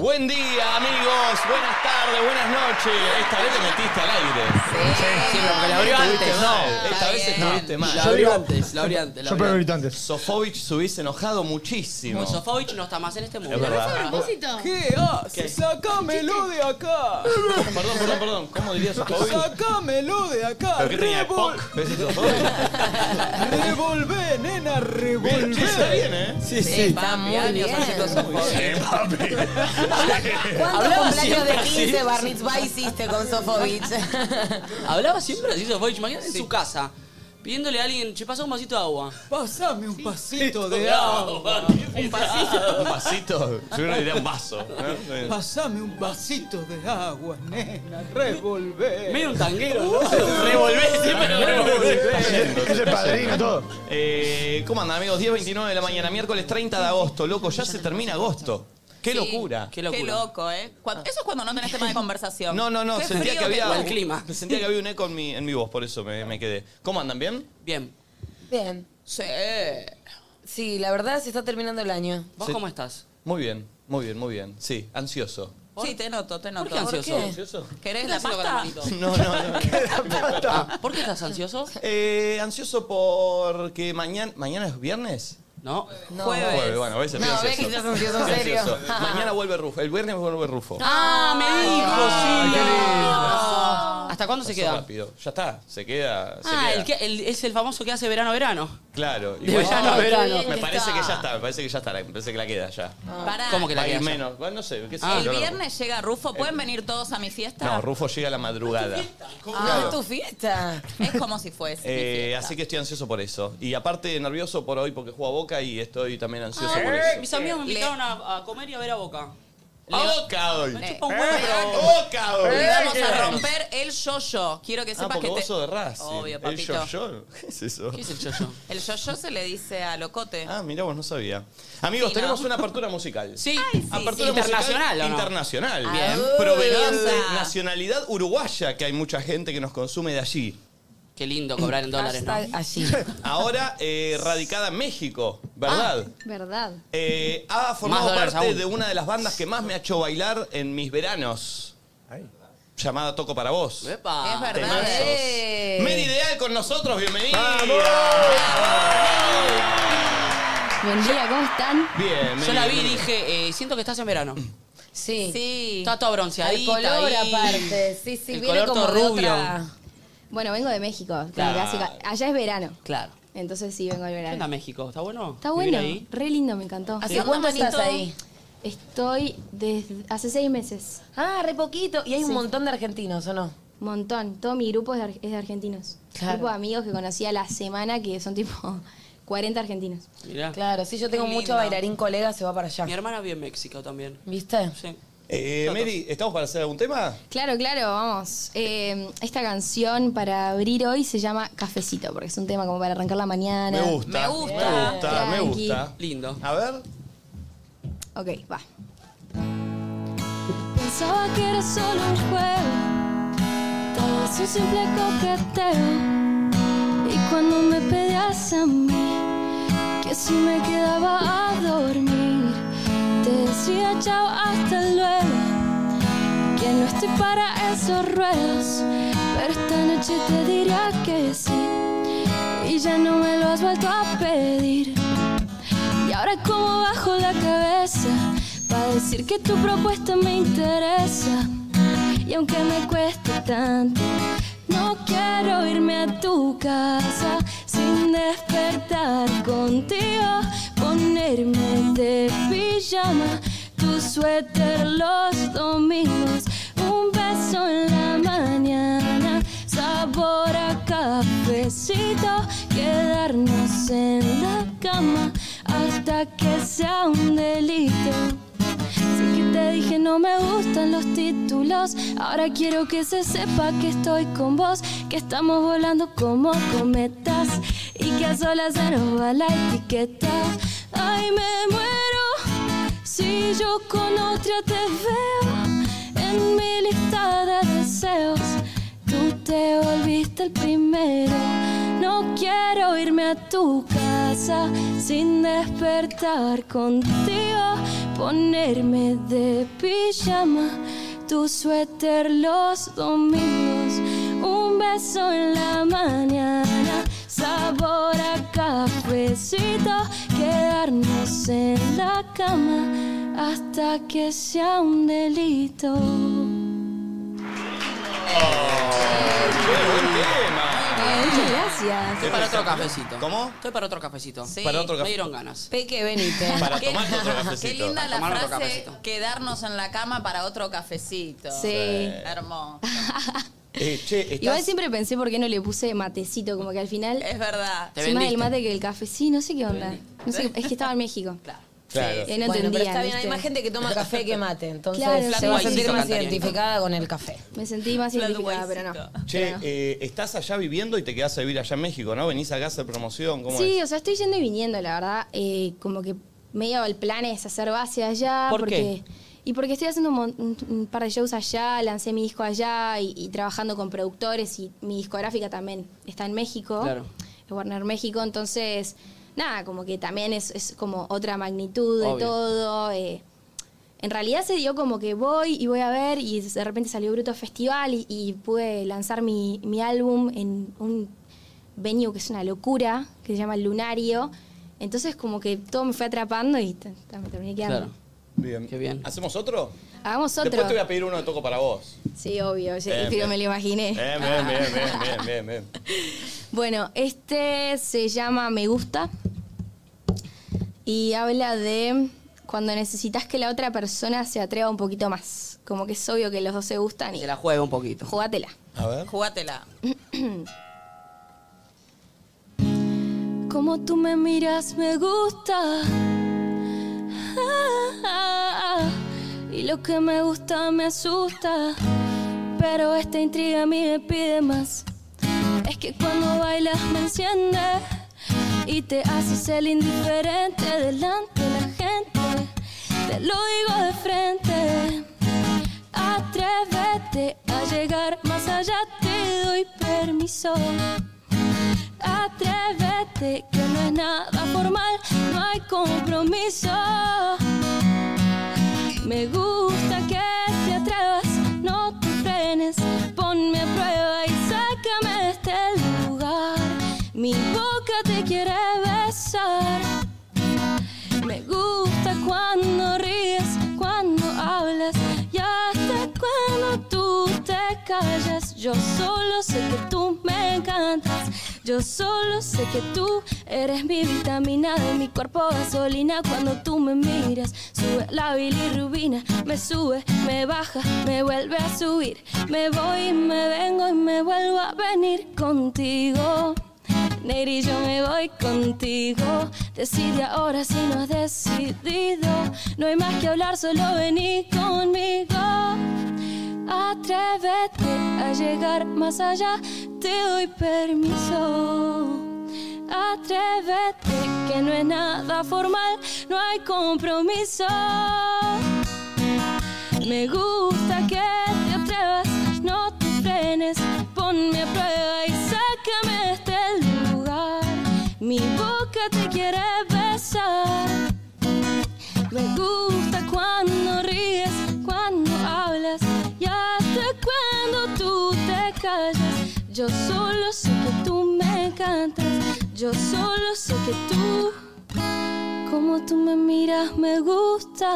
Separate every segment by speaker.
Speaker 1: Buen día, amigos. Buenas tardes, buenas noches. Esta vez te metiste al aire.
Speaker 2: Sí, sí, pero que la abrió
Speaker 1: Estuviste
Speaker 2: antes.
Speaker 1: mal.
Speaker 2: No,
Speaker 1: Esta
Speaker 2: está
Speaker 1: vez
Speaker 2: bien.
Speaker 1: estuviste mal.
Speaker 2: La abrió antes, la abrió antes, la
Speaker 1: Yo
Speaker 2: abrió
Speaker 1: pero antes. Sofovich se hubiese enojado muchísimo.
Speaker 2: Muy Sofovich no está más en este mundo.
Speaker 1: Es verdad.
Speaker 2: ¿Lo hizo a propósito? ¿Qué hace? ¡Sácamelo de acá!
Speaker 1: Perdón, perdón, perdón. ¿Cómo diría Sofovich?
Speaker 2: ¡Sácamelo de acá!
Speaker 1: ¿Pero qué tenía Spock? ¿Ves eso, Sofovich?
Speaker 2: ¡Revolvé, nena, revolvé!
Speaker 1: Che, está bien, ¿eh?
Speaker 2: Sí, sí.
Speaker 3: está muy bien.
Speaker 1: Sí, papi.
Speaker 3: ¿Cuántos
Speaker 2: Hablaba
Speaker 3: cumpleaños de
Speaker 2: siempre así.
Speaker 3: 15 Barnitz Bay hiciste con Sofovich?
Speaker 2: Hablaba siempre así Sofovich. Imagínate en su casa, pidiéndole a alguien, che, pasa un vasito de agua. Pasame un pasito
Speaker 1: de agua.
Speaker 2: Un pasito.
Speaker 1: Un vasito. Yo no diría un vaso. ¿no?
Speaker 2: Pasame un vasito de agua, nena, revolver. Medio un tanguero, ¿no?
Speaker 1: Revolvé, sí, pero
Speaker 4: Es el padrino, todo.
Speaker 1: Eh, ¿Cómo andan, amigos? 10.29 de la mañana, miércoles 30 de agosto. Loco, ya se termina agosto. ¡Qué
Speaker 5: Sí.
Speaker 1: locura!
Speaker 2: Qué locura.
Speaker 5: Qué loco, ¿eh? Cuando- eso es cuando no tenés tema de conversación.
Speaker 1: No, no, no,
Speaker 5: Qué
Speaker 1: sentía
Speaker 5: frío
Speaker 1: que había.
Speaker 5: igual
Speaker 1: un-
Speaker 5: clima.
Speaker 1: Sentía que había un eco en mi, en mi voz, por eso me, me quedé. ¿Cómo andan? ¿Bien?
Speaker 2: Bien.
Speaker 3: Bien.
Speaker 5: Sí.
Speaker 3: Sí, la verdad se está terminando el año.
Speaker 2: ¿Vos
Speaker 1: Sí.
Speaker 2: cómo estás?
Speaker 1: Muy bien, muy bien, muy bien. Sí, ansioso.
Speaker 5: Sí, te noto, te noto.
Speaker 2: ¿Por qué ansioso?
Speaker 3: qué?
Speaker 1: ¿Ansioso?
Speaker 5: ¿Querés
Speaker 2: ¿Qué
Speaker 5: la
Speaker 2: estás
Speaker 5: pasta?
Speaker 2: haciendo con
Speaker 1: No, no, no.
Speaker 2: ¿Por qué estás ansioso?
Speaker 1: Eh, ansioso porque mañana. ¿Mañana es viernes?
Speaker 2: No.
Speaker 3: No.
Speaker 5: Jueves.
Speaker 1: Jueves, bueno, a veces
Speaker 3: No,
Speaker 1: estoy
Speaker 3: ves que estás ansioso, en
Speaker 1: Estoy
Speaker 3: serio.
Speaker 1: ansioso. Mañana vuelve Rufo. El viernes vuelve Rufo.
Speaker 2: Ah, me dijo, sí. no. ¿Hasta cuándo se
Speaker 1: Pasó
Speaker 2: queda?
Speaker 1: rápido. Ya está, se queda. se
Speaker 2: Ah,
Speaker 1: queda.
Speaker 2: el que- el- es el famoso que hace verano-verano.
Speaker 1: Claro.
Speaker 2: De verano a
Speaker 1: Ay,
Speaker 2: verano.
Speaker 1: Me parece que ya está, me parece que ya está, la- me parece que la queda ya.
Speaker 5: Pará.
Speaker 2: ¿Cómo que la
Speaker 1: Va a ir
Speaker 2: queda ya?
Speaker 1: menos, bueno, no sé, qué sé
Speaker 2: Ah.
Speaker 1: yo,
Speaker 5: El
Speaker 1: yo lo-
Speaker 5: viernes llega Rufo.
Speaker 1: Eh,
Speaker 5: ¿Pueden venir todos a mi fiesta?
Speaker 1: No, Rufo llega a la madrugada.
Speaker 3: Ah, es tu fiesta.
Speaker 5: Es como si fuese. mi
Speaker 1: Eh,
Speaker 5: fiesta.
Speaker 1: así que estoy ansioso por eso. Y aparte nervioso por hoy porque juega Boca y estoy también ansioso
Speaker 2: Ah,
Speaker 1: por
Speaker 2: bueno.
Speaker 1: eso.
Speaker 2: Mis amigos me
Speaker 5: Le-
Speaker 2: invitaron a, a comer y a ver a Boca.
Speaker 1: ¡A Boca hoy!
Speaker 2: Me
Speaker 5: Eh.
Speaker 2: chupa un huevo, pero-
Speaker 1: ¡Boca Eh, hoy!
Speaker 5: Le vamos a romper el yo-yo. Quiero que
Speaker 1: Ah,
Speaker 5: sepas
Speaker 1: porque
Speaker 5: que
Speaker 1: vos
Speaker 5: te-
Speaker 1: sos de Racing.
Speaker 5: Obvio,
Speaker 1: El
Speaker 5: papito.
Speaker 1: yo-yo. ¿Qué es eso?
Speaker 2: ¿Qué es el chocho?
Speaker 5: El yo-yo se le dice a locote.
Speaker 1: Ah, mirá, vos no sabía. Amigos,
Speaker 5: Sí, ¿no?
Speaker 1: tenemos una apertura musical.
Speaker 2: Sí.
Speaker 1: Apertura
Speaker 2: internacional,
Speaker 1: musical
Speaker 2: ¿o no? Ah,
Speaker 1: internacional.
Speaker 3: Bien.
Speaker 1: Proveedor
Speaker 3: Bien.
Speaker 1: de nacionalidad uruguaya, que hay mucha gente que nos consume de allí.
Speaker 2: Qué lindo cobrar en dólares, ¿no?
Speaker 3: Hashtag allí.
Speaker 1: Ahora eh, radicada en México, ¿verdad?
Speaker 6: Verdad.
Speaker 1: Eh, ha formado
Speaker 2: Ah. Más dólares
Speaker 1: parte
Speaker 2: aún.
Speaker 1: de una de las bandas que más me ha hecho bailar en mis veranos. Llamada Toco para Vos.
Speaker 2: Epa.
Speaker 5: Es verdad.
Speaker 1: Temazos.
Speaker 3: Eh.
Speaker 1: Meri Ideal con nosotros, bienvenida.
Speaker 6: Buen día, ¿cómo están?
Speaker 1: Bien,
Speaker 2: Yo
Speaker 1: Meri,
Speaker 2: la vi y
Speaker 1: bienvenida.
Speaker 2: dije, eh, siento que estás en verano.
Speaker 3: Sí.
Speaker 5: Sí.
Speaker 2: Está toda bronceadita.
Speaker 3: El color
Speaker 2: ahí.
Speaker 3: aparte. Sí, sí,
Speaker 2: El
Speaker 3: viene
Speaker 2: color
Speaker 3: como
Speaker 2: todo
Speaker 3: de
Speaker 2: rubio.
Speaker 3: otra-
Speaker 6: Bueno, vengo de México, como
Speaker 2: Claro.
Speaker 6: clásica. Allá es verano,
Speaker 2: Claro.
Speaker 6: entonces sí vengo al
Speaker 2: ¿Qué onda
Speaker 6: verano.
Speaker 2: México? ¿Está bueno?
Speaker 6: Está
Speaker 2: ¿Vivir
Speaker 6: bueno,
Speaker 2: ahí?
Speaker 6: re lindo, me encantó.
Speaker 3: ¿Hace
Speaker 5: ¿Qué onda,
Speaker 3: cuánto estás
Speaker 5: manito?
Speaker 3: ahí?
Speaker 6: Estoy desde hace seis meses,
Speaker 3: Ah, re poquito. Y hay un
Speaker 6: Sí.
Speaker 3: montón de argentinos, ¿o no?
Speaker 6: montón. Todo mi grupo es de, ar- es de argentinos.
Speaker 3: Claro.
Speaker 6: Grupo de amigos que conocí a la semana que son tipo 40 argentinos.
Speaker 2: Mirá.
Speaker 3: Claro, sí, yo tengo
Speaker 5: Qué
Speaker 3: mucho
Speaker 5: lindo.
Speaker 3: bailarín colega, se va para allá.
Speaker 2: Mi hermana vive en México también.
Speaker 3: ¿Viste?
Speaker 2: Sí.
Speaker 1: Eh, Meri, ¿estamos para hacer algún tema?
Speaker 6: Claro, claro, vamos.
Speaker 7: Em,
Speaker 6: Eh, esta canción para abrir hoy se llama Cafecito, porque es un tema como para arrancar la mañana.
Speaker 1: me gusta.
Speaker 5: Me gusta.
Speaker 1: Me gusta, me
Speaker 6: Tranqui.
Speaker 1: gusta.
Speaker 2: Lindo.
Speaker 1: A ver.
Speaker 6: Ok, va. Pensaba que era solo un juego, tal vez un simple coqueteo. Y cuando me pedías a mí que si me quedaba a dormir, te decía chao, hasta luego. Que no estoy para esos ruedos, pero esta noche te diría que sí. Y ya no me lo has vuelto a pedir. Y ahora como bajo la cabeza para decir que tu propuesta me interesa. Y aunque me cueste tanto, no quiero irme a tu casa sin despertar contigo, ponerme de pijama, tu suéter los domingos, un beso en la mañana, sabor a cafecito, quedarnos en la cama hasta que sea un delito. Sé que te dije no me gustan los títulos. Ahora quiero que se sepa que estoy con vos, que estamos volando como cometas y que a solas se nos va la etiqueta. Ay, me muero si yo con otra te veo en mi lista de deseos. Tú te volviste el primero. No quiero irme a tu casa sin despertar contigo, ponerme de pijama, tu suéter los domingos, un beso en la mañana, sabor a cafecito, quedarnos en la cama hasta que sea un delito.
Speaker 1: Oh,
Speaker 3: muchas gracias.
Speaker 2: Estoy para otro cafecito.
Speaker 4: ¿Cómo?
Speaker 2: Estoy para otro cafecito.
Speaker 5: Sí.
Speaker 4: Para otro
Speaker 2: Me
Speaker 4: cafe-
Speaker 2: dieron ganas.
Speaker 3: Peque, venite.
Speaker 4: Para
Speaker 5: Qué-
Speaker 4: tomar otro cafecito.
Speaker 5: Qué linda la
Speaker 2: Tomar otro
Speaker 5: frase,
Speaker 2: cafecito.
Speaker 5: quedarnos en la cama para otro cafecito.
Speaker 7: Sí.
Speaker 5: Hermoso.
Speaker 4: Eh, che, estás-
Speaker 7: Igual siempre pensé por qué no le puse matecito, como que al final
Speaker 5: Es verdad.
Speaker 2: Te
Speaker 7: soy más
Speaker 2: vendiste.
Speaker 7: del mate que el café. Sí, no sé qué onda. No sé, es que estaba en México.
Speaker 4: Claro.
Speaker 7: Eh, no
Speaker 3: bueno, pero
Speaker 7: entendía,
Speaker 3: está bien, hay
Speaker 7: ¿viste?
Speaker 3: más gente que toma café que mate, entonces
Speaker 7: Claro,
Speaker 3: se
Speaker 7: sí.
Speaker 3: va a
Speaker 2: Guaycito
Speaker 3: sentir más
Speaker 2: cantarina.
Speaker 3: identificada con el café.
Speaker 7: Me sentí más
Speaker 5: Flat
Speaker 7: identificada, pero
Speaker 5: whitecito.
Speaker 7: no.
Speaker 4: Che, eh, estás allá viviendo y te quedás a vivir allá en México, ¿no? Venís acá a hacer promoción, ¿cómo
Speaker 7: Sí,
Speaker 4: es?
Speaker 7: o sea, estoy yendo y viniendo, la verdad. Eh, como que medio el plan es hacer base allá.
Speaker 2: ¿Por qué?
Speaker 7: porque, Y porque estoy haciendo un, mon- un- un par de shows allá, lancé mi disco allá y, y trabajando con productores y mi discográfica también está en México.
Speaker 2: Claro.
Speaker 7: En Warner México, entonces, nada, como que también es, es como otra magnitud
Speaker 2: Obvio.
Speaker 7: de todo. eh. En realidad se dio como que voy y voy a ver y de repente salió Bruto Festival y, y pude lanzar mi, mi álbum en un venue que es una locura, que se llama El Lunario. Entonces como que todo me fue atrapando y ta- ta- me terminé quedando.
Speaker 2: Claro.
Speaker 4: Bien.
Speaker 2: Qué bien.
Speaker 4: ¿Hacemos otro?
Speaker 7: Hagamos otro.
Speaker 4: Después te voy a pedir uno de toco para vos.
Speaker 7: Sí, obvio,
Speaker 4: Bien,
Speaker 7: yo- pero
Speaker 4: bien.
Speaker 7: me lo imaginé.
Speaker 4: Bien, bien, bien, bien, bien, bien, bien.
Speaker 7: Bueno, este se llama Me Gusta y habla de cuando necesitas que la otra persona se atreva un poquito más. Como que es obvio que los dos se gustan y
Speaker 2: Se la juega un poquito.
Speaker 7: jugátela.
Speaker 4: A ver.
Speaker 5: Jugátela.
Speaker 6: Como tú me miras me gusta. Ah, ah, ah. Y lo que me gusta me asusta. Pero esta intriga a mí me pide más. Es que cuando bailas me enciende y te haces el indiferente delante de la gente. Te lo digo de frente. Atrévete a llegar más allá, te doy permiso. Atrévete, que no es nada formal, no hay compromiso. Me gusta que te atrevas, no te frenes, ponme a prueba y sácame de este lugar. Mi boca te quiere besar. Me gusta cuando ríes, cuando hablas y hasta cuando tú te callas. Yo solo sé que tú me encantas. Yo solo sé que tú eres mi vitamina de mi cuerpo gasolina. Cuando tú me miras, sube la bilirrubina. Me sube, me baja, me vuelve a subir. Me voy y me vengo y me vuelvo a venir contigo. Neri, yo me voy contigo. Decide ahora si no has decidido. No hay más que hablar, solo vení conmigo. Atrévete a llegar más allá, te doy permiso. Atrévete, que no es nada formal, no hay compromiso. Me gusta que te atrevas, no te frenes, ponme a prueba y sácame de este lugar. Mi boca te quiere besar. Me gusta cuando ríes, cuando hablas y hasta cuando tú te callas. Yo solo sé que tú me encantas, yo solo sé que tú, como tú me miras, me gusta.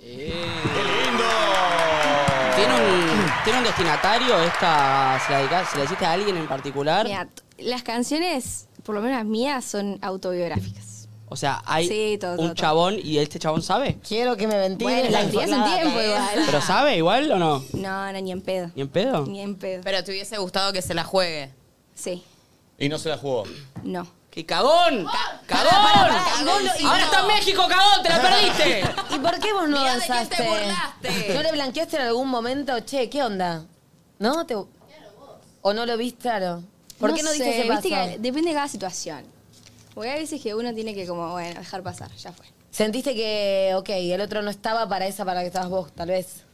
Speaker 4: ¡Qué lindo!
Speaker 2: ¿Tiene un, ¿Tiene un destinatario esta? ¿Se la, dedica- se la hiciste a alguien en particular?
Speaker 7: Mira, t- las canciones, por lo menos las mías, son autobiográficas.
Speaker 2: O sea, hay
Speaker 7: Sí, todo,
Speaker 2: un
Speaker 7: todo, todo.
Speaker 2: chabón y este chabón sabe.
Speaker 3: Quiero que me ventile.
Speaker 7: Bueno,
Speaker 3: la
Speaker 7: las mías en
Speaker 3: jornada.
Speaker 7: tiempo igual.
Speaker 2: ¿Pero sabe igual o no?
Speaker 7: No, no, ni en pedo.
Speaker 2: ¿Ni en pedo?
Speaker 7: Ni en pedo.
Speaker 5: Pero te hubiese gustado que se la juegue.
Speaker 7: Sí,
Speaker 4: Y no se la jugó.
Speaker 7: no.
Speaker 2: ¡Qué cagón! ¡Cagón!
Speaker 8: Ah,
Speaker 5: cagón, sí,
Speaker 2: ¡Ahora
Speaker 5: no.
Speaker 2: está en México, cagón! ¡Te la perdiste!
Speaker 3: ¿Y por qué vos no
Speaker 5: Mirá de quién
Speaker 3: avanzaste?
Speaker 5: te burlaste.
Speaker 3: ¿No le blanqueaste en algún momento? Che, ¿qué onda? ¿No? Te... ¿O no lo viste, claro? ¿Por qué no
Speaker 7: sé,
Speaker 3: diste ese paso?
Speaker 7: viste que depende de cada situación. Porque hay veces que uno tiene que como, bueno, dejar pasar, ya fue.
Speaker 3: Sentiste que, ok, el otro no estaba para esa para la que estabas vos, tal vez.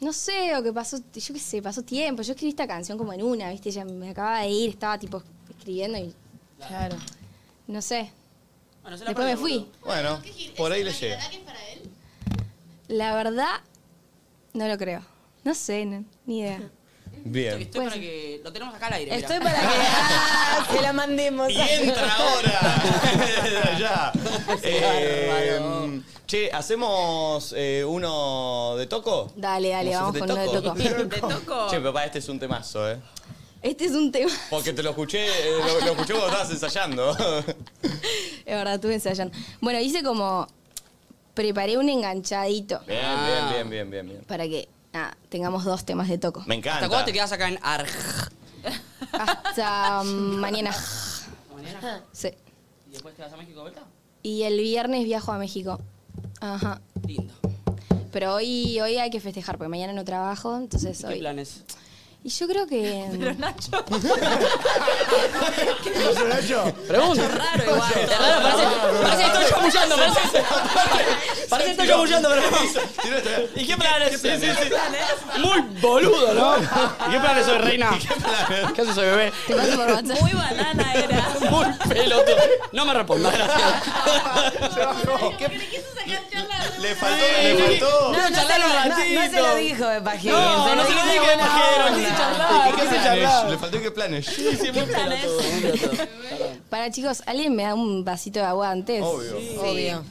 Speaker 6: no sé, o que pasó, yo qué sé, pasó tiempo. Yo escribí esta canción como en una, ¿viste? Ya me acababa de ir, estaba tipo escribiendo y. Claro. No sé.
Speaker 4: Bueno, se la
Speaker 6: Después me
Speaker 4: perdió,
Speaker 6: fui.
Speaker 1: Bueno, por ahí le llega.
Speaker 6: La verdad, no lo creo. No sé, no- ni idea.
Speaker 1: Bien.
Speaker 4: Estoy para que. Lo tenemos acá al aire.
Speaker 3: Estoy para que ah, se la mandemos.
Speaker 1: Y entra ahora. ya. Eh,
Speaker 4: Em,
Speaker 1: che, ¿hacemos eh, uno de toco?
Speaker 6: Dale, dale,
Speaker 1: Como
Speaker 6: vamos
Speaker 1: si
Speaker 6: con
Speaker 1: fuese
Speaker 6: uno de toco.
Speaker 9: Te toco.
Speaker 1: Che, papá, este es un temazo, ¿eh?
Speaker 6: Este es un tema.
Speaker 1: Porque te lo escuché, eh, lo, lo escuché cuando estabas ensayando.
Speaker 6: Es verdad, estuve ensayando. Bueno, hice como. Preparé un enganchadito
Speaker 1: bien,
Speaker 2: Ah.
Speaker 1: bien, bien, bien, bien, bien.
Speaker 6: para que nada, tengamos dos temas de toco.
Speaker 1: Me
Speaker 4: ¿Hasta
Speaker 1: encanta.
Speaker 4: cuándo te quedas acá en Arg?
Speaker 6: Hasta mm, mañana.
Speaker 4: ¿Mañana?
Speaker 6: Sí.
Speaker 4: ¿Y después te vas a México de vuelta?
Speaker 6: Y el viernes viajo a México. Ajá.
Speaker 4: Lindo.
Speaker 6: Pero hoy, hoy hay que festejar porque mañana no trabajo, entonces
Speaker 4: ¿Qué
Speaker 6: hoy.
Speaker 4: planes?
Speaker 6: Y yo creo que.
Speaker 7: ¿Lo he hecho?
Speaker 4: Pregunta.
Speaker 9: Raro igual.
Speaker 4: Raro, parece, parece que estoy chamullando, parece, parece que estoy chamullando, pero
Speaker 1: Tiró este-
Speaker 4: ¿Y qué planes?
Speaker 1: Sí, sí, sí.
Speaker 4: ¿eh? Muy boludo, ¿no?
Speaker 2: ¿Y qué planes soy, reina? ¿Qué haces, soy bebé?
Speaker 6: Te paso por WhatsApp.
Speaker 9: Muy banana era.
Speaker 4: Muy pelotudo. No me respondas, gracias.
Speaker 1: Le faltó, le faltó.
Speaker 3: No, no, se
Speaker 4: charlar
Speaker 3: lo,
Speaker 4: un
Speaker 3: no, no se lo
Speaker 4: ratito.
Speaker 3: dijo eh, de pajero.
Speaker 4: No, no se lo dije, pajero, quise charlar.
Speaker 1: ¿Qué
Speaker 4: quise
Speaker 1: planes? Le faltó qué planes.
Speaker 4: ¿Qué planes?
Speaker 6: Para chicos, ¿alguien me da un vasito de agua antes?
Speaker 1: Obvio.
Speaker 3: Obvio.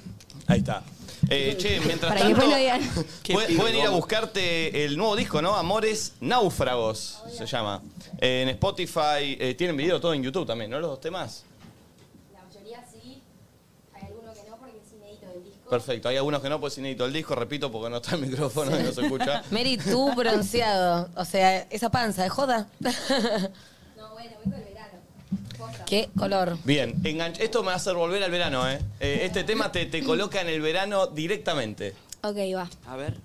Speaker 1: Ahí está. Eh, che, mientras
Speaker 6: Para que
Speaker 1: tanto,
Speaker 6: después no digan.
Speaker 1: Qué Pueden, pibe, pueden ir a buscarte el nuevo disco, ¿no? Amores Náufragos se llama. Eh, en Spotify, eh, tienen video todo en YouTube también, ¿no? Los dos temas.
Speaker 6: La mayoría sí. Hay alguno que no porque es inédito del disco.
Speaker 1: Perfecto. Hay algunos que no, pues inédito el disco, repito, porque no está el micrófono y no se escucha.
Speaker 3: Mary, tú bronceado. O sea, esa panza de joda.
Speaker 6: No, bueno, vengo el verano.
Speaker 3: Qué color.
Speaker 1: Bien, enganch- esto me va a hacer volver al verano, ¿eh? Eh, este tema te, te coloca en el verano directamente.
Speaker 6: Ok, va.
Speaker 4: A ver.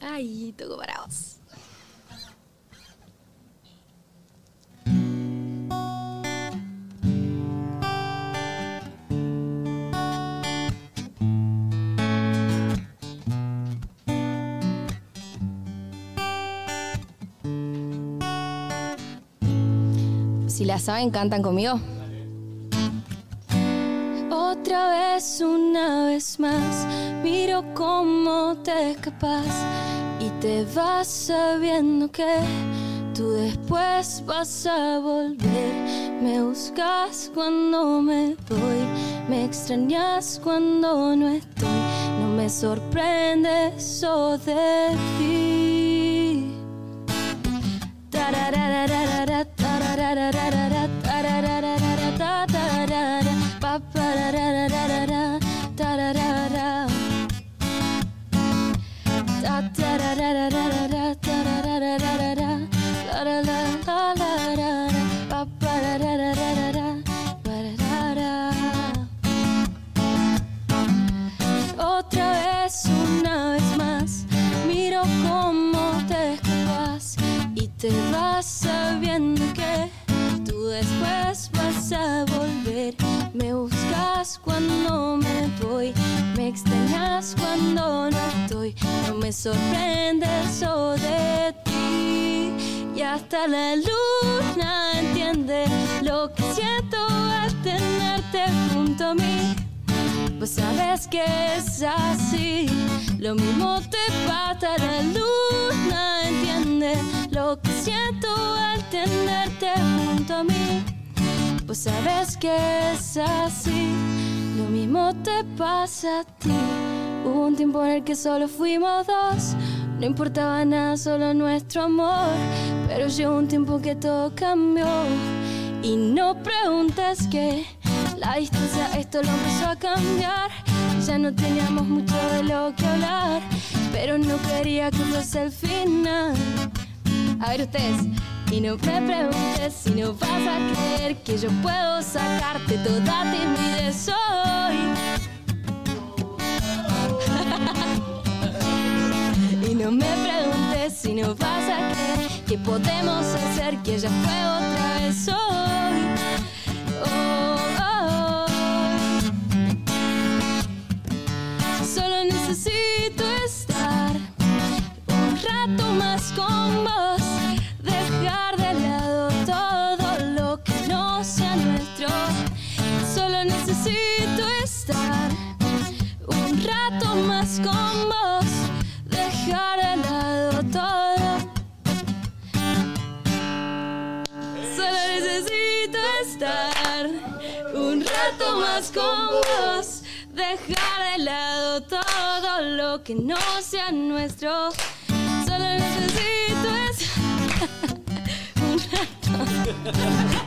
Speaker 6: Ay, toco para vos. Si la saben, cantan conmigo. Otra vez, una vez más, miro cómo te escapas y te vas sabiendo que tú después vas a volver. Me buscas cuando me voy, me extrañas cuando no estoy. No me sorprende eso de ti. Tararararara, tararararara, tararararara, tararara, papararararara, tararara. Ta- tararararara, tararararara, tararararara, papararararara, pararara. Otra vez, una vez más, miro cómo te escapas y te vas sabiendo que tú después vas a volver. Me buscas cuando me voy, me extrañas cuando no estoy. No me sorprende eso de ti y hasta la luna entiende lo que siento al tenerte junto a mí. Pues sabes que es así. Lo mismo te pasa a la luna, entiende lo que siento al tenerte junto a mí. Pues sabes que es así. Lo mismo te pasa a ti. Hubo un tiempo en el que solo fuimos dos. No importaba nada, solo nuestro amor. Pero llegó un tiempo que todo cambió. Y no preguntes que la distancia esto lo empezó a cambiar. Ya no teníamos mucho de lo que hablar. Pero no quería que fuese el final. A ver ustedes. Y no me preguntes si no vas a creer que yo puedo sacarte toda timidez hoy. Y no me preguntes si no vas a creer que podemos hacer que ella fue otra vez hoy. Oh, oh, oh. Solo necesito estar vez con vos dejar de lado todo. Solo necesito estar un rato más con vos. Dejar de lado todo lo que no sea nuestro. Solo necesito estar un rato.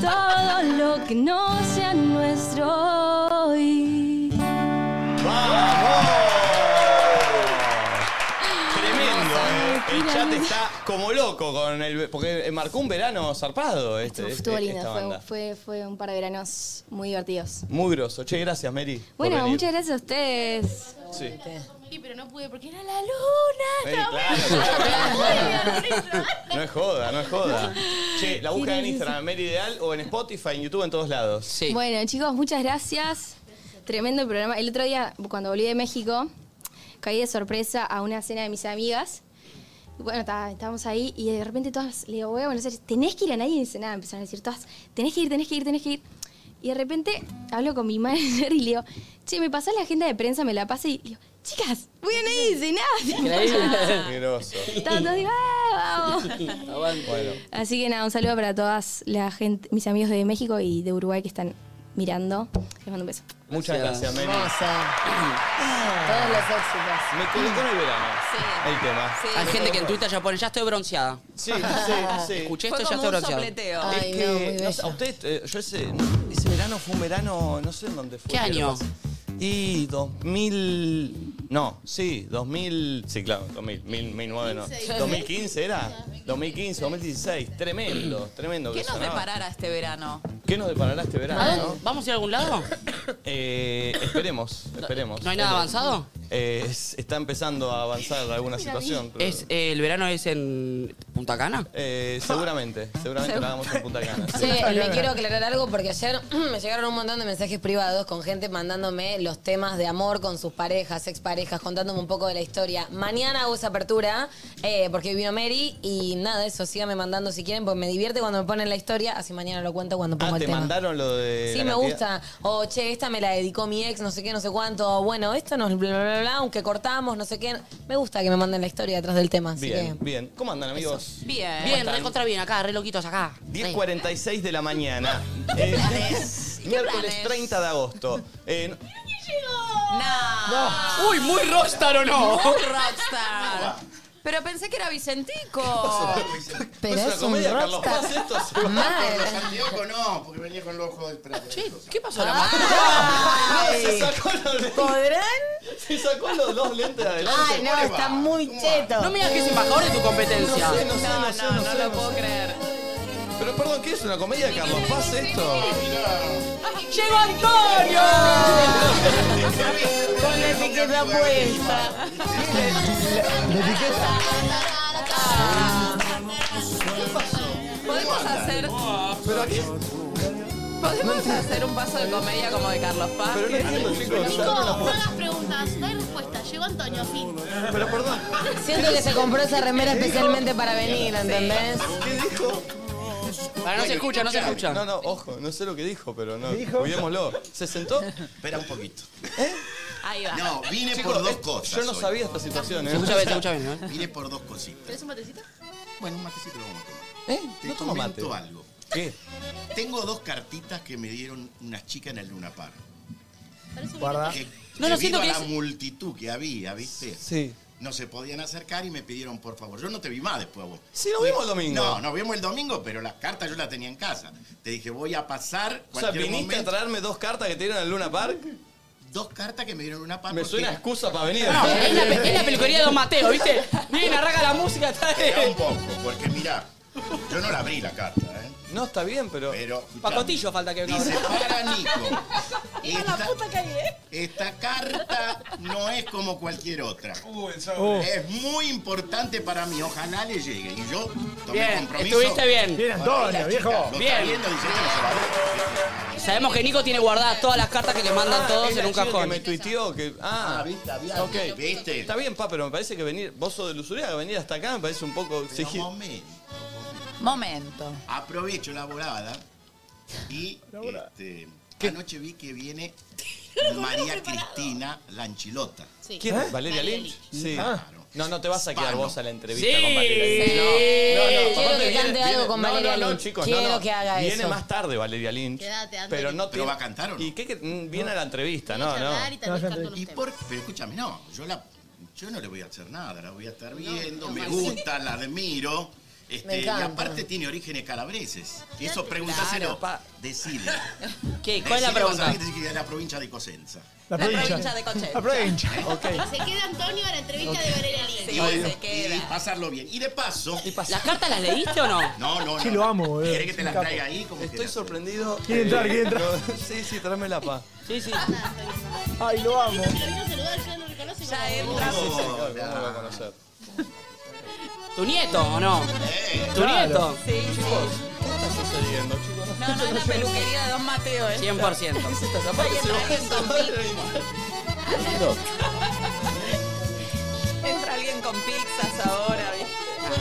Speaker 6: Todo lo que no sea nuestro hoy.
Speaker 1: Tremendo, eh. El chat está como loco con el. Porque marcó un verano zarpado este.
Speaker 7: Estuvo
Speaker 1: este-
Speaker 7: lindo,
Speaker 1: esta
Speaker 7: fue,
Speaker 1: banda.
Speaker 7: fue, fue un par de veranos muy divertidos.
Speaker 1: Muy groso. Che, gracias, Mary. por
Speaker 7: Bueno,
Speaker 1: venir.
Speaker 7: muchas gracias a ustedes.
Speaker 1: Sí.
Speaker 6: Sí, pero no pude porque era la luna.
Speaker 1: Mary, claro. No es joda, no es joda. Che, la busca en Instagram, Mary Ideal o en Spotify, en YouTube, en todos lados. Sí.
Speaker 7: Bueno, chicos, muchas gracias. Tremendo el programa. El otro día, cuando volví de México, caí de sorpresa a una cena de mis amigas. Y Bueno, ta- estábamos ahí y de repente todas le digo, voy a Buenos Aires, tenés que ir a nadie dice nada. Empezaron a decir todas, tenés que ir, tenés que ir, tenés que ir. Y de repente hablo con mi manager y le digo, che, me pasás la agenda de prensa, me la pasa y le digo, chicas, voy a nadie dice nada.
Speaker 1: Qué groso.
Speaker 7: Estaban todos, digo, "Ah, vamos.
Speaker 1: Bueno.
Speaker 7: Así que nada, un saludo para todas la gente, mis amigos de México y de Uruguay que están mirando. Les mando un beso.
Speaker 1: Muchas gracias, Mary.
Speaker 3: Todos los éxitos.
Speaker 1: Me colocó en el verano. El tema.
Speaker 5: Sí.
Speaker 2: Hay gente que en Twitter ya pone, ya estoy bronceada.
Speaker 1: Sí, sí, sí.
Speaker 2: Escuché
Speaker 5: Fue
Speaker 2: esto, ya
Speaker 5: como
Speaker 2: estoy
Speaker 5: un sopleteo.
Speaker 2: bronceada.
Speaker 1: Es
Speaker 3: Ay, no, muy
Speaker 1: que, no sé, a
Speaker 3: bello.
Speaker 1: ustedes, eh, yo ese, ese verano fue un verano, no sé en dónde fue.
Speaker 2: ¿Qué año?
Speaker 1: Y 2000. No, sí, 2000. Sí, claro, 2000, 2009, no. 2015 era. 2015, 2016. Tremendo, tremendo.
Speaker 5: ¿Qué
Speaker 1: que
Speaker 5: nos
Speaker 1: sonaba.
Speaker 5: deparará este verano?
Speaker 1: ¿Qué nos deparará este verano? no?
Speaker 2: ¿Vamos a ir a algún lado?
Speaker 1: Eh, esperemos, esperemos.
Speaker 2: ¿No hay nada avanzado?
Speaker 1: Eh, es- está empezando a avanzar alguna situación. pero-
Speaker 2: Es, eh, ¿El verano es en Punta Cana?
Speaker 1: Eh, seguramente, seguramente la hagamos en Punta Cana. sí.
Speaker 3: Sí, le quiero aclarar algo porque ayer me llegaron un montón de mensajes privados con gente mandándome los temas de amor con sus parejas, exparejas, contándome un poco de la historia. Mañana hago esa apertura eh, porque vino Mary y nada, eso, síganme mandando si quieren porque me divierte cuando me ponen la historia, así mañana lo cuento cuando pongo
Speaker 1: Ah,
Speaker 3: el
Speaker 1: te
Speaker 3: tema.
Speaker 1: mandaron lo de.
Speaker 3: Sí,
Speaker 1: la
Speaker 3: me
Speaker 1: cantidad?
Speaker 3: gusta. O, che, esta me la dedicó mi ex, no sé qué, no sé cuánto. Bueno, esto nos bla, bla, bla, bla, aunque cortamos, no sé qué. Me gusta que me manden la historia detrás del tema, así
Speaker 1: Bien,
Speaker 3: que...
Speaker 1: bien. ¿Cómo andan, amigos?
Speaker 5: Bien.
Speaker 2: Bien, recontra bien, acá, re loquitos acá.
Speaker 1: 10.46 de la mañana. Eh, miércoles
Speaker 5: planes?
Speaker 1: 30 de agosto. Eh, no-
Speaker 5: No.
Speaker 2: Uy, muy rockstar o no.
Speaker 5: Muy rockstar. Pero pensé que era Vicentico.
Speaker 3: Pero
Speaker 1: ¿no
Speaker 3: es,
Speaker 1: es una
Speaker 3: un
Speaker 1: comedia, Carlos
Speaker 3: rockstar.
Speaker 1: Paz, esto se va-
Speaker 3: Mal.
Speaker 4: Santiago no, porque venía con los ojos desprendidos.
Speaker 2: ¿Qué pasó la mano?
Speaker 1: No, se sacó los lentes.
Speaker 5: ¿Podrán?
Speaker 1: Se sacó los dos lentes de adelante.
Speaker 4: Ay, no, está muy cheto.
Speaker 2: No me digas que es embajador de tu
Speaker 1: No
Speaker 2: competencia.
Speaker 1: sé, no sé,
Speaker 5: No,
Speaker 1: no
Speaker 5: no,
Speaker 1: sé,
Speaker 5: no,
Speaker 1: no sé,
Speaker 5: lo
Speaker 1: no
Speaker 5: puedo
Speaker 1: sé.
Speaker 5: creer.
Speaker 1: Pero perdón, ¿qué es una comedia, Carlos Paz, esto?
Speaker 5: ¡Llegó Antonio!
Speaker 4: Con la etiqueta puesta.
Speaker 5: ¿Podemos hacer,
Speaker 1: Pero aquí...
Speaker 5: ¿Podemos hacer un paso de comedia como de Carlos Paz?
Speaker 1: Pero no entiendo, chicos.
Speaker 10: No,
Speaker 1: sacaron la
Speaker 10: no
Speaker 1: puerta.
Speaker 10: hagas preguntas, no hay respuesta. Llegó Antonio, fin.
Speaker 1: Pero perdón,
Speaker 3: Siento que se compró esa remera especialmente para venir, ¿entendés?
Speaker 1: ¿qué dijo?
Speaker 2: Para no se escucha, no se escucha.
Speaker 1: No, no, ojo, no sé lo que dijo, pero no.
Speaker 4: dijo?
Speaker 1: Cuidémoslo. ¿Se sentó?
Speaker 11: Espera un poquito.
Speaker 5: Ahí va.
Speaker 11: No, vine
Speaker 1: Chicos,
Speaker 11: por dos
Speaker 1: eh,
Speaker 11: cosas.
Speaker 1: Yo no
Speaker 11: hoy.
Speaker 1: sabía esta situación, ¿eh?
Speaker 2: Se escucha bien, se escucha bien. ¿eh?
Speaker 11: Vine por dos cositas.
Speaker 10: ¿Tenés un matecito?
Speaker 11: Bueno, un matecito lo vamos a tomar.
Speaker 1: ¿Eh?
Speaker 11: Te
Speaker 1: No tomo mate.
Speaker 11: comento algo.
Speaker 1: ¿Qué?
Speaker 11: Tengo dos cartitas que me dieron unas chicas en el Luna Park.
Speaker 10: Parece un
Speaker 4: Guarda.
Speaker 11: Que,
Speaker 2: No, no, siento
Speaker 11: debido a
Speaker 2: que
Speaker 11: la
Speaker 2: es-
Speaker 11: multitud que había, ¿viste?
Speaker 1: Sí.
Speaker 11: No se podían acercar y me pidieron por favor. Yo no te vi más después a vos.
Speaker 1: Sí, nos vimos el domingo.
Speaker 11: No, nos vimos el domingo, pero las cartas yo las tenía en casa. Te dije, voy a pasar
Speaker 1: O sea,
Speaker 11: cualquier
Speaker 1: viniste
Speaker 11: momento.
Speaker 1: a traerme dos cartas que te dieron en Luna Park.
Speaker 11: Dos cartas que me dieron en Luna Park.
Speaker 1: Me
Speaker 11: porque-
Speaker 1: suena a excusa para venir.
Speaker 2: Es la, pe- es la peluquería de Don Mateo, ¿viste? Bien, arranca la música, está
Speaker 11: Esperá un
Speaker 2: bien.
Speaker 11: poco, porque mirá, yo no la abrí la carta, ¿eh?
Speaker 1: No, está bien, pero.
Speaker 11: Pero. escuchame.
Speaker 2: Pacotillo falta que venga.
Speaker 11: Dice
Speaker 2: ahora.
Speaker 11: para Nico. Esta,
Speaker 4: ¿eh?
Speaker 11: esta carta no es como cualquier otra.
Speaker 1: Oh.
Speaker 11: Es muy importante para mí. Ojalá le llegue. Y yo tomé
Speaker 2: Bien,
Speaker 11: compromiso.
Speaker 2: estuviste bien.
Speaker 4: Bien, Antonio, viejo.
Speaker 11: Lo está
Speaker 2: Bien.
Speaker 11: viendo, dice, "Este no se va a ver".
Speaker 2: Sabemos que Nico tiene guardadas todas las cartas que le mandan
Speaker 1: Ah,
Speaker 2: todos
Speaker 1: es
Speaker 2: en
Speaker 1: la
Speaker 2: un
Speaker 1: chica que
Speaker 2: cajón.
Speaker 1: me tuiteó que. Ah,
Speaker 11: Ah, viste, había-
Speaker 1: Ok.
Speaker 11: ¿Viste?
Speaker 1: Está bien, pa, pero me parece que venir. Vos sos de Lusuriaga, venir hasta acá me parece un poco.
Speaker 11: Pero
Speaker 1: exigi-
Speaker 11: momento.
Speaker 5: Momento.
Speaker 11: Aprovecho la volada. Y este, anoche vi que viene María Cristina Lanchilota.
Speaker 1: ¿Quién? ¿Valeria Lynch? Sí. No, no te vas a quedar
Speaker 11: Hispano.
Speaker 1: vos a la entrevista
Speaker 11: Sí.
Speaker 1: con Valeria Lynch.
Speaker 11: Quiero
Speaker 1: No, no, no.
Speaker 11: que
Speaker 1: Aparte viene-
Speaker 11: cante algo
Speaker 1: viene-
Speaker 11: con
Speaker 1: no,
Speaker 11: Valeria
Speaker 1: no, no,
Speaker 11: Lynch.
Speaker 1: chicos,
Speaker 11: Quiero
Speaker 1: no.
Speaker 11: que haga
Speaker 1: Viene
Speaker 11: eso.
Speaker 1: más tarde Valeria Lynch.
Speaker 10: Quédate antes.
Speaker 1: Pero no
Speaker 11: Pero va a cantar o no?
Speaker 1: ¿Y qué? qué- mm, Viene a la entrevista, no, no.
Speaker 10: charlar y tal vez canta unos
Speaker 11: Y
Speaker 10: temas.
Speaker 11: por- pero escúchame, no, yo la yo no le voy a hacer nada, la voy a estar viendo,
Speaker 10: no,
Speaker 11: me
Speaker 10: mal.
Speaker 11: gusta, la admiro. este,
Speaker 10: Me
Speaker 11: y
Speaker 10: encanta.
Speaker 11: aparte tiene orígenes calabreses. Eso preguntáselo. Decile.
Speaker 4: ¿Qué?
Speaker 10: ¿Cuál es
Speaker 11: Decile, vas
Speaker 10: la
Speaker 11: a
Speaker 10: pregunta?
Speaker 11: ver que es la provincia de Cosenza.
Speaker 10: La provincia. provincia de Cosenza. La provincia.
Speaker 11: Ok.
Speaker 10: Se queda Antonio a la entrevista
Speaker 11: Ok.
Speaker 10: de Valeria Lynch.
Speaker 11: Y bueno, y pasarlo bien. Y de paso.
Speaker 4: ¿Las cartas las leíste o no?
Speaker 11: No, no, no.
Speaker 1: Sí, lo amo, boludo.
Speaker 11: ¿Querés que te las
Speaker 1: Capo.
Speaker 11: traiga ahí? Como
Speaker 1: Estoy
Speaker 11: quieras.
Speaker 1: sorprendido.
Speaker 11: Quiere entrar, quiere entrar.
Speaker 1: Sí, sí, tráeme la pa.
Speaker 4: Sí, sí.
Speaker 10: Ay, lo amo. Ya lo reconoce ya entra.
Speaker 1: Sí, sí, claro, ¿cómo lo va a conocer?
Speaker 4: ¿Tu nieto o no? ¿Tu
Speaker 1: Claro.
Speaker 4: nieto?
Speaker 5: Sí, sí.
Speaker 1: ¿Qué está sucediendo, chicos?
Speaker 5: No, no, es la peluquería de Don Mateo, ¿eh?
Speaker 4: 100%.
Speaker 5: Ahí entra alguien con pizzas. Entra alguien con pizzas ahora, ¿viste?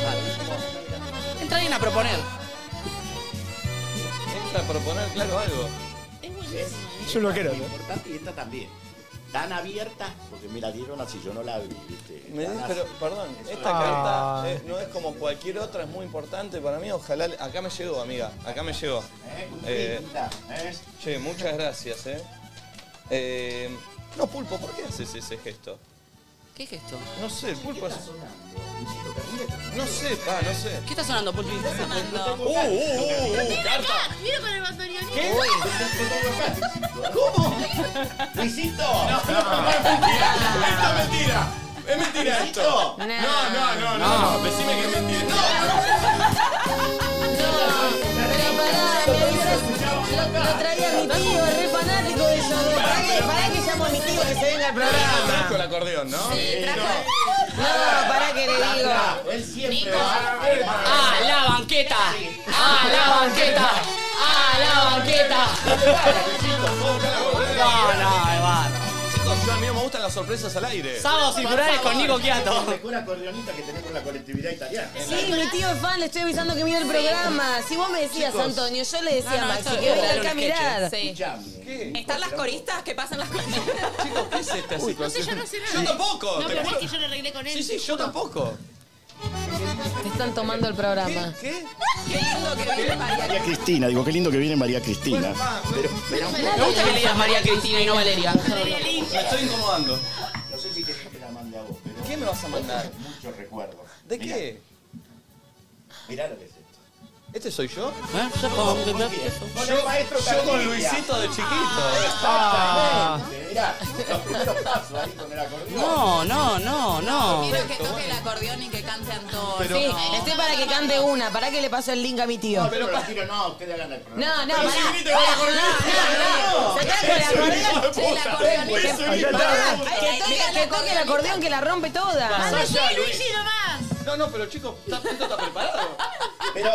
Speaker 4: Entra alguien a proponer.
Speaker 1: Entra a proponer, claro, algo.
Speaker 11: Es
Speaker 12: un loquero,
Speaker 11: Es
Speaker 12: ¿no?
Speaker 11: importante y esta también. Tan abierta, porque me la dieron así, yo no la abrí, ¿viste?
Speaker 1: Me
Speaker 11: Tan
Speaker 1: dice,
Speaker 11: así.
Speaker 1: pero, perdón, esta
Speaker 12: Ah.
Speaker 1: carta eh, no es como cualquier otra, es muy importante para mí. Ojalá. le- Acá me llegó, amiga. Acá me llegó. Eh, che, muchas gracias, eh. eh. No, Pulpo, ¿por qué haces ese gesto?
Speaker 4: ¿Qué gesto?
Speaker 1: No sé, el Pulpo hace. No sé, pa, no sé.
Speaker 4: ¿Qué está sonando, Pulpi? ¿Qué está sonando?
Speaker 1: ¡Uh, uh, uh!
Speaker 10: ¡Lo
Speaker 1: uh,
Speaker 10: tiene
Speaker 1: ¡Carta!
Speaker 10: acá! ¡Mira con el bandoneón!
Speaker 1: ¿Qué?
Speaker 11: ¿Cómo? ¡Luisito! No,
Speaker 1: no, no, es mentira. Esto es mentira. Es mentira esto. No, no, no, no. Decime que es mentira.
Speaker 3: Lo traía mi tío, es re fanático de eso. Pará que, pará que llamo a mi tío que se venga al programa.
Speaker 1: Trajo el acordeón, ¿no? Sí,
Speaker 3: No, pará que le digo.
Speaker 4: ¡A la banqueta! ¡A Ah, la banqueta! ¡A la banqueta! Ah, No, no, es bárbaro.
Speaker 1: Chicos, yo a mí no me gustan las sorpresas al aire.
Speaker 4: Sábados circulares con Nico Quiato.
Speaker 11: Mejor acordeonista que tenemos la colectividad italiana.
Speaker 3: Sí, mi tío es fan, le estoy avisando que mira el programa. Si vos me decías,
Speaker 11: Chicos.
Speaker 3: Antonio, yo le decía
Speaker 5: No,
Speaker 3: a
Speaker 5: no,
Speaker 3: Maxi
Speaker 5: esto
Speaker 3: que
Speaker 5: es
Speaker 3: venga
Speaker 5: un
Speaker 3: acá a
Speaker 5: sketch, eh.
Speaker 3: mirar.
Speaker 5: sí. ¿Están las coristas? ¿Qué pasan las coristas?
Speaker 1: Chicos, ¿qué es esta
Speaker 10: No sé,
Speaker 1: situación?
Speaker 10: yo no sé nada.
Speaker 1: Yo tampoco. te
Speaker 10: No, pero
Speaker 1: juro.
Speaker 10: es que yo lo arreglé con él.
Speaker 1: Sí, sí, yo tampoco.
Speaker 3: Te están tomando el programa.
Speaker 1: ¿Qué?
Speaker 5: Qué lindo que viene María.
Speaker 11: María Cristina, digo, qué lindo que viene María Cristina.
Speaker 4: Me gusta que le digas María Cristina y no Valeria.
Speaker 1: Me estoy incomodando.
Speaker 11: No sé si querés que la mande a vos, pero
Speaker 1: ¿Qué me vas a mandar?
Speaker 11: muchos recuerdos.
Speaker 1: ¿De qué?
Speaker 11: Mirá lo que es esto.
Speaker 1: ¿Este soy yo?
Speaker 4: ¿Eh?
Speaker 11: ¿Con quién? Con el maestro
Speaker 1: Yo con
Speaker 11: Cardinilla.
Speaker 1: Luisito de chiquito.
Speaker 11: Ah, Exactamente. Mirá, los primeros pasos ahí con el acordeón.
Speaker 4: No, no, no, no.
Speaker 5: Quiero que toque el acordeón y que cante Antonio.
Speaker 3: Sí, estoy para que cante una, para que le paso el link a mi tío.
Speaker 11: No, pero los tiro, no, ustedes hagan el programa.
Speaker 3: No, no,
Speaker 11: Pero
Speaker 3: pará.
Speaker 11: si viniste
Speaker 3: pará,
Speaker 11: con el acordeón.
Speaker 3: no, no, no. Sacá con el
Speaker 11: Es un hijo de puta. Es
Speaker 3: acordeón. Sí, el acordeón.
Speaker 11: un hijo de
Speaker 3: Pará,
Speaker 11: puta.
Speaker 3: Que toque- que toque el acordeón que la rompe toda.
Speaker 1: Pasá ya,
Speaker 10: ¡Sí, Luigi nomás!
Speaker 1: No, no, pero chicos, ¿estás está preparado?
Speaker 11: Pero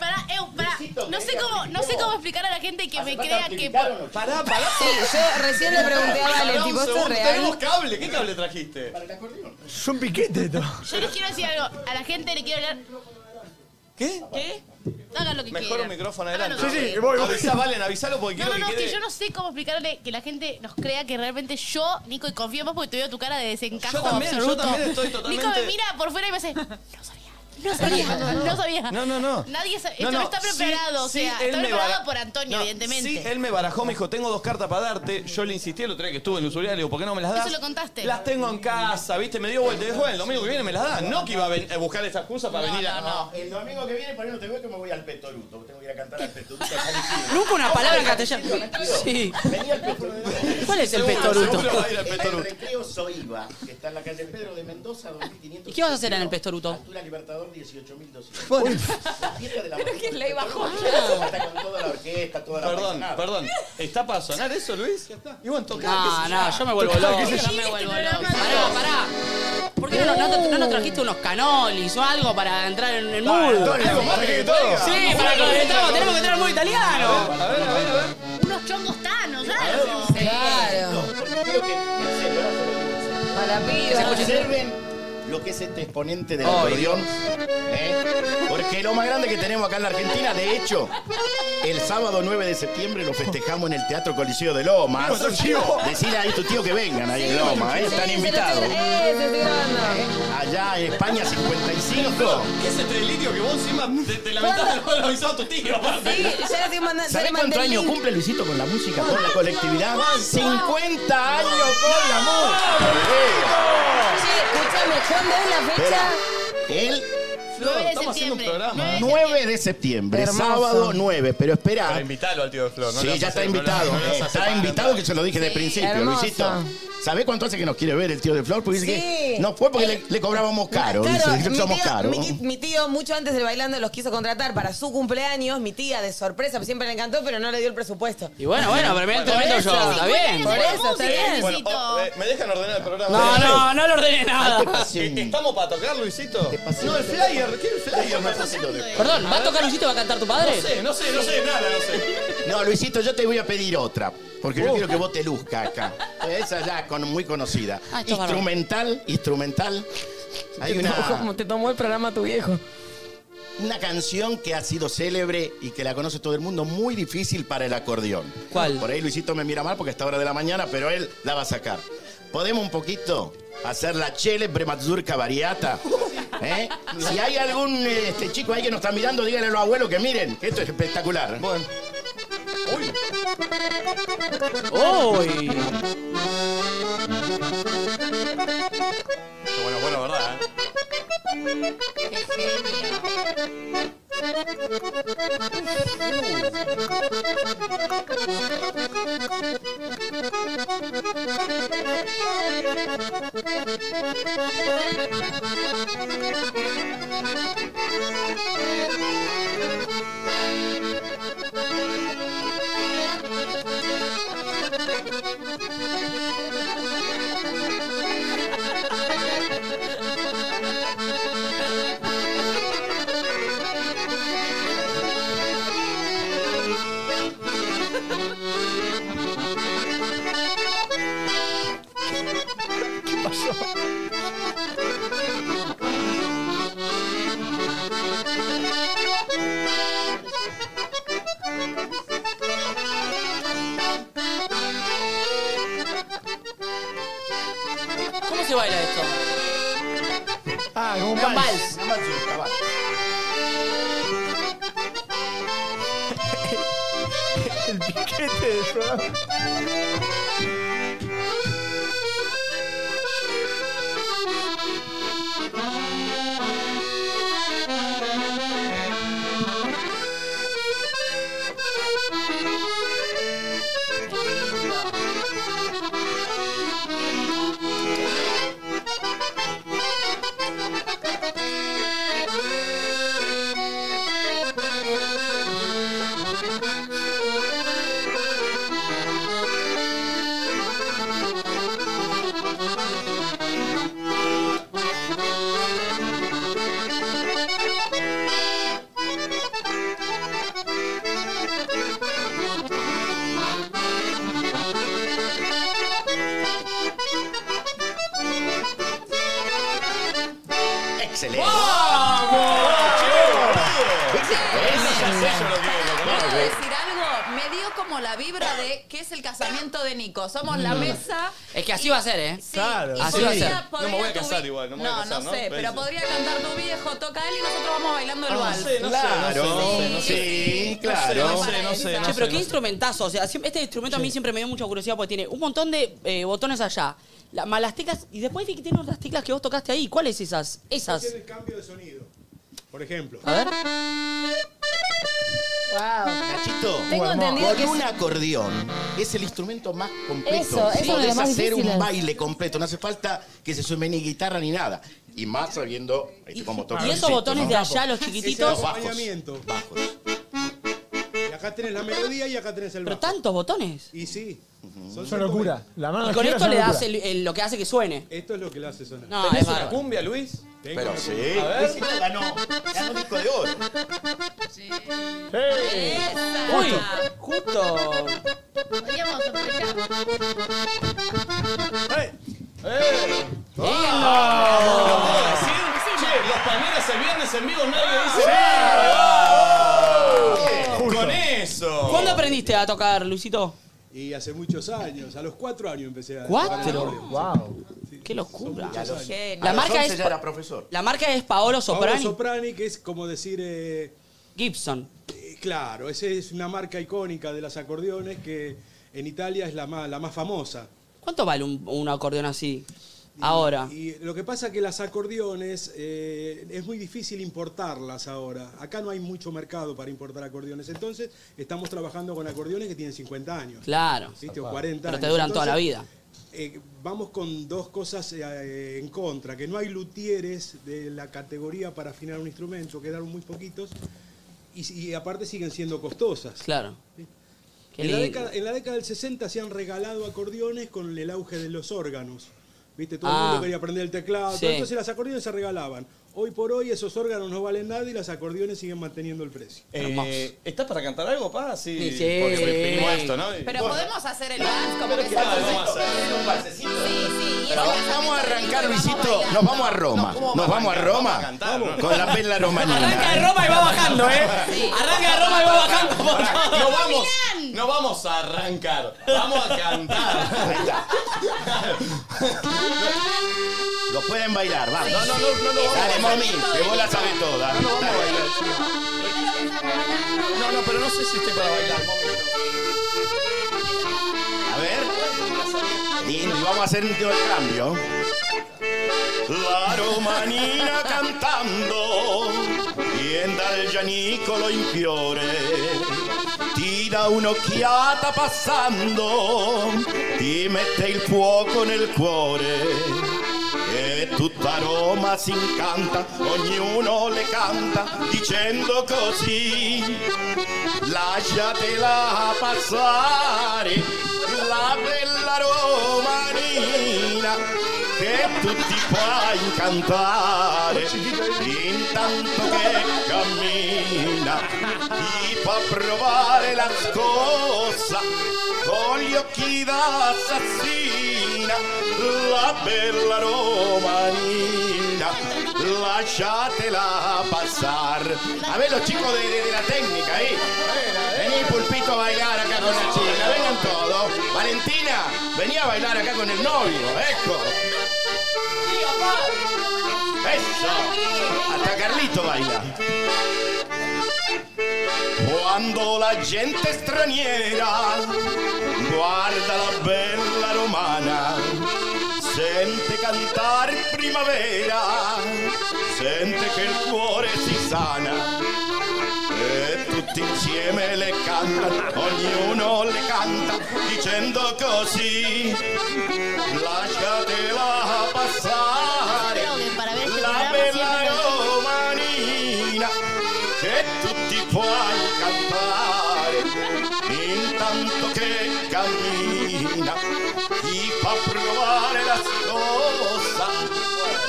Speaker 10: Pará, eu, Eh, pará. No sé cómo, no sé cómo explicar a la gente
Speaker 1: Ah,
Speaker 10: que me crea que.
Speaker 1: Pará, pará.
Speaker 3: Ah, Sí, yo recién le pregunté a Vale,
Speaker 1: Pará un
Speaker 3: tipo, ¿esto es
Speaker 1: segundo, Tenemos
Speaker 3: real?
Speaker 1: cable. ¿Qué cable trajiste?
Speaker 12: Es un piquete esto.
Speaker 10: Yo les quiero decir algo. A la gente le quiero hablar.
Speaker 1: ¿Qué?
Speaker 10: ¿Qué? Hagan lo que
Speaker 1: Mejor un
Speaker 10: quieran.
Speaker 1: micrófono
Speaker 3: Ah,
Speaker 1: adelante.
Speaker 10: Háganlo. Sí, sí,
Speaker 12: voy, voy.
Speaker 1: Avisá, Valen, avisalo porque
Speaker 10: No,
Speaker 1: quiero
Speaker 10: no, no,
Speaker 1: que
Speaker 10: es que
Speaker 1: quede...
Speaker 10: yo no sé cómo explicarle que la gente nos crea que realmente yo, Nico, y confío en vos porque te veo tu cara de desencajo
Speaker 1: Yo también, yo
Speaker 10: absoluto.
Speaker 1: también estoy totalmente-
Speaker 10: Nico me mira por fuera y me hace, no sabía, no sabía, no, sabía.
Speaker 1: No, no, no.
Speaker 10: Nadie sabe,
Speaker 1: No,
Speaker 10: esto no,
Speaker 1: no,
Speaker 10: está
Speaker 1: sí,
Speaker 10: preparado,
Speaker 1: sí,
Speaker 10: o sea,
Speaker 1: él
Speaker 10: está
Speaker 1: me
Speaker 10: preparado
Speaker 1: bara-
Speaker 10: por Antonio,
Speaker 1: No,
Speaker 10: evidentemente.
Speaker 1: Sí, él me barajó, me dijo, tengo dos cartas para darte. Yo le insistí el otro día que estuve en Usuria, le digo, ¿por qué no me las das?
Speaker 10: Eso lo contaste.
Speaker 1: Las tengo en casa, ¿viste? Me dio vuelta y dijo, el domingo que viene me las das. No que iba a ven- a buscar esa excusa para venir a...
Speaker 11: El domingo que viene, por ahí no te veo que me voy al Petoruto. Tengo que ir a cantar al Petoruto.
Speaker 4: Nunca una palabra en castellano. Sí. ¿Cuál es el pestoruto?
Speaker 11: Seguro va a ir al El recreo Soiva, que está en la calle Pedro de Mendoza, 2500.
Speaker 4: ¿Y qué vas a hacer en el pestoruto?
Speaker 11: Altura Libertador, 18.200.
Speaker 5: Pero que le iba
Speaker 11: Está con toda la orquesta, toda la
Speaker 1: Perdón,
Speaker 11: paisanada.
Speaker 1: perdón. ¿Está para sonar eso, Luis? Y bueno, tocar.
Speaker 4: No, no, yo me vuelvo
Speaker 1: Tocar,
Speaker 4: loco.
Speaker 1: qué sé yo.
Speaker 4: Yo me vuelvo loco. Pará, pará. ¿Por qué no, no- no- no nos trajiste unos canolis o algo para entrar en el mood?
Speaker 1: Algo más que todo.
Speaker 4: Sí, para que nos metamos, tenemos que entrar al mood italiano.
Speaker 1: A ver, a ver, a ver.
Speaker 10: Unos chongos tanos, algo.
Speaker 3: Claro.
Speaker 11: Porque creo que, en serio, ahora se lo digo en serio.
Speaker 3: Para la piba.
Speaker 11: Observen lo que es este exponente del
Speaker 4: Ay,
Speaker 11: acordeón. ¿eh? Porque es lo más grande que tenemos acá en la Argentina, de hecho, el sábado 9 de septiembre lo festejamos en el Teatro Coliseo de Lomas.
Speaker 4: Mira, son chivos.
Speaker 11: Decirle ahí a tu tío que vengan ahí en
Speaker 4: Sí,
Speaker 11: Lomas, ¿eh?
Speaker 4: sí,
Speaker 11: están
Speaker 4: se lo
Speaker 11: invitados.
Speaker 4: estoy-
Speaker 11: Allá
Speaker 13: eh.
Speaker 11: en España 55.
Speaker 4: Ese trilitio que vos encima te, te lamentaste por lo avisado a tu tío, aparte.
Speaker 3: Sí, ya lo estoy mandando.
Speaker 11: ¿Sabés cuántos años cumple Luisito con la música, con la colectividad?
Speaker 3: ¿Cuánto?
Speaker 11: 50 años con la
Speaker 3: Che,
Speaker 11: música.
Speaker 3: escúchame, ¿cuándo es la fecha?
Speaker 11: El
Speaker 13: 9 de septiembre.
Speaker 11: 9 de septiembre,
Speaker 13: Hermoso.
Speaker 11: sábado 9, pero espera.
Speaker 14: Pero invítalo al tío de Flor. no
Speaker 11: sí,
Speaker 14: le
Speaker 11: ya
Speaker 14: hace-
Speaker 11: está
Speaker 14: no le-
Speaker 11: invitado.
Speaker 14: no le hace
Speaker 11: está
Speaker 14: separar,
Speaker 11: invitado que se lo dije de principio,
Speaker 14: hermoso.
Speaker 11: Luisito. ¿Sabés cuánto hace que nos quiere ver el tío de Flor? Porque dice Pues que no fue porque le, le cobrábamos caro.
Speaker 3: Eh, Claro,
Speaker 11: dice,
Speaker 3: mi
Speaker 11: somos
Speaker 3: tío,
Speaker 11: caros.
Speaker 3: mi, mi tío, mucho antes del bailando, los quiso contratar para su cumpleaños. Mi tía, de sorpresa, siempre le encantó, pero no le dio el presupuesto.
Speaker 2: Y bueno, bueno, pero me tremendo
Speaker 3: eso,
Speaker 2: show, está bien.
Speaker 3: Por eso, está bien.
Speaker 1: Bueno, oh, eh, ¿me dejan ordenar el programa?
Speaker 2: No, no, no le ordené nada.
Speaker 1: ¿Estamos para tocar, Luisito? No, el flyer. ¿Qué el flyer? me estás
Speaker 2: Perdón, ¿va a tocar Luisito va a cantar tu padre?
Speaker 1: No sé, no sé, no sé, nada, no sé.
Speaker 11: No, Luisito, yo te voy a pedir otra. Porque
Speaker 3: Uh.
Speaker 11: yo quiero que vos te luzca acá. Esa ya con, muy conocida.
Speaker 3: Ah, esto es bárbaro.
Speaker 11: instrumental, instrumental. Hay una,
Speaker 3: Como te tomó el programa tu viejo.
Speaker 11: una canción que ha sido célebre y que la conoce todo el mundo, muy difícil para el acordeón. ¿Cuál? Por ahí Luisito me mira mal porque está hora de la mañana, pero él la va a sacar. ¿Podemos un poquito hacer la célebre Mazurka Variata? ¿Eh? Si hay algún eh, este, chico ahí que nos está mirando, díganle a los abuelos que miren. Esto es espectacular. Bueno.
Speaker 4: ¡Uy!
Speaker 14: Bueno, bueno, ¿verdad? eh?
Speaker 4: ¿Qué pasó?
Speaker 2: ¿Cómo se baila esto?
Speaker 15: Ah, como un
Speaker 2: Era un
Speaker 15: vals.
Speaker 11: Una mazurca, va.
Speaker 15: El piquete de programa.
Speaker 11: Excelente.
Speaker 5: ¿Puedo decir algo? Me dio como la vibra de que es el casamiento de Nico. Somos la
Speaker 2: Mm.
Speaker 5: mesa.
Speaker 2: Es que así va a ser, ¿eh?
Speaker 5: Claro.
Speaker 2: Así
Speaker 5: Y
Speaker 2: va a
Speaker 5: podría-
Speaker 2: ser.
Speaker 5: podría
Speaker 1: No me voy a
Speaker 5: tu vi-
Speaker 1: casar igual, no me voy a casar,
Speaker 5: no
Speaker 1: ¿no?
Speaker 5: sé,
Speaker 1: Pero
Speaker 5: pero
Speaker 1: sí.
Speaker 5: podría cantar tu viejo, toca él y nosotros vamos bailando el
Speaker 1: Ah, no
Speaker 5: vals.
Speaker 1: sé, no sé,
Speaker 11: Claro,
Speaker 1: no sé, no sé.
Speaker 11: sí,
Speaker 1: No sé,
Speaker 11: claro.
Speaker 1: no sé, no sé, no
Speaker 2: Che,
Speaker 1: sé,
Speaker 2: pero qué
Speaker 1: no sé.
Speaker 2: instrumentazo. O sea, siempre- este instrumento a mí siempre me dio mucha curiosidad porque tiene un montón de eh, botones allá. La- más las teclas. Y después vi que tiene otras teclas que vos tocaste ahí. ¿Cuáles esas? Esas.
Speaker 15: Tiene cambio de sonido. Por ejemplo.
Speaker 2: A ver.
Speaker 11: Nachito,
Speaker 15: Tengo entendido
Speaker 11: con
Speaker 15: que es-
Speaker 11: un acordeón es el instrumento más completo.
Speaker 3: Eso, eso es lo
Speaker 11: Podés
Speaker 3: más
Speaker 11: hacer
Speaker 3: difícil.
Speaker 11: un baile completo, no hace falta que se sume ni guitarra ni nada. Y más sabiendo ahí tú cómo toca
Speaker 2: y esos
Speaker 11: Luisito,
Speaker 2: botones
Speaker 11: ¿no?
Speaker 2: de allá, los
Speaker 11: Los
Speaker 2: chiquititos.
Speaker 11: bajos.
Speaker 15: Bajos. Y acá tenés la melodía y acá tenés el
Speaker 2: Pero
Speaker 15: bajo.
Speaker 2: tantos botones.
Speaker 15: Y sí.
Speaker 2: Son
Speaker 15: ciento
Speaker 2: locura.
Speaker 15: veinte. La
Speaker 2: Y con esto le das el- el- lo que hace que suene.
Speaker 15: Esto es lo que le hace sonar.
Speaker 2: No, es
Speaker 1: ¿Una
Speaker 2: bárbaro.
Speaker 1: cumbia, Luis?
Speaker 11: Pero sí.
Speaker 1: A ver.
Speaker 11: Luisito ganó. Ganó disco de oro.
Speaker 2: Uy, justo.
Speaker 13: Podríamos aprovechar.
Speaker 1: ¿Lo puedo decir? Che, los palmeras el viernes en vivo nadie dice nada. ¡Bravo! Con eso.
Speaker 2: ¿Cuándo aprendiste a tocar, Luisito?
Speaker 15: Y hace muchos años, a los cuatro años empecé a.
Speaker 2: ¿Cuatro?
Speaker 15: ¡Wow!
Speaker 2: ¡Qué locura!
Speaker 15: Ya lo sé.
Speaker 2: La
Speaker 15: A los
Speaker 2: marca
Speaker 15: 11
Speaker 2: es
Speaker 15: ya era profesor.
Speaker 2: La marca es Paolo Soprani.
Speaker 15: Paolo Soprani, que es como decir. eh,
Speaker 2: Gibson.
Speaker 15: claro, esa es una marca icónica de las acordeones que en Italia es la más, la más famosa.
Speaker 2: ¿Cuánto vale un, un acordeón así? Ahora.
Speaker 15: Y lo que pasa es que las acordeones eh, es muy difícil importarlas ahora. Acá no hay mucho mercado para importar acordeones. Entonces estamos trabajando con acordeones que tienen 50 años.
Speaker 2: Claro.
Speaker 15: ¿Viste? O 40
Speaker 2: Pero te
Speaker 15: años.
Speaker 2: duran toda la vida.
Speaker 15: Entonces, eh, vamos con dos cosas eh, en contra, que no hay luthieres de la categoría para afinar un instrumento, quedaron muy poquitos, y, y aparte siguen siendo costosas.
Speaker 2: Claro. Qué
Speaker 15: En la,
Speaker 2: lindo.
Speaker 15: década, en la década del 60 se han regalado acordeones con el auge de los órganos. ¿Viste? Todo
Speaker 2: Ah.
Speaker 15: el mundo quería aprender el teclado.
Speaker 2: Sí.
Speaker 15: Entonces las acordeones se regalaban. Hoy por hoy esos órganos no valen nada y las acordeones siguen manteniendo el precio.
Speaker 1: Eh, ¿Estás para cantar algo, pa? Sí.
Speaker 15: Sí, sí.
Speaker 1: Porque primero esto, ¿no?
Speaker 4: Pero
Speaker 1: Bueno.
Speaker 4: podemos hacer el dance como que
Speaker 1: Dale, vamos a hacer
Speaker 4: un pasecito. Sí, sí. y
Speaker 13: Pero
Speaker 4: el
Speaker 13: vamos- vamos a
Speaker 4: casamiento de
Speaker 13: arrancar,
Speaker 4: Nico y vamos
Speaker 13: Luisito. Nos vamos a Roma. Nos vamos a Roma con la perla romanina.
Speaker 2: Arranca de Roma y va bajando, ¿eh? Arranca de Roma y va bajando por todo.
Speaker 1: No vamos, no vamos a arrancar, vamos a cantar.
Speaker 13: Lo pueden bailar, vamos.
Speaker 1: No, no, no, no, no,
Speaker 13: Dale,
Speaker 1: vamos a
Speaker 13: mami,
Speaker 1: bailar.
Speaker 13: que vos la sabés toda.
Speaker 1: No, no, vamos a bailar. No, no, pero no sé si estoy para bailar,
Speaker 13: A ver. Lindo, y vamos a hacer un tiro de cambio. La romanina cantando, viene dal gianicolo in fiore, ti dà un'occhiata passando, ti mette il fuoco nel cuore. E tutta Roma si incanta, ognuno le canta dicendo così, lasciatela passare, la bella romanina che tutti fa incantare, intanto che cammina, ti fa provare la scossa con gli occhi da assassina, la bella romanina, lasciatela passare. A ver los chicos de, de- de la técnica, eh. Vení pulpito a bailar acá con la chica, vengan todos. Valentina, ¿eh? vení a bailar acá con el novio, ecco. Eso. Hasta Carlito baila. Quando la gente straniera guarda la bella romana, sente cantare primavera, sente che il cuore si sana. E tutti insieme le cantano, ognuno le canta dicendo così, lasciatela passare, la bella romanina che tutti puoi cantare, intanto che cammina ti fa provare la scossa,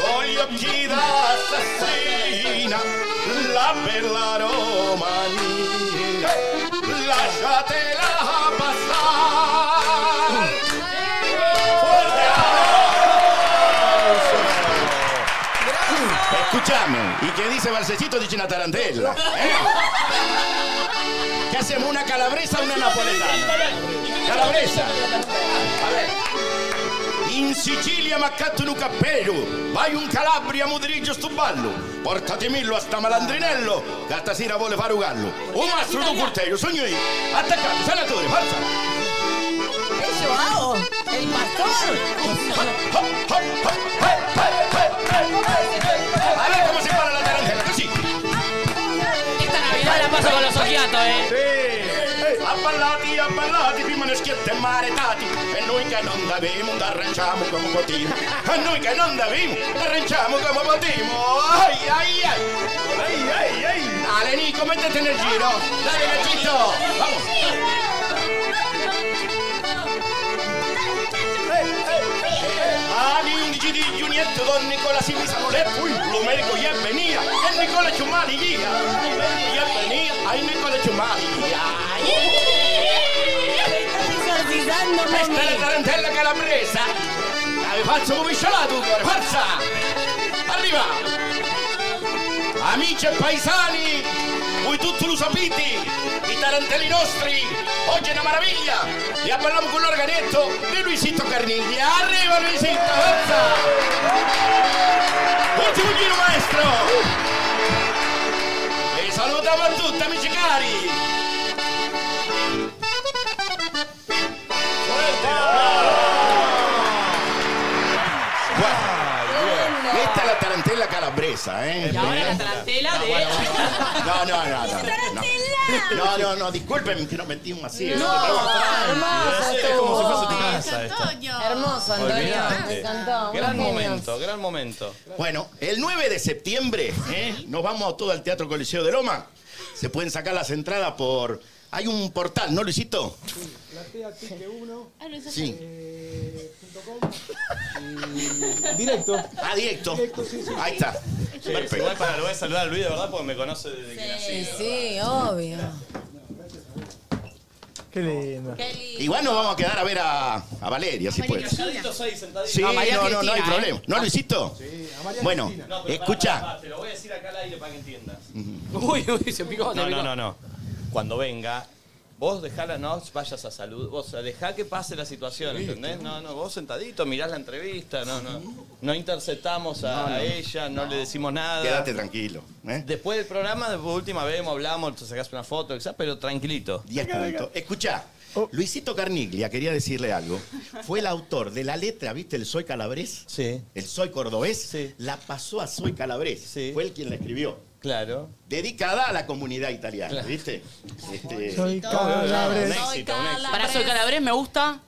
Speaker 13: con gli occhi da assassina, la bella romanina, lasciatela passare. Escúchame, y que dice Barcecito dice una tarantela. ¿eh? ¿Qué hacemos? ¿Una calabresa o una napoletana? Calabresa. In Sicilia m'accattono un cappello, vai un Calabria mudrigio sto ballo, portatemillo a sta malandrinello, che stasera vuole fare un gallo. Un mastro d'un corteglio, sogno io, attaccato, sanatore, forza!
Speaker 4: Eso hago. El
Speaker 13: pastor. A ver cómo se para la tarantela, così.
Speaker 2: Esta Navidad la paso con los occhiatos,
Speaker 13: eh! Sì! Abballati, abballati, prima ne schiette maretati. E noi che non davemo, arranciamo come potremo. E noi che non davemo, arranciamo come potremo. Ai, ai, ai! Ai, ai, ai! Dale, Nico, mettete nel giro! Dale, Nachito! Vamos! All'indice di Giunietto Don Nicola si mise a letto L'omerico gli venia E Nicola Ciumani via Gli venia Ai Nicola Ciumani via Questa è la tarantella calabresa Dai, falso come sciolato, cuore, forza! Arriva! Amici e paesani, voi tutti lo sapete, i tarantelli nostri, oggi è una meraviglia! E parliamo con l'organetto di Luisito Carniglia. Arriva Luisito, forza! Ultimo giro maestro! E salutiamo a tutti amici cari! Guarda, Esta es la tarantela calabresa, ¿eh?
Speaker 2: Y ahora la
Speaker 1: Ah,
Speaker 2: tarantela de.
Speaker 13: No, no, no, no. No, no, no, no, disculpen que nos metimos así.
Speaker 3: No,
Speaker 13: hermoso.
Speaker 1: Es como si fuese tu casa. esto.
Speaker 3: Hermoso, Antonio.
Speaker 13: Olvidate.
Speaker 3: Me encantó.
Speaker 13: Gran
Speaker 3: Unos genios.
Speaker 13: momento, gran momento. Bueno, el 9 de septiembre ¿eh? nos vamos todo al Teatro Coliseo de Loma. Se pueden sacar las entradas por... Hay un portal, ¿no, Luisito?
Speaker 15: Platea Tique 1.
Speaker 13: Sí.
Speaker 15: eh, punto com. Y directo.
Speaker 13: Ah, directo.
Speaker 15: Directo, sí, sí.
Speaker 13: Ahí está.
Speaker 1: Sí, igual para, lo voy a saludar a Luis, de verdad, porque me conoce desde que nací.
Speaker 3: Sí, sí, obvio.
Speaker 10: Qué lindo.
Speaker 13: Igual nos vamos a quedar a ver a, a Valeria, si puedes.
Speaker 1: Calladito soy, sentadito.
Speaker 13: Sí, no, no, no,
Speaker 2: ¿eh?
Speaker 13: hay
Speaker 11: ¿eh?
Speaker 13: problema. ¿No, Luisito? Bueno,
Speaker 1: No, pero
Speaker 13: escucha.
Speaker 1: pará, pará, pará, te lo voy a decir acá al aire para que entiendas.
Speaker 2: Uy, uy, se picó.
Speaker 1: No, no, no, no. Cuando venga, vos dejala, no vayas a salud. Vos dejá que pase la situación, ¿entendés? No, no, vos sentadito, mirás la entrevista, no, no. No interceptamos a,
Speaker 13: No, no.
Speaker 1: a ella, no, le decimos nada.
Speaker 13: Quédate tranquilo. ¿eh?
Speaker 1: Después del programa, después última vez hablamos, te sacás una foto, quizás, pero tranquilito.
Speaker 13: 10 puntos. Escuchá,
Speaker 2: Oh.
Speaker 13: Luisito Carniglia, quería decirle algo. Fue el autor de la letra, ¿viste? El Soy Calabrés.
Speaker 1: Sí.
Speaker 13: El Soy Cordobés. La pasó a Soy Calabrés. Fue él quien la escribió.
Speaker 1: Claro.
Speaker 13: Dedicada a la comunidad italiana, ¿viste? Este-
Speaker 10: Soy
Speaker 13: Un
Speaker 10: Calabrés.
Speaker 13: éxito, un éxito.
Speaker 2: Para soy calabrés, me gusta.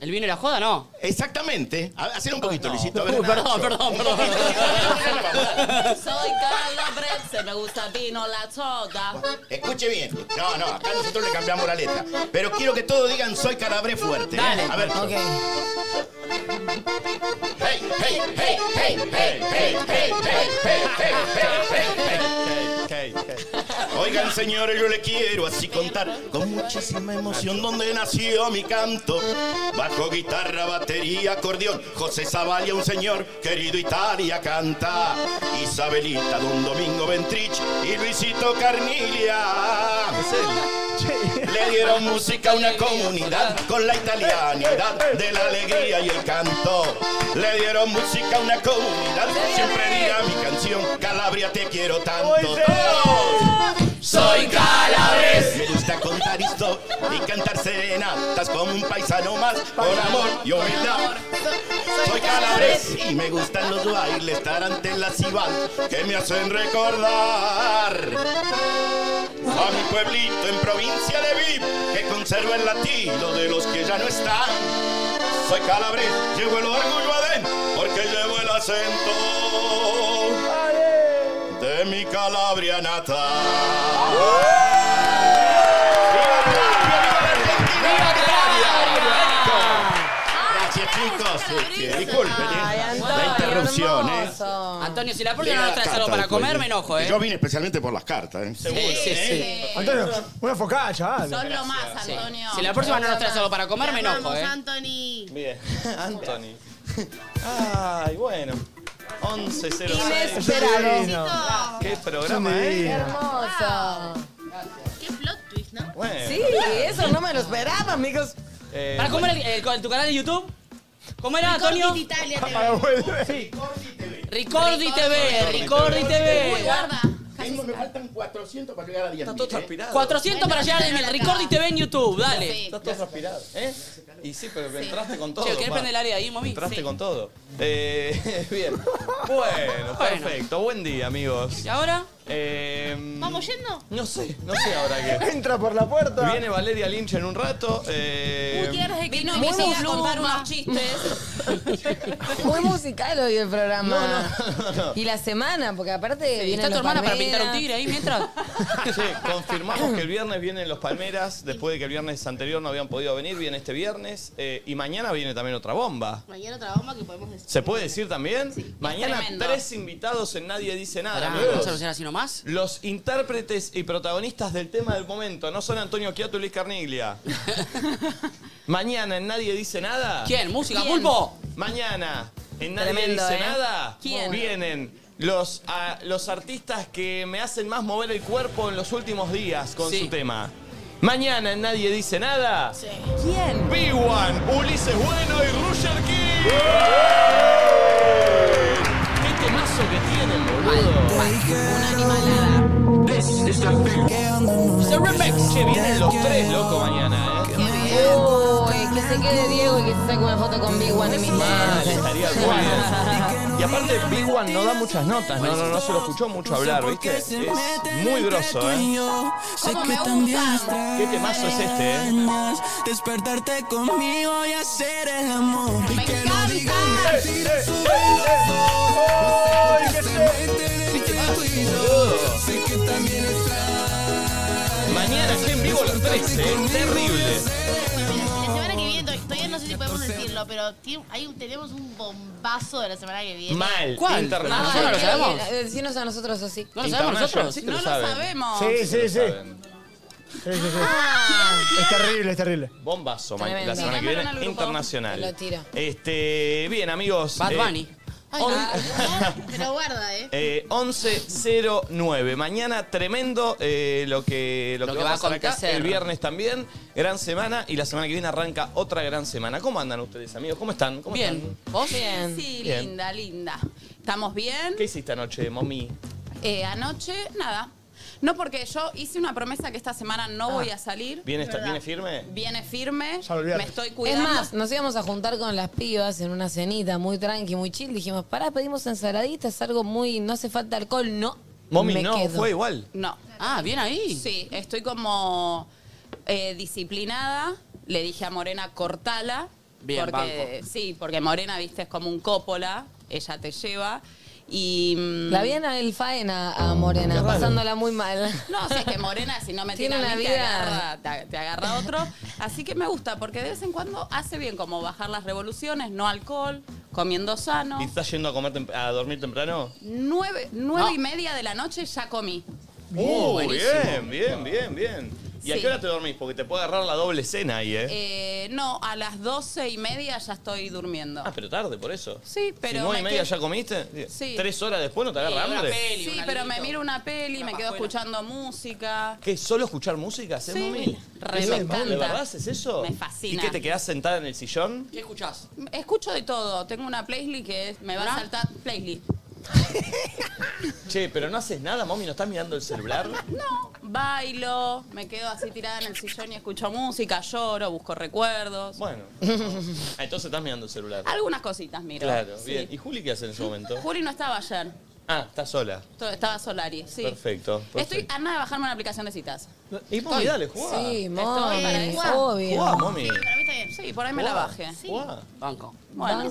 Speaker 2: El vino y la joda, no.
Speaker 13: Exactamente. A- Hacer un poquito, Luisito. a ver,
Speaker 2: Uy, perdón,
Speaker 13: Nacho.
Speaker 2: perdón, perdón.
Speaker 5: Soy calabrese, me gusta el vino, la soda.
Speaker 13: Escuche bien. No, no, acá nosotros le cambiamos la letra. Pero quiero que todos digan soy calabrés fuerte. ¿eh?
Speaker 3: Dale.
Speaker 13: A ver.
Speaker 3: Ok.
Speaker 13: Hey, hey, hey, hey, hey, hey, hey, hey, hey, hey, hey, hey, hey, hey, hey. Oigan señores, yo le quiero así contar con muchísima emoción donde nació mi canto. Bajo guitarra, batería, acordeón, José Zavalla, un señor, querido Italia, canta. Isabelita, Don Domingo Ventrich y Luisito Carnilia. Le dieron música a una comunidad con la italianidad de la alegría y el canto. Le dieron música a una comunidad, siempre dirá mi canción, Calabria te quiero tanto. Soy calabres. Me gusta contar historias y cantar serenatas como un paisano más, con amor y humildad. Soy calabres y me gustan los bailes, tarantelas y vals que me hacen recordar. A mi pueblito en provincia de Viv, que conserva el latido de los que ya no están. Soy calabrés, llevo el orgullo adentro, porque llevo el acento de mi Calabria natal. Gracias, chicos. Este, Disculpen eh, la interrupción. eh.
Speaker 2: Antonio, si la próxima
Speaker 13: Llega
Speaker 2: no traes
Speaker 13: las
Speaker 2: algo para
Speaker 13: cartas
Speaker 2: comer,
Speaker 13: después,
Speaker 2: me enojo,
Speaker 13: que
Speaker 2: ¿eh?
Speaker 13: Yo vine especialmente por las cartas. ¿eh?
Speaker 2: Seguro, sí, ¿eh?
Speaker 10: Antonio, una focada, chaval.
Speaker 5: Son lo más, Antonio.
Speaker 2: Si la próxima no nos traes algo para comer, me
Speaker 4: Te
Speaker 2: enojo,
Speaker 4: amamos,
Speaker 2: ¿eh?
Speaker 4: Anthony.
Speaker 1: Bien, Anthony. Ay, bueno. 11.06.
Speaker 10: Inesperado. Divino.
Speaker 1: Qué programa,
Speaker 10: Divino.
Speaker 1: ¿eh?
Speaker 3: Hermoso.
Speaker 4: Qué plot twist, ¿no?
Speaker 1: Bueno.
Speaker 3: Sí, eso no me lo esperaba, amigos.
Speaker 1: Eh,
Speaker 2: ¿Para comer el, el- con tu canal de YouTube? ¿Cómo era, Antonio?
Speaker 4: Corti Italia te
Speaker 10: Para
Speaker 4: veo.
Speaker 10: volver.
Speaker 2: Ricordi TV, Ricordi
Speaker 4: Uy,
Speaker 2: TV.
Speaker 4: guarda.
Speaker 13: Tengo- me faltan 400 para llegar a ¿eh? 10.
Speaker 1: Está todo transpirado.
Speaker 2: 400 para llegar al Ricordi TV en YouTube, dale.
Speaker 1: Está todo transpirado, ¿eh? Y sí, pero entraste con todo.
Speaker 2: Che, ¿querés
Speaker 1: pa.
Speaker 2: prender el área ahí, mami?
Speaker 1: Entraste
Speaker 2: Sí.
Speaker 1: con todo. Eh, bien. Bueno, perfecto. Buen día, amigos.
Speaker 2: ¿Y ahora?
Speaker 1: Eh,
Speaker 4: ¿Vamos yendo?
Speaker 1: No sé, no sé ahora qué.
Speaker 10: Entra por la puerta.
Speaker 1: Viene Valeria Lynch en un rato. eh,
Speaker 4: Uy, qué ganas de que
Speaker 5: Vino
Speaker 4: te
Speaker 5: Missy
Speaker 4: empiecen
Speaker 5: a contar unos chistes.
Speaker 3: Muy musical hoy el programa.
Speaker 1: no, no.
Speaker 3: Y la semana, porque aparte.
Speaker 2: ¿Y
Speaker 3: vienen
Speaker 2: está tu
Speaker 3: los
Speaker 2: hermana para
Speaker 3: Palmeras.
Speaker 2: pintar un tigre ahí mientras?
Speaker 1: Sí, confirmamos que el viernes vienen los Palmeras, después de que el viernes anterior no habían podido venir, viene este viernes. eh, y mañana viene también otra bomba.
Speaker 4: Mañana otra bomba que podemos decir.
Speaker 1: ¿Se puede decir también? mañana
Speaker 5: tremendo.
Speaker 1: tres invitados en Nadie Dice Nada,
Speaker 2: Pará,
Speaker 1: amigos.
Speaker 2: ¿Vamos a hacer así nomás?
Speaker 1: Los intérpretes y protagonistas del tema del momento no son Antonio Quiato y Luis Carniglia. Mañana en Nadie Dice Nada.
Speaker 2: ¿Quién? ¿Música,
Speaker 5: ¿Quién?
Speaker 2: pulpo?
Speaker 1: Mañana, en Nadie
Speaker 3: Tremendo,
Speaker 1: Dice
Speaker 3: ¿eh?
Speaker 1: Nada,
Speaker 3: ¿Quién?
Speaker 1: vienen los, a- los artistas que me hacen más mover el cuerpo en los últimos días con su tema. Mañana en Nadie Dice Nada.
Speaker 3: ¿Quién?
Speaker 1: B1, Ulises Bueno y Roger King. ¡Qué temazo que tienen, boludo! Una This is the big one. It's a remix. Che, vienen los tres, loco, mañana, ¿eh?
Speaker 3: Uy, que se quede Diego y que se saque una foto con Big One en mi
Speaker 1: Mal, estaría bueno. Y aparte, Big One no da muchas notas, no, no, no se lo escuchó mucho hablar, ¿viste? Es muy grosso, ¿eh?
Speaker 4: Sé que también extrañas
Speaker 1: ¿Qué temazo es este, eh?
Speaker 4: Despertarte conmigo y hacer el amor. Y que no digan mentiras sobre los dos. Que se meten en tu
Speaker 1: boludo.
Speaker 4: Sé que también
Speaker 1: Mañana aquí en vivo los tres, ¿eh? Terrible.
Speaker 10: La semana que viene, to- todavía no sé si podemos decirlo, pero tiene- hay un- tenemos un bombazo de la semana que viene.
Speaker 1: Mal.
Speaker 2: ¿Cuál?
Speaker 1: Internacional.
Speaker 2: ¿Nosotros lo sabemos?
Speaker 3: eh, Decirnos a nosotros así.
Speaker 2: ¿No lo sabemos nosotros?
Speaker 1: Sí que lo No lo saben. sabemos.
Speaker 15: Sí, sí, sí. Sí, sí, sí.
Speaker 3: Ah,
Speaker 15: Es terrible, es terrible.
Speaker 1: Bombazo, ma-
Speaker 15: Tremendo.
Speaker 1: la semana que
Speaker 15: Tirámoslo en
Speaker 1: viene,
Speaker 15: el grupo.
Speaker 1: internacional.
Speaker 15: Te lo tiro.
Speaker 1: Este, bien, amigos.
Speaker 2: Bad
Speaker 1: eh,
Speaker 2: Bunny.
Speaker 10: Ay, no, no, te lo guarda, ¿eh?
Speaker 1: Eh, 11.09. Mañana tremendo eh, lo que, lo que va a pasar acá.
Speaker 2: acontecer.
Speaker 1: El viernes también. Gran semana. Y la semana que viene arranca otra gran semana. ¿Cómo andan ustedes, amigos? ¿Cómo están? ¿Cómo
Speaker 5: Bien.
Speaker 1: están?
Speaker 5: ¿Vos? Bien. Sí,
Speaker 1: Bien.
Speaker 5: linda, linda. ¿Estamos bien?
Speaker 1: ¿Qué hiciste anoche, mommy?
Speaker 5: Eh, anoche, nada. No, porque yo hice una promesa que esta semana no voy a salir.
Speaker 1: Ah. ¿Viene, esta-
Speaker 5: ¿Verdad?
Speaker 1: ¿Viene firme?
Speaker 5: Viene firme.
Speaker 1: Ya lo olvidaste.
Speaker 5: Me estoy
Speaker 3: Es
Speaker 5: cuidando.
Speaker 3: más, nos íbamos a juntar con las pibas en una cenita muy tranqui, muy chill. Dijimos, pará, pedimos ensaladitas, algo muy. No hace falta alcohol, no.
Speaker 1: Mommy,
Speaker 3: Me
Speaker 1: no,
Speaker 3: quedo.
Speaker 1: fue igual.
Speaker 5: No.
Speaker 2: Ah, bien ahí.
Speaker 5: Sí, estoy como eh, disciplinada. Le dije a Morena, cortala.
Speaker 2: Bien,
Speaker 5: porque, Sí, porque Morena, viste, es como un cópola. Ella te lleva. Y. mm,
Speaker 3: La vi en el faena a Morena, pasándola muy mal.
Speaker 5: No, si es que Morena, si no me
Speaker 3: Tiene
Speaker 5: tiene a
Speaker 3: una
Speaker 5: mí, te
Speaker 3: vida.
Speaker 5: agarra, te- te agarra otro. Así que me gusta, porque de vez en cuando hace bien como bajar las revoluciones, no alcohol, comiendo sano.
Speaker 1: ¿Y estás yendo a, comer tem- a dormir temprano?
Speaker 5: Nueve, nueve y media de la noche ya comí.
Speaker 1: Uh,
Speaker 5: Buenísimo.
Speaker 1: bien, bien, bien, bien. ¿Y a
Speaker 5: Sí.
Speaker 1: qué hora te dormís? Porque te puede agarrar la doble cena ahí, ¿eh?
Speaker 5: Eh, no, a las doce y media ya estoy durmiendo.
Speaker 1: Ah, pero tarde, por eso.
Speaker 5: Sí, pero
Speaker 1: Si nueve y
Speaker 5: me
Speaker 1: media
Speaker 5: quedo-
Speaker 1: ya comiste,
Speaker 5: Sí.
Speaker 1: tres horas después no te agarra
Speaker 5: Sí,
Speaker 1: hambre.
Speaker 5: Sí, pero me miro una peli, me quedo escuchando música.
Speaker 1: ¿Qué? ¿Solo escuchar música? ¿Haces
Speaker 5: Sí,
Speaker 1: mami?
Speaker 5: re,
Speaker 1: ¿Eso?
Speaker 5: me encanta.
Speaker 1: ¿De verdad haces eso?
Speaker 5: Me fascina.
Speaker 1: ¿Y qué te quedás sentada en el sillón?
Speaker 2: ¿Qué escuchás?
Speaker 5: Escucho de todo. Tengo una playlist que es- me va a saltar. Playlist.
Speaker 1: Che, pero no haces nada, mami, no estás mirando el celular.
Speaker 5: No, bailo, me quedo así tirada en el sillón y escucho música, lloro, busco recuerdos.
Speaker 1: Bueno. Ah, entonces estás mirando el celular.
Speaker 5: Algunas cositas, mira.
Speaker 1: Claro, bien. ¿Y Juli qué hace en ese momento?
Speaker 5: Juli no estaba ayer,
Speaker 1: Ah, está sola.
Speaker 5: to- estaba Solari, sí.
Speaker 1: Perfecto.
Speaker 5: Estoy a nada de bajarme una aplicación de citas.
Speaker 1: Y mami, dale, jugá.
Speaker 5: Sí,
Speaker 1: Estoy
Speaker 5: mami,
Speaker 1: para eso.
Speaker 5: obvio.
Speaker 1: Jugá, mami.
Speaker 5: Sí, por ahí me la
Speaker 1: Jugá,
Speaker 5: baje.
Speaker 1: jugá.
Speaker 2: Banco.
Speaker 5: Bueno,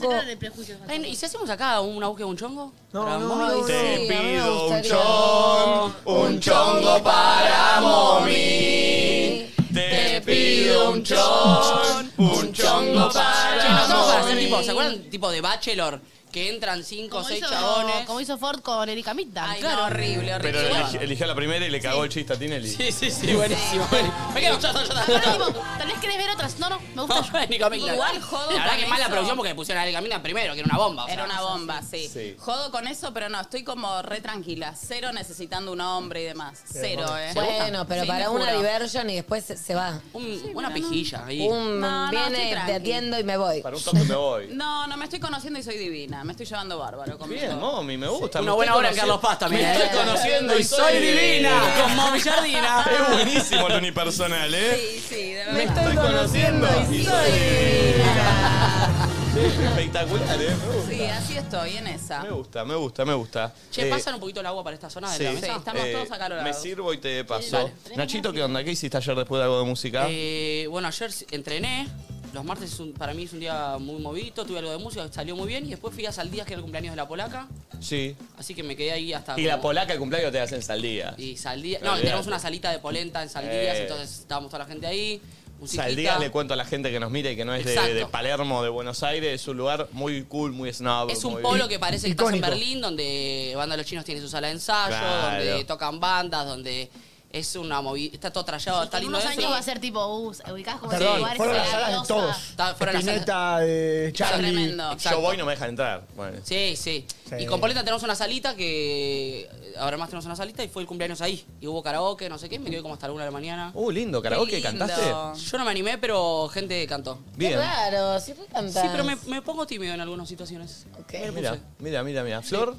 Speaker 2: Ay, ¿Y si hacemos acá una búsqueda de un chongo? No,
Speaker 1: no, Te sí, a mí me pido un gustaría. chong, un chongo para mommy. Te pido un chon, un chongo para
Speaker 2: Che, nosotros para hacer
Speaker 1: mommy.
Speaker 2: tipo, ¿se acuerdan? Tipo de Bachelor, que entran cinco o
Speaker 10: Como
Speaker 2: seis
Speaker 10: hizo,
Speaker 2: chabones.
Speaker 10: como hizo Ford con Erika Mitta. Ay,
Speaker 2: horrible,
Speaker 1: Pero eligi- eligió la primera y le cagó el chiste a Tinelli.
Speaker 2: Sí, sí, sí, buenísimo. buenísimo. Me quedo, ya está, ya está.
Speaker 10: Tal vez querés ver otras. No, no, me
Speaker 1: Ah,
Speaker 10: gusta.
Speaker 2: No, Erika Migna.
Speaker 5: Igual jodo
Speaker 2: La verdad
Speaker 5: con
Speaker 2: que mala
Speaker 5: eso.
Speaker 2: producción porque pusieron a Erika Migna primero, que era una bomba. o sea.
Speaker 5: Era una bomba, sí.
Speaker 2: Sí.
Speaker 5: Jodo con eso, pero no, estoy como re tranquila. Cero necesitando un hombre y demás. Cero, ¿eh?
Speaker 3: Bueno, pero
Speaker 5: Sí,
Speaker 3: para
Speaker 5: te
Speaker 3: una
Speaker 5: juro.
Speaker 3: diversion y después se, se va.
Speaker 2: una pejilla ahí.
Speaker 3: Un,
Speaker 5: No, no,
Speaker 3: viene,
Speaker 5: estoy tranqui.
Speaker 3: te atiendo y me voy.
Speaker 1: Para un toque me voy.
Speaker 5: No, no, me estoy conociendo y soy divina. Me estoy llevando bárbaro conmigo.
Speaker 1: Bien, mami, me gusta.
Speaker 2: Una
Speaker 1: me
Speaker 2: buena
Speaker 1: estoy
Speaker 2: hora en Carlos
Speaker 1: conociendo-
Speaker 2: Paz también.
Speaker 1: Me
Speaker 2: ¿eh?
Speaker 1: estoy conociendo y soy divina.
Speaker 2: Con Mami Jardina.
Speaker 1: Es buenísimo el unipersonal, ¿eh?
Speaker 5: Sí, sí, de
Speaker 1: Me estoy conociendo y soy divina. Sí, espectacular, ¿eh? Me gusta.
Speaker 5: Sí, así estoy, en esa.
Speaker 1: Me gusta, me gusta, me gusta.
Speaker 2: Che,
Speaker 1: Eh,
Speaker 2: pasan un poquito el agua para esta zona de la
Speaker 1: sí,
Speaker 2: mesa.
Speaker 5: estamos
Speaker 1: eh,
Speaker 5: todos acalorados.
Speaker 1: Me sirvo y te paso.
Speaker 2: Dale.
Speaker 1: Nachito, ¿qué onda? ¿Qué hiciste ayer después de algo de música?
Speaker 2: Eh, bueno, ayer entrené. Los martes es un- para mí es un día muy movido. Tuve algo de música, salió muy bien. Y después fui a Saldías, que era el cumpleaños de la polaca.
Speaker 1: sí.
Speaker 2: Así que me quedé ahí hasta.
Speaker 1: Y la
Speaker 2: como-
Speaker 1: polaca el cumpleaños te hacen saldía.
Speaker 2: Y Saldías. No,
Speaker 1: Olvidate.
Speaker 2: tenemos una salita de polenta en Saldías.
Speaker 1: Eh.
Speaker 2: Entonces estábamos toda la gente ahí. Musiquita.
Speaker 1: Saldías le cuento a la gente que nos mire que no es de,
Speaker 2: Exacto.
Speaker 1: de Palermo, de Buenos Aires, es un lugar muy cool, muy snob.
Speaker 2: Es un
Speaker 1: muy-
Speaker 2: polo que parece que estás en
Speaker 1: Icónico.
Speaker 2: Berlín, donde Banda Los Chinos tiene su sala de ensayo,
Speaker 1: Claro.
Speaker 2: donde tocan bandas, donde es una movida. Está todo trallado, está
Speaker 10: En
Speaker 2: lindo.
Speaker 10: unos
Speaker 2: eso.
Speaker 10: años va a ser tipo, uh, ubicás como
Speaker 4: Perdón,
Speaker 10: lugares
Speaker 4: fueron
Speaker 10: que
Speaker 4: las
Speaker 10: la
Speaker 4: salas de
Speaker 10: diosa-
Speaker 4: todos.
Speaker 2: Está- fueron las
Speaker 4: Spinetta, de Charlie.
Speaker 2: tremendo.
Speaker 1: eh, Yo voy y no me dejan entrar. Bueno.
Speaker 2: Sí, sí, Y con Poleta tenemos una salita que. eh, Ahora más tenemos una salita y fue el cumpleaños ahí. Y hubo karaoke, no sé qué, me quedé como hasta la una de la mañana.
Speaker 1: Uh, lindo,
Speaker 2: Qué
Speaker 1: karaoke,
Speaker 2: lindo.
Speaker 1: ¿cantaste?
Speaker 2: Yo no me animé, pero gente cantó.
Speaker 1: Bien.
Speaker 3: Claro, sí fui cantar.
Speaker 2: Sí, pero me, me pongo tímido en algunas situaciones.
Speaker 3: Me
Speaker 1: Mira,
Speaker 2: puse.
Speaker 1: mira, mira, mira. Flor,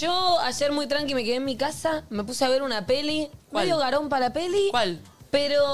Speaker 3: Yo ayer muy tranqui me quedé en mi casa, me puse a ver una peli,
Speaker 1: ¿Cuál?
Speaker 3: medio garón para la peli.
Speaker 2: ¿Cuál?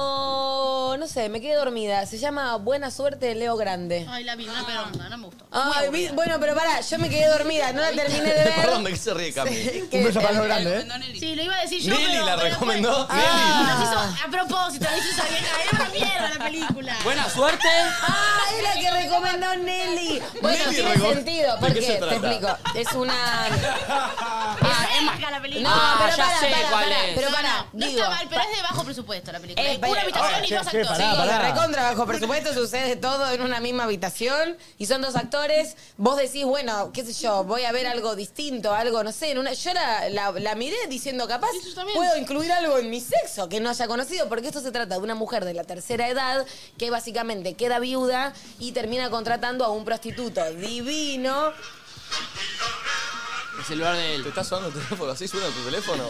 Speaker 3: Pero no sé, me quedé dormida. Se llama Buena Suerte de Leo Grande.
Speaker 10: Ay, la vi, una peronga, no me gustó.
Speaker 5: Ah,
Speaker 3: Ay, vi- bueno, pero pará, yo me quedé dormida, no la terminé de ver.
Speaker 1: perdón, ¿de qué se ríe Cami?
Speaker 3: que- Un beso para ¿eh? Leo
Speaker 1: el-
Speaker 3: Grande,
Speaker 1: el-
Speaker 10: Sí, lo iba a decir yo,
Speaker 1: Nelly
Speaker 10: pero-
Speaker 1: la
Speaker 10: pero fue-
Speaker 1: recomendó.
Speaker 10: Ah, nos hizo- a propósito, le hizo esa vieja, era una mierda la película.
Speaker 2: Buena suerte.
Speaker 3: Ah, es la que recomendó Nelly. Bueno,
Speaker 10: Nelly
Speaker 3: tiene
Speaker 10: recom-
Speaker 3: sentido,
Speaker 10: ¿De
Speaker 3: porque
Speaker 10: qué se
Speaker 3: te
Speaker 10: trata?
Speaker 3: explico. Es una.
Speaker 10: es marca la película. Ah,
Speaker 3: No, pero pará, pará, pará, pero
Speaker 10: No,
Speaker 3: pará,
Speaker 10: no, no
Speaker 3: digo-
Speaker 10: está mal, pero es de bajo presupuesto la película.
Speaker 3: Eh,
Speaker 10: Es una
Speaker 3: pero-
Speaker 10: habitación y
Speaker 3: Che,
Speaker 10: dos
Speaker 3: che,
Speaker 10: actores.
Speaker 3: pará, pará. recontra bajo presupuesto, sucede todo en una misma habitación y son dos actores. Vos decís, bueno, qué sé yo, voy a ver algo distinto, algo, no sé. En una, yo la, la- la miré diciendo, capaz puedo incluir algo en mi sexo que no haya conocido, porque esto se trata de una mujer de la tercera edad que básicamente queda viuda y termina contratando a un prostituto divino.
Speaker 2: El celular de él.
Speaker 1: ¿Te está sonando el teléfono? ¿Así suena tu teléfono?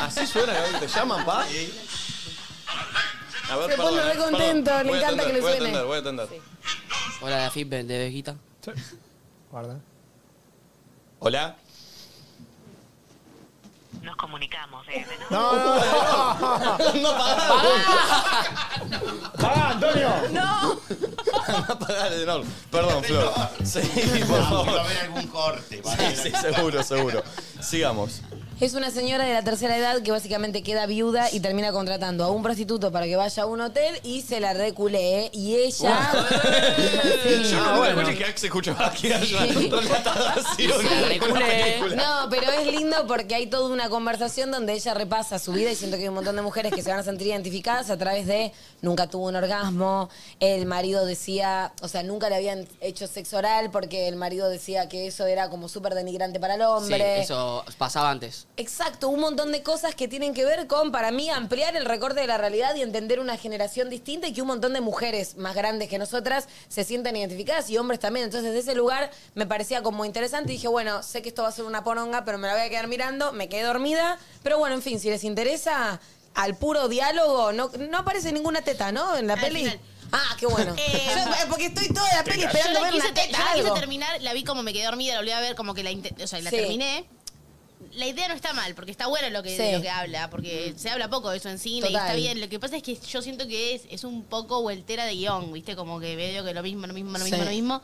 Speaker 1: ¿Así suena? Gaby? ¿Te llaman, pa? A
Speaker 3: Se pone
Speaker 1: perdón,
Speaker 3: re
Speaker 1: eh,
Speaker 3: contento,
Speaker 1: perdón.
Speaker 3: le
Speaker 1: Voy a
Speaker 3: encanta que
Speaker 1: atender,
Speaker 3: le suene.
Speaker 1: Voy a atender, voy a atender.
Speaker 2: Hola, la FIP de Vejita.
Speaker 4: Guarda.
Speaker 1: Hola.
Speaker 16: Nos comunicamos. ¿eh?
Speaker 4: No, no, no.
Speaker 1: No
Speaker 4: Pará, Antonio.
Speaker 1: ¡No! Apagale de nuevo. Perdón, Flor. Sí, por favor.
Speaker 17: haber algún corte.
Speaker 1: Sí, sí, seguro, seguro. Sigamos.
Speaker 3: Es una señora de la tercera edad que básicamente queda viuda y termina contratando a un prostituto para que vaya a un hotel y se la reculé. Y ella.
Speaker 1: Yo no puedo escuchar que Axe escucha aquí haya relatado así una- una película.
Speaker 3: No, pero es lindo porque hay toda una conversación donde ella repasa su vida y siento que hay un montón de mujeres que se van a sentir identificadas a través de nunca tuvo un orgasmo, el marido decía, o sea, nunca le habían hecho sexo oral porque el marido decía que eso era como súper denigrante para el hombre.
Speaker 2: Sí, eso pasaba antes.
Speaker 3: Exacto, un montón de cosas que tienen que ver con, para mí, ampliar el recorte de la realidad y entender una generación distinta y que un montón de mujeres más grandes que nosotras se sientan identificadas y hombres también. Entonces, desde ese lugar me parecía como interesante y dije, bueno, sé que esto va a ser una poronga, pero me la voy a quedar mirando, me quedé dormida. Pero bueno, en fin, si les interesa, al puro diálogo, no, no aparece ninguna teta, ¿no? En la peli. Ah, qué bueno. Yo- eh, porque estoy toda la peli esperando
Speaker 10: Eh, yo la
Speaker 3: ver una
Speaker 10: quise te-
Speaker 3: teta.
Speaker 10: Yo la quise
Speaker 3: algo.
Speaker 10: terminar, la vi como me quedé dormida, la volví a ver como que la, inte- o sea, la
Speaker 3: Sí.
Speaker 10: terminé. La idea no está mal, porque está bueno lo que,
Speaker 3: Sí.
Speaker 10: lo que habla, porque se habla poco de eso en cine y
Speaker 3: Total.
Speaker 10: está bien. Lo que pasa es que yo siento que es, es un poco vueltera de guión, ¿viste? Como que veo que lo mismo, lo mismo, lo mismo,
Speaker 1: Sí.
Speaker 10: lo mismo.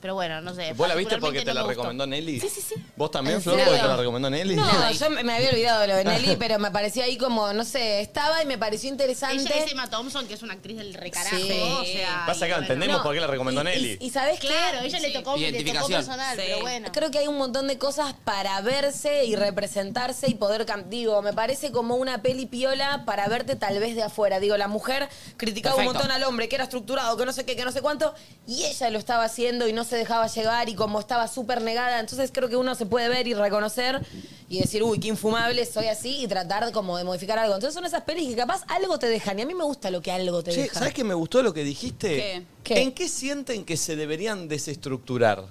Speaker 10: Pero bueno, no sé.
Speaker 1: ¿Vos la viste porque
Speaker 10: particularmente
Speaker 1: te
Speaker 10: no
Speaker 1: la
Speaker 10: me gustó.
Speaker 1: recomendó Nelly?
Speaker 10: Sí, sí, sí.
Speaker 1: ¿Vos también,
Speaker 3: ¿En
Speaker 1: Flor, porque te
Speaker 3: serio?
Speaker 1: la recomendó Nelly?
Speaker 3: No, yo me me había olvidado de lo de Nelly, pero me pareció ahí como, no sé, estaba y me pareció interesante.
Speaker 10: Ella es Emma Thompson, que es una actriz del recarajo.
Speaker 3: Sí.
Speaker 10: O sea,
Speaker 1: Pasa acá, entendemos por qué la recomendó Nelly.
Speaker 3: Y sabes
Speaker 10: Claro, ella le tocó- le tocó Identificación. personal, pero bueno.
Speaker 3: Creo que hay un montón de cosas para verse y representarse y poder cam- digo, me parece como una peli piola para verte tal vez de afuera. Digo, la mujer criticaba un
Speaker 18: Perfecto.
Speaker 3: montón al hombre, que era estructurado, que no sé qué, que no sé cuánto, y ella lo estaba haciendo y no se dejaba llegar y como estaba súper negada, entonces creo que uno se puede ver y reconocer y decir, uy, qué infumable soy así y tratar como de modificar algo. Entonces son esas pelis que capaz algo te dejan y a mí me gusta lo que algo te
Speaker 1: Che,
Speaker 3: deja.
Speaker 1: ¿sabés que me gustó lo que dijiste?
Speaker 3: ¿Qué? ¿Qué?
Speaker 1: ¿En qué sienten que se deberían desestructurar?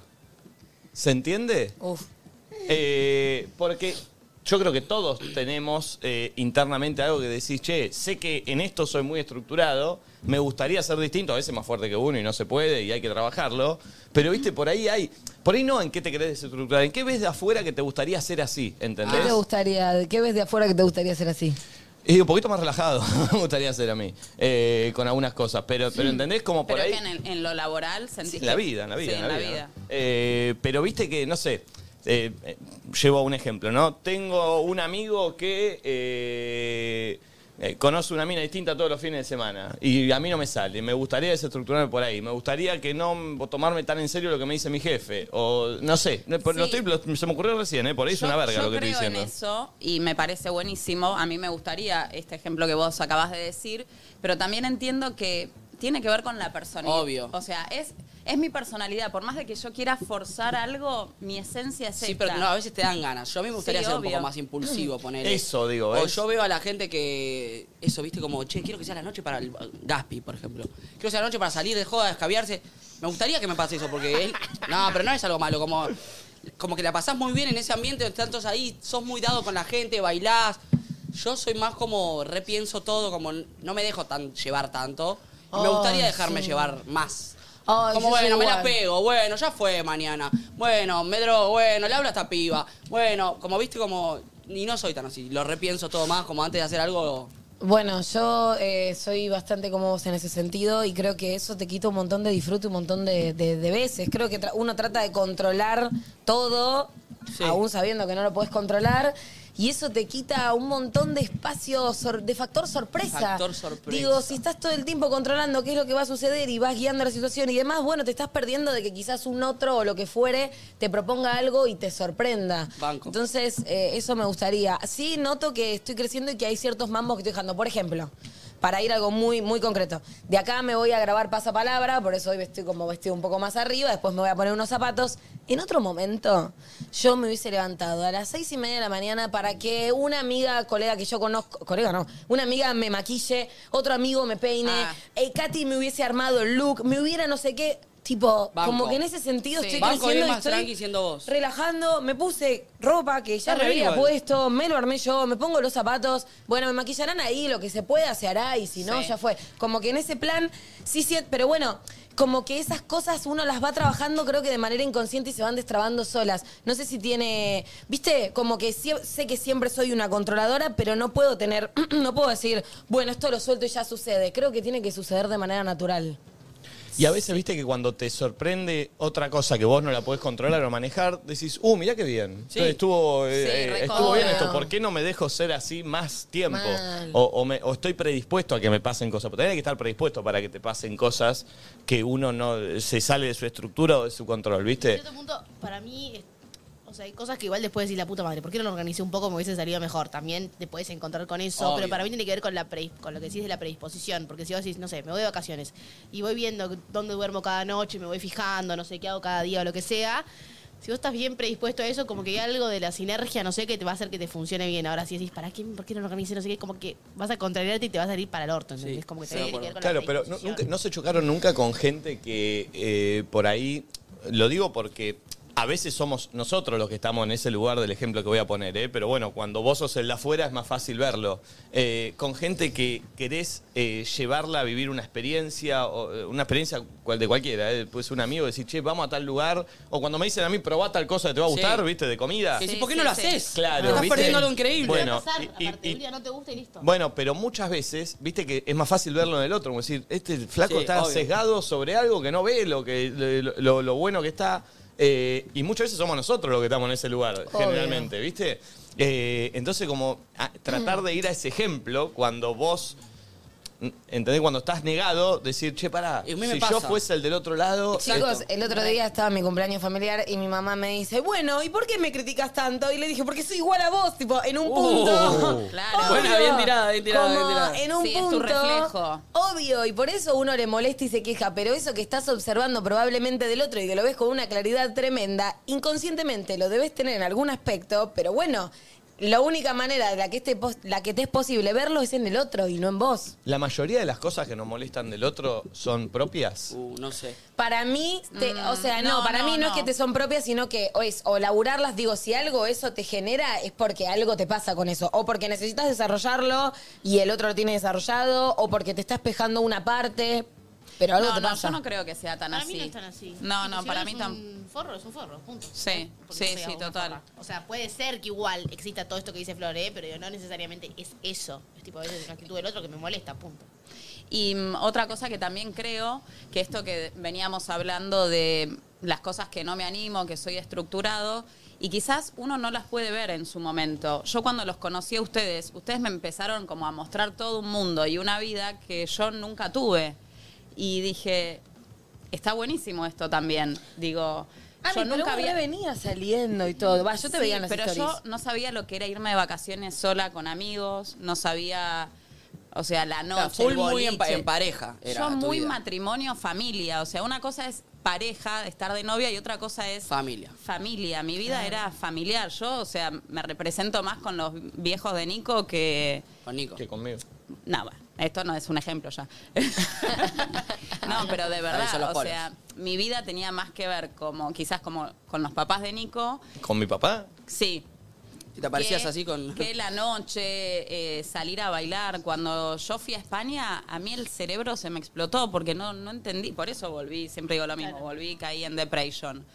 Speaker 1: ¿Se entiende?
Speaker 3: Uf.
Speaker 1: Eh, porque yo creo que todos tenemos eh, internamente algo que decís, che, sé que en esto soy muy estructurado, me gustaría ser distinto, a veces más fuerte que uno y no se puede y hay que trabajarlo, pero viste, por ahí hay, por ahí no en qué te querés desestructurar, en qué ves de afuera que te gustaría ser así,
Speaker 3: ¿Qué
Speaker 1: ¿entendés?
Speaker 3: te gustaría? ¿Qué ves de afuera que te gustaría ser así?
Speaker 1: Y un poquito más relajado, me gustaría ser a mí, eh, con algunas cosas, pero, pero ¿entendés? Como por
Speaker 5: Pero
Speaker 1: ahí...
Speaker 5: que en, el- en lo laboral sentís
Speaker 1: En la
Speaker 5: que-
Speaker 1: vida, en la vida.
Speaker 5: Sí,
Speaker 1: en la vida. ¿no? Eh, pero viste que, no sé, eh, eh, llevo un ejemplo, ¿no? Tengo un amigo que eh, eh, conoce una mina distinta todos los fines de semana y a mí no me sale. Me gustaría desestructurarme por ahí. Me gustaría que no m- tomarme tan en serio lo que me dice mi jefe. O no sé, no, por- lo estoy- lo- se me ocurrió recién, ¿eh? Por ahí es
Speaker 5: Yo-
Speaker 1: una verga
Speaker 5: yo
Speaker 1: lo que estoy
Speaker 5: creo
Speaker 1: diciendo.
Speaker 5: en eso y me parece buenísimo. A mí me gustaría este ejemplo que vos acabas de decir, pero también entiendo que tiene que ver con la persona.
Speaker 2: Obvio.
Speaker 5: O sea, es es mi personalidad. Por más de que yo quiera forzar algo, mi esencia es
Speaker 2: Sí,
Speaker 5: esta.
Speaker 2: pero no, a veces te dan ganas. Yo a mí me gustaría
Speaker 5: Sí,
Speaker 2: ser un
Speaker 5: obvio.
Speaker 2: poco más impulsivo, poner.
Speaker 1: Eso digo,
Speaker 2: O
Speaker 1: ¿ves?
Speaker 2: yo veo a la gente que. Eso, viste, como, che, quiero que sea la noche para el Gaspi, por ejemplo. Quiero que sea la noche para salir de joda, descaviarse. Me gustaría que me pase eso, porque él. No, pero no es algo malo, como. Como que la pasás muy bien en ese ambiente, donde tantos ahí, sos muy dado con la gente, bailás. Yo soy más como repienso todo, como no me dejo tan llevar tanto. Y me
Speaker 3: Ay,
Speaker 2: gustaría dejarme
Speaker 3: sí.
Speaker 2: llevar más.
Speaker 3: Ay,
Speaker 2: Como
Speaker 3: yo soy
Speaker 2: bueno, me la
Speaker 3: igual.
Speaker 2: pego, bueno, ya fue mañana. Bueno, me drogo, bueno, le hablo a esta piba. Bueno, como viste, como. Y no soy tan así, lo repienso todo más, como antes de hacer algo.
Speaker 3: Bueno, yo eh, soy bastante como vos en ese sentido y creo que eso te quita un montón de disfrute un montón de, de- de veces. Creo que tra- uno trata de controlar todo, aún sabiendo que no lo podés controlar. Y eso te quita un montón de espacio, sor- de factor sorpresa.
Speaker 2: Factor sorpresa.
Speaker 3: Digo, si estás todo el tiempo controlando qué es lo que va a suceder y vas guiando la situación y demás, bueno, te estás perdiendo de que quizás un otro o lo que fuere te proponga algo y te sorprenda.
Speaker 2: Banco.
Speaker 3: Entonces, eh, eso me gustaría. Sí, noto que estoy creciendo y que hay ciertos mambos que estoy dejando. Por ejemplo, para ir a algo muy, muy concreto. De acá me voy a grabar pasapalabra, por eso hoy estoy como vestido un poco más arriba, después me voy a poner unos zapatos. En otro momento, yo me hubiese levantado a las seis y media de la mañana para que una amiga, colega que yo conozco, colega no, una amiga me maquille, otro amigo me peine,
Speaker 2: Ah.
Speaker 3: eh, Katy me hubiese armado el look, me hubiera no sé qué. Tipo,
Speaker 2: Banco.
Speaker 3: como que en ese sentido
Speaker 2: Sí.
Speaker 3: estoy
Speaker 2: Banco,
Speaker 3: creciendo
Speaker 2: ir
Speaker 3: y
Speaker 2: más
Speaker 3: estoy
Speaker 2: tranqui siendo vos.
Speaker 3: relajando, me puse ropa que ya
Speaker 2: Está
Speaker 3: me
Speaker 2: re
Speaker 3: había
Speaker 2: igual.
Speaker 3: puesto, me lo armé yo, me pongo los zapatos, bueno, me maquillarán ahí, lo que se pueda se hará y si no,
Speaker 2: Sí.
Speaker 3: ya fue. Como que en ese plan, sí, sí, pero bueno, como que esas cosas uno las va trabajando creo que de manera inconsciente y se van destrabando solas. No sé si tiene, viste, como que sie- sé que siempre soy una controladora, pero no puedo tener, no puedo decir, bueno, esto lo suelto y ya sucede. Creo que tiene que suceder de manera natural.
Speaker 1: Y a veces viste que cuando te sorprende otra cosa que vos no la podés controlar o manejar, decís, uh, mirá qué bien.
Speaker 2: Sí.
Speaker 1: Entonces estuvo, eh,
Speaker 2: Sí,
Speaker 1: eh,
Speaker 2: re
Speaker 1: estuvo bien
Speaker 2: cómodo.
Speaker 1: esto. ¿Por qué no me dejo ser así más tiempo?
Speaker 2: Mal.
Speaker 1: O, o me- o estoy predispuesto a que me pasen cosas. Porque tenés que estar predispuesto para que te pasen cosas que uno no se sale de su estructura o de su control, ¿viste?
Speaker 10: cierto punto, para mí, es- o sea, hay cosas que igual después decís la puta madre, ¿por qué no lo organicé un poco? Me hubiese salido mejor. También te puedes encontrar con eso,
Speaker 19: Obvio.
Speaker 10: pero para mí tiene que ver con, la predis- con lo que decís de la predisposición. Porque si vos decís, no sé, me voy de vacaciones y voy viendo dónde duermo cada noche, me voy fijando, no sé qué hago cada día o lo que sea. Si vos estás bien predispuesto a eso, como que hay algo de la sinergia, no sé, que te va a hacer que te funcione bien. Ahora, si decís, ¿para qué? ¿Por qué no lo organicé? No sé qué, como que vas a contrariarte y te vas a salir para el orto, ¿entendés? como que te tiene que ver con la
Speaker 1: Claro, pero no, nunca- no se chocaron nunca con gente que eh, por ahí, lo digo porque a veces somos nosotros los que estamos en ese lugar del ejemplo que voy a poner, ¿eh? pero bueno, cuando vos sos el de afuera es más fácil verlo. Eh, con gente que querés eh, llevarla a vivir una experiencia, o, eh, una experiencia cual de cualquiera, ¿eh? puede ser un amigo, decir, che, vamos a tal lugar, o cuando me dicen a mí, probá tal cosa que te va a
Speaker 2: Sí.
Speaker 1: gustar, ¿viste? De comida.
Speaker 2: Que decís, ¿por qué no lo haces?
Speaker 1: Claro,
Speaker 2: Estás
Speaker 1: ¿viste?
Speaker 2: perdiendo algo increíble.
Speaker 1: Bueno,
Speaker 10: Te va a pasar,
Speaker 1: y- y-
Speaker 10: aparte,
Speaker 1: y-
Speaker 10: un día no te gusta y listo.
Speaker 1: bueno, pero muchas veces, viste que es más fácil verlo en el otro, como decir, este flaco
Speaker 2: Sí,
Speaker 1: está
Speaker 2: obvio.
Speaker 1: sesgado sobre algo que no ve, lo que lo, lo- lo bueno que está. eh, y muchas veces somos nosotros los que estamos en ese lugar,
Speaker 2: Obvio.
Speaker 1: generalmente, ¿viste? Eh, entonces, como a- tratar de ir a ese ejemplo cuando vos. ¿Entendés? Cuando estás negado, decir, che, pará,
Speaker 3: mí me
Speaker 1: si yo
Speaker 3: pasa.
Speaker 1: fuese el del otro lado.
Speaker 3: Chicos,
Speaker 1: esto-
Speaker 3: el otro día estaba mi cumpleaños familiar y mi mamá me dice, bueno, ¿y por qué me criticas tanto? Y le dije, porque soy igual a vos, tipo, en un punto.
Speaker 5: Claro.
Speaker 3: Obvio.
Speaker 2: Buena, Uh. bien tirada, bien tirada,
Speaker 3: Como
Speaker 2: bien tirada.
Speaker 3: En un
Speaker 5: Sí, es tu
Speaker 3: punto.
Speaker 5: reflejo.
Speaker 3: Obvio, y por eso uno le molesta y se queja, pero eso que estás observando probablemente del otro y que lo ves con una claridad tremenda, inconscientemente lo debes tener en algún aspecto, pero bueno, la única manera de la que, este pos- la que te es posible verlo es en el otro y no en vos.
Speaker 1: La mayoría de las cosas que nos molestan del otro son propias.
Speaker 2: Uh, no sé.
Speaker 3: Para mí, te-
Speaker 5: Mm,
Speaker 3: o sea, no,
Speaker 2: no,
Speaker 3: para
Speaker 2: no,
Speaker 3: mí no, es
Speaker 2: no.
Speaker 3: que te son propias, sino que o es o laburarlas, digo, si algo eso te genera es porque algo te pasa con eso, o porque necesitas desarrollarlo y el otro lo tiene desarrollado, o porque te está espejando una parte, pero algo
Speaker 5: no,
Speaker 3: te
Speaker 5: no,
Speaker 3: pasa.
Speaker 5: yo no creo que sea tan
Speaker 10: Para
Speaker 5: así.
Speaker 10: mí no es tan así.
Speaker 5: No, no,
Speaker 10: Inclusive
Speaker 5: para
Speaker 10: es
Speaker 5: mí tampoco.
Speaker 10: Un forro es un forro, punto.
Speaker 5: Sí,
Speaker 10: Porque
Speaker 5: sí,
Speaker 10: no sea
Speaker 5: sí,
Speaker 10: una
Speaker 5: total.
Speaker 10: forra. O sea, puede ser que igual exista todo esto que dice Flore, pero yo no necesariamente es eso. Es tipo a veces la actitud del otro que me molesta, punto.
Speaker 5: Y mm, otra cosa que también creo, que esto que veníamos hablando de las cosas que no me animo, que soy estructurado, y quizás uno no las puede ver en su momento. Yo cuando los conocí a ustedes, ustedes me empezaron como a mostrar todo un mundo y una vida que yo nunca tuve. Y dije, está buenísimo esto también. Digo,
Speaker 3: Ah,
Speaker 5: yo
Speaker 3: pero
Speaker 5: nunca
Speaker 3: vos
Speaker 5: había...
Speaker 3: re venías saliendo y todo. Va, yo te
Speaker 5: Sí,
Speaker 3: veía en las
Speaker 5: pero
Speaker 3: stories.
Speaker 5: yo no sabía lo que era irme de vacaciones sola con amigos, no sabía, o sea, la noche,
Speaker 2: full
Speaker 5: el
Speaker 2: muy en pa-
Speaker 5: boliche.
Speaker 2: en pareja era
Speaker 5: yo
Speaker 2: tu
Speaker 5: muy
Speaker 2: vida.
Speaker 5: matrimonio, familia, o sea, una cosa es pareja, de estar de novia y otra cosa es...
Speaker 2: Familia.
Speaker 5: Familia. Mi vida era familiar. Yo, o sea, me represento más con los viejos de Nico que...
Speaker 2: Con Nico.
Speaker 1: Que conmigo.
Speaker 5: No, bueno, esto no es un ejemplo ya. no, pero de
Speaker 1: Ahí son los
Speaker 5: verdad, o
Speaker 1: polos.
Speaker 5: sea, mi vida tenía más que ver como quizás como con los papás de Nico.
Speaker 1: ¿Con mi papá?
Speaker 5: Sí,
Speaker 2: Si te aparecías
Speaker 5: que-
Speaker 2: así con.
Speaker 5: Que la noche, eh, salir a bailar. Cuando yo fui a España, a mí el cerebro se me explotó porque no, no entendí. Por eso volví, siempre digo lo mismo, volví, caí en depression.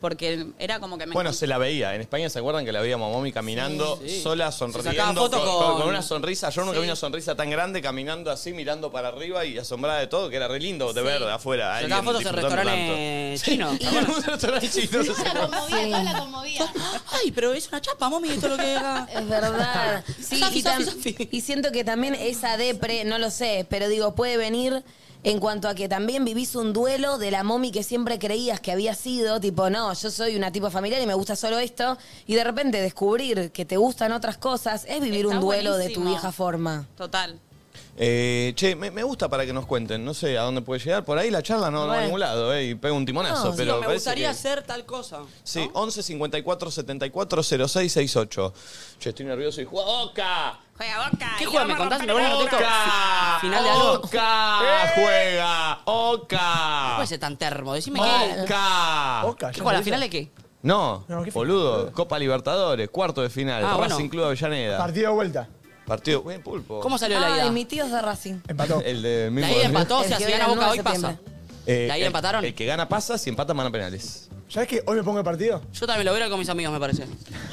Speaker 5: Porque era como que me...
Speaker 1: Bueno, se la veía. En España se acuerdan que la veíamos a Momi caminando
Speaker 5: Sí, sí.
Speaker 1: sola,
Speaker 5: Se sacaba
Speaker 1: sonriendo,
Speaker 5: foto
Speaker 1: con,
Speaker 5: con-
Speaker 1: con una sonrisa. Yo nunca
Speaker 5: Sí.
Speaker 1: vi una sonrisa tan grande caminando así, mirando para arriba y asombrada de todo, que era re lindo de
Speaker 5: Sí.
Speaker 1: ver de afuera. a
Speaker 2: Sacaba
Speaker 1: alguien
Speaker 2: fotos en
Speaker 1: disfrutando
Speaker 2: restaurantes
Speaker 1: tanto.
Speaker 2: chinos,
Speaker 1: Sí, en un restaurante chino. se sacaba.
Speaker 2: Ay, pero es una chapa, mami, esto es lo que.
Speaker 3: Es verdad. Sí, y, tam- y siento que también esa depre, no lo sé, pero digo, puede venir en cuanto a que también vivís un duelo de la momi que siempre creías que había sido, tipo, no, yo soy una tipo familiar y me gusta solo esto, y de repente descubrir que te gustan otras cosas es vivir
Speaker 5: Está
Speaker 3: un duelo de tu
Speaker 5: buenísimo.
Speaker 3: vieja forma.
Speaker 5: Total.
Speaker 1: Eh, che, me, me gusta para que nos cuenten. No sé a dónde puede llegar. Por ahí la charla no, no va a
Speaker 2: Bueno.
Speaker 1: ningún lado, eh, y pega un timonazo.
Speaker 2: No,
Speaker 1: pero
Speaker 2: digo, me
Speaker 1: parece
Speaker 2: gustaría
Speaker 1: que-
Speaker 2: hacer tal cosa.
Speaker 1: Sí, 11 54 74 06 68. Che, estoy nervioso y juega ¡Boca! Ah,
Speaker 5: Juega Boca.
Speaker 2: ¿Qué juega? ¿Me contás? ¿Me volvés a contar
Speaker 1: ¡Oca!
Speaker 2: esto? Final de algo.
Speaker 1: ¡Oca! ¡Ah! ¡Juega! ¡Oca!
Speaker 2: No puede ser tan termo, decime qué.
Speaker 1: ¡Oca!
Speaker 2: ¿Qué juega? ¿La final de qué?
Speaker 1: No, boludo. Copa Libertadores, cuarto de final.
Speaker 2: Ah, bueno.
Speaker 1: Racing Club Avellaneda.
Speaker 20: Partido de vuelta.
Speaker 1: Partido. Bien, pulpo.
Speaker 3: Ay, mi tío es de Racing.
Speaker 1: Empató. El de
Speaker 2: La
Speaker 1: mismo.
Speaker 2: ida empató, o
Speaker 3: El
Speaker 2: sea,
Speaker 3: que
Speaker 2: si
Speaker 3: hoy
Speaker 2: gana
Speaker 3: era
Speaker 2: Boca
Speaker 3: 9
Speaker 2: hoy
Speaker 3: de
Speaker 2: pasa.
Speaker 3: septiembre.
Speaker 1: Eh,
Speaker 2: La ida
Speaker 1: el-
Speaker 2: empataron.
Speaker 1: El que gana pasa, si empatan van a penales.
Speaker 20: ¿Sabes que hoy me pongo el partido?
Speaker 2: Yo también lo veo con mis amigos, me parece.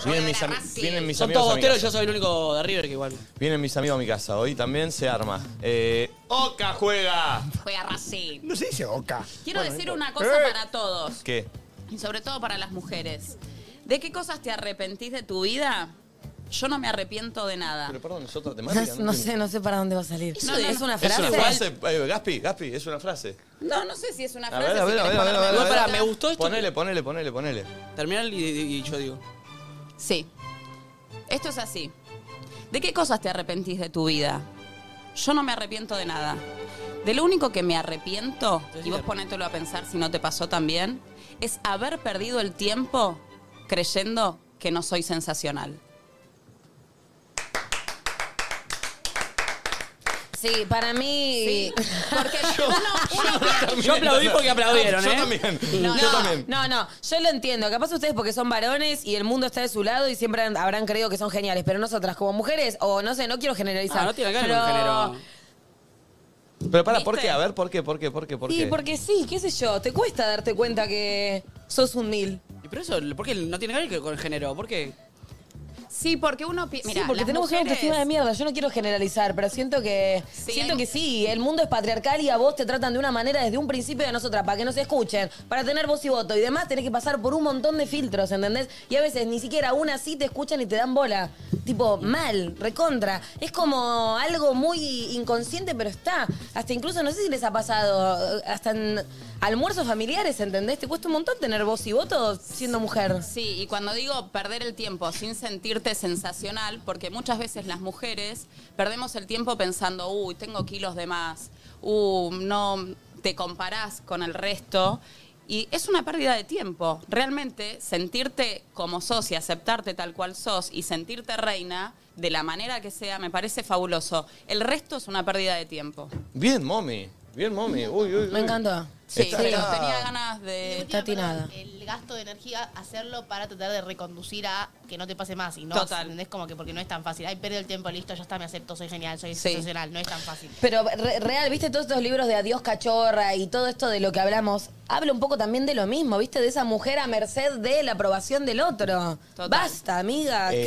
Speaker 1: Vienen mis, ami- vienen mis
Speaker 2: Son
Speaker 1: amigos.
Speaker 2: todos
Speaker 1: a mi
Speaker 2: bosteros y
Speaker 1: casa.
Speaker 2: yo soy el único de River que igual.
Speaker 1: Vienen mis amigos a mi casa. Hoy también se arma. Eh, ¡Oca juega!
Speaker 5: Juega Racing.
Speaker 20: No se dice Oca.
Speaker 5: Quiero
Speaker 1: Bueno,
Speaker 5: decir
Speaker 1: no
Speaker 5: una
Speaker 1: importa.
Speaker 5: cosa
Speaker 1: Eh.
Speaker 5: para todos,
Speaker 1: ¿Qué?
Speaker 5: y sobre todo para las mujeres. ¿De qué cosas te arrepentís de tu vida? Yo no me arrepiento de
Speaker 2: Ah.
Speaker 5: nada.
Speaker 1: Pero perdón, es otra temática.
Speaker 3: No, no sé, no sé para dónde va a salir.
Speaker 5: No, no,
Speaker 3: es una
Speaker 1: Es
Speaker 3: frase.
Speaker 1: una frase. eh, Gaspi, Gaspi, es una frase.
Speaker 5: No, no sé si es una
Speaker 1: A
Speaker 5: frase.
Speaker 1: ver, a
Speaker 5: si
Speaker 1: ver, a
Speaker 5: querés
Speaker 1: ver, a ver, a ver.
Speaker 5: ponerla.
Speaker 1: a ver.
Speaker 2: pará, me gustó esto
Speaker 1: Ponele, ponele, ponele, ponele.
Speaker 2: Terminar y, y- y yo digo.
Speaker 5: Sí. Esto es así. ¿De qué cosas te arrepentís de tu vida? Yo no me arrepiento de nada. De lo único que me arrepiento, y vos ponételo a pensar si no te pasó también, es haber perdido el tiempo creyendo que no soy sensacional.
Speaker 3: Sí, para mí.
Speaker 5: Porque
Speaker 1: Ah,
Speaker 2: Yo aplaudí porque aplaudieron,
Speaker 1: Yo
Speaker 2: ¿eh?
Speaker 1: también.
Speaker 3: No,
Speaker 1: yo también.
Speaker 3: no, no, yo lo entiendo. Capaz ustedes porque son varones y el mundo está de su lado y siempre han- habrán creído que son geniales. Pero nosotras como mujeres, o no sé, no quiero generalizar.
Speaker 2: Ah, no tiene que ver
Speaker 3: pero-
Speaker 2: con género.
Speaker 1: Pero para, ¿por qué? A ver, ¿por qué? ¿Por qué? ¿Por qué? ¿Por
Speaker 3: Sí,
Speaker 1: qué?
Speaker 3: porque sí, qué sé yo. Te cuesta darte cuenta que sos un mil.
Speaker 2: Y Pero eso, ¿por qué no tiene que ver con el género? ¿Por qué?
Speaker 5: Sí, porque uno piensa.
Speaker 3: sí, porque tenemos una autoestima de mierda. Yo no quiero generalizar, pero siento que siento que sí, el mundo es patriarcal y a vos te tratan de una manera desde un principio de nosotras, para que nos escuchen, para tener voz y voto y demás, tenés que pasar por un montón de filtros, ¿entendés? Y a veces ni siquiera aún así te escuchan y te dan bola. Tipo, mal, recontra. Es como algo muy inconsciente, pero está. Hasta incluso, no sé si les ha pasado, hasta en almuerzos familiares, ¿entendés? Te cuesta un montón tener voz y voto siendo mujer.
Speaker 5: Sí, y cuando digo perder el tiempo sin sentirte sensacional, porque muchas veces las mujeres perdemos el tiempo pensando, uy, tengo kilos de más, uh, no te comparás con el resto. Y es una pérdida de tiempo. Realmente sentirte como sos y aceptarte tal cual sos y sentirte reina, de la manera que sea, me parece fabuloso. El resto es una pérdida de tiempo.
Speaker 1: Bien, mommy. Bien, mommy. Uy, uy,
Speaker 3: Me
Speaker 1: uy.
Speaker 3: encantó.
Speaker 1: Sí,
Speaker 5: Sí,
Speaker 1: Está-
Speaker 5: pero
Speaker 1: está-
Speaker 5: tenía ganas de...
Speaker 3: Está atinada.
Speaker 10: El gasto de energía, hacerlo para tratar de reconducir a que no te pase más. Y no,
Speaker 5: Total.
Speaker 10: ¿entendés? Como que porque no es tan fácil. Ay, perdí el tiempo, listo, ya está, me acepto, soy genial, soy sensacional. No es tan fácil.
Speaker 3: Pero re- real, viste todos estos libros de Adiós Cachorra y todo esto de lo que hablamos, habla un poco también de lo mismo, viste, de esa mujer a merced de la aprobación del otro. Basta, amiga,
Speaker 1: Eh,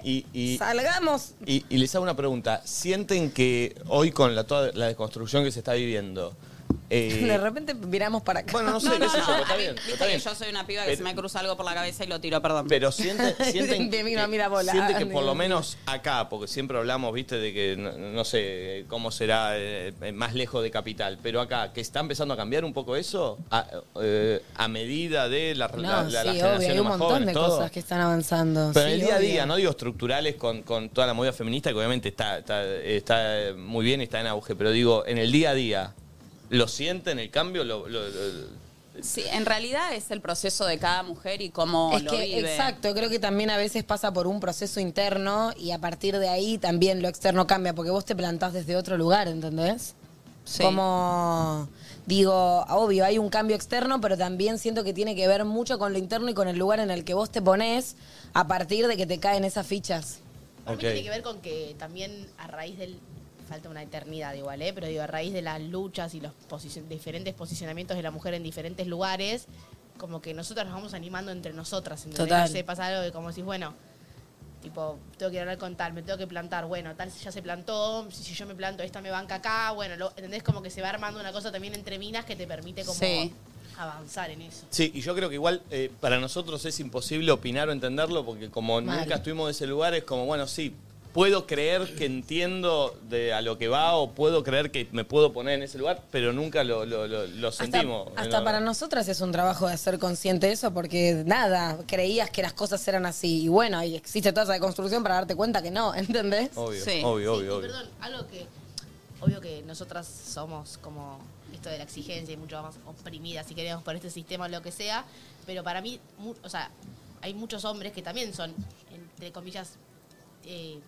Speaker 3: ¿qué?
Speaker 1: y- y-
Speaker 3: Salgamos.
Speaker 1: Y, y les hago una pregunta. ¿Sienten que hoy con la, toda la desconstrucción que se está viviendo... eh,
Speaker 3: De repente viramos para acá.
Speaker 1: Bueno, no sé, qué sé yo, pero está bien,
Speaker 5: Viste
Speaker 1: está
Speaker 5: que
Speaker 1: bien.
Speaker 5: yo soy una piba que
Speaker 1: Pero-
Speaker 5: se me cruza algo por la cabeza y lo tiro, perdón.
Speaker 1: Pero sienten, sienten
Speaker 3: De mí no,
Speaker 1: que-
Speaker 3: mira, bola.
Speaker 1: sienten que
Speaker 3: Ah,
Speaker 1: por
Speaker 3: de-
Speaker 1: lo menos acá, porque siempre hablamos, viste, de que no, no sé cómo será eh, más lejos de capital, pero acá, que está empezando a cambiar un poco eso a, eh, a medida de la, la,
Speaker 3: No,
Speaker 1: la-
Speaker 3: sí,
Speaker 1: las
Speaker 3: obvio, hay
Speaker 1: generaciones
Speaker 3: un
Speaker 1: más
Speaker 3: montón
Speaker 1: jóvenes,
Speaker 3: de
Speaker 1: todo.
Speaker 3: cosas que están avanzando.
Speaker 1: Pero en el
Speaker 3: sí,
Speaker 1: día a
Speaker 3: obvio.
Speaker 1: día, no digo estructurales con, con toda la movida feminista, que obviamente está, está, está muy bien y está en auge, pero digo, en el día a día, ¿lo sienten el cambio? ¿Lo, lo- lo-
Speaker 5: Sí, en realidad es el proceso de cada mujer y cómo
Speaker 3: Es
Speaker 5: lo
Speaker 3: que,
Speaker 5: vive.
Speaker 3: exacto, creo que también a veces pasa por un proceso interno y a partir de ahí también lo externo cambia, porque vos te plantás desde otro lugar, ¿entendés?
Speaker 5: Sí.
Speaker 3: Como, digo, obvio, hay un cambio externo, pero también siento que tiene que ver mucho con lo interno y con el lugar en el que vos te ponés a partir de que te caen esas fichas.
Speaker 10: Para mí tiene que ver con que también a raíz del. Falta una eternidad igual, ¿eh? Pero digo, a raíz de las luchas y los posicion- diferentes posicionamientos de la mujer en diferentes lugares, como que nosotras nos vamos animando entre nosotras. ¿entendés?
Speaker 3: Total.
Speaker 10: No sé, pasa algo de como decís, bueno, tipo, tengo que ir a hablar con tal, me tengo que plantar, bueno, tal ya se plantó, si, si yo me planto, esta me banca acá, bueno, lo- ¿entendés? Como que se va armando una cosa también entre minas que te permite como
Speaker 5: Sí.
Speaker 10: avanzar en eso.
Speaker 1: Sí, y yo creo que igual eh, para nosotros es imposible opinar o entenderlo porque como
Speaker 10: Mal.
Speaker 1: nunca estuvimos en ese lugar es como, bueno, sí, puedo creer que entiendo de a lo que va o puedo creer que me puedo poner en ese lugar, pero nunca lo, lo- lo- lo sentimos.
Speaker 3: Hasta
Speaker 1: No.
Speaker 3: para nosotras es un trabajo de ser consciente de eso, porque nada, creías que las cosas eran así. Y bueno, y existe toda esa deconstrucción para darte cuenta que no, ¿entendés?
Speaker 1: Obvio, obvio, obvio,
Speaker 10: y
Speaker 1: obvio.
Speaker 10: perdón, algo que. Obvio que nosotras somos como esto de la exigencia y mucho más oprimidas, si queremos, por este sistema o lo que sea. Pero para mí, mu- o sea, hay muchos hombres que también son, entre comillas, eh,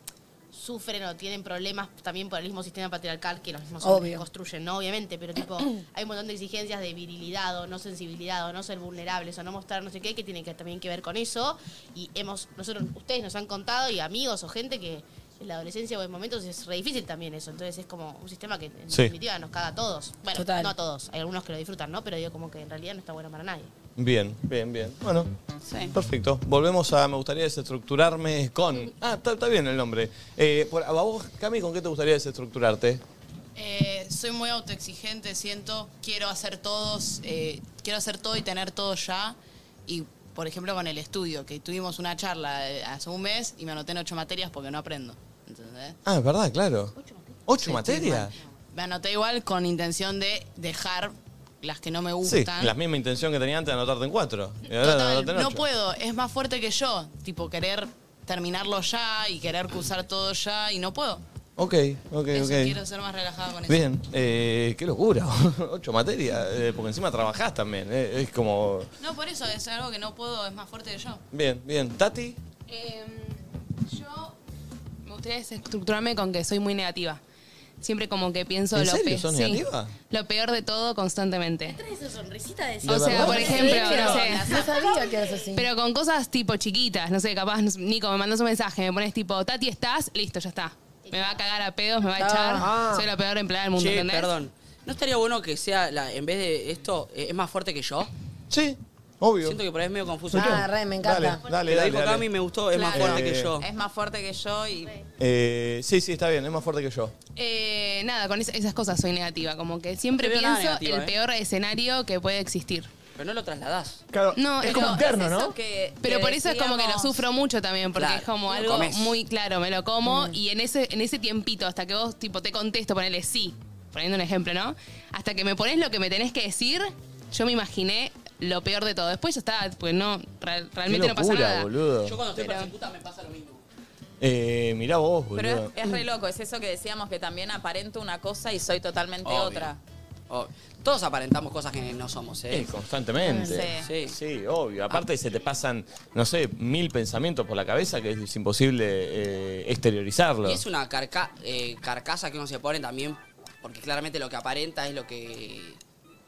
Speaker 10: sufren o tienen problemas también por el mismo sistema patriarcal que los mismos hombres
Speaker 3: Obvio.
Speaker 10: construyen, ¿no? Obviamente, pero tipo, hay un montón de exigencias de virilidad o no sensibilidad o no ser vulnerables o no mostrar no sé qué, que tiene que, también que ver con eso. Y hemos, nosotros, ustedes nos han contado y amigos o gente que en la adolescencia o en momentos es re difícil también eso. Entonces es como un sistema que en
Speaker 1: Sí.
Speaker 10: definitiva nos caga a todos. Bueno,
Speaker 3: Total.
Speaker 10: no a todos, hay algunos que lo disfrutan, ¿no? Pero digo como que en realidad no está bueno para nadie.
Speaker 1: Bien, bien, bien. Bueno,
Speaker 5: Sí.
Speaker 1: perfecto. Volvemos a, me gustaría desestructurarme con... Ah, está, está bien el nombre. Eh, por, a vos, Cami, ¿con qué te gustaría desestructurarte?
Speaker 21: Eh, soy muy autoexigente, siento, quiero hacer todos, eh, quiero hacer todo y tener todo ya. Y por ejemplo con el estudio, que tuvimos una charla eh, hace un mes y me anoté en ocho materias porque no aprendo. ¿entendés?
Speaker 1: Ah, es verdad, claro. ¿Ocho materias?
Speaker 21: Me anoté igual con intención de dejar las que no me
Speaker 10: Uh,
Speaker 1: Sí,
Speaker 21: gustan.
Speaker 1: la misma intención que tenía antes de anotarte en cuatro. Y ahora te
Speaker 21: Total,
Speaker 1: anotaste en
Speaker 21: no
Speaker 1: ocho.
Speaker 21: puedo, es más fuerte que yo, tipo querer terminarlo ya y querer cursar todo ya y no puedo.
Speaker 1: Ok, ok,
Speaker 21: Eso,
Speaker 1: ok.
Speaker 21: quiero ser más relajada con eso.
Speaker 1: Bien, eh, qué locura, ocho materias, eh, porque encima trabajás también, eh, es como...
Speaker 21: No, por eso es algo que no puedo, es más fuerte que yo. Em,
Speaker 1: Bien, bien, Tati,
Speaker 19: yo me gustaría desestructurarme con que soy muy negativa. Siempre como que pienso
Speaker 1: ¿En
Speaker 19: lo
Speaker 1: serio?
Speaker 19: peor.
Speaker 1: ¿Sos negativa?
Speaker 19: lo peor de todo constantemente.
Speaker 10: Esa sonrisita de
Speaker 19: O sea, por ejemplo, no sé.
Speaker 3: No sabía que eras así.
Speaker 19: Pero con cosas tipo chiquitas, no sé, capaz, no sé, Nico, me mandas un mensaje, me pones tipo, Tati, ¿estás? Listo, ya está. Me va a cagar a pedos, me va a echar.
Speaker 2: Ah.
Speaker 19: Soy la peor empleada del mundo,
Speaker 2: Che,
Speaker 19: ¿entendés?
Speaker 2: perdón. ¿No estaría bueno que sea, la, en vez de esto, eh, es más fuerte que yo?
Speaker 1: Sí, obvio.
Speaker 2: Siento que por ahí es medio confuso.
Speaker 3: ¿Por qué? Ah, re, me encanta. Dale,
Speaker 1: dale,
Speaker 2: Lo
Speaker 1: dale,
Speaker 2: dijo
Speaker 1: dale.
Speaker 2: Cami, me gustó, es más
Speaker 1: Claro.
Speaker 2: fuerte que
Speaker 1: Eh,
Speaker 2: yo.
Speaker 21: Es más fuerte que yo y...
Speaker 1: eh, sí, sí, está bien, es más fuerte que yo.
Speaker 19: Eh, nada, con es- esas cosas soy negativa. Como que siempre
Speaker 2: No te veo
Speaker 19: pienso
Speaker 2: nada negativa,
Speaker 19: el
Speaker 2: ¿eh?
Speaker 19: peor escenario que puede existir.
Speaker 2: Pero no lo trasladás.
Speaker 19: no,
Speaker 2: es como interno, ¿no?
Speaker 19: Pero por eso es como que lo
Speaker 2: decíamos-
Speaker 19: sufro mucho también, porque
Speaker 2: Claro,
Speaker 19: es como
Speaker 2: te lo
Speaker 19: algo
Speaker 2: comes.
Speaker 19: muy claro, me lo como y en ese, en ese tiempito, hasta que vos tipo te contesto, ponele sí, poniendo un ejemplo, ¿no? Hasta que me pones lo que me tenés que decir, yo me imaginé lo peor de todo. Después ya está, pues no, real- realmente no pasa
Speaker 1: locura,
Speaker 19: nada.
Speaker 1: boludo. Yo
Speaker 2: cuando estoy
Speaker 19: Pero-
Speaker 1: Eh, mirá vos, boludo.
Speaker 5: Pero es, es re loco, es eso que decíamos que también aparento una cosa y soy totalmente
Speaker 2: Obvio.
Speaker 5: otra.
Speaker 2: Oh, todos aparentamos cosas que no somos, ¿eh?
Speaker 1: Sí, constantemente.
Speaker 2: Sí.
Speaker 1: Sí, obvio. Aparte se te pasan, no sé, mil pensamientos por la cabeza que es imposible eh, exteriorizarlo.
Speaker 2: Y es una carca- eh, carcasa que uno se pone también, porque claramente lo que aparenta es lo que,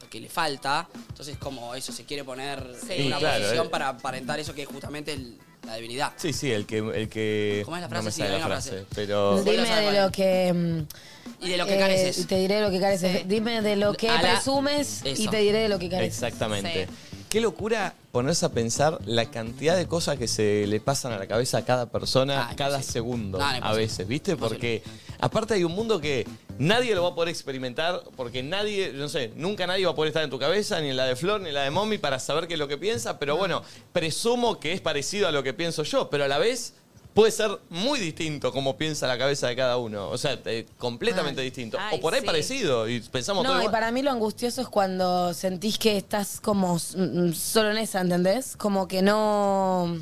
Speaker 2: lo que le falta. Entonces, como eso, se quiere poner en
Speaker 1: Sí,
Speaker 2: una
Speaker 1: claro,
Speaker 2: posición
Speaker 1: eh.
Speaker 2: para aparentar eso que es justamente el- la debilidad.
Speaker 1: Sí, sí, el que, el que...
Speaker 2: ¿Cómo es la
Speaker 1: no
Speaker 2: frase?
Speaker 1: me
Speaker 2: Sí,
Speaker 1: sale
Speaker 2: hay
Speaker 1: la
Speaker 2: una
Speaker 1: frase,
Speaker 2: frase.
Speaker 1: pero...
Speaker 3: Dime de lo que... mm,
Speaker 2: Y de lo que
Speaker 3: eh,
Speaker 2: careces.
Speaker 3: y te diré de lo que careces. Dime de lo que
Speaker 2: A la-
Speaker 3: presumes y
Speaker 1: Eso.
Speaker 3: te diré de lo que careces.
Speaker 1: Exactamente. Qué locura ponerse a pensar la cantidad de cosas que se le pasan a la cabeza a cada
Speaker 3: Ah,
Speaker 1: persona cada segundo
Speaker 2: No, no,
Speaker 1: a
Speaker 2: imposible.
Speaker 1: veces, ¿viste? Porque aparte hay un mundo que nadie lo va a poder experimentar porque nadie, no sé, nunca nadie va a poder estar en tu cabeza, ni en la de Flor, ni en la de Mommy para saber qué es lo que piensa,
Speaker 3: Ah.
Speaker 1: pero bueno, presumo que es parecido a lo que pienso yo, pero a la vez puede ser muy distinto como piensa la cabeza de cada uno, o sea, eh, completamente distinto,
Speaker 3: Ay,
Speaker 1: o por ahí
Speaker 3: sí.
Speaker 1: parecido y pensamos todo
Speaker 3: No, y
Speaker 1: igual.
Speaker 3: para mí lo angustioso es cuando sentís que estás como mm, mm, solo en esa, ¿entendés? Como que no.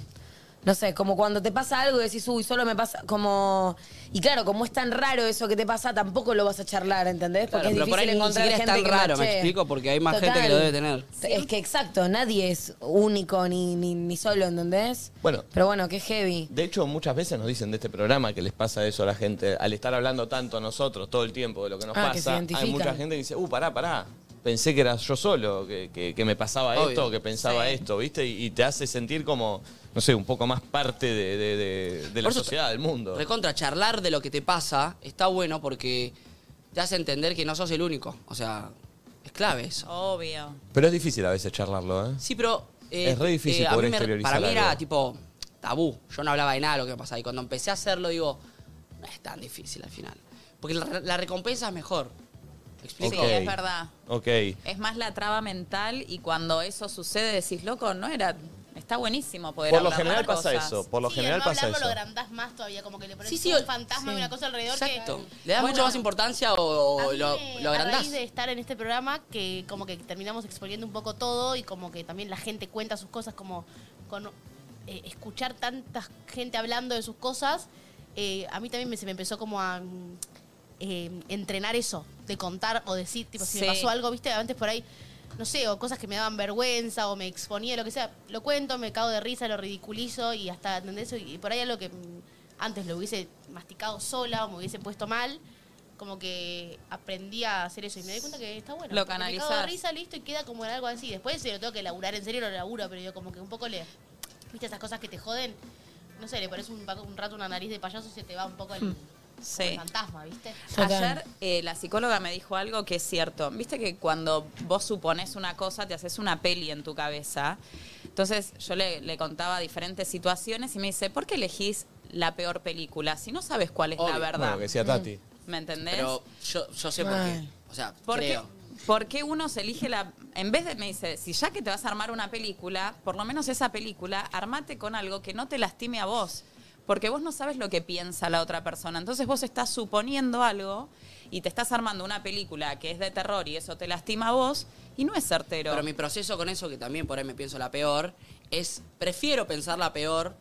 Speaker 3: No sé, como cuando te pasa algo y decís, uy, solo me pasa, como... Y claro, como es tan raro eso que te pasa, tampoco lo vas a charlar, ¿entendés? Porque
Speaker 2: Claro,
Speaker 3: es
Speaker 2: pero por
Speaker 3: difícil
Speaker 2: ahí ni
Speaker 3: encontrar
Speaker 2: siquiera es
Speaker 3: gente
Speaker 2: tan
Speaker 3: que
Speaker 2: raro, me
Speaker 3: machee.
Speaker 2: explico, porque hay más gente que lo debe tener.
Speaker 3: Es que exacto, nadie es único ni, ni, ni solo, ¿entendés?
Speaker 1: Bueno.
Speaker 3: Pero bueno, qué heavy.
Speaker 1: De hecho, muchas veces nos dicen de este programa que les pasa eso a la gente. Al estar hablando tanto a nosotros todo el tiempo de lo que nos
Speaker 3: Ah, que se
Speaker 1: pasa, hay
Speaker 3: identifican.
Speaker 1: mucha gente que dice, uh, pará, pará. Pensé que era yo solo, que, que- que me pasaba
Speaker 2: Obvio.
Speaker 1: esto, que pensaba esto, ¿viste? Y, y te hace sentir como, no sé, un poco más parte de, de- de- de la
Speaker 2: Por eso-
Speaker 1: sociedad, del mundo.
Speaker 2: Recontra, charlar de lo que te pasa está bueno porque te hace entender que no sos el único. O sea, es clave eso.
Speaker 5: Obvio.
Speaker 1: Pero es difícil a veces charlarlo, ¿eh?
Speaker 2: Sí, pero. eh,
Speaker 1: Es re difícil
Speaker 2: a
Speaker 1: poder
Speaker 2: mí me-
Speaker 1: exteriorizar
Speaker 2: Para mí era
Speaker 1: algo.
Speaker 2: tipo tabú. Yo no hablaba de nada de lo que me pasaba. Y cuando empecé a hacerlo, digo, no es tan difícil al final. Porque la, la recompensa es mejor. ¿Me explico?
Speaker 5: Sí, es verdad.
Speaker 1: Ok.
Speaker 5: Es más la traba mental y cuando eso sucede decís, loco, no era... Está buenísimo poder
Speaker 1: Por lo
Speaker 5: hablar
Speaker 1: general
Speaker 5: las
Speaker 1: pasa
Speaker 5: cosas".
Speaker 1: eso, por lo
Speaker 10: Sí,
Speaker 1: general
Speaker 10: al no
Speaker 1: pasa
Speaker 10: hablarlo
Speaker 1: eso.
Speaker 10: lo agrandás más todavía, como que le pones
Speaker 5: Sí, sí,
Speaker 10: un fantasma y
Speaker 5: sí.
Speaker 10: una cosa alrededor
Speaker 2: Exacto.
Speaker 10: que...
Speaker 2: ¿Le das
Speaker 10: Bueno,
Speaker 2: mucha más importancia o,
Speaker 10: a mí
Speaker 2: lo,
Speaker 10: me-
Speaker 2: lo
Speaker 10: A
Speaker 2: agrandás?
Speaker 10: raíz de estar en este programa, que como que terminamos exponiendo un poco todo y como que también la gente cuenta sus cosas, como con eh, escuchar tanta gente hablando de sus cosas, eh, a mí también me- se me empezó como a mm, eh, entrenar eso, de contar o decir, tipo, si
Speaker 5: Sí.
Speaker 10: me pasó algo, viste, antes por ahí, no sé, o cosas que me daban vergüenza o me exponía, lo que sea, lo cuento, me cago de risa, lo ridiculizo y hasta, ¿entendés? Y por ahí algo que mm, antes lo hubiese masticado sola o me hubiese puesto mal, como que aprendí a hacer eso y me di cuenta que está bueno.
Speaker 5: Lo
Speaker 10: Como que Me cago de
Speaker 5: canalizás.
Speaker 10: risa, listo, y queda como en algo así. Después si lo tengo que laburar, en serio lo laburo, pero yo como que un poco le... ¿Viste esas cosas que te joden? No sé, le pones un, pa- un rato una nariz de payaso y se te va un poco
Speaker 3: Hmm,
Speaker 10: el,
Speaker 5: Sí.
Speaker 10: el fantasma, ¿viste?
Speaker 5: Ayer eh, la psicóloga me dijo algo que es cierto. Viste que cuando vos supones una cosa, te haces una peli en tu cabeza. Entonces yo le, le contaba diferentes situaciones y me dice, ¿por qué elegís la peor película si no sabes cuál es la
Speaker 2: Obvio.
Speaker 5: verdad?
Speaker 1: Bueno, que decía Tati.
Speaker 5: ¿Me entendés?
Speaker 2: Pero yo, yo sé por qué.
Speaker 5: Mal.
Speaker 2: O sea,
Speaker 5: ¿Por qué,
Speaker 2: creo.
Speaker 5: por qué uno se elige la.? En vez de, me dice, si ya que te vas a armar una película, por lo menos esa película, armate con algo que no te lastime a vos. Porque vos no sabes lo que piensa la otra persona. Entonces vos estás suponiendo algo y te estás armando una película que es de terror y eso te lastima a vos y no es certero.
Speaker 2: Pero mi proceso con eso, que también por ahí me pienso la peor, es prefiero pensar la peor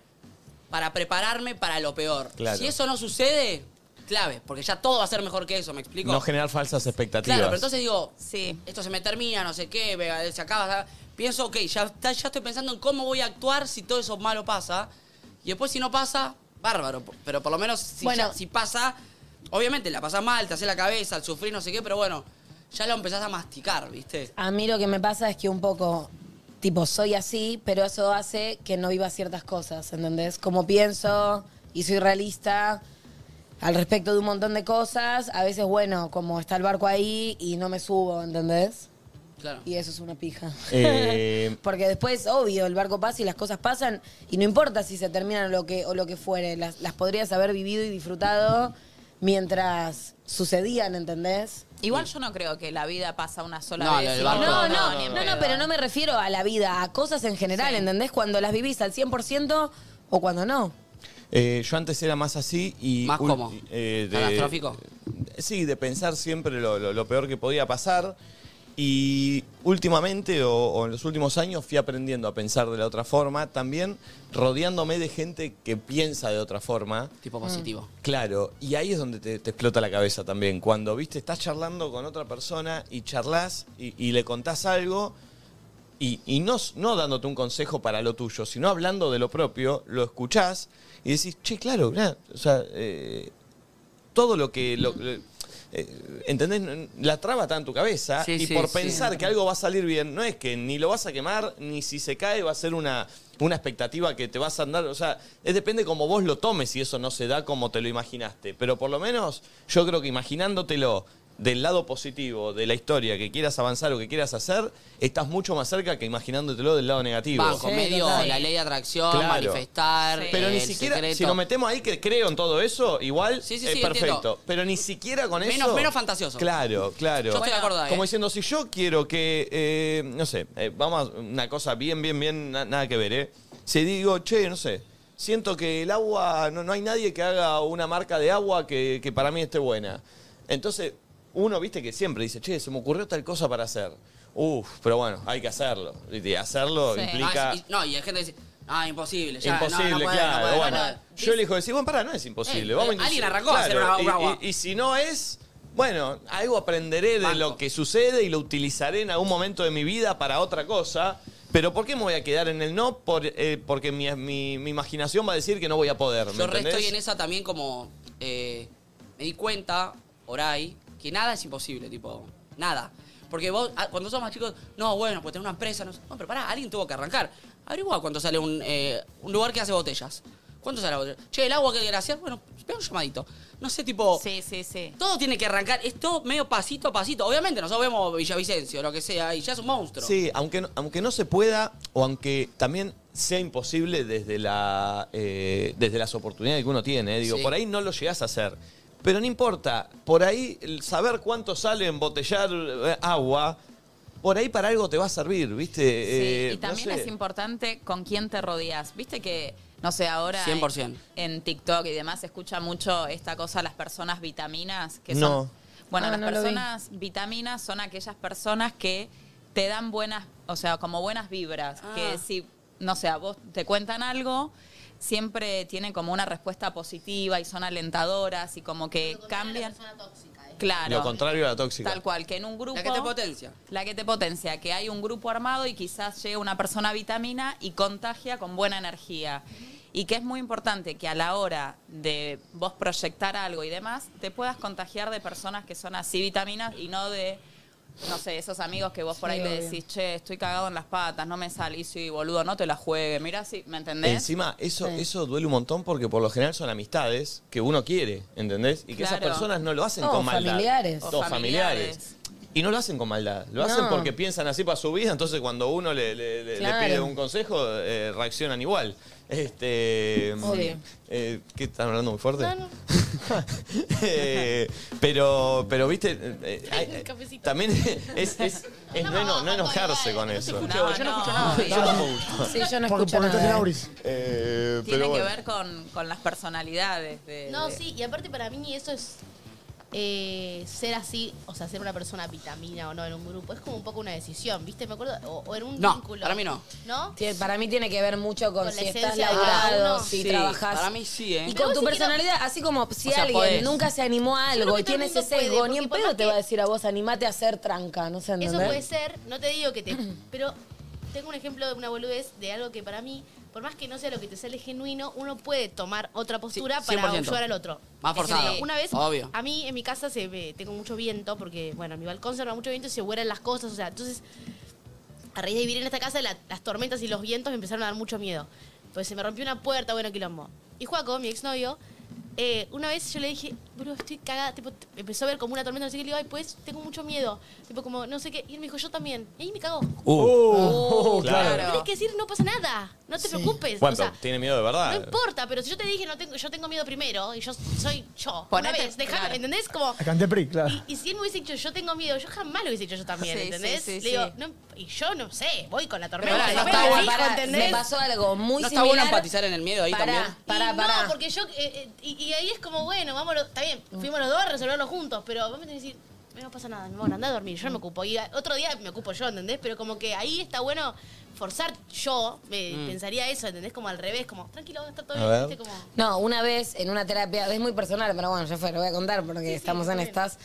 Speaker 2: para prepararme para lo peor.
Speaker 1: Claro.
Speaker 2: Si eso no sucede, clave, porque ya todo va a ser mejor que eso, ¿me explico?
Speaker 1: No generar falsas expectativas.
Speaker 2: Claro, pero entonces digo, esto se me termina, no sé qué, me- se acaba. se acaba. Pienso, ok, ya, está- ya estoy pensando en cómo voy a actuar si todo eso malo pasa. Y después, si no pasa, bárbaro. Pero por lo menos, si,
Speaker 3: Bueno.
Speaker 2: ya- si pasa, obviamente la pasas mal, te hace la cabeza, al sufrir, no sé qué, pero bueno, ya lo empezás a masticar, ¿viste?
Speaker 3: A mí lo que me pasa es que un poco, tipo, soy así, pero eso hace que no viva ciertas cosas, ¿entendés? Como pienso y soy realista al respecto de un montón de cosas, a veces, bueno, como está el barco ahí y no me subo, ¿entendés?
Speaker 2: Claro.
Speaker 3: Y eso es una pija.
Speaker 1: Eh,
Speaker 3: Porque después, obvio, el barco pasa y las cosas pasan y no importa si se terminan o lo que, o lo que fuere, las, las podrías haber vivido y disfrutado mientras sucedían, ¿entendés?
Speaker 5: Igual yo no creo que la vida pasa una sola
Speaker 2: No,
Speaker 5: vez.
Speaker 2: lo del
Speaker 5: y-
Speaker 2: barco
Speaker 3: No, no,
Speaker 2: No,
Speaker 3: no,
Speaker 2: ni en
Speaker 3: no,
Speaker 2: pedo.
Speaker 3: pero no me refiero a la vida, a cosas en general, ¿entendés? Cuando las vivís al 100% o cuando no.
Speaker 1: eh, yo antes era más así y...
Speaker 2: Más
Speaker 1: ul-
Speaker 2: como,
Speaker 1: eh, de-
Speaker 2: catastrófico.
Speaker 1: Sí, de pensar siempre lo, lo- lo peor que podía pasar. Y últimamente o, o en los últimos años fui aprendiendo a pensar de la otra forma, también rodeándome de gente que piensa de otra forma. Mm.
Speaker 2: Tipo positivo.
Speaker 1: Claro, y ahí es donde te, te explota la cabeza también. Cuando, viste, estás charlando con otra persona y charlas y, y le contás algo y, y no, s- no dándote un consejo para lo tuyo, sino hablando de lo propio, lo escuchás y decís, che, claro, mirá, o sea, eh, todo lo que... lo- lo- eh, ¿Entendés? La traba está en tu cabeza
Speaker 2: Sí,
Speaker 1: y
Speaker 2: sí,
Speaker 1: por
Speaker 2: sí.
Speaker 1: pensar que algo va a salir bien, no es que ni lo vas a quemar, ni si se cae va a ser una, una expectativa que te vas a andar. O sea, es, depende como vos lo tomes y eso no se da como te lo imaginaste. Pero por lo menos yo creo que imaginándotelo del lado positivo de la historia que quieras avanzar o que quieras hacer, estás mucho más cerca que imaginándotelo del lado negativo.
Speaker 2: Banco, medio, la ley de atracción,
Speaker 1: Claro.
Speaker 2: manifestar.
Speaker 1: Pero ni
Speaker 2: el
Speaker 1: siquiera,
Speaker 2: secreto.
Speaker 1: si nos metemos ahí que creo en todo eso, igual
Speaker 2: sí,
Speaker 1: es
Speaker 2: sí,
Speaker 1: perfecto.
Speaker 2: entiendo.
Speaker 1: Pero ni siquiera con
Speaker 2: Menos-
Speaker 1: eso.
Speaker 2: menos fantasioso.
Speaker 1: Claro, claro.
Speaker 2: Yo estoy de acuerdo, eh.
Speaker 1: Como diciendo, si yo quiero que. eh, no sé, eh, vamos a una cosa bien, bien, bien, na- nada que ver, ¿eh? Si digo, che, no sé. Siento que el agua, no, no hay nadie que haga una marca de agua que, que para mí esté buena. Entonces, uno, viste, que siempre dice, che, se me ocurrió tal cosa para hacer. Uf, pero bueno, hay que hacerlo. Y hacerlo
Speaker 2: Sí.
Speaker 1: implica.
Speaker 2: Ah, y- no, y hay gente que dice, Ah, imposible. Ya,
Speaker 1: Imposible,
Speaker 2: no, no puede,
Speaker 1: claro.
Speaker 2: no puede,
Speaker 1: bueno,
Speaker 2: no puede.
Speaker 1: yo elijo decir, bueno, pará, no es imposible.
Speaker 2: Eh,
Speaker 1: vamos
Speaker 2: eh,
Speaker 1: a-
Speaker 2: alguien arrancó a hacer
Speaker 1: claro,
Speaker 2: una- una
Speaker 1: y-
Speaker 2: guagua.
Speaker 1: y, y si no es, bueno, algo aprenderé de lo que sucede y lo utilizaré en algún momento de mi vida para otra cosa. Pero ¿por qué me voy a quedar en el no? Por, eh, porque mi, mi- mi imaginación va a decir que no voy a poder. ¿me
Speaker 2: Yo re
Speaker 1: entendés?
Speaker 2: estoy en esa también como. eh, me di cuenta, Oray, que nada es imposible, tipo. Nada. Porque vos, ah, cuando sos más chicos, no, bueno, pues tenés una empresa. No, sé". No, pero pará, alguien tuvo que arrancar. Averigua cuánto sale un, eh, un lugar que hace botellas. ¿Cuánto sale la botella? Che, el agua que querés hacer, bueno, pega un llamadito. No sé, tipo.
Speaker 5: Sí, sí, sí.
Speaker 2: Todo tiene que arrancar, es todo medio pasito a pasito. Obviamente, nosotros vemos Villavicencio, lo que sea, y ya es un monstruo.
Speaker 1: Sí, aunque, no- aunque no se pueda o aunque también sea imposible desde, la, eh, desde las oportunidades que uno tiene. eh. Digo,
Speaker 2: Sí.
Speaker 1: por ahí no lo llegás a hacer. Pero no importa, por ahí el saber cuánto sale embotellar eh, agua, por ahí para algo te va a servir, ¿viste? Eh,
Speaker 5: y
Speaker 1: no
Speaker 5: también
Speaker 1: sé.
Speaker 5: es importante con quién te rodeas. Viste que, no sé, ahora
Speaker 2: 100%.
Speaker 5: En, en TikTok y demás se escucha mucho esta cosa, las personas vitaminas, que
Speaker 1: No.
Speaker 5: son... Bueno,
Speaker 1: Ah,
Speaker 5: las
Speaker 1: no lo vi.
Speaker 5: personas vitaminas son aquellas personas que te dan buenas, o sea, como buenas vibras.
Speaker 1: Ah.
Speaker 5: Que si, no sé, a vos te cuentan algo, siempre tienen como una respuesta positiva y son alentadoras y como que cambian... Claro.
Speaker 1: Lo contrario a la tóxica.
Speaker 5: Tal cual, que en un grupo...
Speaker 2: La que te potencia.
Speaker 5: La que te potencia, que hay un grupo armado y quizás llega una persona vitamina y contagia con buena energía. Y que es muy importante que a la hora de vos proyectar algo y demás, te puedas contagiar de personas que son así vitaminas y no de, no sé, esos amigos que vos por
Speaker 2: Sí,
Speaker 5: ahí le
Speaker 2: obvio.
Speaker 5: decís, che, estoy cagado en las patas, no me salí, sí, boludo, no te la juegue, mira si, ¿me entendés?
Speaker 1: Encima, eso, eso duele un montón porque por lo general son amistades que uno quiere, ¿entendés? Y que esas
Speaker 5: Claro.
Speaker 1: personas no lo hacen
Speaker 5: O
Speaker 1: con maldad.
Speaker 5: familiares.
Speaker 1: O
Speaker 5: O familiares.
Speaker 1: familiares. Y no lo hacen con maldad, lo hacen
Speaker 5: No.
Speaker 1: porque piensan así para su vida, entonces cuando uno le, le- le- le
Speaker 5: Claro.
Speaker 1: pide un consejo, eh, reaccionan igual. Este,
Speaker 5: Obvio.
Speaker 1: eh, ¿Qué están hablando muy fuerte? Eh, pero, pero viste, eh, hay- también es, es- es no, eno- no enojarse con eso.
Speaker 5: escucho, yo no No, escucho nada. no.
Speaker 1: Yo tampoco.
Speaker 3: Sí, yo no
Speaker 1: Porque
Speaker 3: escucho
Speaker 1: por
Speaker 3: nada.
Speaker 1: detrás de Auris. Eh,
Speaker 5: Tiene
Speaker 1: pero
Speaker 5: que
Speaker 1: bueno.
Speaker 5: ver con, con las personalidades. De,
Speaker 10: Eh, No,
Speaker 5: de-
Speaker 10: sí, y aparte para mí eso es eh, ser así, o sea, ser una persona vitamina o no en un grupo, es como un poco una decisión, ¿viste? Me acuerdo, o, o en un
Speaker 3: No,
Speaker 10: vínculo.
Speaker 3: para mí no.
Speaker 10: ¿No?
Speaker 3: Tiene- Para mí tiene que ver mucho con,
Speaker 10: Con la
Speaker 3: si estás
Speaker 10: esencia de cada
Speaker 3: laburado,
Speaker 10: uno.
Speaker 3: si
Speaker 10: Sí,
Speaker 3: trabajás.
Speaker 2: para mí sí, ¿eh?
Speaker 3: Y
Speaker 10: Pero
Speaker 3: con
Speaker 10: vos
Speaker 3: tu
Speaker 10: si
Speaker 3: personalidad, así como si
Speaker 2: O sea,
Speaker 3: alguien
Speaker 2: podés.
Speaker 3: nunca se animó a
Speaker 10: creo
Speaker 3: algo
Speaker 10: que
Speaker 3: y
Speaker 10: todo el
Speaker 3: tiene ese
Speaker 10: mundo puede,
Speaker 3: sesgo, ni en
Speaker 10: porque por
Speaker 3: pedo
Speaker 10: más
Speaker 3: te
Speaker 10: que-
Speaker 3: va a decir a vos, animate a hacer tranca, no sé,
Speaker 10: Eso
Speaker 3: ¿entendés?
Speaker 10: puede ser, no te digo que te. Pero tengo un ejemplo de una boludez de algo que para mí, por más que no sea lo que te sale genuino, uno puede tomar otra postura
Speaker 2: Sí,
Speaker 10: para
Speaker 2: 100%.
Speaker 10: ayudar al otro.
Speaker 2: Más
Speaker 10: Ejemplo,
Speaker 2: forzado,
Speaker 10: Una vez,
Speaker 2: obvio.
Speaker 10: a mí en mi casa se ve- tengo mucho viento, porque, bueno, mi balcón se va mucho viento y se huelen las cosas, o sea, entonces. A raíz de vivir en esta casa, la- las tormentas y los vientos me empezaron a dar mucho miedo. Pues se me rompió una puerta, bueno, quilombo. Y Juaco, mi exnovio, eh, una vez yo le dije, bro, estoy cagada. Tipo, t- empezó a ver como una tormenta, no sé qué. Le digo, ay, pues tengo mucho miedo. Tipo, como, no sé qué. Y él me dijo, yo también. Y ahí me cagó.
Speaker 1: Uh,
Speaker 10: Oh,
Speaker 1: claro.
Speaker 10: Tenés que decir, no pasa nada. No te preocupes.
Speaker 1: Bueno,
Speaker 10: o sea,
Speaker 1: pero tiene miedo de
Speaker 10: no
Speaker 1: verdad.
Speaker 10: importa, pero si yo te dije, no tengo, yo tengo miedo primero y yo soy yo.
Speaker 5: Ponete-
Speaker 10: una vez, déjame,
Speaker 5: claro.
Speaker 10: ¿entendés? Como,
Speaker 22: Canté PRI, claro.
Speaker 10: y si él me hubiese dicho, yo tengo miedo, yo jamás lo hubiese dicho yo también,
Speaker 3: Sí,
Speaker 10: ¿entendés?
Speaker 3: sí, sí,
Speaker 10: Le digo,
Speaker 3: sí.
Speaker 10: no, y yo no sé, voy con la
Speaker 3: Pero
Speaker 10: tormenta.
Speaker 3: pará,
Speaker 10: no
Speaker 3: no
Speaker 10: me
Speaker 3: está
Speaker 10: la
Speaker 3: bueno,
Speaker 10: fijo,
Speaker 3: pará,
Speaker 10: ¿entendés?
Speaker 3: me pasó algo muy
Speaker 2: no está
Speaker 3: similar.
Speaker 2: bueno empatizar en el miedo ahí también.
Speaker 10: Y No, porque yo. eh, eh, y, y ahí es como, bueno, vámonos. Está bien,
Speaker 3: Mm.
Speaker 10: fuimos los dos a resolverlo juntos, pero vos me tenés que decir, "Eh, no pasa nada, mi amor, andá a dormir, yo no me ocupo. Y a- otro día me ocupo yo, ¿entendés? Pero como que ahí está bueno forzar yo, me
Speaker 3: Mm.
Speaker 10: pensaría eso, ¿entendés? Como al revés, como, tranquilo, va a estar todo
Speaker 3: A
Speaker 10: bien,
Speaker 3: ver.
Speaker 10: ¿viste? Como.
Speaker 3: No, una vez en una terapia, es muy personal, pero bueno, ya fue, lo voy a contar porque estamos en estas.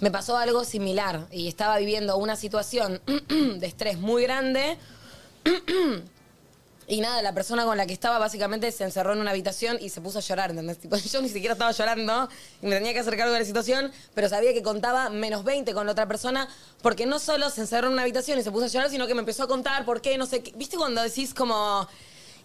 Speaker 3: Me pasó algo similar y estaba viviendo una situación de estrés muy grande. Y nada, la persona con la que estaba básicamente se encerró en una habitación y se puso a llorar, ¿entendés? Tipo, yo ni siquiera estaba llorando y me tenía que hacer cargo de la situación, pero sabía que contaba menos 20 con la otra persona porque no solo se encerró en una habitación y se puso a llorar, sino que me empezó a contar por qué, no sé qué. ¿Viste cuando decís como...